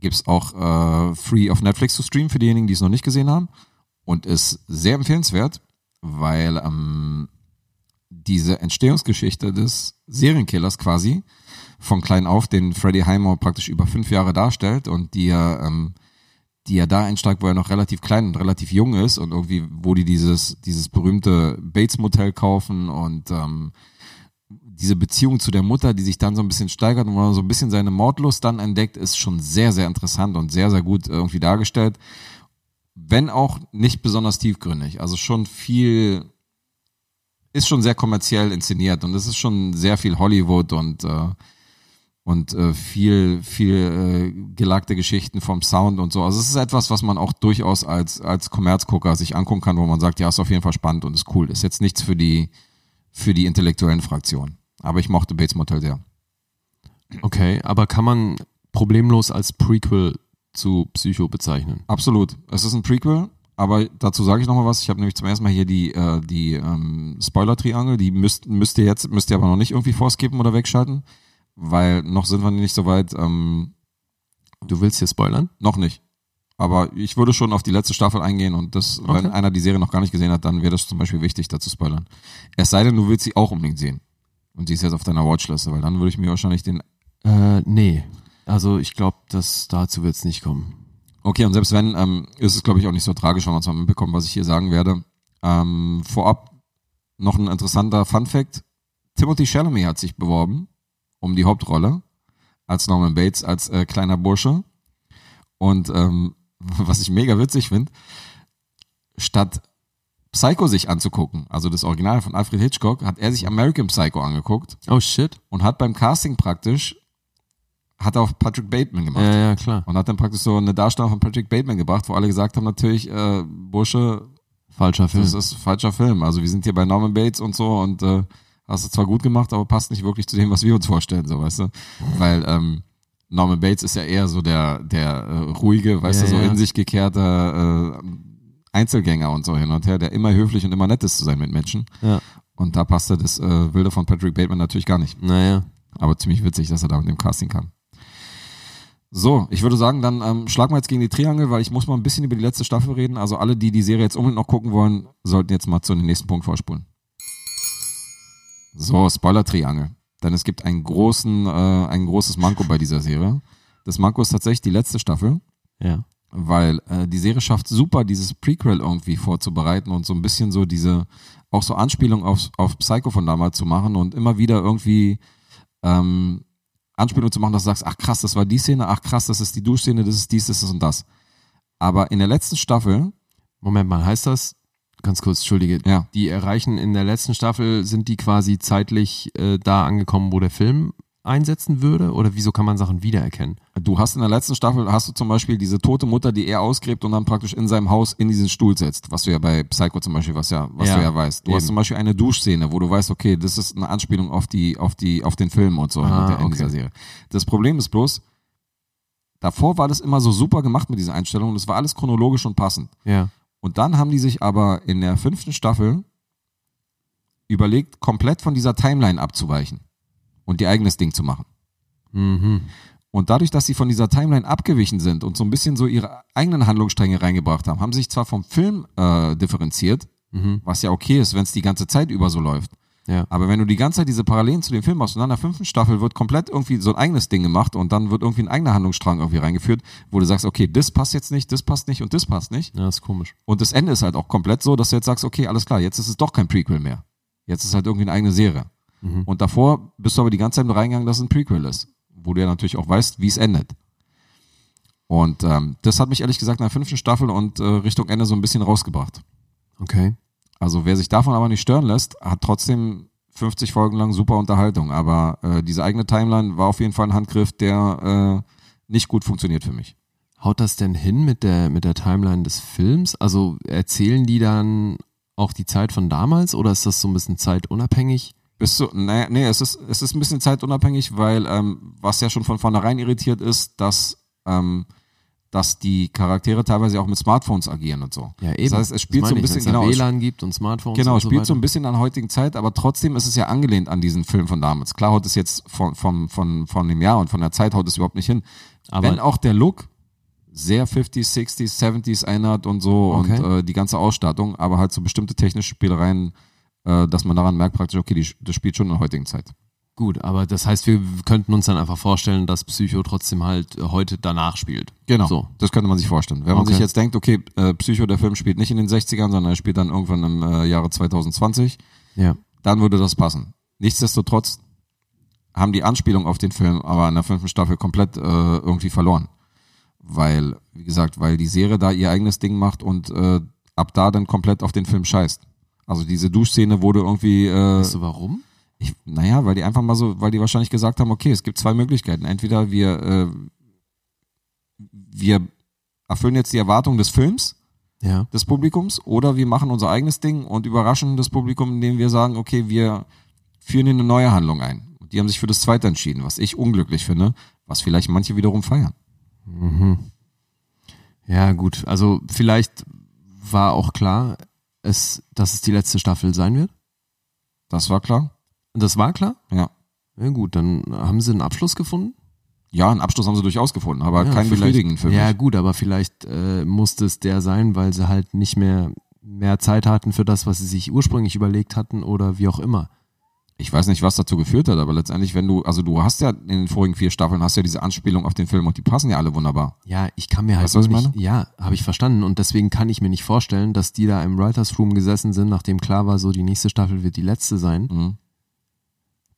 [SPEAKER 2] Gibt's auch äh, free auf Netflix zu streamen für diejenigen, die es noch nicht gesehen haben. Und ist sehr empfehlenswert, weil ähm, diese Entstehungsgeschichte des Serienkillers quasi von klein auf, den Freddy Highmore praktisch über fünf Jahre darstellt und die er, ähm, die er da einsteigt, wo er noch relativ klein und relativ jung ist und irgendwie, wo die dieses, dieses berühmte Bates-Motel kaufen und ähm, diese Beziehung zu der Mutter, die sich dann so ein bisschen steigert und wo man so ein bisschen seine Mordlust dann entdeckt, ist schon sehr, sehr interessant und sehr, sehr gut irgendwie dargestellt. Wenn auch nicht besonders tiefgründig. Also schon viel, ist schon sehr kommerziell inszeniert und es ist schon sehr viel Hollywood und, äh, und äh, viel, viel äh, gelagte Geschichten vom Sound und so. Also es ist etwas, was man auch durchaus als, als Kommerzgucker sich angucken kann, wo man sagt, ja, ist auf jeden Fall spannend und ist cool. Ist jetzt nichts für die, für die intellektuellen Fraktionen. Aber ich mochte Bates Motel sehr.
[SPEAKER 3] Okay, aber kann man problemlos als Prequel zu Psycho bezeichnen?
[SPEAKER 2] Absolut. Es ist ein Prequel, aber dazu sage ich nochmal was. Ich habe nämlich zum ersten Mal hier die, äh, die ähm, Spoiler-Triangel. Die müsst, müsst ihr jetzt, müsst ihr aber noch nicht irgendwie vorskippen oder wegschalten, weil noch sind wir nicht so weit. Ähm,
[SPEAKER 3] Du willst hier spoilern?
[SPEAKER 2] noch nicht. Aber ich würde schon auf die letzte Staffel eingehen und das,
[SPEAKER 3] Okay.
[SPEAKER 2] wenn einer die Serie noch gar nicht gesehen hat, dann wäre das zum Beispiel wichtig, dazu spoilern. Es sei denn, du willst sie auch unbedingt sehen. Und sie ist jetzt auf deiner Watchliste, weil dann würde ich mir wahrscheinlich den
[SPEAKER 3] Äh, nee. Also ich glaube, dass dazu wird's nicht kommen.
[SPEAKER 2] Okay, und selbst wenn, ähm, ist es, glaube ich, auch nicht so tragisch, wenn man es mal mitbekommt, was ich hier sagen werde. Ähm, vorab noch ein interessanter Fun-Fact. Timothy Chalamet hat sich beworben um die Hauptrolle als Norman Bates, als äh, kleiner Bursche. Und ähm, was ich mega witzig finde, statt Psycho sich anzugucken, also das Original von Alfred Hitchcock, hat er sich American Psycho angeguckt
[SPEAKER 3] Oh shit.
[SPEAKER 2] und hat beim Casting praktisch, hat er auf Patrick Bateman gemacht.
[SPEAKER 3] Ja, ja, klar.
[SPEAKER 2] Und hat dann praktisch so eine Darstellung von Patrick Bateman gebracht, wo alle gesagt haben, natürlich, äh, Bursche,
[SPEAKER 3] Falscher Film.
[SPEAKER 2] das ist falscher Film. Also wir sind hier bei Norman Bates und so und äh, hast du zwar gut gemacht, aber passt nicht wirklich zu dem, was wir uns vorstellen, so weißt du. Weil ähm, Norman Bates ist ja eher so der, der äh, ruhige, weißt
[SPEAKER 3] Ja,
[SPEAKER 2] du, so
[SPEAKER 3] ja.
[SPEAKER 2] in sich gekehrter äh, Einzelgänger und so hin und her, der immer höflich und immer nett ist zu sein mit Menschen.
[SPEAKER 3] Ja.
[SPEAKER 2] Und da passte das äh, Wilde von Patrick Bateman natürlich gar nicht.
[SPEAKER 3] Naja.
[SPEAKER 2] Aber ziemlich witzig, dass er da mit dem Casting kam. So, ich würde sagen, dann ähm, schlagen wir jetzt gegen die Triangel, weil ich muss mal ein bisschen über die letzte Staffel reden. Also alle, die die Serie jetzt unbedingt noch gucken wollen, sollten jetzt mal zu dem nächsten Punkt vorspulen. So, Spoiler-Triangel. Denn es gibt einen großen, äh, ein großes Manko bei dieser Serie. Das Manko ist tatsächlich die letzte Staffel,
[SPEAKER 3] Ja.
[SPEAKER 2] weil äh, die Serie schafft super, dieses Prequel irgendwie vorzubereiten und so ein bisschen so diese, auch so Anspielung auf, auf Psycho von damals zu machen und immer wieder irgendwie ähm, Anspielung zu machen, dass du sagst, ach krass, das war die Szene, ach krass, das ist die Duschszene, das ist dies, das ist und das. Aber in der letzten Staffel,
[SPEAKER 3] Moment mal, heißt das, ganz kurz, entschuldige,
[SPEAKER 2] ja,
[SPEAKER 3] die erreichen in der letzten Staffel, sind die quasi zeitlich äh, da angekommen, wo der Film einsetzen würde? Oder wieso kann man Sachen wiedererkennen?
[SPEAKER 2] du hast in der letzten Staffel, hast du zum Beispiel diese tote Mutter, die er ausgräbt und dann praktisch in seinem Haus in diesen Stuhl setzt, was du ja bei Psycho zum Beispiel, was ja, was
[SPEAKER 3] Ja,
[SPEAKER 2] du ja weißt. Du hast
[SPEAKER 3] eben.
[SPEAKER 2] zum Beispiel eine Duschszene, wo du weißt, okay, das ist eine Anspielung auf die, auf die, auf den Film und so
[SPEAKER 3] Ah,
[SPEAKER 2] in, der, in
[SPEAKER 3] okay.
[SPEAKER 2] dieser Serie. Das Problem ist bloß, davor war das immer so super gemacht mit diesen Einstellungen, das war alles chronologisch und passend.
[SPEAKER 3] Ja.
[SPEAKER 2] Und dann haben die sich aber in der fünften Staffel überlegt, komplett von dieser Timeline abzuweichen und ihr eigenes Ding zu machen.
[SPEAKER 3] Mhm.
[SPEAKER 2] Und dadurch, dass sie von dieser Timeline abgewichen sind und so ein bisschen so ihre eigenen Handlungsstränge reingebracht haben, haben sich zwar vom Film äh, differenziert,
[SPEAKER 3] Mhm.
[SPEAKER 2] was ja okay ist, wenn es die ganze Zeit über so läuft.
[SPEAKER 3] Ja.
[SPEAKER 2] Aber wenn du die ganze Zeit diese Parallelen zu dem Film machst und dann in der fünften Staffel wird komplett irgendwie so ein eigenes Ding gemacht und dann wird irgendwie ein eigener Handlungsstrang irgendwie reingeführt, wo du sagst, okay, das passt jetzt nicht, das passt nicht und das passt nicht.
[SPEAKER 3] Ja, ist komisch.
[SPEAKER 2] Und das Ende ist halt auch komplett so, dass du jetzt sagst, okay, alles klar, jetzt ist es doch kein Prequel mehr. Jetzt ist halt irgendwie eine eigene Serie.
[SPEAKER 3] Mhm.
[SPEAKER 2] Und davor bist du aber die ganze Zeit nur reingegangen, dass es ein Prequel ist. Wo du ja natürlich auch weißt, wie es endet. Und ähm, das hat mich ehrlich gesagt in der fünften Staffel und äh, Richtung Ende so ein bisschen rausgebracht.
[SPEAKER 3] Okay.
[SPEAKER 2] Also wer sich davon aber nicht stören lässt, hat trotzdem 50 Folgen lang super Unterhaltung. Aber äh, diese eigene Timeline war auf jeden Fall ein Handgriff, der äh, nicht gut funktioniert für mich.
[SPEAKER 3] Haut das denn hin mit der, mit der Timeline des Films? Also erzählen die dann auch die Zeit von damals oder ist das so ein bisschen zeitunabhängig?
[SPEAKER 2] Bist du, nee, nee es, ist, es ist ein bisschen zeitunabhängig, weil ähm, was ja schon von vornherein irritiert ist, dass, ähm, dass die Charaktere teilweise auch mit Smartphones agieren und so. Das heißt, es spielt so ein bisschen,
[SPEAKER 3] genau,
[SPEAKER 2] genau, es,
[SPEAKER 3] WLAN gibt und Smartphones.
[SPEAKER 2] genau,
[SPEAKER 3] und
[SPEAKER 2] es
[SPEAKER 3] so
[SPEAKER 2] spielt so
[SPEAKER 3] weiter.
[SPEAKER 2] ein bisschen an heutigen Zeit, aber trotzdem ist es ja angelehnt an diesen Film von damals. Klar haut es jetzt von, von, von, von dem Jahr und von der Zeit haut es überhaupt nicht hin.
[SPEAKER 3] Aber-
[SPEAKER 2] Wenn auch der Look sehr 50s, 60s, 70s einhat und so und
[SPEAKER 3] Okay.
[SPEAKER 2] äh, die ganze Ausstattung, aber halt so bestimmte technische Spielereien, äh, dass man daran merkt praktisch, okay, die, das spielt schon in der heutigen Zeit.
[SPEAKER 3] Gut, aber das heißt, wir könnten uns dann einfach vorstellen, dass Psycho trotzdem halt äh, heute danach spielt.
[SPEAKER 2] Genau.
[SPEAKER 3] So.
[SPEAKER 2] Das könnte man sich vorstellen. Wenn man
[SPEAKER 3] Okay.
[SPEAKER 2] sich jetzt denkt, okay, äh, Psycho, der Film spielt nicht in den 60ern, sondern er spielt dann irgendwann im äh, Jahre 2020,
[SPEAKER 3] Ja.
[SPEAKER 2] dann würde das passen. Nichtsdestotrotz haben die Anspielung auf den Film aber in der fünften Staffel komplett äh, irgendwie verloren. Weil, wie gesagt, weil die Serie da ihr eigenes Ding macht und äh, ab da dann komplett auf den Film scheißt. Also diese Duschszene wurde irgendwie, äh,
[SPEAKER 3] Weißt du warum?
[SPEAKER 2] ich, naja, weil die einfach mal so, weil die wahrscheinlich gesagt haben, okay, es gibt zwei Möglichkeiten. Entweder wir, äh, wir erfüllen jetzt die Erwartung des Films,
[SPEAKER 3] Ja.
[SPEAKER 2] des Publikums, oder wir machen unser eigenes Ding und überraschen das Publikum, indem wir sagen, okay, wir führen hier eine neue Handlung ein. Und die haben sich für das zweite entschieden, was ich unglücklich finde, was vielleicht manche wiederum feiern.
[SPEAKER 3] Ja, gut. Also vielleicht war auch klar, es, dass es die letzte Staffel sein wird.
[SPEAKER 2] Das war klar?
[SPEAKER 3] Und Das war klar?
[SPEAKER 2] Ja.
[SPEAKER 3] Ja gut, dann haben sie einen Abschluss gefunden.
[SPEAKER 2] Ja, einen Abschluss haben sie durchaus gefunden, aber
[SPEAKER 3] ja,
[SPEAKER 2] keinen
[SPEAKER 3] vielleicht-
[SPEAKER 2] befriedigenden für mich.
[SPEAKER 3] Ja gut, aber vielleicht äh, musste es der sein, weil sie halt nicht mehr mehr Zeit hatten für das, was sie sich ursprünglich überlegt hatten oder wie auch immer.
[SPEAKER 2] ich weiß nicht, was dazu geführt hat, aber letztendlich, wenn du, also du hast ja in den vorigen vier Staffeln hast ja diese Anspielung auf den Film und die passen ja alle wunderbar.
[SPEAKER 3] Ja, ich kann mir halt
[SPEAKER 2] Weißt du, was ich
[SPEAKER 3] nicht,
[SPEAKER 2] meine?
[SPEAKER 3] ja, habe ich verstanden und deswegen kann ich mir nicht vorstellen, dass die da im Writers Room gesessen sind, nachdem klar war, so die nächste Staffel wird die letzte sein,
[SPEAKER 2] Mhm.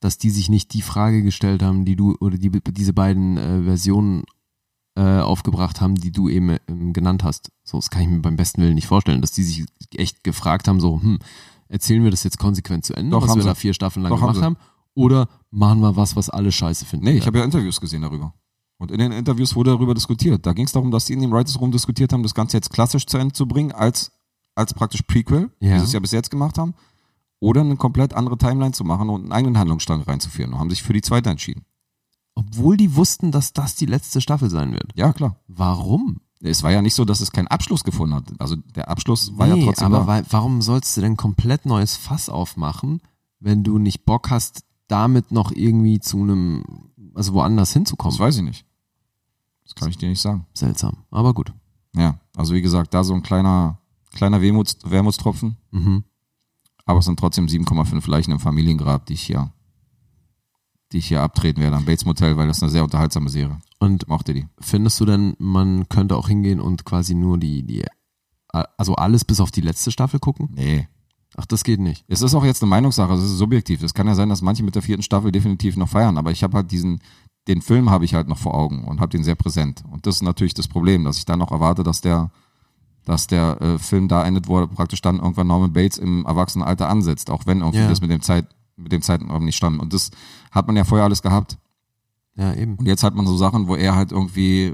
[SPEAKER 3] dass die sich nicht die Frage gestellt haben, die du oder die diese beiden äh, Versionen äh, aufgebracht haben, die du eben ähm, genannt hast. So, das kann ich mir beim besten Willen nicht vorstellen, dass die sich echt gefragt haben, so, hm, erzählen wir das jetzt konsequent zu Ende,
[SPEAKER 2] Doch,
[SPEAKER 3] was
[SPEAKER 2] haben
[SPEAKER 3] wir
[SPEAKER 2] sie.
[SPEAKER 3] da vier Staffeln lang
[SPEAKER 2] Doch, haben
[SPEAKER 3] gemacht
[SPEAKER 2] sie.
[SPEAKER 3] haben, oder machen wir was, was alle scheiße finden?
[SPEAKER 2] Nee, ich
[SPEAKER 3] werden?
[SPEAKER 2] habe ja Interviews gesehen darüber. Und in den Interviews wurde darüber diskutiert. Da ging es darum, dass die in dem Writers Room diskutiert haben, das Ganze jetzt klassisch zu Ende zu bringen, als, als praktisch Prequel,
[SPEAKER 3] Ja.
[SPEAKER 2] wie sie es ja bis jetzt gemacht haben, oder eine komplett andere Timeline zu machen und einen eigenen Handlungsstrang reinzuführen und haben sich für die zweite entschieden.
[SPEAKER 3] Obwohl die wussten, dass das die letzte Staffel sein wird.
[SPEAKER 2] Ja, klar.
[SPEAKER 3] Warum?
[SPEAKER 2] Es war ja nicht so, dass es keinen Abschluss gefunden hat. Also der Abschluss war ja
[SPEAKER 3] Nee,
[SPEAKER 2] trotzdem da.
[SPEAKER 3] aber wa- warum sollst du denn komplett neues Fass aufmachen, wenn du nicht Bock hast, damit noch irgendwie zu einem, also woanders
[SPEAKER 2] Das
[SPEAKER 3] hinzukommen?
[SPEAKER 2] weiß ich nicht. Das kann ich dir nicht sagen.
[SPEAKER 3] Seltsam, aber gut.
[SPEAKER 2] Ja, also wie gesagt, da so ein kleiner, kleiner Wehmuts, Wermutstropfen.
[SPEAKER 3] Mhm.
[SPEAKER 2] Aber es sind trotzdem 7,5 Leichen im Familiengrab, die ich hier, die ich hier abtreten werde am Bates Motel, weil das eine sehr unterhaltsame Serie.
[SPEAKER 3] Und
[SPEAKER 2] Mochte die.
[SPEAKER 3] findest du denn, man könnte auch hingehen und quasi nur die, die, also alles bis auf die letzte Staffel gucken?
[SPEAKER 2] Nee.
[SPEAKER 3] Ach, das geht nicht.
[SPEAKER 2] Es ist auch jetzt eine Meinungssache, es ist subjektiv. Es kann ja sein, dass manche mit der vierten Staffel definitiv noch feiern, aber ich habe halt diesen, den Film habe ich halt noch vor Augen und habe den sehr präsent. Und das ist natürlich das Problem, dass ich dann noch erwarte, dass der, dass der äh, Film da endet, wo er praktisch dann irgendwann Norman Bates im Erwachsenenalter ansetzt, auch wenn irgendwie
[SPEAKER 3] Ja.
[SPEAKER 2] das mit dem Zeit, mit dem Zeitraum nicht stammt. Und das hat man ja vorher alles gehabt.
[SPEAKER 3] Ja, eben.
[SPEAKER 2] Und jetzt hat man so Sachen, wo er halt irgendwie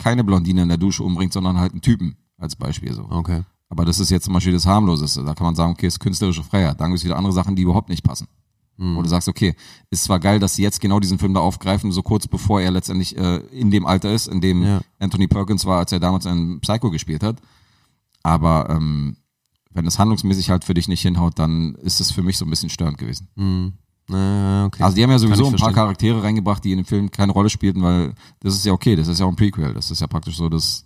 [SPEAKER 2] keine Blondine in der Dusche umbringt, sondern halt einen Typen als Beispiel so.
[SPEAKER 3] Okay.
[SPEAKER 2] Aber das ist jetzt zum Beispiel das Harmloseste. Da kann man sagen, okay, ist künstlerische Freiheit. Dann gibt es wieder andere Sachen, die überhaupt nicht passen. Wo du sagst, okay, ist zwar geil, dass sie jetzt genau diesen Film da aufgreifen, so kurz bevor er letztendlich äh, in dem Alter ist, in dem
[SPEAKER 3] Ja.
[SPEAKER 2] Anthony Perkins war, als er damals einen Psycho gespielt hat. Aber ähm, wenn es handlungsmäßig halt für dich nicht hinhaut, dann ist es für mich so ein bisschen störend gewesen.
[SPEAKER 3] Na, okay.
[SPEAKER 2] Also die haben ja sowieso
[SPEAKER 3] ich
[SPEAKER 2] ein paar
[SPEAKER 3] verstehen.
[SPEAKER 2] Charaktere reingebracht, die in dem Film keine Rolle spielten, weil das ist ja okay, das ist ja auch ein Prequel, das ist ja praktisch so das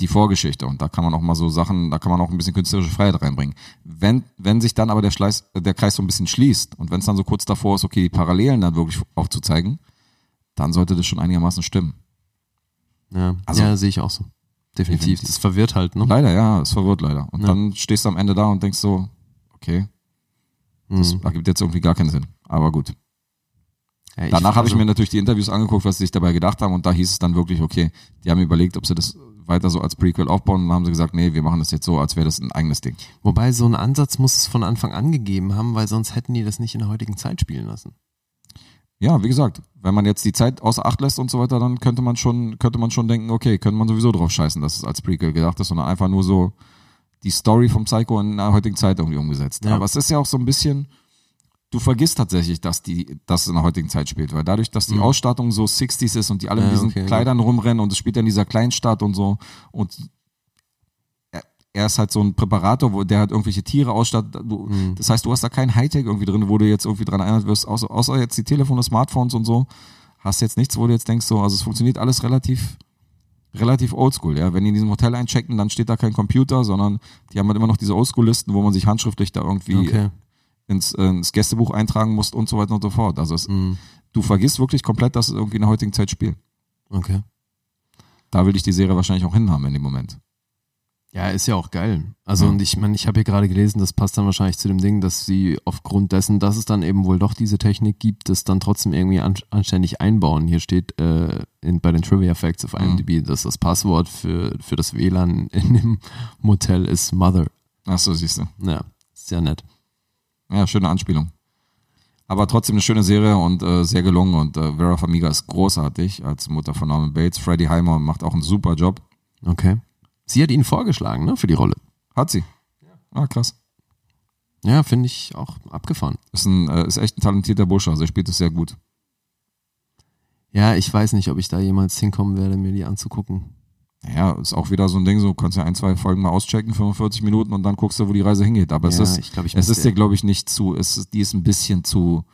[SPEAKER 2] die Vorgeschichte und da kann man auch mal so Sachen, da kann man auch ein bisschen künstlerische Freiheit reinbringen. Wenn wenn sich dann aber der Schleiß, äh, der Kreis so ein bisschen schließt und wenn es dann so kurz davor ist, okay, die Parallelen dann wirklich aufzuzeigen, dann sollte das schon einigermaßen stimmen.
[SPEAKER 3] ja,
[SPEAKER 2] also-
[SPEAKER 3] ja sehe ich auch so. Definitiv.
[SPEAKER 2] Definitiv.
[SPEAKER 3] Das verwirrt halt, ne?
[SPEAKER 2] Leider, ja, es verwirrt leider. Und
[SPEAKER 3] Ja.
[SPEAKER 2] dann stehst du am Ende da und denkst so, okay, das
[SPEAKER 3] Mhm.
[SPEAKER 2] ergibt jetzt irgendwie gar keinen Sinn. Aber gut.
[SPEAKER 3] Ja, ich-
[SPEAKER 2] Danach habe ich
[SPEAKER 3] also-
[SPEAKER 2] mir natürlich die Interviews angeguckt, was sie sich dabei gedacht haben und da hieß es dann wirklich, okay, die haben überlegt, ob sie das weiter so als Prequel aufbauen und dann haben sie gesagt, nee, wir machen das jetzt so, als wäre das ein eigenes Ding.
[SPEAKER 3] Wobei, so einen Ansatz muss es von Anfang an gegeben haben, weil sonst hätten die das nicht in der heutigen Zeit spielen lassen.
[SPEAKER 2] Ja, wie gesagt, wenn man jetzt die Zeit außer Acht lässt und so weiter, dann könnte man schon, könnte man schon denken, okay, könnte man sowieso drauf scheißen, dass es als Prequel gedacht ist, sondern einfach nur so die Story vom Psycho in der heutigen Zeit irgendwie umgesetzt.
[SPEAKER 3] Ja.
[SPEAKER 2] Aber es ist ja auch so ein bisschen, du vergisst tatsächlich, dass die das in der heutigen Zeit spielt, weil dadurch, dass die Ausstattung so 60s ist und die alle in
[SPEAKER 3] Mhm. Ja,
[SPEAKER 2] diesen
[SPEAKER 3] okay, ja.
[SPEAKER 2] Kleidern rumrennen und es spielt ja in dieser Kleinstadt und so und er- er ist halt so ein Präparator, wo der halt irgendwelche Tiere ausstattet. Du,
[SPEAKER 3] Mhm.
[SPEAKER 2] Das heißt, du hast da kein Hightech irgendwie drin, wo du jetzt irgendwie dran erinnert wirst, außer, außer jetzt die Telefone, Smartphones und so. Hast jetzt nichts, wo du jetzt denkst, so, also es funktioniert alles relativ relativ oldschool, ja. Wenn die in diesem Hotel einchecken, dann steht da kein Computer, sondern die haben halt immer noch diese Oldschool-Listen, wo man sich handschriftlich da irgendwie
[SPEAKER 3] Okay.
[SPEAKER 2] ins, äh, ins Gästebuch eintragen musst und so weiter und so fort. Also es, du vergisst wirklich komplett, dass es irgendwie in der heutigen Zeit spielt.
[SPEAKER 3] Okay.
[SPEAKER 2] Da will ich die Serie wahrscheinlich auch hinhaben in dem Moment.
[SPEAKER 3] Ja, ist ja auch geil. Also
[SPEAKER 2] Ja.
[SPEAKER 3] und ich meine, ich habe hier gerade gelesen, das passt dann wahrscheinlich zu dem Ding, dass sie aufgrund dessen, dass es dann eben wohl doch diese Technik gibt, das dann trotzdem irgendwie an, anständig einbauen. Hier steht äh, in, bei den Trivia Facts auf IMDb, dass das Passwort für, für das WLAN in dem Motel ist Mother.
[SPEAKER 2] Ach so, siehst du.
[SPEAKER 3] Ja, sehr nett.
[SPEAKER 2] Ja, schöne Anspielung. Aber trotzdem eine schöne Serie und äh, sehr gelungen. Und äh, Vera Famiga ist großartig als Mutter von Norman Bates. Freddie Heimer macht auch einen super Job.
[SPEAKER 3] Okay. Sie hat ihn vorgeschlagen, ne, für die Rolle.
[SPEAKER 2] Hat sie. Ah, krass.
[SPEAKER 3] Ja, finde ich auch abgefahren.
[SPEAKER 2] Ist, ein, äh, ist echt ein talentierter Bursche, also er spielt es sehr gut.
[SPEAKER 3] Ja, ich weiß nicht, ob ich da jemals hinkommen werde, mir die anzugucken.
[SPEAKER 2] Ja, ist auch wieder so ein Ding, so kannst ja ein, zwei Folgen mal auschecken, 45 Minuten und dann guckst du, wo die Reise hingeht. Aber es
[SPEAKER 3] Ja,
[SPEAKER 2] ist,
[SPEAKER 3] ich glaub, ich
[SPEAKER 2] es
[SPEAKER 3] müsste-
[SPEAKER 2] ist dir, glaube ich, nicht zu, es ist, die ist ein bisschen zu,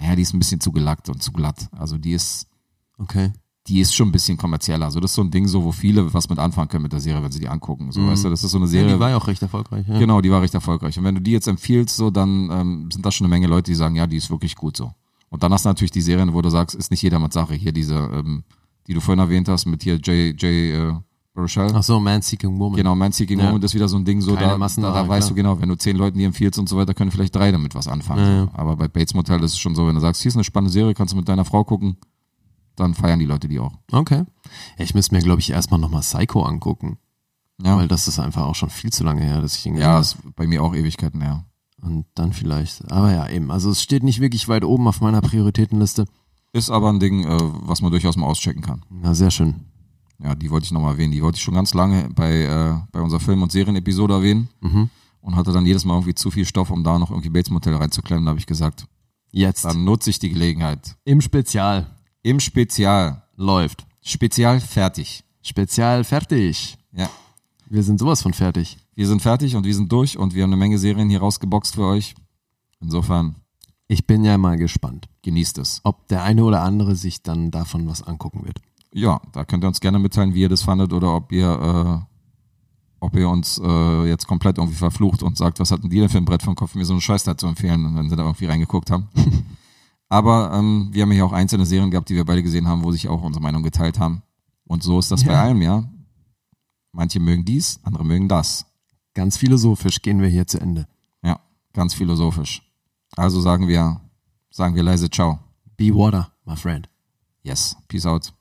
[SPEAKER 2] ja, die ist ein bisschen zu gelackt und zu glatt. Also die ist,
[SPEAKER 3] Okay.
[SPEAKER 2] die ist schon ein bisschen kommerzieller. Also das ist so ein Ding, so, wo viele was mit anfangen können mit der Serie, wenn sie die angucken. So, weißt du, das ist so eine
[SPEAKER 3] Mhm. Ja,
[SPEAKER 2] Serie.
[SPEAKER 3] die war ja auch recht erfolgreich. Ja.
[SPEAKER 2] genau, die war recht erfolgreich. Und wenn du die jetzt empfiehlst, so, dann ähm, sind da schon eine Menge Leute, die sagen, ja, die ist wirklich gut so. Und dann hast du natürlich die Serien, wo du sagst, ist nicht jedermanns Sache. Hier diese, ähm, die du vorhin erwähnt hast, mit hier Jay, Jay, äh, Baruchel.
[SPEAKER 3] Ach so, Man Seeking Woman.
[SPEAKER 2] Genau, Man Seeking
[SPEAKER 3] Ja.
[SPEAKER 2] Moment ist wieder so ein Ding, so
[SPEAKER 3] Keine ne?
[SPEAKER 2] da, da,
[SPEAKER 3] Massenware,
[SPEAKER 2] da weißt
[SPEAKER 3] klar.
[SPEAKER 2] du genau, wenn du zehn Leuten die empfiehlst und so weiter, können vielleicht drei damit was anfangen.
[SPEAKER 3] Ja, ja.
[SPEAKER 2] Aber bei Bates Motel ist es schon so, wenn du sagst, hier ist eine spannende Serie, kannst du mit deiner Frau gucken, dann feiern die Leute die auch.
[SPEAKER 3] Okay. Ja, ich müsste mir, glaube ich, erstmal nochmal Psycho angucken,
[SPEAKER 2] Ja,
[SPEAKER 3] weil das ist einfach auch schon viel zu lange her, dass ich ihn
[SPEAKER 2] ja
[SPEAKER 3] gesehen
[SPEAKER 2] ist bei mir auch Ewigkeiten, ja.
[SPEAKER 3] hab. Und dann vielleicht. Aber ja, eben. Also es steht nicht wirklich weit oben auf meiner Prioritätenliste.
[SPEAKER 2] Ist aber ein Ding, äh, was man durchaus mal auschecken kann.
[SPEAKER 3] Na, sehr schön.
[SPEAKER 2] Ja, die wollte ich nochmal erwähnen. Die wollte ich schon ganz lange bei, äh, bei unserer Film- und Serienepisode erwähnen und hatte dann jedes Mal irgendwie zu viel Stoff, um da noch irgendwie Bates Motel reinzuklemmen. Da habe ich gesagt,
[SPEAKER 3] Jetzt.
[SPEAKER 2] dann nutze ich die Gelegenheit.
[SPEAKER 3] Im Spezial.
[SPEAKER 2] Im Spezial.
[SPEAKER 3] Läuft.
[SPEAKER 2] Spezial fertig.
[SPEAKER 3] Spezial fertig.
[SPEAKER 2] Ja.
[SPEAKER 3] Wir sind sowas von fertig.
[SPEAKER 2] Wir sind fertig und wir sind durch und wir haben eine Menge Serien hier rausgeboxt für euch. Insofern
[SPEAKER 3] Ich bin ja mal gespannt,
[SPEAKER 2] genießt es.
[SPEAKER 3] ob der eine oder andere sich dann davon was angucken wird.
[SPEAKER 2] Ja, da könnt ihr uns gerne mitteilen, wie ihr das fandet oder ob ihr, äh, ob ihr uns äh, jetzt komplett irgendwie verflucht und sagt, was hatten die denn für ein Brett vom Kopf, mir so einen Scheiß da zu empfehlen, wenn sie da irgendwie reingeguckt haben. Aber ähm, wir haben hier auch einzelne Serien gehabt, die wir beide gesehen haben, wo sich auch unsere Meinung geteilt haben. Und so ist das bei allem, ja. Manche mögen dies, andere mögen das.
[SPEAKER 3] Ganz philosophisch gehen wir hier zu Ende.
[SPEAKER 2] Ja, ganz philosophisch. Also sagen wir, sagen wir leise Ciao.
[SPEAKER 3] Be water, my friend.
[SPEAKER 2] Yes. Peace out.